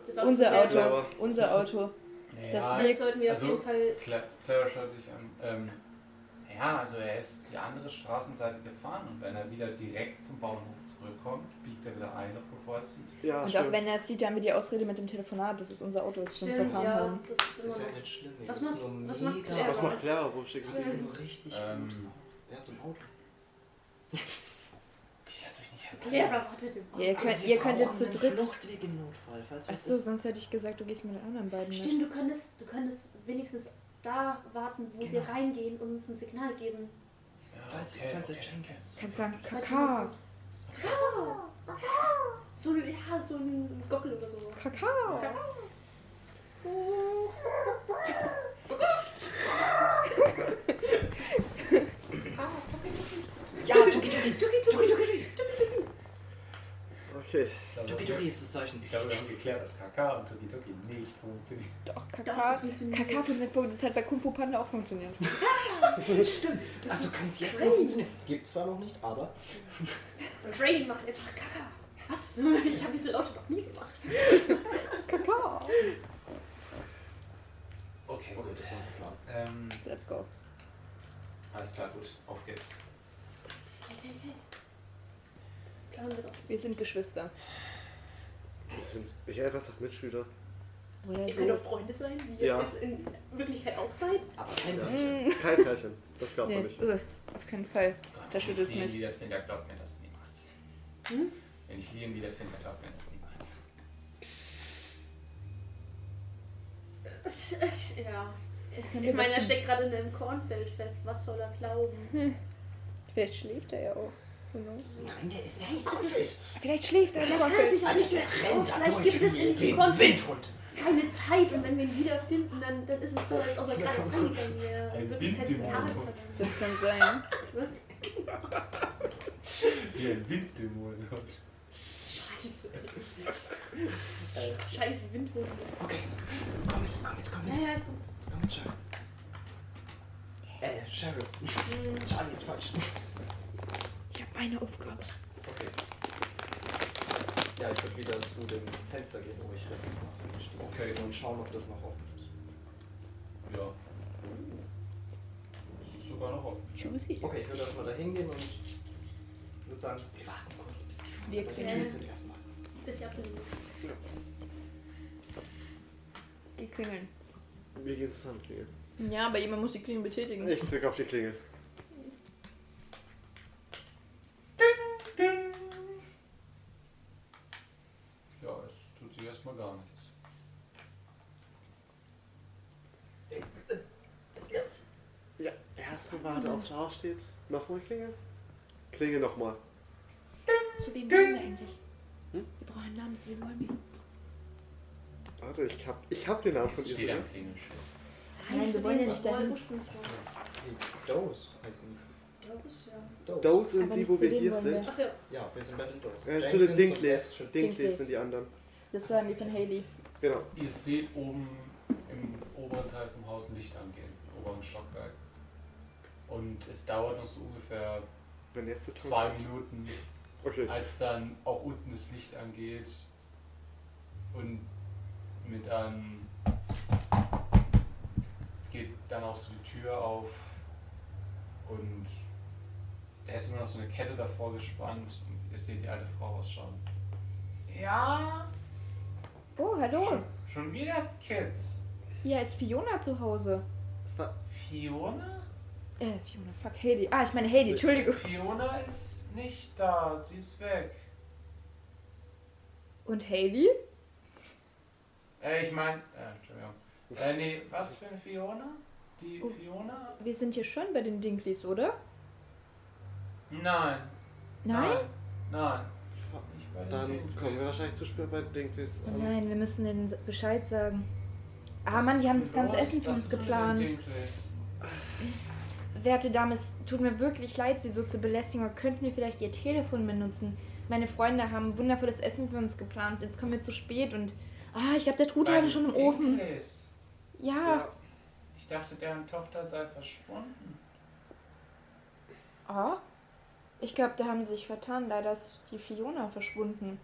[SPEAKER 2] Das
[SPEAKER 5] Unser
[SPEAKER 2] fährt.
[SPEAKER 5] Auto.
[SPEAKER 3] Clara.
[SPEAKER 5] Unser Auto.
[SPEAKER 14] ja,
[SPEAKER 5] liegt-
[SPEAKER 2] Das sollten wir
[SPEAKER 14] Also-
[SPEAKER 2] auf jeden Fall.
[SPEAKER 14] Cla- Clara schaut dich an. Ähm, ja, also er ist die andere Straßenseite gefahren und wenn er wieder direkt zum Bauernhof zurückkommt, biegt er wieder ein, noch bevor es sieht.
[SPEAKER 3] Ja,
[SPEAKER 5] Und auch
[SPEAKER 3] stimmt.
[SPEAKER 5] wenn er es sieht, haben wir die Ausrede mit dem Telefonat. Das ist unser Auto, das ist uns
[SPEAKER 2] Stimmt,
[SPEAKER 5] verfahren
[SPEAKER 2] ja.
[SPEAKER 5] haben.
[SPEAKER 2] Das ist immer
[SPEAKER 4] Ist ja
[SPEAKER 2] noch.
[SPEAKER 4] nicht schlimm, ey.
[SPEAKER 2] Was
[SPEAKER 4] das
[SPEAKER 2] machst-
[SPEAKER 4] ist nur
[SPEAKER 2] was macht
[SPEAKER 4] mega.
[SPEAKER 2] Clara?
[SPEAKER 3] Was macht Clara? Wo schickt
[SPEAKER 4] Das
[SPEAKER 3] sie?
[SPEAKER 4] ist nur richtig
[SPEAKER 14] Ähm.
[SPEAKER 4] gut. Er hat so ein Auto.
[SPEAKER 14] Ich lasse euch nicht herbei.
[SPEAKER 2] Clara wartet im Auto.
[SPEAKER 5] Ja, ihr könnt, ihr könntet zu dritt.
[SPEAKER 4] Fluchtweg im Notfall, falls was
[SPEAKER 5] Achso,
[SPEAKER 4] ist.
[SPEAKER 5] sonst hätte ich gesagt, du gehst mit den anderen beiden. ne? Mit.
[SPEAKER 2] Stimmt, du könntest, du könntest wenigstens da warten, wo
[SPEAKER 5] Genau.
[SPEAKER 2] wir reingehen und uns ein Signal geben.
[SPEAKER 14] Ja,
[SPEAKER 4] Falls,
[SPEAKER 14] okay,
[SPEAKER 4] falls er
[SPEAKER 14] okay.
[SPEAKER 4] Jenkins.
[SPEAKER 5] Kannst sagen, Kaka.
[SPEAKER 2] So, ein- ja, so ein Gockel oder so.
[SPEAKER 5] Kakao.
[SPEAKER 4] Ja, Tuki Tuki, Tuki Tuki Tuki Tuki.
[SPEAKER 3] Okay.
[SPEAKER 14] Ich glaube,
[SPEAKER 20] Toki ist das Zeichen.
[SPEAKER 1] Ich glaube, wir haben geklärt, dass Kaka und Toki Toki nicht funktionieren.
[SPEAKER 5] Doch,
[SPEAKER 2] Doch,
[SPEAKER 5] Kaka.
[SPEAKER 2] das funktioniert.
[SPEAKER 5] Kaka funktioniert voll. Das hat bei Kung Fu Panda auch funktioniert.
[SPEAKER 20] Stimmt. also kann es jetzt noch
[SPEAKER 2] crazy.
[SPEAKER 20] funktionieren.
[SPEAKER 4] Gibt zwar noch nicht, aber.
[SPEAKER 2] Und Ray macht einfach Kaka. Was? Ich habe diese Laute noch nie gemacht.
[SPEAKER 5] Kaka.
[SPEAKER 1] Okay,
[SPEAKER 4] Okay, das ist unser Plan.
[SPEAKER 1] Ähm,
[SPEAKER 5] Let's go.
[SPEAKER 1] alles klar, gut. Auf geht's.
[SPEAKER 2] Okay, okay. Planen wir doch.
[SPEAKER 5] Wir sind Geschwister.
[SPEAKER 3] Ich, sind, ich einfach sag Mitschüler.
[SPEAKER 5] Oder
[SPEAKER 2] Ihr könnt
[SPEAKER 5] so.
[SPEAKER 2] doch Freunde sein, wie ihr
[SPEAKER 3] Ja.
[SPEAKER 2] es in Wirklichkeit auch seid.
[SPEAKER 20] Aber kein
[SPEAKER 3] Ja.
[SPEAKER 20] Pärchen.
[SPEAKER 3] Kein Pärchen. Das glaubt
[SPEAKER 5] Nee,
[SPEAKER 3] man nicht.
[SPEAKER 5] irre. auf keinen Fall.
[SPEAKER 1] Gott,
[SPEAKER 5] Das
[SPEAKER 1] wenn
[SPEAKER 5] schüttelt
[SPEAKER 1] ich Lien
[SPEAKER 5] mich.
[SPEAKER 1] wiederfinde, dann glaubt mir das niemals.
[SPEAKER 2] Hm?
[SPEAKER 1] Wenn ich Lien wiederfinde, dann glaubt mir das niemals.
[SPEAKER 2] Ich- ich- Ja.
[SPEAKER 5] Können
[SPEAKER 2] Ich
[SPEAKER 5] wir
[SPEAKER 2] meine,
[SPEAKER 5] das
[SPEAKER 2] er
[SPEAKER 5] denn-
[SPEAKER 2] steckt gerade in einem Kornfeld fest. Was soll er
[SPEAKER 5] Hm,
[SPEAKER 2] glauben?
[SPEAKER 5] Vielleicht schläft er ja auch. Who knows?
[SPEAKER 20] Nein, der ist
[SPEAKER 2] Vielleicht ist es.
[SPEAKER 5] Vielleicht schläft er
[SPEAKER 2] Kann er
[SPEAKER 5] aber.
[SPEAKER 2] sich auch
[SPEAKER 20] Alter,
[SPEAKER 2] nicht.
[SPEAKER 20] der rennt da
[SPEAKER 5] Oh,
[SPEAKER 2] vielleicht
[SPEAKER 20] durch
[SPEAKER 2] gibt es in
[SPEAKER 20] wie
[SPEAKER 2] diesem
[SPEAKER 20] ein
[SPEAKER 2] Konflikt
[SPEAKER 20] Windhund.
[SPEAKER 2] keine Zeit und wenn wir ihn wiederfinden, dann, dann ist es so, als ob er gerade das angegangen wäre.
[SPEAKER 1] Ein
[SPEAKER 2] Dann wird es kein
[SPEAKER 1] Winddämon.
[SPEAKER 2] Zitat verwendet.
[SPEAKER 5] Das kann sein.
[SPEAKER 2] Was?
[SPEAKER 1] Wie ein Winddämon.
[SPEAKER 2] Scheiße. Scheiße, Windhund.
[SPEAKER 20] Okay, komm mit, komm mit, komm mit.
[SPEAKER 2] Naja, komm.
[SPEAKER 20] Komm mit, Cheryl. Äh, Cheryl. Charlie ist falsch.
[SPEAKER 5] Ich habe meine Aufgabe.
[SPEAKER 4] Okay. Ja, ich würde wieder zu dem Fenster gehen, wo ich letztes Mal reingestiegen bin.
[SPEAKER 1] Okay.
[SPEAKER 4] Und schauen, ob das noch offen ist.
[SPEAKER 1] Ja. Das ist sogar noch offen.
[SPEAKER 5] Juicy.
[SPEAKER 4] Okay, ich würde erstmal da hingehen und würde sagen,
[SPEAKER 20] Wir warten kurz, bis die Freunde
[SPEAKER 5] Wir
[SPEAKER 20] bei der
[SPEAKER 5] klären.
[SPEAKER 20] Tür sind erstmal.
[SPEAKER 2] Bis ich abgenommen
[SPEAKER 5] Die klingeln.
[SPEAKER 3] Wir gehen zusammen klingeln.
[SPEAKER 5] Ja, aber jemand muss die Klingeln betätigen.
[SPEAKER 3] Ich drücke auf die Klingel.
[SPEAKER 1] Ja, es tut sich erstmal gar nichts.
[SPEAKER 20] Ist los.
[SPEAKER 3] Ja, erstmal warte, ob es aussteht. Nochmal klingeln. Klingel nochmal.
[SPEAKER 12] Zu wem wollen wir eigentlich?
[SPEAKER 3] Hm?
[SPEAKER 12] Wir brauchen einen Namen, zu wem wollen wir?
[SPEAKER 3] Also ich hab, ich hab den Namen von
[SPEAKER 1] Es
[SPEAKER 3] ihr
[SPEAKER 1] steht
[SPEAKER 3] sogar.
[SPEAKER 1] am Klingelschild.
[SPEAKER 5] Nein, wir wollen ja nicht dahin.
[SPEAKER 2] ursprünglich war.
[SPEAKER 4] die Doors heißen.
[SPEAKER 2] Doris, ja.
[SPEAKER 4] Doors.
[SPEAKER 3] Those sind
[SPEAKER 5] Aber
[SPEAKER 3] die,
[SPEAKER 5] nicht
[SPEAKER 3] wo
[SPEAKER 5] zu
[SPEAKER 3] wir
[SPEAKER 5] denen
[SPEAKER 3] hier
[SPEAKER 5] wollen
[SPEAKER 3] sind.
[SPEAKER 5] wir.
[SPEAKER 2] Ach ja.
[SPEAKER 4] Ja, wir sind bei den Doors.
[SPEAKER 3] Äh, zu den
[SPEAKER 4] Jenkins
[SPEAKER 3] Dinkleys.
[SPEAKER 4] und Astrid.
[SPEAKER 3] Dinkleys
[SPEAKER 5] Dinkleys.
[SPEAKER 3] sind die anderen.
[SPEAKER 5] Das waren die von Haley.
[SPEAKER 3] Genau.
[SPEAKER 1] Ihr seht oben im oberen Teil vom Haus ein Licht angehen, im oberen Stockwerk. Und es dauert noch so ungefähr
[SPEAKER 3] Wenn jetzt der Ton-
[SPEAKER 1] zwei Minuten,
[SPEAKER 3] Okay.
[SPEAKER 1] als dann auch unten das Licht angeht und mit einem geht dann auch so die Tür auf und da ist immer noch so eine Kette davor gespannt und ihr seht die alte Frau ausschauen.
[SPEAKER 14] Ja,
[SPEAKER 5] Oh, hallo.
[SPEAKER 1] Schon, schon wieder Kids.
[SPEAKER 5] Ja, ist Fiona zu Hause?
[SPEAKER 1] Fiona?
[SPEAKER 5] Äh, Fiona, fuck, Haley. Ah, ich meine Haley, Entschuldigung.
[SPEAKER 1] Fiona ist nicht da, sie ist weg.
[SPEAKER 5] Und Haley?
[SPEAKER 1] Äh, ich meine, äh, Entschuldigung. Äh, nee, was für eine Fiona? Die
[SPEAKER 5] Oh.
[SPEAKER 1] Fiona?
[SPEAKER 5] Wir sind hier schon bei den Dinkleys, oder?
[SPEAKER 1] Nein.
[SPEAKER 5] Nein?
[SPEAKER 1] Nein. Ich war
[SPEAKER 3] Dann kommen wir wahrscheinlich zu spät bei Ähm, Dinkleys
[SPEAKER 5] Oh
[SPEAKER 3] an.
[SPEAKER 5] nein, wir müssen ihnen Bescheid sagen. Ah Mann, die haben das ganze Essen für uns geplant. Werte Dame, es tut mir wirklich leid, Sie so zu belästigen, aber könnten wir vielleicht Ihr Telefon benutzen? Meine Freunde haben wundervolles Essen für uns geplant. Jetzt kommen wir zu spät und... Ah, ich glaube, der Truthahn ist schon im Ofen. Ja.
[SPEAKER 3] Ja.
[SPEAKER 1] Ich dachte, deren Tochter sei verschwunden.
[SPEAKER 5] Ah? Ich glaube, da haben sie sich vertan. Leider ist die Fiona verschwunden.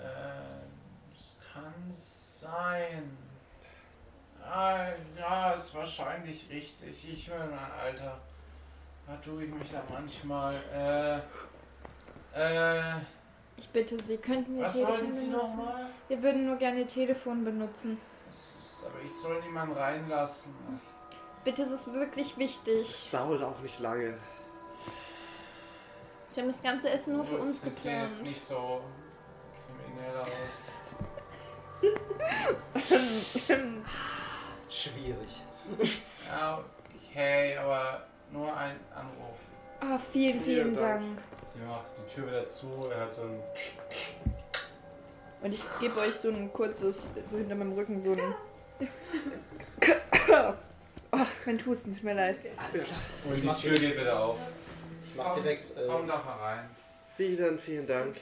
[SPEAKER 14] äh, das kann sein. Ah, ja, ist wahrscheinlich richtig. Ich höre mein Alter. Da tue ich mich da manchmal. Äh, äh,
[SPEAKER 5] Ich bitte Sie, könnten wir
[SPEAKER 14] was
[SPEAKER 5] Telefon
[SPEAKER 14] wollten Sie ne?
[SPEAKER 5] benutzen?
[SPEAKER 14] nochmal?
[SPEAKER 5] Wir würden nur gerne Ihr Telefon benutzen.
[SPEAKER 14] Es ist- Aber ich soll niemanden reinlassen.
[SPEAKER 5] Bitte, es ist wirklich
[SPEAKER 3] Es
[SPEAKER 5] wichtig.
[SPEAKER 3] dauert auch nicht lange.
[SPEAKER 5] Sie haben das ganze Essen nur für uns
[SPEAKER 1] Sie sehen
[SPEAKER 5] geplant.
[SPEAKER 1] jetzt nicht so kriminell aus.
[SPEAKER 4] Schwierig.
[SPEAKER 1] Ja, okay, aber nur ein Anruf.
[SPEAKER 5] Ah, vielen, vielen,
[SPEAKER 3] Vielen Dank.
[SPEAKER 5] Dank.
[SPEAKER 1] Sie macht die Tür wieder zu, er hat so ein.
[SPEAKER 5] Und ich gebe euch so ein kurzes, so hinter meinem Rücken so ein... Oh, mein Husten, tut mir leid.
[SPEAKER 20] Alles klar.
[SPEAKER 1] Und die
[SPEAKER 4] mach
[SPEAKER 1] Tür geht wieder auf.
[SPEAKER 4] Ich mach direkt. Äh,
[SPEAKER 1] Komm doch herein.
[SPEAKER 3] Vielen, vielen Dank.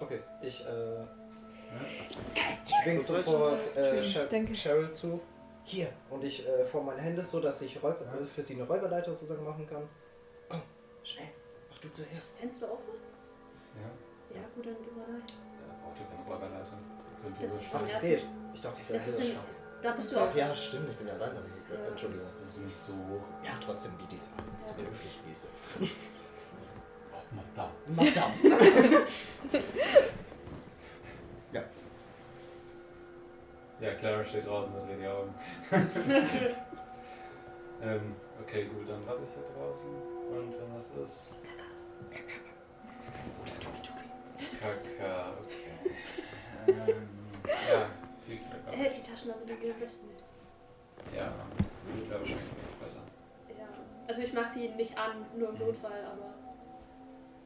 [SPEAKER 4] Okay, ich äh, wink sofort äh, Sher- Cheryl zu. Hier! Und ich äh, vor meine Hände so, dass ich Räub äh, für sie eine Räuberleiter sozusagen machen kann. Komm, schnell, mach du
[SPEAKER 2] Ist das
[SPEAKER 4] zuerst.
[SPEAKER 2] Fenster offen?
[SPEAKER 1] Ja.
[SPEAKER 2] Ja, gut, dann drüber rein.
[SPEAKER 1] Da braucht ihr keine Räuberleiter. Könnt ihr
[SPEAKER 2] Das ist
[SPEAKER 1] überschauen.
[SPEAKER 2] im
[SPEAKER 4] das
[SPEAKER 2] ersten.
[SPEAKER 4] geht. Ich dachte, ich wäre
[SPEAKER 2] Das ist im,
[SPEAKER 4] Hellerschau.
[SPEAKER 2] da bist du auch.
[SPEAKER 4] Ach ja, stimmt, ich bin ja alleine.
[SPEAKER 2] Ja.
[SPEAKER 4] Entschuldigung.
[SPEAKER 1] Das ist nicht so hoch.
[SPEAKER 4] Ja, trotzdem biete ich es an. Das ist eine höfliche Geste.
[SPEAKER 1] Oh, Madame.
[SPEAKER 4] Madame.
[SPEAKER 1] Ja, Clara steht draußen, das wäre die Augen. ähm, okay, gut, dann warte ich hier draußen. Und wenn das ist. Kaka. Kaka. Oder Tuki Tuki. Kaka, okay. ähm, ja, viel
[SPEAKER 2] Er
[SPEAKER 1] Glück.
[SPEAKER 2] hält die Taschenlampe die gehen am besten mit.
[SPEAKER 1] Ja, wird ja wahrscheinlich besser.
[SPEAKER 2] Ja. Also ich mach sie nicht an, nur im Notfall, aber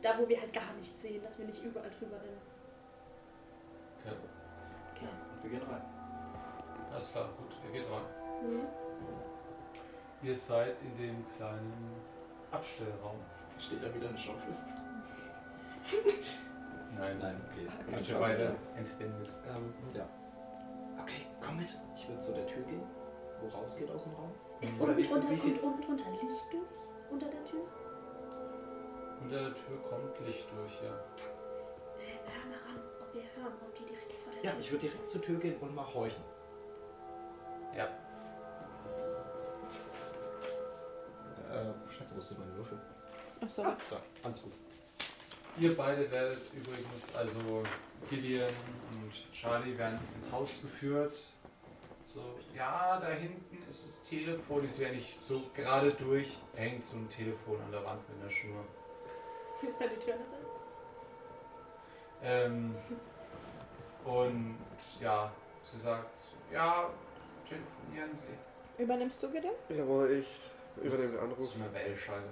[SPEAKER 2] da wo wir halt gar nichts sehen, dass wir nicht überall drüber rennen.
[SPEAKER 1] Ja,
[SPEAKER 4] Und wir gehen rein.
[SPEAKER 1] alles klar, gut, er geht rein.
[SPEAKER 2] Mhm.
[SPEAKER 1] Ihr seid in dem kleinen Abstellraum.
[SPEAKER 4] Steht da wieder eine Schaufel?
[SPEAKER 1] Nein,
[SPEAKER 4] Nein, Ah, okay.
[SPEAKER 1] Habt ihr beide entwendet.
[SPEAKER 4] Ähm, ja. Okay, komm mit. Ich würde zu der Tür gehen, wo rausgeht aus dem Raum.
[SPEAKER 2] Ist
[SPEAKER 4] Oder
[SPEAKER 2] unten
[SPEAKER 4] wie-
[SPEAKER 2] drunter,
[SPEAKER 4] wie viel-
[SPEAKER 2] kommt unten drunter Licht durch? Unter der Tür?
[SPEAKER 1] Unter der Tür kommt Licht durch, ja.
[SPEAKER 2] Hör mal ran, ob wir hören, ob die direkt vor der
[SPEAKER 4] Ja,
[SPEAKER 2] Tür
[SPEAKER 4] ich würde direkt zur Tür gehen und mal horchen.
[SPEAKER 1] Ja.
[SPEAKER 4] Äh, scheiße, wo sind meine Würfel?
[SPEAKER 5] Ach so.
[SPEAKER 4] So, alles gut.
[SPEAKER 1] Ihr beide werdet übrigens, also Gideon und Charlie werden ins Haus geführt. So, ja, da hinten ist das Telefon, ist ja nicht so gerade durch. Hängt so ein Telefon an der Wand mit einer Schnur.
[SPEAKER 2] ist. Ist da die Tür besser?
[SPEAKER 1] Ähm, und ja, sie sagt, ja, telefonieren Sie.
[SPEAKER 5] Übernimmst du Gideon?
[SPEAKER 3] Jawohl, ich übernehme den Anruf.
[SPEAKER 1] Zu einer Wellscheibe.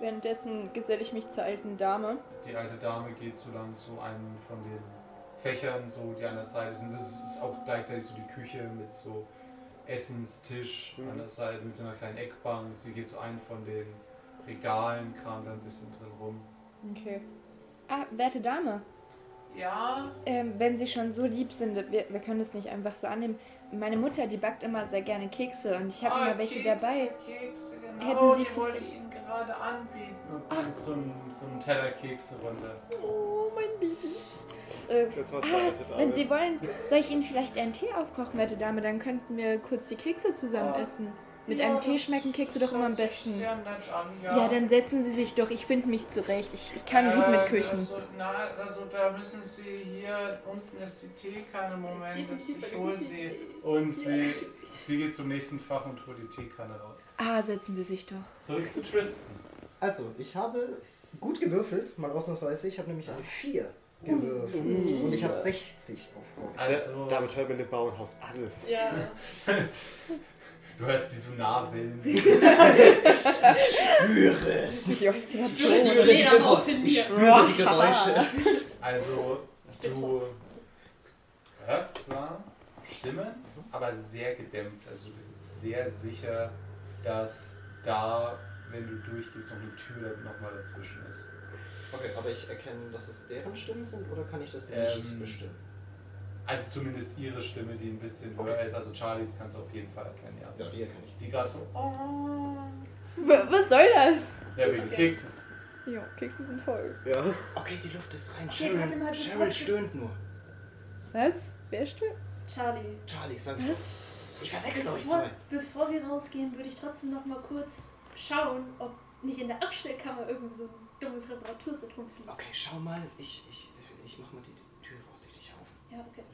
[SPEAKER 5] Währenddessen geselle ich mich zur alten Dame.
[SPEAKER 1] Die alte Dame geht so lang zu einem von den Fächern, so die an der Seite sind. Das ist auch gleichzeitig so die Küche mit so Essenstisch an der Seite, mit so einer kleinen Eckbank. Sie geht zu einem von den Regalen, kramt da ein bisschen drin rum.
[SPEAKER 5] Okay. Ah, werte Dame,
[SPEAKER 14] Ja,
[SPEAKER 5] ähm, wenn Sie schon so lieb sind, wir, wir können es nicht einfach so annehmen. Meine Mutter, die backt immer sehr gerne Kekse und ich habe
[SPEAKER 14] Ah,
[SPEAKER 5] immer welche
[SPEAKER 14] Kekse,
[SPEAKER 5] dabei.
[SPEAKER 14] Kekse, genau,
[SPEAKER 5] Hätten Sie
[SPEAKER 14] die
[SPEAKER 5] viel-
[SPEAKER 14] wollte ich Ihnen gerade anbieten.
[SPEAKER 1] Und Ach. So einen, so einen Teller Kekse runter.
[SPEAKER 5] Oh, mein Baby. Ähm,
[SPEAKER 3] Jetzt mal zur
[SPEAKER 5] ah,
[SPEAKER 3] alten Dame.
[SPEAKER 5] wenn Sie wollen, soll ich Ihnen vielleicht einen Tee aufkochen, werte Dame? Dann könnten wir kurz die Kekse zusammen
[SPEAKER 14] Ah.
[SPEAKER 5] essen. Mit
[SPEAKER 14] Ja,
[SPEAKER 5] einem Tee
[SPEAKER 14] das-
[SPEAKER 5] schmecken Kekse
[SPEAKER 14] das
[SPEAKER 5] doch immer am
[SPEAKER 14] hört sich
[SPEAKER 5] besten.
[SPEAKER 14] Sehr nett an, ja.
[SPEAKER 5] Ja, dann setzen Sie sich doch. Ich finde mich zurecht. Ich, ich kann gut
[SPEAKER 14] Ähm,
[SPEAKER 5] mit Küchen.
[SPEAKER 14] Also, na, also da müssen Sie hier, unten ist die Teekanne, Moment, das- ich hole sie.
[SPEAKER 1] Und sie, sie geht zum nächsten Fach und holt die Teekanne raus.
[SPEAKER 5] Ah, setzen Sie sich doch.
[SPEAKER 1] Zurück zu Tristan.
[SPEAKER 4] Also, ich habe gut gewürfelt, mal ausnahmsweise. Ich habe nämlich eine 4 gewürfelt. Und ich habe 60 auf Horchen.
[SPEAKER 1] Also,
[SPEAKER 3] Damit hören wir in dem Bauernhaus alles.
[SPEAKER 2] Ja.
[SPEAKER 1] du hörst die Sonarwellen.
[SPEAKER 2] Jeder raus hin mir.
[SPEAKER 4] Spüre die Geräusche.
[SPEAKER 1] Also, du hörst zwar Stimmen, aber sehr gedämpft. Also, du bist jetzt sehr sicher, dass da, wenn du durchgehst, noch eine Tür nochmal dazwischen ist.
[SPEAKER 4] Okay, aber ich erkenne, dass es deren Stimmen sind oder kann ich das
[SPEAKER 1] Ähm,
[SPEAKER 4] nicht bestimmen?
[SPEAKER 1] Also, zumindest ihre Stimme, die ein bisschen
[SPEAKER 4] Okay.
[SPEAKER 1] höher ist. Also, Charlies kannst du auf jeden Fall erkennen, ja.
[SPEAKER 4] Ja, die erkenne ich.
[SPEAKER 1] Die gerade so, oh,
[SPEAKER 5] Was soll das?
[SPEAKER 1] ja, wegen Keks.
[SPEAKER 5] Jo, Kekse sind toll.
[SPEAKER 3] Ja.
[SPEAKER 4] Okay, die Luft ist rein.
[SPEAKER 2] Okay, warte mal,
[SPEAKER 4] Cheryl,
[SPEAKER 2] bevor
[SPEAKER 4] Cheryl
[SPEAKER 2] ich-
[SPEAKER 4] stöhnt nur.
[SPEAKER 5] Was? Wer stimmt?
[SPEAKER 2] Charlie,
[SPEAKER 4] Charlie, sag ich. Ich verwechsel euch
[SPEAKER 2] bevor,
[SPEAKER 4] zwei.
[SPEAKER 2] bevor wir rausgehen, würde ich trotzdem noch mal kurz schauen, ob nicht in der Abstellkammer irgend so ein dummes Reparaturset rumfliegt.
[SPEAKER 4] Okay, schau mal. Ich, ich, ich mach mal die Tür vorsichtig auf.
[SPEAKER 2] Ja, okay.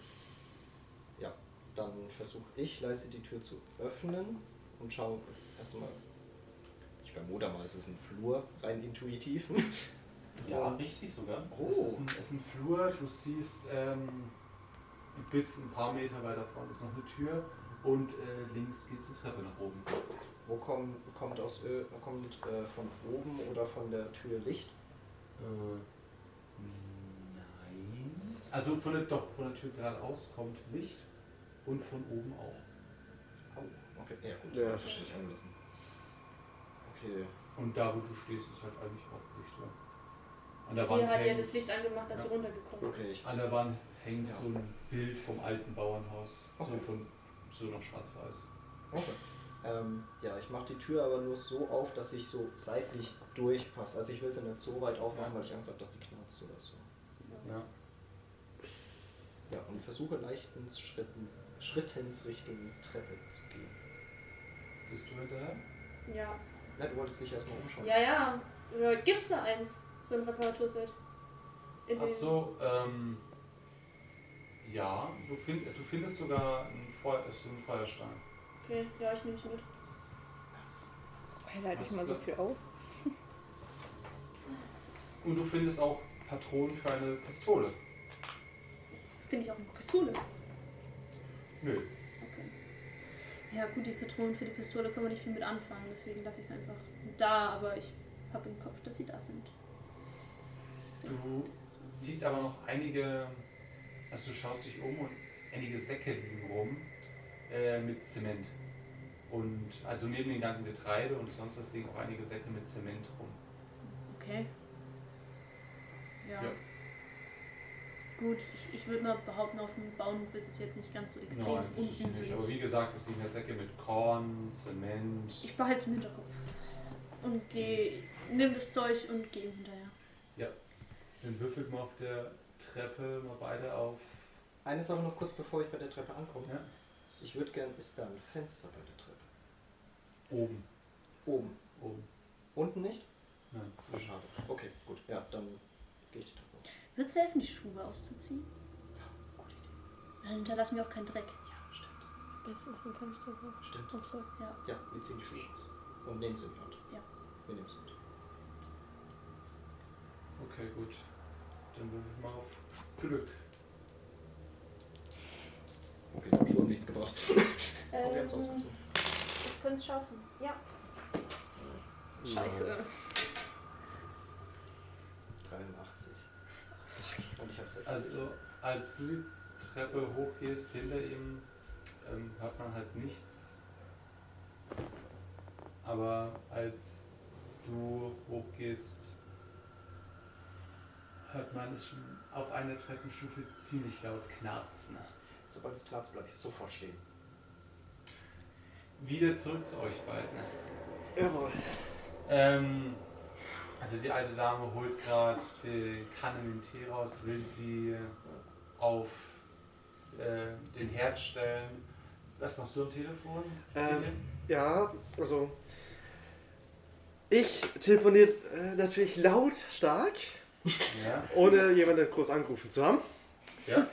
[SPEAKER 4] Ja, dann versuche ich leise die Tür zu öffnen und schaue erstmal. Ich vermute mal, es ist ein Flur, rein intuitiv.
[SPEAKER 1] Ja, richtig sogar.
[SPEAKER 4] Oh.
[SPEAKER 1] Es ist ein, es ist ein Flur, du siehst ähm, bis ein paar Meter weiter vorne ist noch eine Tür und äh, links geht die Treppe nach oben.
[SPEAKER 4] Wo kommt, kommt, aus, Ö- kommt äh, von oben oder von der Tür Licht?
[SPEAKER 1] Äh, nein. Also von der, doch, von der Tür geradeaus kommt Licht und von oben auch.
[SPEAKER 4] Oh, okay, ja gut,
[SPEAKER 3] Ja.
[SPEAKER 4] ganz wahrscheinlich angelassen. Okay,
[SPEAKER 1] Und da, wo du stehst, ist halt eigentlich auch Licht dran. An der
[SPEAKER 2] Die
[SPEAKER 1] Wand
[SPEAKER 2] hat ja
[SPEAKER 1] hängt,
[SPEAKER 2] das Licht angemacht, als sie
[SPEAKER 1] Ja.
[SPEAKER 2] runtergekommen ist.
[SPEAKER 1] an der Wand hängt so ein Bild vom alten Bauernhaus. So
[SPEAKER 7] Okay.
[SPEAKER 1] von so noch schwarz-weiß.
[SPEAKER 7] Okay.
[SPEAKER 11] Ähm, ja, ich mache die Tür aber nur so auf, dass ich so seitlich durchpasse. Also ich will sie nicht so weit aufmachen, weil ich Angst habe, dass die knarzt oder so.
[SPEAKER 1] Ja.
[SPEAKER 11] Ja, und versuche leicht ins Schritten, Schrittens Richtung Treppe zu gehen.
[SPEAKER 1] Bist du hinterher?
[SPEAKER 2] Ja.
[SPEAKER 11] Na, du wolltest dich erstmal umschauen.
[SPEAKER 2] Ja, ja. ja. Gibt's da eins? So ein Reparaturset? In
[SPEAKER 1] Ach
[SPEAKER 2] den-
[SPEAKER 1] so, ähm. Ja, du, find, du findest sogar einen, Feuer, so einen Feuerstein.
[SPEAKER 2] Okay, ja, ich nehm's mit.
[SPEAKER 5] Woher leite ich
[SPEAKER 1] Was
[SPEAKER 5] halt mal so
[SPEAKER 1] da-
[SPEAKER 5] viel aus?
[SPEAKER 1] Und du findest auch Patronen für eine Pistole.
[SPEAKER 2] Finde ich auch eine Pistole.
[SPEAKER 1] Nö.
[SPEAKER 2] Ja, gut, die Patronen für die Pistole können wir nicht viel mit anfangen, deswegen lasse ich es einfach da, aber ich habe im Kopf, dass sie da sind.
[SPEAKER 1] Du siehst aber noch einige, also du schaust dich um und einige Säcke liegen rum äh, mit Zement. Und also neben dem ganzen Getreide und sonst was liegen auch einige Säcke mit Zement rum.
[SPEAKER 2] Okay. Ja.
[SPEAKER 1] Ja.
[SPEAKER 2] Gut, ich, ich würde mal behaupten, auf dem Bauernhof ist es jetzt nicht ganz so extrem
[SPEAKER 1] Nein, das ist
[SPEAKER 2] unüblich.
[SPEAKER 1] nicht. Aber wie gesagt, es liegen ja Säcke mit Korn, Zement.
[SPEAKER 2] Ich behalte es im Hinterkopf und gehe, nimm das Zeug und gehe ihm hinterher.
[SPEAKER 1] Dann würfelt man auf der Treppe mal beide auf.
[SPEAKER 11] Eine Sache noch kurz, bevor ich bei der Treppe ankomme.
[SPEAKER 1] Ja.
[SPEAKER 11] Ich würde gern, ist da ein Fenster bei der Treppe?
[SPEAKER 1] Oben.
[SPEAKER 11] Oben.
[SPEAKER 1] Oben.
[SPEAKER 11] Unten nicht?
[SPEAKER 1] Nein.
[SPEAKER 11] Oh, schade. Okay, gut. Ja, dann gehe ich die Treppe hoch.
[SPEAKER 2] Wird es helfen, die Schuhe auszuziehen?
[SPEAKER 11] Gute Idee.
[SPEAKER 2] Dann hinterlass mir auch keinen Dreck.
[SPEAKER 11] Ja, stimmt.
[SPEAKER 6] Bist auf dem Fenster drauf.
[SPEAKER 11] Stimmt.
[SPEAKER 6] Ach so.
[SPEAKER 11] Ja, wir ziehen die Schuhe aus. Und nehmen sie in die Hand.
[SPEAKER 2] Ja.
[SPEAKER 11] Wir nehmen sie mit.
[SPEAKER 1] Okay, gut. Dann würfelt man auf Glück.
[SPEAKER 11] Okay, ich habe schon nichts gebracht. Aber wir haben es
[SPEAKER 21] Ähm, ich könnte es schaffen. Ja.
[SPEAKER 2] Scheiße.
[SPEAKER 11] 83. Und ich habe es
[SPEAKER 1] Also, als du die Treppe hochgehst, hinter ihm ähm, hört man halt nichts. Aber als du hochgehst, hört man es schon auf einer Treppenstufe ziemlich laut knarzen.
[SPEAKER 11] Sobald es klappt, bleibe ich sofort stehen.
[SPEAKER 1] Wieder zurück zu euch beiden.
[SPEAKER 3] Jawohl.
[SPEAKER 1] Ähm, also die alte Dame holt gerade die Kanne mit dem Tee raus, will sie auf äh, den Herd stellen. Was machst du am Telefon?
[SPEAKER 3] Ähm,
[SPEAKER 1] Lydia?
[SPEAKER 3] Ja, also. Ich telefoniere äh, natürlich laut, stark,
[SPEAKER 1] ja.
[SPEAKER 3] ohne jemanden groß angerufen zu haben.
[SPEAKER 1] ja.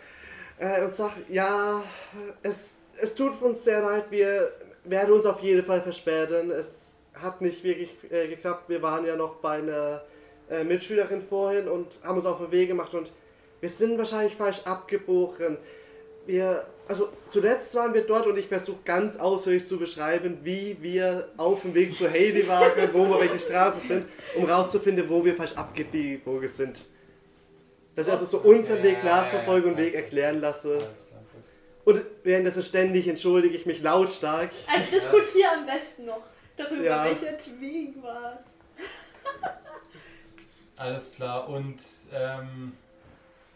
[SPEAKER 3] Äh, und sag, ja, es, es tut uns sehr leid, wir werden uns auf jeden Fall verspäten. Es hat nicht wirklich äh, geklappt. Wir waren ja noch bei einer äh, Mitschülerin vorhin und haben uns auf den Weg gemacht und wir sind wahrscheinlich falsch abgebogen. Wir, also zuletzt waren wir dort und ich versuche ganz ausführlich zu beschreiben, wie wir auf dem Weg zu Heidi waren, wo wir welche Straße sind, um rauszufinden, wo wir falsch abgebogen sind. Dass ich also so unseren
[SPEAKER 1] Ja,
[SPEAKER 3] Weg
[SPEAKER 1] ja, ja,
[SPEAKER 3] nachverfolge und
[SPEAKER 1] ja.
[SPEAKER 3] Weg erklären lasse.
[SPEAKER 1] Alles klar, gut.
[SPEAKER 3] Und währenddessen ständig entschuldige ich mich lautstark.
[SPEAKER 2] Also diskutier am besten noch darüber,
[SPEAKER 3] Ja.
[SPEAKER 2] welcher Twig war es.
[SPEAKER 1] Alles klar, und ähm,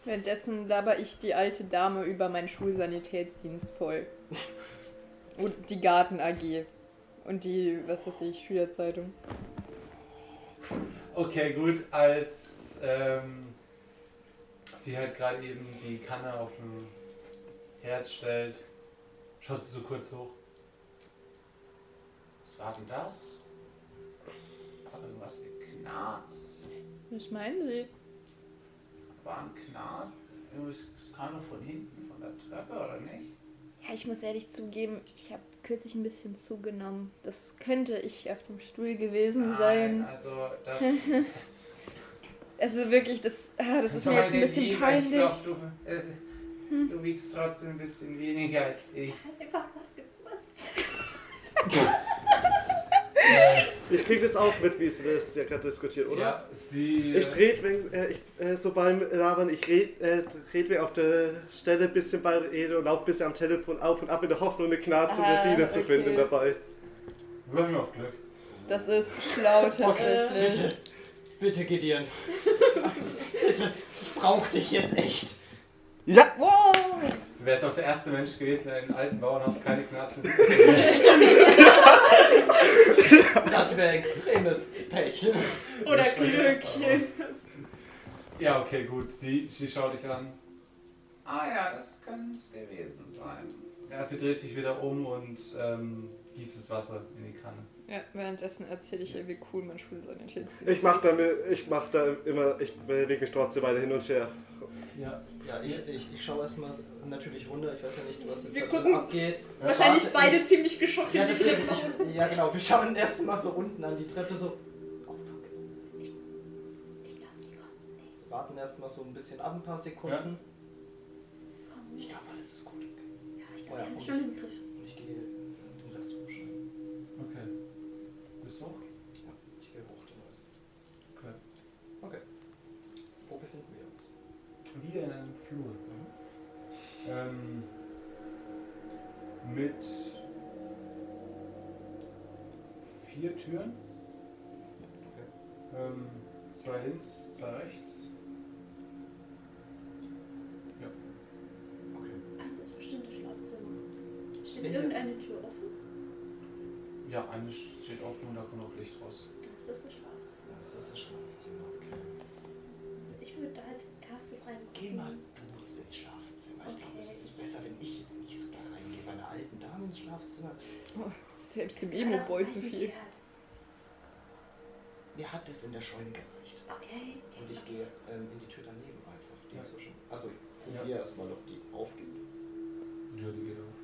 [SPEAKER 5] Währenddessen laber ich die alte Dame über meinen Schulsanitätsdienst voll. Und die Garten AG. Und die, was weiß ich, Schülerzeitung.
[SPEAKER 1] okay, gut, als ähm, sie halt gerade eben die Kanne auf den Herd stellt, schaut sie so kurz hoch. Was war denn das? Hat irgendwas geknarzt?
[SPEAKER 5] Was meinen Sie?
[SPEAKER 14] War ein Knall. Es kam doch von hinten, von der Treppe, oder nicht?
[SPEAKER 5] Ja, ich muss ehrlich zugeben, ich habe kürzlich ein bisschen zugenommen. Das könnte ich auf dem Stuhl gewesen
[SPEAKER 14] Nein,
[SPEAKER 5] sein.
[SPEAKER 14] also das.
[SPEAKER 5] Also wirklich, das, ah, das ist mir
[SPEAKER 14] meine
[SPEAKER 5] jetzt ein bisschen
[SPEAKER 14] Liebe,
[SPEAKER 5] peinlich.
[SPEAKER 14] Ich glaub, du, äh, du wiegst trotzdem ein bisschen weniger als ich.
[SPEAKER 2] Einfach was gefurzt.
[SPEAKER 3] Ich krieg das auch mit, wie es das ja gerade diskutiert, oder?
[SPEAKER 1] Ja, sie.
[SPEAKER 3] Ich dreht, wenn äh, ich äh, so beim Labern, ich red, äh, red mir auf der Stelle ein bisschen bei Rede und lauf ein bisschen am Telefon auf und ab in der Hoffnung, eine Knarze
[SPEAKER 5] Ah,
[SPEAKER 3] mit Diener zu
[SPEAKER 5] okay.
[SPEAKER 3] finden dabei.
[SPEAKER 1] Würfel mal auf Glück.
[SPEAKER 11] Oh
[SPEAKER 5] Das ist schlau
[SPEAKER 4] Okay,
[SPEAKER 2] Äh.
[SPEAKER 5] tatsächlich.
[SPEAKER 4] bitte. Bitte, Gideon. bitte, ich brauch dich jetzt echt.
[SPEAKER 3] Ja!
[SPEAKER 5] Wow!
[SPEAKER 1] Du wärst auch der erste Mensch gewesen, der in einem alten Bauernhaus keine Knarzen
[SPEAKER 4] Das wäre extremes Pech.
[SPEAKER 2] Oder
[SPEAKER 1] Ich bin-
[SPEAKER 2] Glöckchen.
[SPEAKER 1] Ja, okay, gut. Sie, sie schaut dich an.
[SPEAKER 14] Ah ja, das kann es gewesen sein.
[SPEAKER 1] Ja, sie dreht sich wieder um und ähm, gießt das Wasser in die Kanne.
[SPEAKER 5] Ja, währenddessen erzähle ich ihr, wie cool mein Schulsanitätsdienst ist.
[SPEAKER 3] Ich mach da, mir- ich mach da immer, ich bewege mich trotzdem weiter hin und her.
[SPEAKER 4] Ja, ja ich, ich, ich schaue erstmal natürlich runter. Ich weiß ja nicht, was jetzt
[SPEAKER 2] Wir
[SPEAKER 4] da drin
[SPEAKER 2] gucken
[SPEAKER 4] abgeht.
[SPEAKER 2] wahrscheinlich
[SPEAKER 4] Warte,
[SPEAKER 2] beide
[SPEAKER 4] ich-
[SPEAKER 2] ziemlich geschockt
[SPEAKER 4] ja,
[SPEAKER 2] in die
[SPEAKER 4] deswegen,
[SPEAKER 2] Treppe.
[SPEAKER 4] ich, ja, genau. Wir schauen erst mal so unten an die Treppe so. Oh, fuck. Warten erstmal so ein bisschen ab, ein paar Sekunden. Ich glaube, alles ist gut.
[SPEAKER 12] glaub, die haben
[SPEAKER 4] und
[SPEAKER 12] schon im Griff.
[SPEAKER 4] Und ich gehe den Rest hochschreiben.
[SPEAKER 1] Okay. Bist du?
[SPEAKER 4] Ja, ich gehe hoch den Rest.
[SPEAKER 1] Okay.
[SPEAKER 4] Okay. Wo befinden wir uns?
[SPEAKER 1] Wieder in einem Flur. Ähm, mit vier Türen. Ähm, zwei links, zwei rechts. Ja.
[SPEAKER 12] Eins ist bestimmt das Schlafzimmer. Steht
[SPEAKER 4] Sind wir-
[SPEAKER 12] irgendeine Tür offen?
[SPEAKER 1] Ja, eine steht offen und da kommt auch Licht raus.
[SPEAKER 12] Das ist das Schlafzimmer.
[SPEAKER 4] Das ist das Schlafzimmer, okay.
[SPEAKER 12] Ich würde da als erstes rein.
[SPEAKER 4] Geh mal du ins Schlafzimmer. Ich glaube, es ist besser, wenn ich jetzt nicht so da reingehe. Bei einer alten Dame ins Schlafzimmer.
[SPEAKER 5] Oh, selbst dem Emo-Boy zu viel.
[SPEAKER 4] Mir hat es in der Scheune gereicht.
[SPEAKER 12] Okay.
[SPEAKER 4] Und ich gehe ähm, in die Tür daneben einfach. Die
[SPEAKER 1] Ja.
[SPEAKER 4] ist so schon. Also,
[SPEAKER 1] Ja.
[SPEAKER 4] probier erstmal, ob die aufgeht.
[SPEAKER 1] Ja, die geht auf.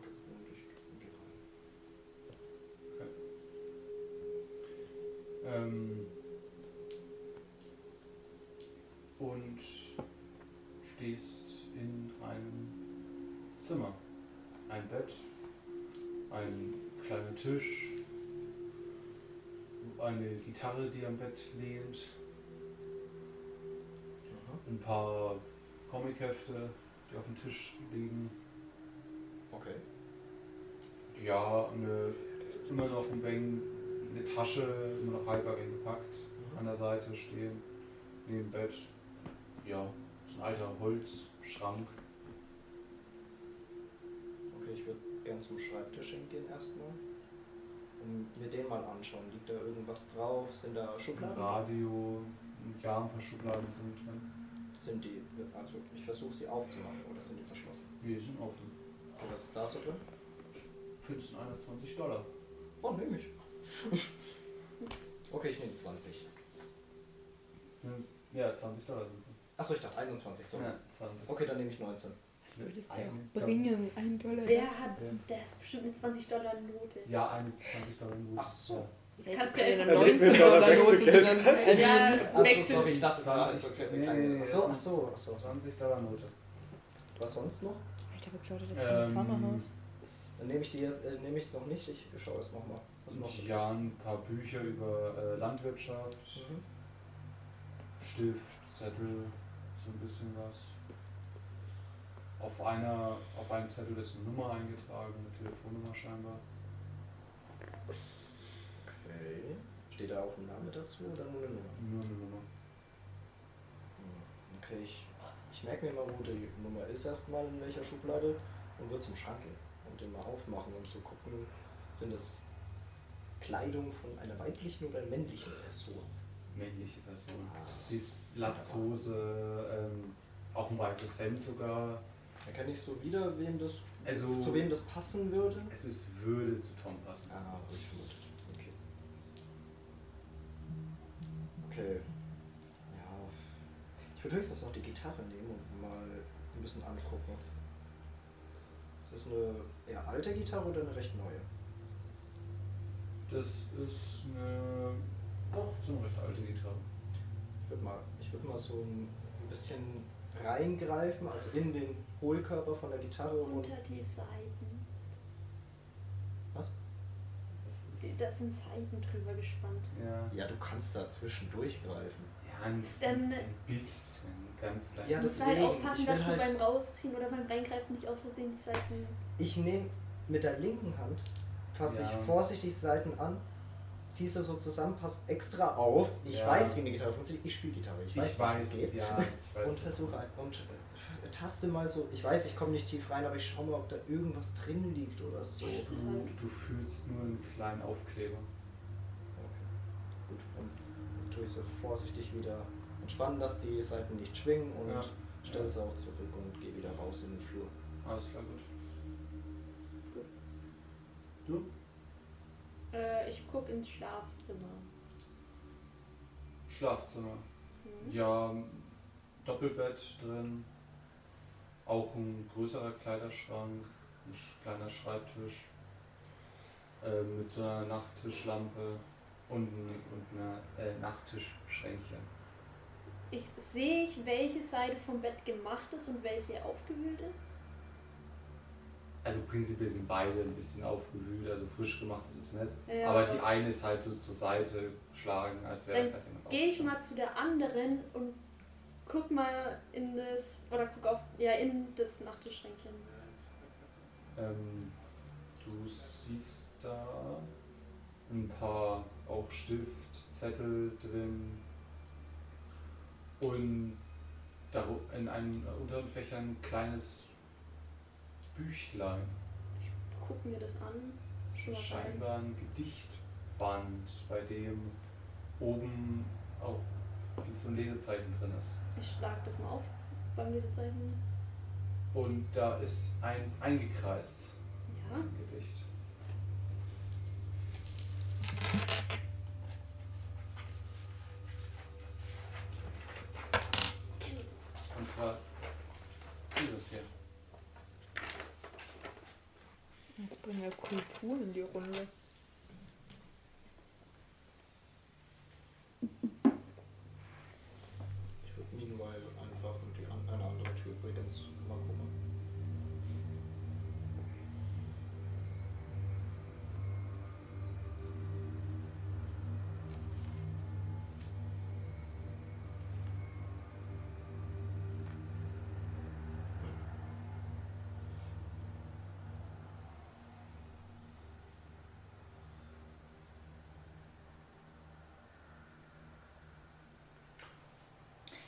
[SPEAKER 4] Okay, und ich gehe rein.
[SPEAKER 1] Ähm, und stehst in einem Zimmer. Ein Bett, ein kleiner Tisch, eine Gitarre, die am Bett lehnt, ein paar Comichefte, die auf dem Tisch liegen.
[SPEAKER 4] Okay.
[SPEAKER 1] Ja, eine, immer noch ein Bang, eine Tasche, immer noch halb eingepackt,
[SPEAKER 4] Mhm.
[SPEAKER 1] an der Seite stehen, neben dem Bett. Ja, so ein alter Holzschrank.
[SPEAKER 4] Okay, ich würde gern zum Schreibtisch hingehen erstmal. Und mir den mal anschauen. Liegt da irgendwas drauf? Sind da
[SPEAKER 1] Ein
[SPEAKER 4] Schubladen?
[SPEAKER 1] Radio, ja, ein paar Schubladen sind drin.
[SPEAKER 4] Sind die. Also, ich versuche sie aufzumachen oder sind die verschlossen?
[SPEAKER 1] Wir sind offen.
[SPEAKER 4] Und was ist da so drin?
[SPEAKER 1] 1521 Dollar.
[SPEAKER 4] Oh, nehme ich. Okay, ich nehme 20.
[SPEAKER 1] Ja, 20 Dollar sind drin.
[SPEAKER 4] Achso, ich dachte 21, sorry.
[SPEAKER 1] Ja, 20.
[SPEAKER 4] Okay, dann nehme ich 19.
[SPEAKER 5] Was würdest du
[SPEAKER 1] Ein-
[SPEAKER 5] auch bringen? Ein Dollar.
[SPEAKER 12] Wer hat. Der ist bestimmt eine 20-Dollar-Note.
[SPEAKER 1] Ja, eine 20 Dollar. Note.
[SPEAKER 4] Ach so.
[SPEAKER 2] Kannst
[SPEAKER 5] Kannst
[SPEAKER 2] du
[SPEAKER 5] du
[SPEAKER 2] ja
[SPEAKER 5] eine
[SPEAKER 2] einfach-
[SPEAKER 5] 19
[SPEAKER 3] Dollar
[SPEAKER 5] Dollar Note
[SPEAKER 3] Wechselgeld.
[SPEAKER 5] drin?
[SPEAKER 2] Ja,
[SPEAKER 4] Achso, sorry,
[SPEAKER 2] wechselt.
[SPEAKER 4] ich dachte, es war
[SPEAKER 1] 20.
[SPEAKER 4] 20. Okay,
[SPEAKER 1] Nee, nee, nee,
[SPEAKER 4] Achso,
[SPEAKER 1] das
[SPEAKER 4] achso,
[SPEAKER 1] ist
[SPEAKER 4] achso.
[SPEAKER 1] 20 Dollar Note.
[SPEAKER 4] Was sonst noch?
[SPEAKER 5] Alter, beklaute das ähm,
[SPEAKER 1] Ähm,
[SPEAKER 5] Farmerhaus.
[SPEAKER 4] Dann nehme ich die jetzt, äh, nehme ich es noch nicht, ich schaue es nochmal. Was noch? so-
[SPEAKER 1] Ja, ein paar Bücher über äh, Landwirtschaft.
[SPEAKER 4] Mhm.
[SPEAKER 1] Stift, Zettel, so ein bisschen was. Auf, einer, auf einem Zettel ist eine Nummer eingetragen, eine Telefonnummer scheinbar.
[SPEAKER 4] Okay. Steht da auch ein Name dazu oder nur eine Nummer?
[SPEAKER 1] Nur eine Nummer.
[SPEAKER 4] Hm, Okay, ich, ich merke mir mal, wo die Nummer ist erstmal, in welcher Schublade und würde zum Schrank gehen und den mal aufmachen und zu gucken, sind es Kleidung von einer weiblichen oder einer männlichen Person?
[SPEAKER 1] Männliche Person. Sie ist Latzhose, ähm, auch ein weißes Hemd sogar.
[SPEAKER 4] Dann kann ich so wieder, wem das,
[SPEAKER 1] Also-
[SPEAKER 4] zu wem das passen würde.
[SPEAKER 1] Es ist Würde zu Tom passen.
[SPEAKER 4] Ah, hab ich vermutet. Okay. Okay. Ja. Ich würde höchstens noch die Gitarre nehmen und mal ein bisschen angucken. Ist das eine eher alte Gitarre oder eine recht neue?
[SPEAKER 1] Das ist eine doch so eine recht alte Gitarre.
[SPEAKER 4] Ich würde mal, ich würd mal so ein ein bisschen reingreifen, also in den Hohlkörper von der Gitarre und.
[SPEAKER 12] Unter die Seiten.
[SPEAKER 4] Was?
[SPEAKER 1] Das
[SPEAKER 12] Die-
[SPEAKER 1] ist,
[SPEAKER 12] Da sind Seiten drüber gespannt.
[SPEAKER 1] ja.
[SPEAKER 4] Ja, du kannst da zwischendurch greifen.
[SPEAKER 1] Ja, ein,
[SPEAKER 12] Dann-
[SPEAKER 1] ein bisschen, ganz klein.
[SPEAKER 4] Ja,
[SPEAKER 12] Du musst
[SPEAKER 4] deswegen,
[SPEAKER 12] halt
[SPEAKER 4] ich
[SPEAKER 12] aufpassen, dass
[SPEAKER 4] will
[SPEAKER 12] du
[SPEAKER 4] halt-
[SPEAKER 12] beim Rausziehen oder beim Reingreifen nicht aus Versehen die Seiten.
[SPEAKER 4] Ich nehme mit der linken Hand
[SPEAKER 22] fasse
[SPEAKER 4] Ja.
[SPEAKER 22] ich vorsichtig Seiten an, ziehe sie so zusammen, passe extra auf.
[SPEAKER 4] Auf, ich
[SPEAKER 22] Ja.
[SPEAKER 4] weiß, wie eine Gitarre funktioniert. Ich spiele Gitarre. Ich
[SPEAKER 22] Ich
[SPEAKER 4] weiß,
[SPEAKER 22] weiß,
[SPEAKER 4] wie es geht.
[SPEAKER 22] ja, ich weiß.
[SPEAKER 4] und versuche ein- und äh, taste mal so. Ich weiß, ich komme nicht tief rein, aber ich schaue mal, ob da irgendwas drin liegt oder so.
[SPEAKER 1] Du, du fühlst nur einen kleinen Aufkleber.
[SPEAKER 4] Gut, dann tue ich so vorsichtig wieder entspannen, dass die Seiten nicht schwingen und
[SPEAKER 1] Ja.
[SPEAKER 4] stelle sie auch zurück und gehe wieder raus in den Flur.
[SPEAKER 1] Alles klar, gut.
[SPEAKER 4] Du?
[SPEAKER 2] Äh, ich guck ins Schlafzimmer.
[SPEAKER 1] Schlafzimmer.
[SPEAKER 2] Mhm.
[SPEAKER 1] Ja, Doppelbett drin. Auch ein größerer Kleiderschrank, ein sch- kleiner Schreibtisch. ähm, mit so einer Nachttischlampe und, ein- und einer äh, Nachttischschränkchen.
[SPEAKER 2] Ich sehe ich, welche Seite vom Bett gemacht ist und welche aufgewühlt ist.
[SPEAKER 1] Also prinzipiell sind beide ein bisschen aufgewühlt, also frisch gemacht ist es nicht.
[SPEAKER 2] Ja.
[SPEAKER 1] Aber die eine ist halt so zur Seite geschlagen, als wäre
[SPEAKER 2] Dann
[SPEAKER 1] gerade jemand
[SPEAKER 2] gehe ich mal zu der anderen und guck mal in das oder guck auf ja in das Nachttischschränkchen.
[SPEAKER 1] Ähm, du siehst da ein paar auch Stiftzettel drin und daru- in einem unteren Fächer ein kleines Büchlein.
[SPEAKER 2] Guck mir das an.
[SPEAKER 1] Das
[SPEAKER 2] Schau
[SPEAKER 1] ist
[SPEAKER 2] mal rein.
[SPEAKER 1] scheinbar ein Gedichtband, bei dem oben auch wie so ein Lesezeichen drin ist.
[SPEAKER 2] Ich schlag das mal auf beim Lesezeichen.
[SPEAKER 1] Und da ist eins eingekreist.
[SPEAKER 2] Ja.
[SPEAKER 1] Ein Gedicht. Und zwar dieses hier.
[SPEAKER 5] Jetzt bringen wir Kultur in die Runde.
[SPEAKER 4] Ich würde Minimal einfach und die an, eine andere Tür übrigens mal gucken.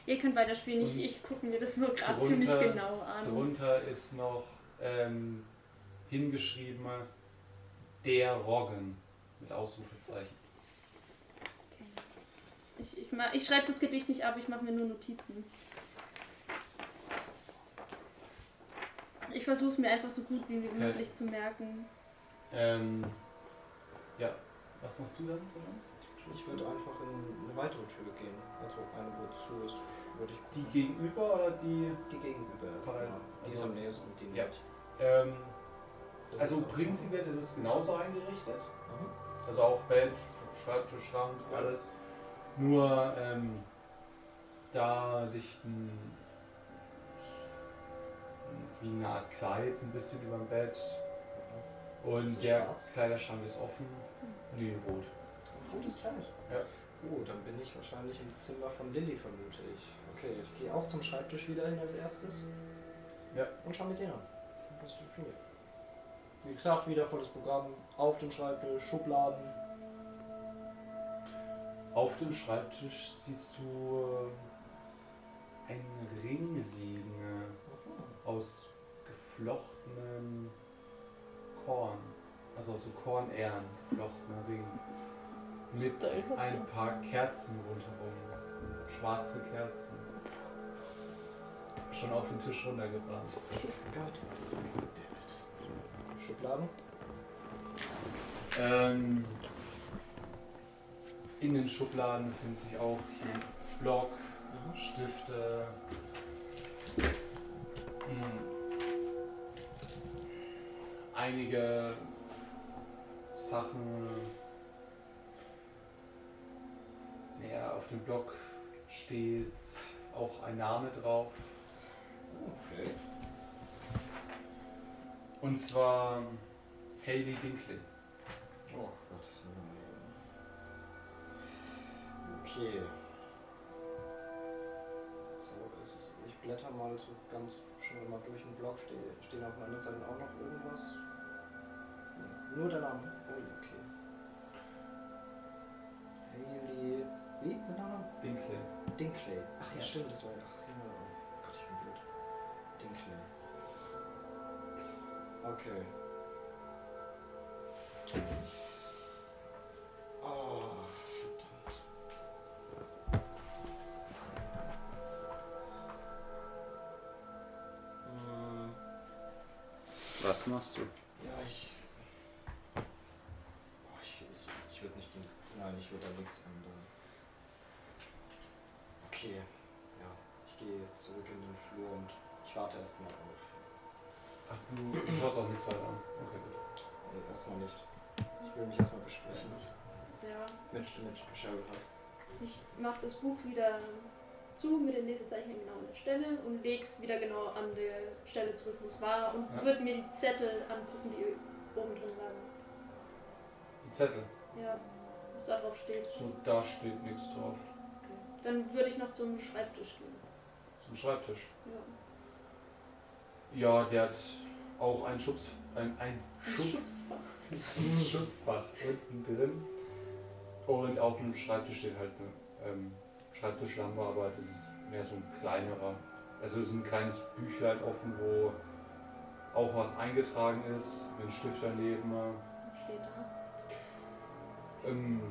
[SPEAKER 2] Ihr könnt weiterspielen, ich, ich gucke mir das nur gerade ziemlich genau an.
[SPEAKER 1] Drunter ist noch ähm, hingeschrieben der Roggen mit Ausrufezeichen.
[SPEAKER 2] Ich, ich, ma- ich schreibe das Gedicht nicht ab, ich mache mir nur Notizen. Ich versuche es mir einfach so gut wie möglich zu merken.
[SPEAKER 1] Ähm, ja, was machst du dann so lange?
[SPEAKER 4] Ich würde einfach in eine weitere Tür gehen. Also eine, wo zu ist, würde ich
[SPEAKER 1] Die gegenüber oder die?
[SPEAKER 4] Die gegenüber.
[SPEAKER 1] Parallel.
[SPEAKER 4] erstmal. Die ist
[SPEAKER 1] Also-
[SPEAKER 4] am nächsten, die
[SPEAKER 1] Ja.
[SPEAKER 4] nicht.
[SPEAKER 1] Ähm,
[SPEAKER 4] Das
[SPEAKER 1] also
[SPEAKER 4] ist auch Mhm. so.
[SPEAKER 1] prinzipiell ist es genauso eingerichtet. Also auch Bett, Sch- Schreibtisch, Schrank, alles. Nur ähm, da liegt ein, wie eine Art Kleid ein bisschen über dem Bett.
[SPEAKER 4] Ist
[SPEAKER 1] Und
[SPEAKER 4] es
[SPEAKER 1] der
[SPEAKER 4] schwarz? Hm.
[SPEAKER 1] Kleiderschrank ist offen. Nee, rot.
[SPEAKER 4] Rotes Kleid.
[SPEAKER 1] Ja.
[SPEAKER 4] Oh, dann bin ich wahrscheinlich im Zimmer von Lilly, vermute ich. Okay, ich gehe auch zum Schreibtisch wieder hin als erstes.
[SPEAKER 1] Ja.
[SPEAKER 4] Und schau mit denen an. Das ist viel. Wie gesagt, wieder volles Programm. Auf den Schreibtisch, Schubladen.
[SPEAKER 1] Auf dem Schreibtisch siehst du äh, einen Ring liegen äh, aus geflochtenem Korn. Also aus so Kornähren geflochtener Ring. Mit ein paar Kerzen rundherum. Schwarze Kerzen. Schon auf den Tisch runtergebrannt.
[SPEAKER 4] Schubladen.
[SPEAKER 1] Ähm, in den Schubladen befinden sich auch hier Block, Stifte. Hm. mh, Einige Sachen. äh, Naja, auf dem Block steht auch ein Name drauf. Oh,
[SPEAKER 4] Okay.
[SPEAKER 1] Und zwar Haley Dinkley.
[SPEAKER 4] Oh Gott, das ist mir Okay. So, es ist, ich blätter mal so ganz schnell mal durch den Blog. Stehe, stehen auf meiner Seite auch noch irgendwas? Nee, Nur der Name. Ui, okay. Haley. Wie? Der Name?
[SPEAKER 1] Dinkley.
[SPEAKER 4] Dinkley. Ach ja, stimmt, das war ja. Ach ja. Oh Gott, ich bin blöd. Dinkley.
[SPEAKER 7] Okay.
[SPEAKER 11] Ah,
[SPEAKER 7] Was machst du?
[SPEAKER 11] Ja, ich. Boah, ich ich, ich würde nicht den. Nein, ich würde da nichts ändern. Okay, ja. Ich gehe zurück in den Flur und ich warte erstmal auf.
[SPEAKER 1] Ach, du, du schaust auch nichts weiter an. Okay, gut.
[SPEAKER 11] Nee, erstmal nicht. Ich will mich erstmal besprechen.
[SPEAKER 2] Ja.
[SPEAKER 11] Mit, mit Sheriff halt.
[SPEAKER 2] Ich mach das Buch wieder zu mit den Lesezeichen genau an der Stelle und leg's wieder genau an der Stelle zurück, wo es war und
[SPEAKER 1] Ja.
[SPEAKER 2] würd mir die Zettel angucken, die oben drin lagen.
[SPEAKER 1] Die Zettel.
[SPEAKER 2] Ja, was da drauf steht.
[SPEAKER 1] So, da steht nichts drauf.
[SPEAKER 2] Dann würde ich noch zum Schreibtisch gehen.
[SPEAKER 1] Zum Schreibtisch.
[SPEAKER 2] Ja.
[SPEAKER 1] Ja, der hat auch einen Schubs. Ein, ein
[SPEAKER 2] Ein
[SPEAKER 1] Schub,
[SPEAKER 2] Schubsfach.
[SPEAKER 1] ein Schubfach unten drin. Und auf dem Schreibtisch steht halt eine ähm, Schreibtischlampe, aber das ist mehr so ein kleinerer. Also es ist ein kleines Büchlein offen, wo auch was eingetragen ist, ein Stift daneben.
[SPEAKER 2] Steht da.
[SPEAKER 1] Ähm,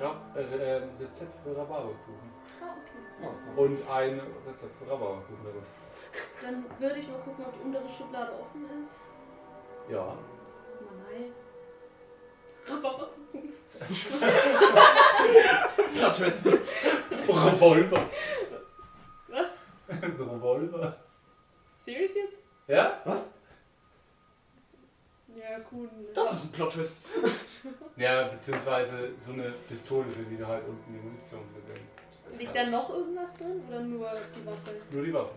[SPEAKER 1] Rab, äh, äh, Rezept für Rhabarberkuchen.
[SPEAKER 2] Ah, okay.
[SPEAKER 1] Und ein Rezept für Rhabarberkuchen. drin.
[SPEAKER 2] Dann würde ich mal gucken, ob die untere Schublade offen ist.
[SPEAKER 1] Ja.
[SPEAKER 2] Nein. Aber
[SPEAKER 1] Plot-Twist. Revolver.
[SPEAKER 2] was?
[SPEAKER 1] Ein Revolver.
[SPEAKER 2] Serious jetzt?
[SPEAKER 1] Ja? Was?
[SPEAKER 2] Ja, gut. ne?
[SPEAKER 1] ein Plot-Twist. ja, beziehungsweise so eine Pistole, für die sie halt unten die Munition für sind.
[SPEAKER 2] Liegt da noch irgendwas drin oder nur die Waffe?
[SPEAKER 1] Nur die Waffen.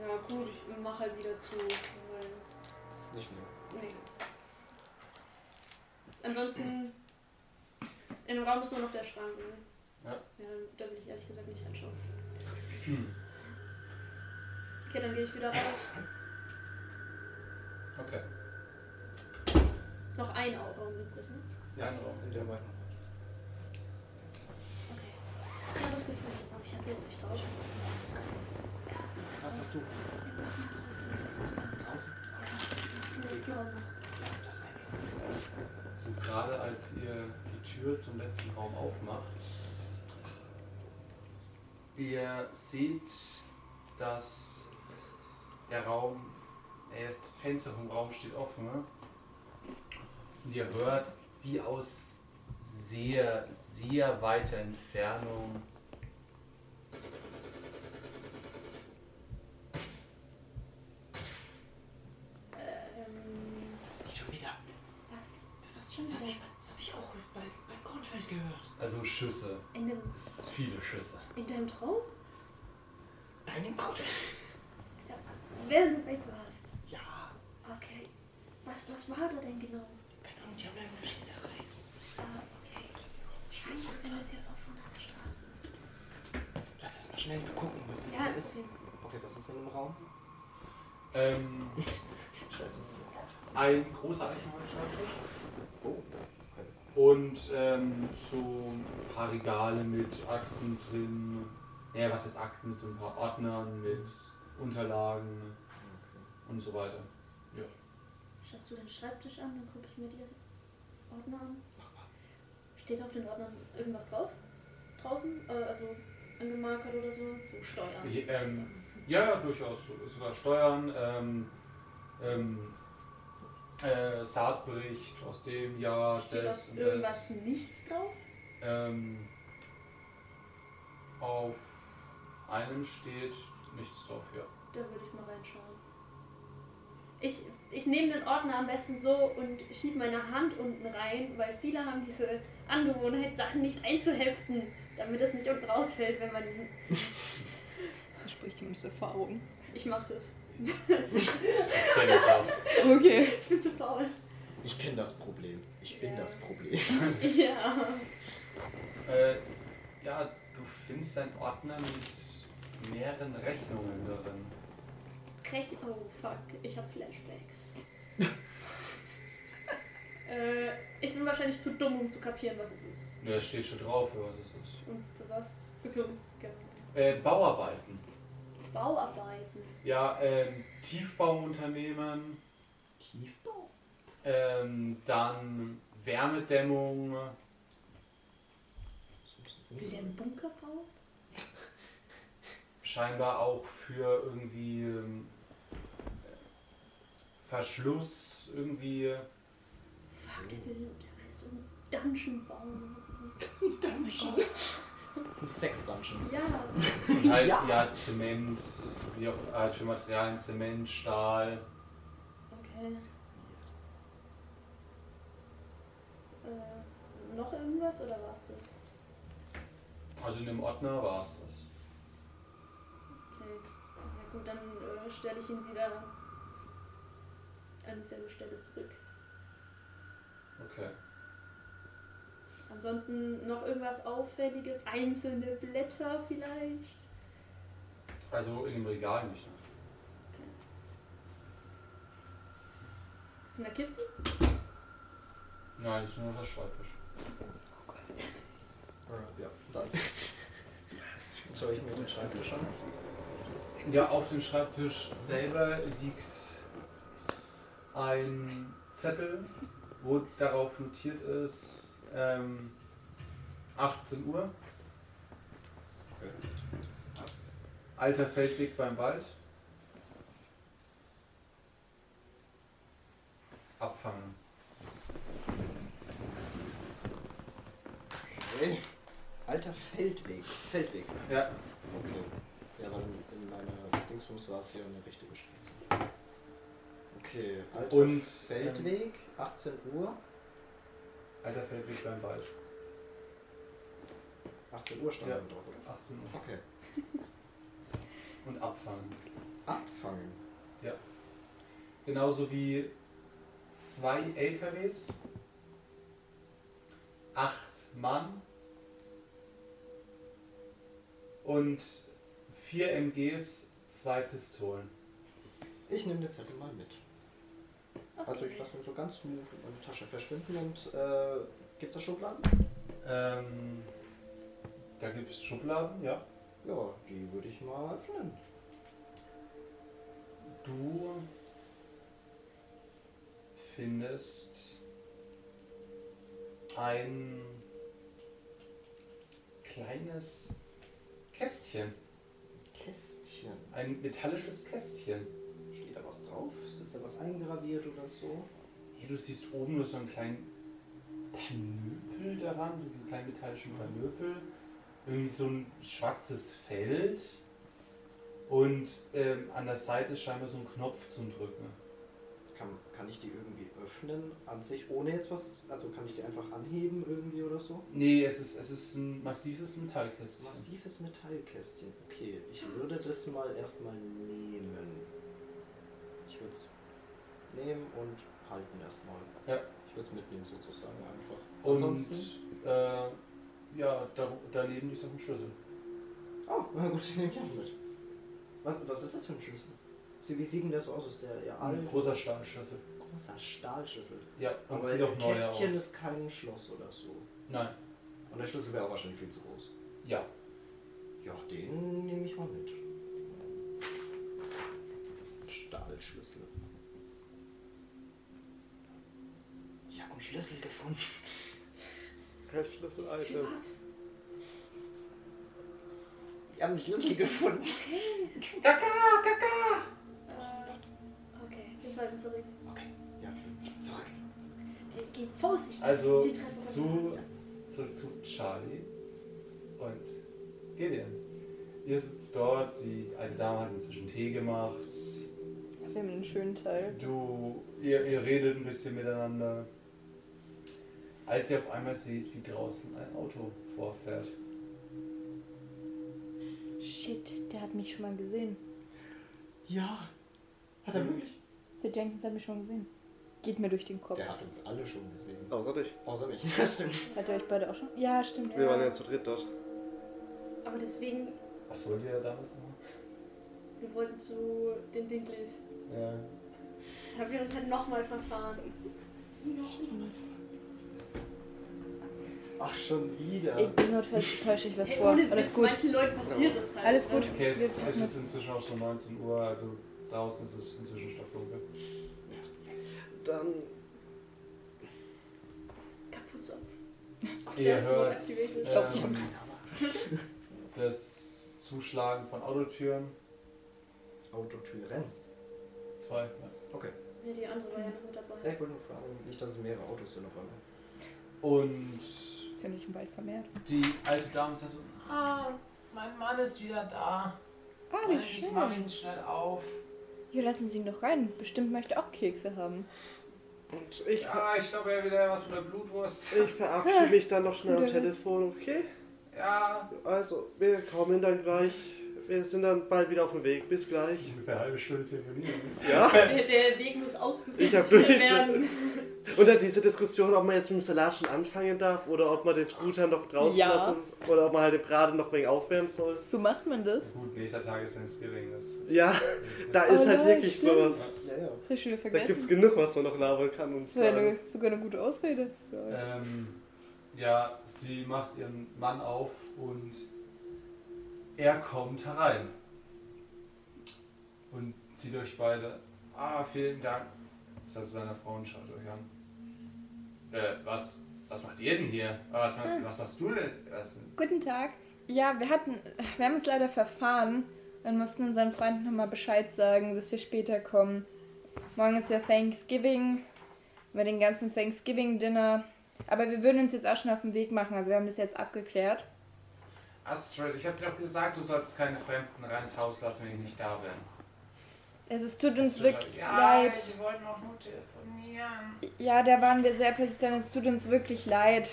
[SPEAKER 2] Ja, gut, ich mache halt wieder zu. Weil
[SPEAKER 11] Nicht mehr.
[SPEAKER 2] Nee. Ansonsten, in dem Raum ist nur noch der Schrank. Ne?
[SPEAKER 1] Ja.
[SPEAKER 2] ja. Da will ich ehrlich gesagt nicht reinschauen. Okay, dann gehe ich wieder raus.
[SPEAKER 1] Okay.
[SPEAKER 2] Ist noch ein Raum übrig, ne?
[SPEAKER 1] Ja, ein Raum.
[SPEAKER 11] In der Meinung.
[SPEAKER 2] Okay. Ich habe das Gefühl, aber ich hatte jetzt mich draußen. Ich hab das Gefühl. Ja, ich hab
[SPEAKER 4] Das hast du.
[SPEAKER 2] draußen. Das ist jetzt zu weit.
[SPEAKER 4] Draußen.
[SPEAKER 2] Das ist im letzten Raum noch.
[SPEAKER 4] Das eine.
[SPEAKER 1] So Also gerade als ihr die Tür zum letzten Raum aufmacht, ihr seht, dass der Raum, äh, das Fenster vom Raum steht offen. Ne? Und ihr hört, wie aus sehr, sehr weiter Entfernung
[SPEAKER 2] Ähm,
[SPEAKER 4] Schon wieder.
[SPEAKER 2] was?
[SPEAKER 4] Das, hast,
[SPEAKER 2] Schon
[SPEAKER 4] das habe
[SPEAKER 2] wieder?
[SPEAKER 4] ich, das hab ich auch bei, beim Kornfeld gehört.
[SPEAKER 1] Also Schüsse.
[SPEAKER 2] In dem,
[SPEAKER 1] S- Viele Schüsse.
[SPEAKER 2] in deinem Traum?
[SPEAKER 4] Nein, im Kornfeld.
[SPEAKER 2] Ja. Während du weg warst.
[SPEAKER 4] Ja.
[SPEAKER 2] Okay. Was, was war da denn genau?
[SPEAKER 4] Keine Ahnung, die haben da eine Schießerei.
[SPEAKER 2] Ah, okay. Scheiße, wenn das jetzt auch von der Straße ist.
[SPEAKER 4] Lass erst mal schnell gucken, was jetzt
[SPEAKER 2] Ja,
[SPEAKER 4] hier ist.
[SPEAKER 2] okay.
[SPEAKER 4] Okay, was ist in dem Raum?
[SPEAKER 1] Ähm,
[SPEAKER 4] Scheiße.
[SPEAKER 1] ein großer Eichenholzschreibtisch.
[SPEAKER 4] Oh.
[SPEAKER 1] Und ähm, so ein paar Regale mit Akten drin. Naja, was ist Akten? Mit so ein paar Ordnern, mit Unterlagen und so weiter. Ja.
[SPEAKER 2] Schaust du den Schreibtisch an, dann gucke ich mir die Ordner an. Steht auf den Ordnern irgendwas drauf? Draußen? Äh, also angemarkert oder so? So Steuern.
[SPEAKER 1] Je- ähm, ja, ja, durchaus. so- Sogar Steuern, ähm, ähm, äh, Saatbericht aus dem Jahr,
[SPEAKER 2] Steht
[SPEAKER 1] das
[SPEAKER 2] auf
[SPEAKER 1] und
[SPEAKER 2] irgendwas
[SPEAKER 1] das.
[SPEAKER 2] nichts drauf?
[SPEAKER 1] Ähm, auf einem steht nichts drauf, ja.
[SPEAKER 2] Da würde ich mal reinschauen. Ich, ich nehme den Ordner am besten so und schiebe meine Hand unten rein, weil viele haben diese Angewohnheit, Sachen nicht einzuheften, damit es nicht unten rausfällt, wenn man ihn zieht.
[SPEAKER 5] Das spricht ihm aus Erfahrung.
[SPEAKER 2] Ich mach das.
[SPEAKER 1] Ich denke es auch.
[SPEAKER 5] Okay.
[SPEAKER 2] Ich bin zu faul.
[SPEAKER 11] Ich kenne das Problem. Ich bin
[SPEAKER 2] Ja.
[SPEAKER 11] das Problem.
[SPEAKER 2] Ja.
[SPEAKER 1] Äh, ja, du findest einen Ordner mit mehreren Rechnungen darin.
[SPEAKER 2] Rech oh fuck, ich hab Flashbacks. Äh, wahrscheinlich zu dumm, um zu kapieren, was es ist.
[SPEAKER 1] Ne, es steht schon drauf, für was es ist.
[SPEAKER 2] Und für was? genau. Ist mir uns gerne.
[SPEAKER 1] Äh, Bauarbeiten.
[SPEAKER 2] Bauarbeiten.
[SPEAKER 1] Ja, ähm, Tiefbauunternehmen.
[SPEAKER 12] Tiefbau?
[SPEAKER 1] Ähm, dann Wärmedämmung.
[SPEAKER 2] Wie der Bunkerbau?
[SPEAKER 1] Scheinbar auch für irgendwie ähm, Verschluss, irgendwie.
[SPEAKER 2] Fuck, der will der will so einen Dungeon bauen oder so.
[SPEAKER 12] Dungeon? Ein Sex-Dungeon.
[SPEAKER 2] Ja.
[SPEAKER 1] Und halt, ja, Zement, wie auch, halt für Materialien Zement, Stahl.
[SPEAKER 2] Okay. Äh, noch irgendwas oder war's das?
[SPEAKER 1] Also in dem Ordner war es das.
[SPEAKER 2] Okay. Na gut, dann äh, stelle ich ihn wieder an dieselbe Stelle zurück.
[SPEAKER 1] Okay.
[SPEAKER 2] Ansonsten noch irgendwas Auffälliges? Einzelne Blätter vielleicht?
[SPEAKER 1] Also in dem Regal nicht. ne?
[SPEAKER 2] Ist in der Kiste?
[SPEAKER 1] Nein, das ist nur der Schreibtisch.
[SPEAKER 4] Ja, dann. Soll ich mir den Schreibtisch an?
[SPEAKER 1] Ja, auf dem Schreibtisch selber liegt ein Zettel, wo darauf notiert ist ähm, 18 Uhr. Alter Feldweg beim Wald. Abfangen.
[SPEAKER 12] Okay. Alter Feldweg. Feldweg.
[SPEAKER 1] Ja.
[SPEAKER 4] Okay. Ja, dann in meiner Dingsbums war es hier eine richtige Straße. Okay, Alter
[SPEAKER 1] Und, ähm,
[SPEAKER 4] Feldweg, 18 Uhr.
[SPEAKER 1] Alter Feldweg beim Wald.
[SPEAKER 4] 18 Uhr stand
[SPEAKER 1] Ja,
[SPEAKER 4] dann drauf, oder?
[SPEAKER 1] 18 Uhr.
[SPEAKER 4] Okay.
[SPEAKER 1] Und abfangen.
[SPEAKER 4] Abfangen.
[SPEAKER 1] Ja. Genauso wie zwei LKWs, acht Mann und vier MGs, zwei Pistolen.
[SPEAKER 4] Ich nehme den Zettel mal mit. Also ich lasse ihn so ganz smooth in meine Tasche verschwinden und äh, gibt's da Schubladen?
[SPEAKER 1] Ähm, da gibt es Schubladen, ja.
[SPEAKER 4] Ja, die würde ich mal öffnen.
[SPEAKER 1] Du findest ein kleines Kästchen.
[SPEAKER 4] Kästchen.
[SPEAKER 1] Ein metallisches Kästchen.
[SPEAKER 4] Steht da was drauf? Ist da was eingraviert oder so?
[SPEAKER 1] Hier, du siehst oben nur so einen kleinen Panöpel daran, diesen kleinen metallischen Panöpel. Irgendwie so ein schwarzes Feld. Und ähm, an der Seite ist scheinbar so ein Knopf zum Drücken.
[SPEAKER 4] Kann, kann ich die irgendwie öffnen an sich, ohne jetzt was? Also kann ich die einfach anheben irgendwie oder so?
[SPEAKER 1] Nee, es ist, es ist ein massives Metallkästchen.
[SPEAKER 4] Massives Metallkästchen. Okay, ich würde das mal erstmal nehmen. Ich würde es nehmen und halten erstmal.
[SPEAKER 1] Ja.
[SPEAKER 4] Ich würde es mitnehmen sozusagen einfach.
[SPEAKER 1] Und
[SPEAKER 4] Ansonsten.
[SPEAKER 1] äh, ja, da, daneben liegt noch ein Schlüssel.
[SPEAKER 4] Oh, na gut, den nehme ich auch mit. Was, was ist das für ein Schlüssel? Sie, wie sieht denn der so aus? Ist der ja
[SPEAKER 1] Ein
[SPEAKER 4] alt?
[SPEAKER 1] großer Stahlschlüssel.
[SPEAKER 4] großer Stahlschlüssel.
[SPEAKER 1] Ja, und
[SPEAKER 4] Aber
[SPEAKER 1] sieht auch neu
[SPEAKER 4] Kästchen
[SPEAKER 1] aus.
[SPEAKER 4] ist kein Schloss oder so.
[SPEAKER 1] Nein.
[SPEAKER 4] Und der Schlüssel wäre auch wahrscheinlich viel zu groß.
[SPEAKER 1] Ja.
[SPEAKER 4] Ja, den nehme ich mal mit. Stahlschlüssel. Ich habe einen Schlüssel gefunden.
[SPEAKER 3] Kein Schlüssel,
[SPEAKER 2] Für
[SPEAKER 3] Alter.
[SPEAKER 2] was?
[SPEAKER 4] Ich habe einen Schlüssel gefunden.
[SPEAKER 2] Kaka, kaka! Äh, okay, wir sollten zurück.
[SPEAKER 4] Okay, ja, zurück.
[SPEAKER 2] Wir gehen vorsichtig
[SPEAKER 4] Äh.
[SPEAKER 1] Also
[SPEAKER 2] die Treppe runter.
[SPEAKER 1] zu, zu, zu Charlie und Gideon. Ihr sitzt dort, die alte Dame hat inzwischen Tee gemacht.
[SPEAKER 5] Wir haben einen schönen Teil.
[SPEAKER 1] Du, ihr, ihr redet ein bisschen miteinander. Als ihr auf einmal seht, wie draußen ein Auto vorfährt.
[SPEAKER 5] Shit, der hat mich schon mal gesehen.
[SPEAKER 4] Ja. Hat er wirklich?
[SPEAKER 5] Wir denken, es hat mich schon gesehen. Geht mir durch den Kopf.
[SPEAKER 4] Der hat uns alle schon gesehen.
[SPEAKER 3] Außer dich.
[SPEAKER 4] Außer mich. Ja, stimmt.
[SPEAKER 5] Hat er euch beide auch schon? Ja, stimmt.
[SPEAKER 3] Wir waren ja zu dritt dort.
[SPEAKER 2] Aber deswegen,
[SPEAKER 1] Was wollt ihr damals machen?
[SPEAKER 2] wir wollten zu den Dingleys.
[SPEAKER 1] Ja.
[SPEAKER 2] Da haben wir uns halt nochmal verfahren.
[SPEAKER 11] Ach, schon wieder.
[SPEAKER 5] Notfalls täusche ich was
[SPEAKER 2] Ey,
[SPEAKER 5] vor.
[SPEAKER 2] ohne Witz,
[SPEAKER 5] Alles gut.
[SPEAKER 2] manchen Leuten passiert das halt,
[SPEAKER 5] Alles gut.
[SPEAKER 1] Okay, es,
[SPEAKER 5] Wir-
[SPEAKER 1] es ist inzwischen auch schon 19 Uhr, also draußen ist es inzwischen stockdunkel.
[SPEAKER 3] Dann.
[SPEAKER 12] Kapuze auf.
[SPEAKER 1] Ihr hört
[SPEAKER 12] Ich glaub, ich hab
[SPEAKER 1] ähm, das Zuschlagen von Autotüren.
[SPEAKER 11] Autotüren?
[SPEAKER 1] Zwei, ja.
[SPEAKER 11] Okay.
[SPEAKER 12] Ja, die andere war ja noch mit
[SPEAKER 11] Ja,
[SPEAKER 12] dabei.
[SPEAKER 11] ich wollte nur fragen, nicht, dass es mehrere Autos sind auf einmal.
[SPEAKER 1] Und
[SPEAKER 5] Ziemlich im Wald vermehrt.
[SPEAKER 1] die alte Dame sagt so,
[SPEAKER 14] Ah, mein Mann ist wieder da.
[SPEAKER 5] Ah, wie
[SPEAKER 14] Nein, Äh, ich
[SPEAKER 5] schön.
[SPEAKER 14] mache ihn schnell auf.
[SPEAKER 5] Ja, lassen Sie ihn doch rein. Bestimmt möchte auch Kekse haben.
[SPEAKER 3] Und ich,
[SPEAKER 14] Ja, ich glaube, er will ja was mit der Blutwurst.
[SPEAKER 3] ich verabschiede mich dann noch schnell am Telefon, okay?
[SPEAKER 14] Ja,
[SPEAKER 3] Also, wir kommen dann gleich. Wir sind dann bald wieder auf dem Weg. Bis gleich.
[SPEAKER 1] ungefähr eine halbe Stunde telefonieren.
[SPEAKER 3] Ja?
[SPEAKER 2] Der, der Weg muss
[SPEAKER 3] Ich hab
[SPEAKER 2] ausdiskutiert
[SPEAKER 3] durch.
[SPEAKER 2] werden.
[SPEAKER 3] Unter diese Diskussion, ob man jetzt mit dem Salat schon anfangen darf oder ob man den Truter noch draußen
[SPEAKER 5] Ja.
[SPEAKER 3] lassen oder ob man halt den Braten noch wegen aufwärmen soll.
[SPEAKER 5] So macht man das.
[SPEAKER 1] Gut, nächster Tag ist Thanksgiving. Das ist
[SPEAKER 3] Ja, da
[SPEAKER 5] Oh
[SPEAKER 3] ist halt
[SPEAKER 5] ja,
[SPEAKER 3] wirklich
[SPEAKER 5] stimmt.
[SPEAKER 3] sowas.
[SPEAKER 11] Ja, ja.
[SPEAKER 5] Das habe ich schon wieder
[SPEAKER 3] Da gibt's
[SPEAKER 5] vergessen.
[SPEAKER 3] genug, was man noch labern kann um und
[SPEAKER 5] Das wäre
[SPEAKER 3] fragen.
[SPEAKER 5] eine, sogar eine gute Ausrede. Ja.
[SPEAKER 1] Ähm, ja, sie macht ihren Mann auf und er kommt herein. Und sieht euch beide. Ah, vielen Dank. Sagt zu seiner Frau und schaut euch an. Äh, was, was macht ihr denn hier? Äh, Was, machst- was hast du denn? Was denn?
[SPEAKER 5] Guten Tag. Ja, wir hatten, wir haben uns leider verfahren und mussten unseren Freunden nochmal Bescheid sagen, dass wir später kommen. Morgen ist ja Thanksgiving, über den ganzen Thanksgiving-Dinner. Aber wir würden uns jetzt auch schon auf den Weg machen, also wir haben das jetzt abgeklärt.
[SPEAKER 1] Astrid, ich hab dir doch gesagt, du sollst keine Fremden rein ins Haus lassen, wenn ich nicht da bin.
[SPEAKER 5] Also es tut uns
[SPEAKER 1] Astrid,
[SPEAKER 5] wirklich
[SPEAKER 1] ja,
[SPEAKER 14] ja
[SPEAKER 5] leid.
[SPEAKER 14] die wollten auch nur telefonieren.
[SPEAKER 5] Ja, da waren wir sehr persistent. Es tut uns wirklich leid.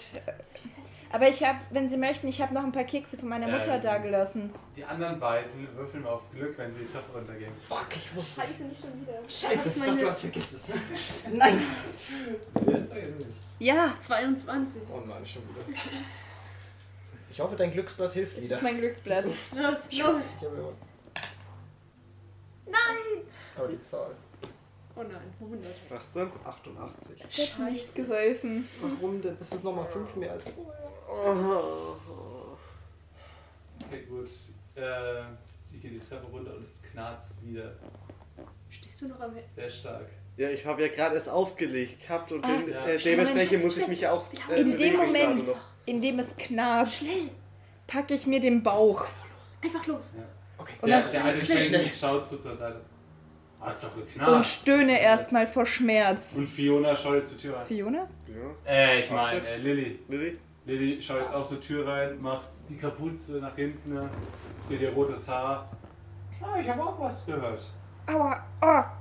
[SPEAKER 5] Aber ich habe, wenn Sie möchten, ich habe noch ein paar Kekse von meiner
[SPEAKER 1] Ähm.
[SPEAKER 5] Mutter dagelassen.
[SPEAKER 1] Die anderen beiden würfeln mal auf Glück, wenn sie die Treppe runtergehen.
[SPEAKER 4] Fuck, ich wusste es.
[SPEAKER 21] Scheiße, nicht schon wieder.
[SPEAKER 4] Scheiße,
[SPEAKER 2] Hab ich
[SPEAKER 4] ich dachte,
[SPEAKER 2] meine-
[SPEAKER 4] du hast vergessen es. Nein.
[SPEAKER 2] Ja, 22.
[SPEAKER 11] Oh nein, schon wieder. Ich hoffe, dein Glücksblatt hilft
[SPEAKER 5] Das
[SPEAKER 11] wieder.
[SPEAKER 5] ist mein Glücksblatt.
[SPEAKER 2] Los, los.
[SPEAKER 11] Ich habe ja
[SPEAKER 2] Nein!
[SPEAKER 11] aber die Zahl.
[SPEAKER 2] Oh nein, 100.
[SPEAKER 3] Was denn?
[SPEAKER 11] 88.
[SPEAKER 5] Das hat nicht geholfen.
[SPEAKER 11] Warum denn? Das ist nochmal 5 mehr als vorher.
[SPEAKER 1] Okay, gut. Äh, ich gehe die Treppe runter und es knarzt wieder.
[SPEAKER 2] Stehst du noch am Herd?
[SPEAKER 1] Sehr stark.
[SPEAKER 3] Ja, ich habe ja gerade erst aufgelegt gehabt und
[SPEAKER 5] Ah,
[SPEAKER 3] bin,
[SPEAKER 1] ja.
[SPEAKER 3] äh, dementsprechend muss ich mich ja auch. Äh,
[SPEAKER 5] In
[SPEAKER 3] bewege
[SPEAKER 5] dem
[SPEAKER 3] mich
[SPEAKER 5] Moment,
[SPEAKER 3] gerade noch.
[SPEAKER 5] in dem es knarzt, packe ich mir den Bauch.
[SPEAKER 2] Einfach los.
[SPEAKER 5] Und
[SPEAKER 1] der,
[SPEAKER 5] dann-
[SPEAKER 1] der alte
[SPEAKER 5] Schnell,
[SPEAKER 1] Jenkins schaut so zur Seite. Ah, Hat's doch geknarrt.
[SPEAKER 5] Und stöhne erstmal vor Schmerz.
[SPEAKER 1] Und Fiona schaut jetzt zur Tür rein.
[SPEAKER 5] Fiona?
[SPEAKER 3] Ja.
[SPEAKER 1] Äh, ich meine, äh, Lilly.
[SPEAKER 3] Lilly?
[SPEAKER 1] Lilly schaut jetzt auch zur Tür rein, macht die Kapuze nach hinten, ne? seht ihr rotes Haar. Ah, ich habe auch was gehört.
[SPEAKER 5] Aua, aua,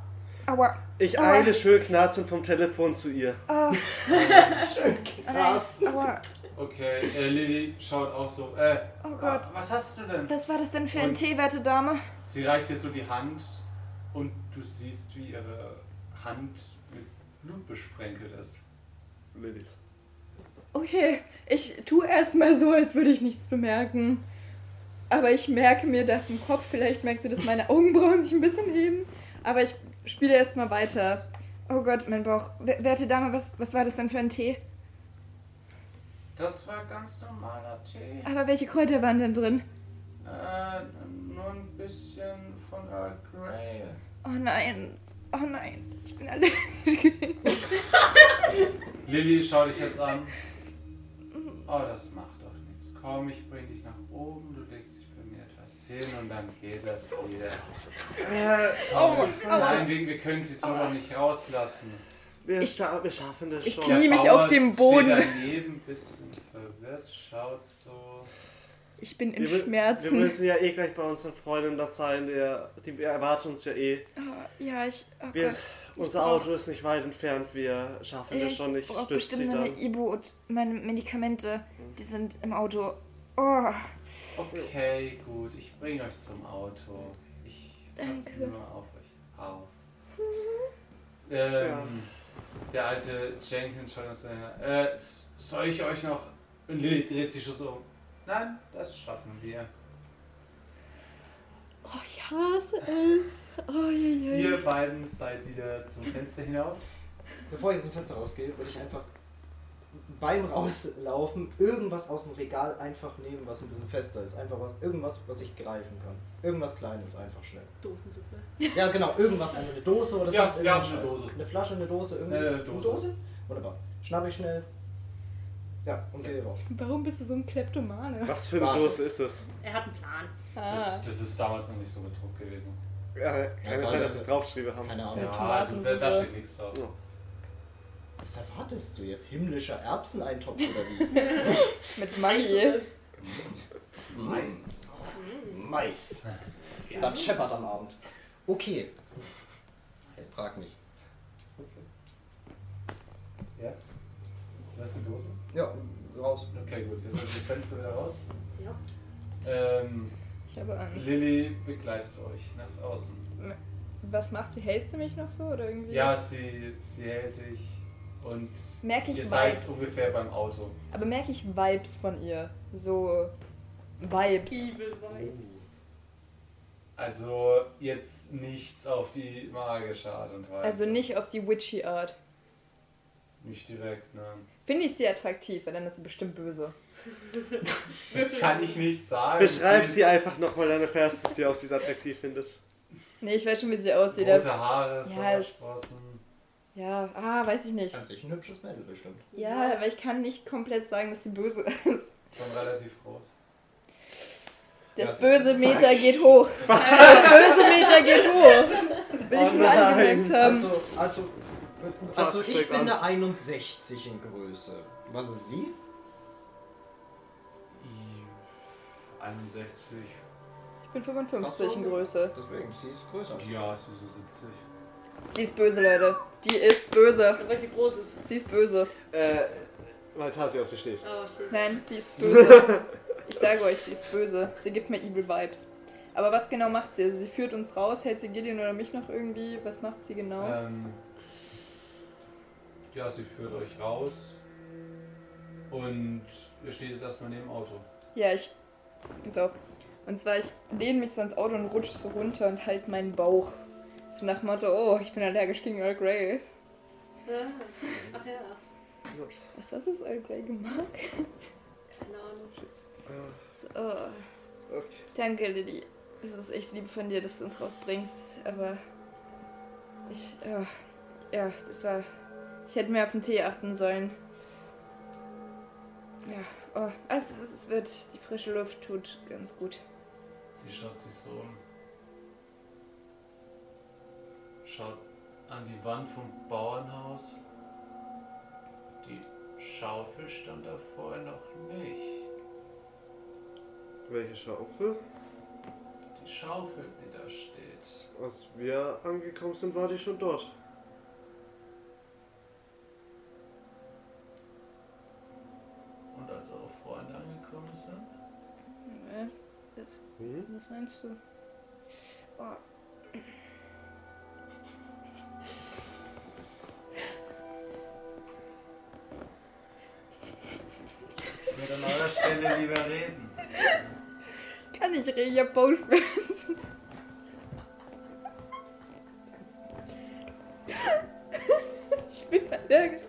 [SPEAKER 5] aua.
[SPEAKER 3] Ich
[SPEAKER 5] Oh.
[SPEAKER 3] eile schön knarzend vom Telefon zu ihr.
[SPEAKER 5] aua. Schön Aua,
[SPEAKER 1] Okay, äh, Lilly schaut auch so. Äh,
[SPEAKER 5] oh
[SPEAKER 1] ah,
[SPEAKER 5] Gott.
[SPEAKER 1] was hast du denn?
[SPEAKER 5] Was war das denn für ein
[SPEAKER 1] Und-
[SPEAKER 5] Tee, werte Dame?
[SPEAKER 1] Sie reicht dir so die Hand und du siehst, wie ihre Hand mit Blut besprenkelt ist.
[SPEAKER 3] Lillys.
[SPEAKER 5] Okay, ich tue erstmal so, als würde ich nichts bemerken. Aber ich merke mir das im Kopf. Vielleicht merkt ihr, dass meine Augenbrauen sich ein bisschen heben. Aber ich spiele erstmal weiter. Oh Gott, mein Bauch. W- Werte Dame, was, was war das denn für ein Tee?
[SPEAKER 14] Das war ganz normaler Tee.
[SPEAKER 5] Aber welche Kräuter waren denn drin?
[SPEAKER 14] Äh, nur ein bisschen von Earl Grey.
[SPEAKER 5] Oh nein. Oh nein. Ich bin allergisch.
[SPEAKER 1] Lilly, schau dich jetzt an. Oh, das macht doch nichts. Komm, ich bring dich nach oben, du legst dich bei mir etwas hin und dann geht das wieder.
[SPEAKER 3] Äh,
[SPEAKER 5] Oh,
[SPEAKER 1] Nein, wegen, wir können sie so noch nicht rauslassen.
[SPEAKER 3] Wir,
[SPEAKER 5] Ich-
[SPEAKER 3] scha wir schaffen das
[SPEAKER 5] ich
[SPEAKER 3] schon.
[SPEAKER 5] knie-
[SPEAKER 1] Der
[SPEAKER 5] mich
[SPEAKER 1] Bauer
[SPEAKER 5] auf den
[SPEAKER 1] steht
[SPEAKER 5] Boden.
[SPEAKER 1] daneben, ein bisschen verwirrt, schaut so.
[SPEAKER 5] ich bin in
[SPEAKER 3] wir, mü- wir
[SPEAKER 5] Schmerzen.
[SPEAKER 3] müssen ja eh gleich bei unseren Freunden das sein. Der, die erwarten uns ja eh.
[SPEAKER 5] Oh, ja, ich. Oh
[SPEAKER 3] Wir,
[SPEAKER 5] Gott.
[SPEAKER 3] unser
[SPEAKER 5] brauch-
[SPEAKER 3] Auto ist nicht weit entfernt. Wir schaffen das
[SPEAKER 5] Ich
[SPEAKER 3] schon. Ich
[SPEAKER 5] brauche
[SPEAKER 3] stütze sie
[SPEAKER 5] bestimmt noch eine
[SPEAKER 3] dann.
[SPEAKER 5] Ibu und meine Medikamente. Die sind im Auto. Oh.
[SPEAKER 1] Okay, gut, ich bring euch zum Auto. Ich passe
[SPEAKER 5] Danke. Mhm.
[SPEAKER 1] nur auf euch auf. Ähm,
[SPEAKER 3] Ja.
[SPEAKER 1] Der alte Jenkins schaut uns an. Äh, s- soll ich euch noch. Und Lilly dreht sich schon so um. Nein, das schaffen wir.
[SPEAKER 2] Oh, ich hasse es. Oh, je, je.
[SPEAKER 5] Mhm.
[SPEAKER 1] Ihr beiden seid wieder zum Fenster hinaus.
[SPEAKER 11] Bevor ich aus dem Fenster rausgehe, würde ich einfach
[SPEAKER 4] beim Rauslaufen irgendwas aus dem Regal einfach nehmen, was ein bisschen fester ist. Einfach was, irgendwas, was ich greifen kann. Irgendwas Kleines einfach schnell.
[SPEAKER 2] Dosensuppe.
[SPEAKER 4] Ja, genau, irgendwas, eine Dose oder
[SPEAKER 1] Ja,
[SPEAKER 4] sonst
[SPEAKER 1] ja,
[SPEAKER 4] irgendeinen
[SPEAKER 1] eine
[SPEAKER 4] Scheiß.
[SPEAKER 1] Dose.
[SPEAKER 4] Eine Flasche, eine Dose, irgendwie.
[SPEAKER 1] Äh, Dose.
[SPEAKER 4] Eine Dose? Wunderbar. Schnapp ich schnell. Ja, und gehe raus.
[SPEAKER 5] Warum bist du so ein Kleptomane?
[SPEAKER 3] Was für eine
[SPEAKER 1] Warte.
[SPEAKER 3] Dose ist das?
[SPEAKER 2] Er hat einen Plan.
[SPEAKER 5] Ah.
[SPEAKER 1] Das, das ist damals noch nicht so gedruckt gewesen.
[SPEAKER 3] Ja,
[SPEAKER 4] Das
[SPEAKER 3] kann
[SPEAKER 4] war
[SPEAKER 3] ja sein,
[SPEAKER 4] das-
[SPEAKER 3] dass sie es draufgeschrieben haben.
[SPEAKER 4] Keine Ahnung.
[SPEAKER 1] Ja, also da, da steht nichts drauf.
[SPEAKER 3] Ja.
[SPEAKER 4] Was erwartest du jetzt? Himmlischer Erbseneintopf oder wie?
[SPEAKER 5] Mit Magie.
[SPEAKER 4] Mais. Mais. Das scheppert am Abend. Okay. Frag mich.
[SPEAKER 1] Ja? Du hast eine Dose?
[SPEAKER 4] Ja, raus.
[SPEAKER 1] Okay, gut. Jetzt ist das Fenster wieder raus.
[SPEAKER 23] Ja.
[SPEAKER 1] Ähm,
[SPEAKER 5] Ich habe Angst.
[SPEAKER 1] Lilly begleitet euch nach außen.
[SPEAKER 5] Was macht sie? Hältst du mich noch so oder irgendwie?
[SPEAKER 1] Ja, sie, sie hält dich und
[SPEAKER 5] Merke ich
[SPEAKER 1] ihr seid
[SPEAKER 5] Vibes.
[SPEAKER 1] ungefähr beim Auto.
[SPEAKER 5] Aber merke ich Vibes von ihr? So Vibes.
[SPEAKER 2] Evil Vibes.
[SPEAKER 1] Also jetzt nichts auf die magische Art und Weise.
[SPEAKER 5] Also nicht auf die witchy Art.
[SPEAKER 1] Nicht direkt, ne?
[SPEAKER 5] Finde ich sie attraktiv, weil dann ist sie bestimmt böse.
[SPEAKER 1] Das kann ich nicht sagen.
[SPEAKER 3] Beschreib
[SPEAKER 1] Sie
[SPEAKER 3] sie einfach nochmal, dann erfährst du sie, ob sie es attraktiv findet.
[SPEAKER 5] Nee, ich weiß schon, wie sie aussieht.
[SPEAKER 1] Rote Haare,
[SPEAKER 5] Ja, es-
[SPEAKER 1] Sommersprossen.
[SPEAKER 5] Ja, ah, weiß ich nicht.
[SPEAKER 4] An sich ein hübsches Mädel bestimmt.
[SPEAKER 5] Ja, aber ich kann nicht komplett sagen, dass sie böse ist.
[SPEAKER 1] Schon relativ groß.
[SPEAKER 5] Das
[SPEAKER 1] Ja, es
[SPEAKER 5] böse Meter geht hoch. Das böse Meter geht hoch. Will ich
[SPEAKER 3] Oh
[SPEAKER 5] nur
[SPEAKER 3] nein.
[SPEAKER 5] angemerkt haben.
[SPEAKER 4] Also, also, also ich
[SPEAKER 3] Check
[SPEAKER 4] bin
[SPEAKER 3] an.
[SPEAKER 4] eine 61 in Größe. Was ist sie?
[SPEAKER 1] 61.
[SPEAKER 5] Ich bin
[SPEAKER 4] Ach
[SPEAKER 5] 55
[SPEAKER 4] so.
[SPEAKER 5] in Größe.
[SPEAKER 4] Deswegen, sie ist größer.
[SPEAKER 1] Ja, sie ist so 70.
[SPEAKER 5] Sie ist böse, Leute. Die ist böse.
[SPEAKER 2] Nur weil sie groß ist.
[SPEAKER 5] Sie ist böse.
[SPEAKER 3] Äh, weil Tasi aus dir steht.
[SPEAKER 2] Oh shit.
[SPEAKER 5] Nein, sie ist böse. Ich sage euch, sie ist böse. Sie gibt mir Evil Vibes. Aber was genau macht sie? Also sie führt uns raus, hält sie Gideon oder mich noch irgendwie? Was macht sie genau?
[SPEAKER 1] Ähm, ja, sie führt euch raus. Und ihr steht jetzt erstmal neben dem Auto.
[SPEAKER 5] Ja, ich. So. Und zwar, ich lehne mich so ins Auto und rutsche so runter und halt meinen Bauch. So nach dem Motto, oh, ich bin allergisch gegen Earl Grey.
[SPEAKER 23] Ja. Ach ja,
[SPEAKER 5] Was hast du das Earl Grey gemacht?
[SPEAKER 23] keine Ahnung.
[SPEAKER 1] Ah,
[SPEAKER 5] So, oh. Danke, Lilly. Es ist echt lieb von dir, dass du uns rausbringst, aber. Ich. ah, ja, das war. Ich hätte mehr auf den Tee achten sollen. Ja, oh. Also, es es wird. Die frische Luft tut ganz gut.
[SPEAKER 1] Sie schaut sich so um. Schaut an die Wand vom Bauernhaus. Die Schaufel stand da vorher noch nicht.
[SPEAKER 3] Welche Schaufel?
[SPEAKER 1] Die Schaufel, die da steht.
[SPEAKER 3] Als wir angekommen sind, war die schon dort.
[SPEAKER 1] Und als eure Freunde angekommen sind,
[SPEAKER 3] Hm?
[SPEAKER 5] Was meinst du? Oh.
[SPEAKER 1] ich würde an eurer Stelle lieber reden.
[SPEAKER 5] Ich kann nicht reden, ich hab Bauchschmerzen. Ich bin allergisch.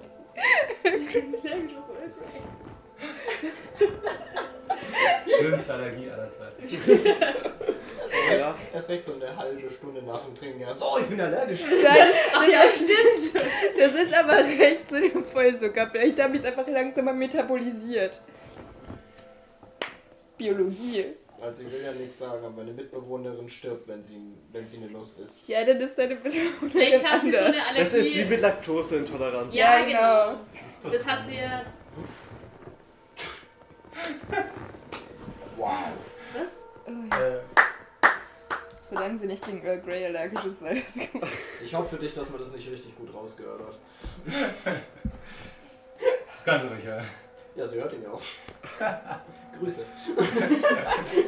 [SPEAKER 1] Schönste Allergie aller Zeiten.
[SPEAKER 3] Ja.
[SPEAKER 4] Erst recht so eine halbe Stunde nach dem Trinken. Ja, so, ich bin allergisch.
[SPEAKER 5] Nein,
[SPEAKER 2] Ach ja, stimmt.
[SPEAKER 5] das ist aber recht zu dem Vollzucker. Vielleicht habe ich es einfach langsamer metabolisiert. Biologie.
[SPEAKER 4] Also ich will ja nichts sagen, aber meine Mitbewohnerin stirbt, wenn sie, wenn sie eine Lust ist.
[SPEAKER 5] Ja, dann ist deine Belohnung
[SPEAKER 2] Vielleicht hat sie so eine Allergie.
[SPEAKER 3] Das ist wie mit Laktoseintoleranz.
[SPEAKER 5] Ja,
[SPEAKER 2] Ja,
[SPEAKER 5] genau.
[SPEAKER 2] genau. Das hast du ja.
[SPEAKER 1] Äh,
[SPEAKER 5] Solange sie nicht gegen Earl Grey allergisch ist, soll das gemacht.
[SPEAKER 4] Ich hoffe für dich, dass man das nicht richtig gut rausgehört hat.
[SPEAKER 1] das kannst du nicht hören.
[SPEAKER 4] Ja, sie hört ihn ja auch. Grüße.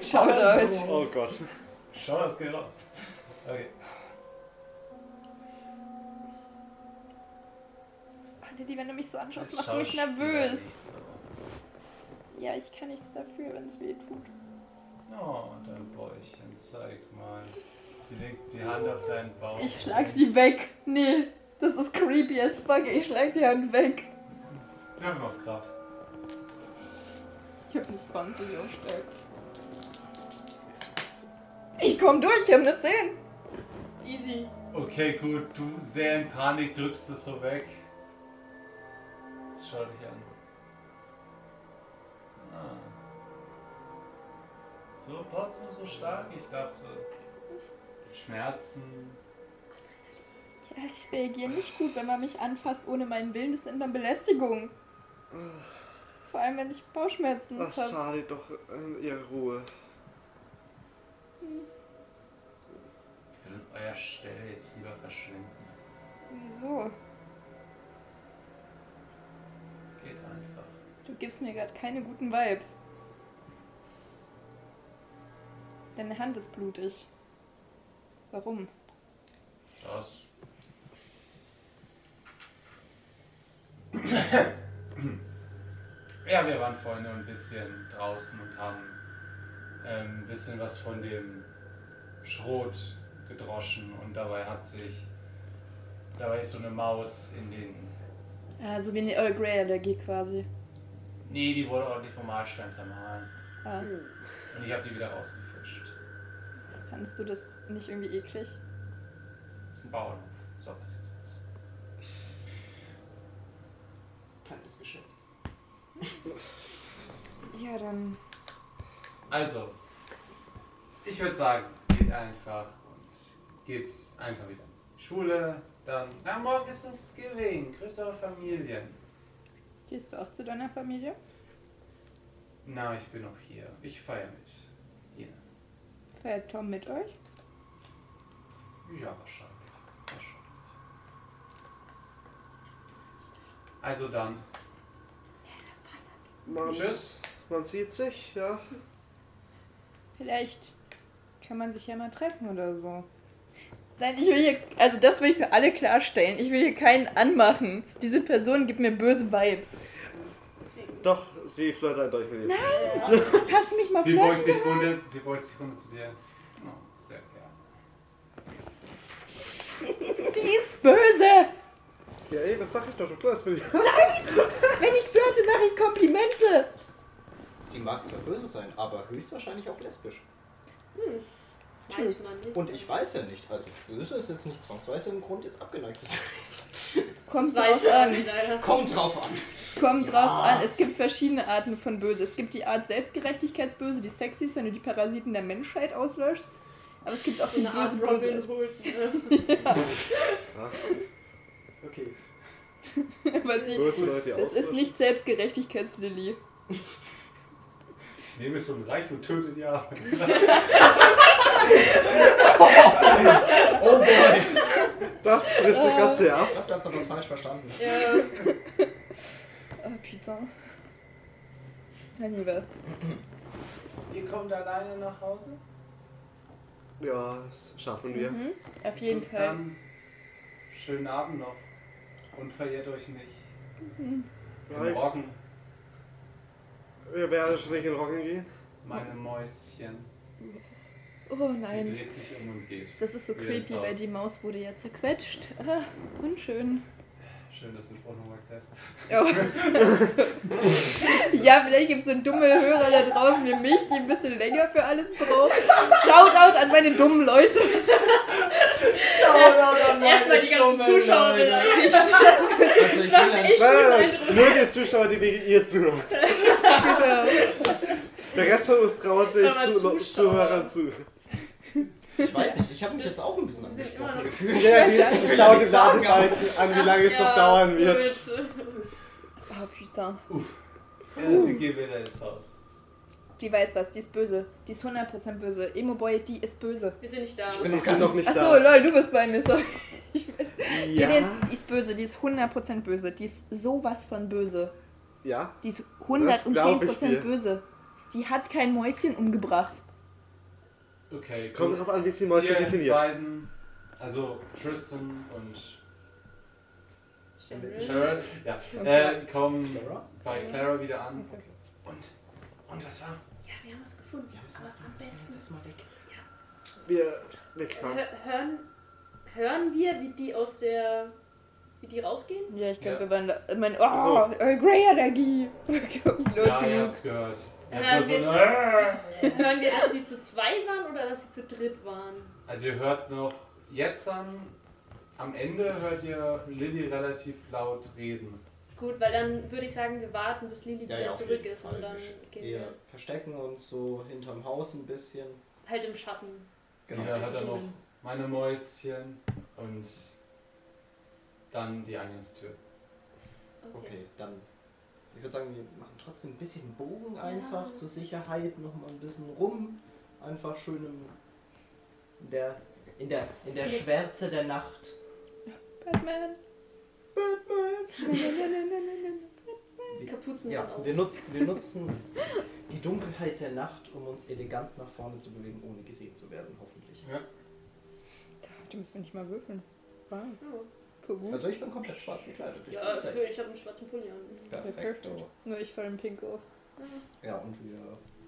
[SPEAKER 5] Schaut euch.
[SPEAKER 3] Oh Gott.
[SPEAKER 1] Schau, das geht raus. Okay.
[SPEAKER 5] Lilly, wenn du mich so anschaust,
[SPEAKER 1] Das
[SPEAKER 5] machst du mich
[SPEAKER 1] Schauspieler
[SPEAKER 5] nervös.
[SPEAKER 1] ist so.
[SPEAKER 5] Ja, ich kann nichts dafür, wenn es weh tut.
[SPEAKER 1] Oh, dein Bäuchchen, zeig mal. Sie legt die Hand auf deinen Bauch.
[SPEAKER 5] Ich schlag sie weg. Nee, das ist creepy as fuck. Ich schlag die Hand weg.
[SPEAKER 1] Wir haben noch Grad.
[SPEAKER 5] Ich habe eine 20 auf Stärke. Ich komm durch, ich habe eine 10.
[SPEAKER 2] Easy.
[SPEAKER 1] Okay, gut, du sehr in Panik drückst es so weg. Das schau dich an. Ah. So trotzdem so stark, ich dachte. Schmerzen.
[SPEAKER 5] Ja, ich reagiere nicht gut, wenn man mich anfasst ohne meinen Willen. Das nennt man Belästigung. Vor allem, wenn ich Bauchschmerzen
[SPEAKER 3] Was
[SPEAKER 5] habe.
[SPEAKER 3] schadet doch an ihrer Ruhe?
[SPEAKER 1] Ich würde euer Stelle jetzt lieber verschwinden.
[SPEAKER 5] Wieso?
[SPEAKER 1] Geht einfach.
[SPEAKER 5] Du gibst mir gerade keine guten Vibes. Deine Hand ist blutig. Warum?
[SPEAKER 1] Das. ja, wir waren vorhin ein bisschen draußen und haben ähm, ein bisschen was von dem Schrot gedroschen und dabei hat sich. Dabei ist so eine Maus in den.
[SPEAKER 5] Also wie eine Earl Grey Allergie quasi.
[SPEAKER 1] Nee, die wurde ordentlich vom Mahlstein zermahlen.
[SPEAKER 5] Ah.
[SPEAKER 1] Und ich habe die wieder rausgefischt.
[SPEAKER 5] Fandest du das nicht irgendwie eklig?
[SPEAKER 1] Das ist ein Bauernhof. So, was jetzt aus.
[SPEAKER 4] Teil des Geschäfts.
[SPEAKER 5] Ja, dann.
[SPEAKER 1] Also, ich würde sagen, geht einfach und geht einfach wieder in die Schule. Dann, na, morgen ist das Gewinn. Grüß eure Familien.
[SPEAKER 5] Gehst du auch zu deiner Familie?
[SPEAKER 1] Na, ich bin noch hier. Ich feiere mit. Ihnen.
[SPEAKER 5] Fährt Tom mit euch?
[SPEAKER 1] Ja, wahrscheinlich. Wahrscheinlich. Also dann,
[SPEAKER 3] Man,
[SPEAKER 1] Tschüss.
[SPEAKER 3] Man sieht sich, ja.
[SPEAKER 5] Vielleicht kann man sich ja mal treffen oder so. Nein, ich will hier, also das will ich für alle klarstellen. Ich will hier keinen anmachen. Diese Person gibt mir böse Vibes.
[SPEAKER 3] Doch, sie flirtet euch mit ihm.
[SPEAKER 5] Hast du mich mal
[SPEAKER 1] sie beugt
[SPEAKER 5] flirten
[SPEAKER 1] sich runter, sie beugt sich runter zu dir. Oh, sehr gern.
[SPEAKER 5] gehört? Sie ist böse!
[SPEAKER 3] Ja, ey, was sag ich doch? Du klar, das will ich.
[SPEAKER 5] Wenn ich flirte, mache ich Komplimente!
[SPEAKER 7] Sie mag zwar böse sein, aber höchstwahrscheinlich auch lesbisch.
[SPEAKER 12] Weiß man nicht.
[SPEAKER 7] Und ich weiß ja nicht, also böse ist jetzt nicht zwangsweise ein Grund, jetzt abgeneigt zu sein.
[SPEAKER 5] Kommt
[SPEAKER 2] weiß
[SPEAKER 5] drauf an.
[SPEAKER 2] man leider.
[SPEAKER 7] Kommt drauf an.
[SPEAKER 5] Kommt drauf an. Es gibt verschiedene Arten von Böse. Es gibt die Art Selbstgerechtigkeitsböse, die sexy ist, wenn du die Parasiten der Menschheit auslöschst. Aber es gibt auch die
[SPEAKER 2] So eine Art
[SPEAKER 5] böse
[SPEAKER 2] Robin
[SPEAKER 5] Böse.
[SPEAKER 2] Hood. Ne?
[SPEAKER 4] Okay.
[SPEAKER 5] Aber sie,
[SPEAKER 3] Böse Leute
[SPEAKER 5] das ist
[SPEAKER 3] auslöschen.
[SPEAKER 5] nicht Selbstgerechtigkeitslilly.
[SPEAKER 1] Ich nehme es vom Reich und töte die Arme.
[SPEAKER 7] Oh boy!
[SPEAKER 3] Das trifft die Katze ab.
[SPEAKER 7] Ich glaube, da hat sie was falsch verstanden.
[SPEAKER 2] Ja.
[SPEAKER 5] Oh, putain. Hannibal.
[SPEAKER 14] Ihr kommt alleine nach Hause?
[SPEAKER 3] Ja, das schaffen wir.
[SPEAKER 5] Mhm. Auf jeden
[SPEAKER 1] Und
[SPEAKER 5] Fall.
[SPEAKER 1] Dann schönen Abend noch und verliert euch nicht.
[SPEAKER 3] Ja, ich-
[SPEAKER 1] Morgen,
[SPEAKER 3] Wir werden schon nicht in Rocken gehen.
[SPEAKER 1] meine Mäuschen.
[SPEAKER 5] Oh
[SPEAKER 1] Sie
[SPEAKER 5] nein.
[SPEAKER 1] dreht sich um und geht.
[SPEAKER 5] Das ist so
[SPEAKER 1] Wieder ins
[SPEAKER 5] creepy, weil
[SPEAKER 1] Haus.
[SPEAKER 5] die Maus wurde ja zerquetscht. Ah, unschön.
[SPEAKER 1] Schön, dass du den Spruch nochmal erklärst.
[SPEAKER 5] Oh. ja, vielleicht gibt es so einen dummen Hörer da draußen wie mich, die ein bisschen länger für alles braucht. Shoutout an meine dummen Leute.
[SPEAKER 2] Erstmal die ganzen Zuschauer beleidigt.
[SPEAKER 7] Also ich will ein
[SPEAKER 2] Ich
[SPEAKER 3] Nein,
[SPEAKER 2] bin
[SPEAKER 3] nein,
[SPEAKER 2] ein
[SPEAKER 3] nein. Nur die Zuschauer, die wegen ihr zuhören.
[SPEAKER 5] Genau.
[SPEAKER 3] Der Rest von uns traut den
[SPEAKER 2] Aber
[SPEAKER 3] Zu
[SPEAKER 2] Zuschauer.
[SPEAKER 3] Zuhörern zu.
[SPEAKER 7] Ich weiß nicht, ich habe mich jetzt auch ein bisschen
[SPEAKER 2] Das sind immer
[SPEAKER 7] angesprochen
[SPEAKER 2] noch-
[SPEAKER 7] gefühlt.
[SPEAKER 3] Ja, die
[SPEAKER 7] will
[SPEAKER 3] schauen die
[SPEAKER 7] nichts sagen,
[SPEAKER 3] Ladenbalken an, wie lange es noch dauern wird.
[SPEAKER 5] Oh, putain.
[SPEAKER 1] Ja, sie geht wieder ins Haus.
[SPEAKER 5] Die weiß was, die ist böse. Die ist 100% böse. Emo Boy, die ist böse.
[SPEAKER 2] Wir sind nicht da.
[SPEAKER 3] Die sind noch nicht
[SPEAKER 5] Achso,
[SPEAKER 3] da.
[SPEAKER 5] lol, du bist bei mir, sorry. Ich weiß.
[SPEAKER 3] Ja.
[SPEAKER 5] Die ist böse, die ist 100% böse. Die ist sowas von böse.
[SPEAKER 3] Ja.
[SPEAKER 5] Die ist
[SPEAKER 3] Das glaub ich
[SPEAKER 5] 110%
[SPEAKER 3] dir.
[SPEAKER 5] böse. Die hat kein Mäuschen umgebracht.
[SPEAKER 1] Okay,
[SPEAKER 3] Kommt
[SPEAKER 1] gut.
[SPEAKER 3] drauf an, wie sie Mäuschen
[SPEAKER 1] Ihr
[SPEAKER 3] definiert.
[SPEAKER 1] beiden, also Tristan und
[SPEAKER 2] Cheryl.
[SPEAKER 1] Cheryl, ja, äh, kommen bei Clara wieder an. Und, und was war?
[SPEAKER 12] Ja, wir haben was gefunden.
[SPEAKER 4] Ja, müssen
[SPEAKER 12] Aber
[SPEAKER 4] wir müssen
[SPEAKER 12] am besten
[SPEAKER 4] jetzt mal weg.
[SPEAKER 3] Wir wegfahren.
[SPEAKER 2] Hö- Hören, hören wir, wie die aus der Wie die rausgehen?
[SPEAKER 5] Ja, ich glaube, wir waren da. Mein, oh, äh, Grey Energie.
[SPEAKER 1] Ja, ihr habt's gehört. Ihr habt nur
[SPEAKER 2] Hören
[SPEAKER 1] so
[SPEAKER 2] wir,
[SPEAKER 1] ein- Äh.
[SPEAKER 2] hören wir, dass sie zu zweit waren oder dass sie zu dritt waren?
[SPEAKER 1] Also ihr hört noch, jetzt am, am Ende hört ihr Lilly relativ laut reden.
[SPEAKER 2] Gut, weil dann würde ich sagen, wir warten, bis Lili
[SPEAKER 4] Ja,
[SPEAKER 2] wieder
[SPEAKER 4] ja, auf
[SPEAKER 2] zurück
[SPEAKER 4] jeden
[SPEAKER 2] ist
[SPEAKER 4] Fall.
[SPEAKER 2] und dann gehen
[SPEAKER 4] Wir
[SPEAKER 2] wir
[SPEAKER 4] verstecken uns so hinterm Haus ein bisschen.
[SPEAKER 2] halt im Schatten.
[SPEAKER 1] Genau. Ihr hört dann noch
[SPEAKER 2] Dunkeln.
[SPEAKER 1] meine Mäuschen und dann die Eingangstür.
[SPEAKER 2] Okay.
[SPEAKER 4] Okay, dann. Ich würde sagen, wir machen trotzdem ein bisschen Bogen einfach
[SPEAKER 24] Ja.
[SPEAKER 4] zur Sicherheit, nochmal ein bisschen rum. Einfach schön im
[SPEAKER 24] In der, in der, in der
[SPEAKER 5] Okay.
[SPEAKER 24] Schwärze der Nacht.
[SPEAKER 5] Batman. Batman.
[SPEAKER 2] Kapuzen
[SPEAKER 24] Ja,
[SPEAKER 2] sind auf.
[SPEAKER 24] wir nutzen, wir nutzen die Dunkelheit der Nacht, um uns elegant nach vorne zu bewegen, ohne gesehen zu werden, hoffentlich.
[SPEAKER 1] Ja.
[SPEAKER 5] Die müssen nicht mal würfeln. Wow.
[SPEAKER 2] Ja.
[SPEAKER 5] Puh, gut.
[SPEAKER 24] Also ich bin komplett schwarz gekleidet. Ich
[SPEAKER 2] Oh. Mhm. Ja,
[SPEAKER 24] bin safe.
[SPEAKER 2] ich habe einen schwarzen Pulli an.
[SPEAKER 4] Perfekto.
[SPEAKER 5] Nur ich fall im Pink auf.
[SPEAKER 4] Ja, und wir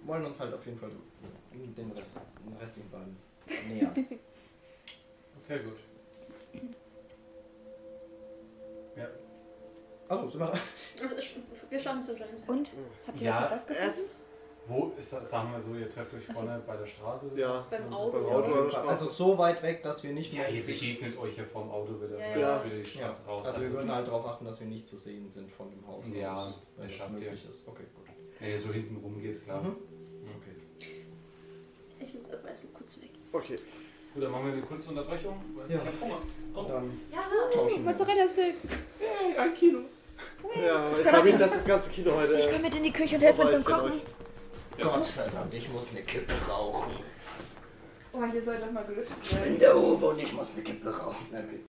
[SPEAKER 4] wollen uns halt auf jeden Fall den Rest, den restlichen beiden näher.
[SPEAKER 1] Okay, gut. Ja.
[SPEAKER 4] Achso, sind wir da?
[SPEAKER 2] Also, ich- Wir schaffen es anscheinend.
[SPEAKER 5] Und? Habt ihr
[SPEAKER 1] Ja,
[SPEAKER 5] was herausgefunden?
[SPEAKER 3] Es,
[SPEAKER 1] Wo ist das? Sagen wir so, ihr trefft euch vorne bei der Straße.
[SPEAKER 3] ja,
[SPEAKER 2] Beim
[SPEAKER 1] ein
[SPEAKER 2] Auto.
[SPEAKER 1] bisschen-
[SPEAKER 3] Beim Auto. Autostraße.
[SPEAKER 4] Also so weit weg, dass wir nicht
[SPEAKER 1] Ja,
[SPEAKER 4] mehr
[SPEAKER 1] ihr
[SPEAKER 4] sehen.
[SPEAKER 1] begegnet euch ja vorm Auto wieder.
[SPEAKER 2] Ja,
[SPEAKER 1] oder
[SPEAKER 3] ja.
[SPEAKER 1] das Wieder die
[SPEAKER 4] Ja,
[SPEAKER 1] Straße raus.
[SPEAKER 4] also wir würden halt darauf achten, dass wir nicht zu sehen sind von dem Haus.
[SPEAKER 1] Ja,
[SPEAKER 4] aus,
[SPEAKER 1] das
[SPEAKER 4] wenn das
[SPEAKER 1] schafft
[SPEAKER 4] möglich ist. Okay, gut.
[SPEAKER 1] wenn ihr so hinten rumgeht, klar.
[SPEAKER 4] Mhm.
[SPEAKER 1] Okay.
[SPEAKER 2] Ich muss aber erstmal kurz weg.
[SPEAKER 3] okay.
[SPEAKER 1] Gut, dann machen wir eine kurze Unterbrechung. weil
[SPEAKER 24] Ja.
[SPEAKER 1] ich hab Hunger.
[SPEAKER 24] Und dann
[SPEAKER 2] Ja,
[SPEAKER 24] tauschen wir.
[SPEAKER 5] Mozzarella-Sticks.
[SPEAKER 3] Ja, ich glaube nicht, dass das ganze Kino heute.
[SPEAKER 5] Ich komm mit in die Küche und helf mit beim Kochen.
[SPEAKER 4] Gott verdammt, ich muss eine Kippe rauchen.
[SPEAKER 5] Oh, hier soll doch mal gelüftet werden.
[SPEAKER 4] der Uwe und ich muss eine Kippe rauchen. Okay.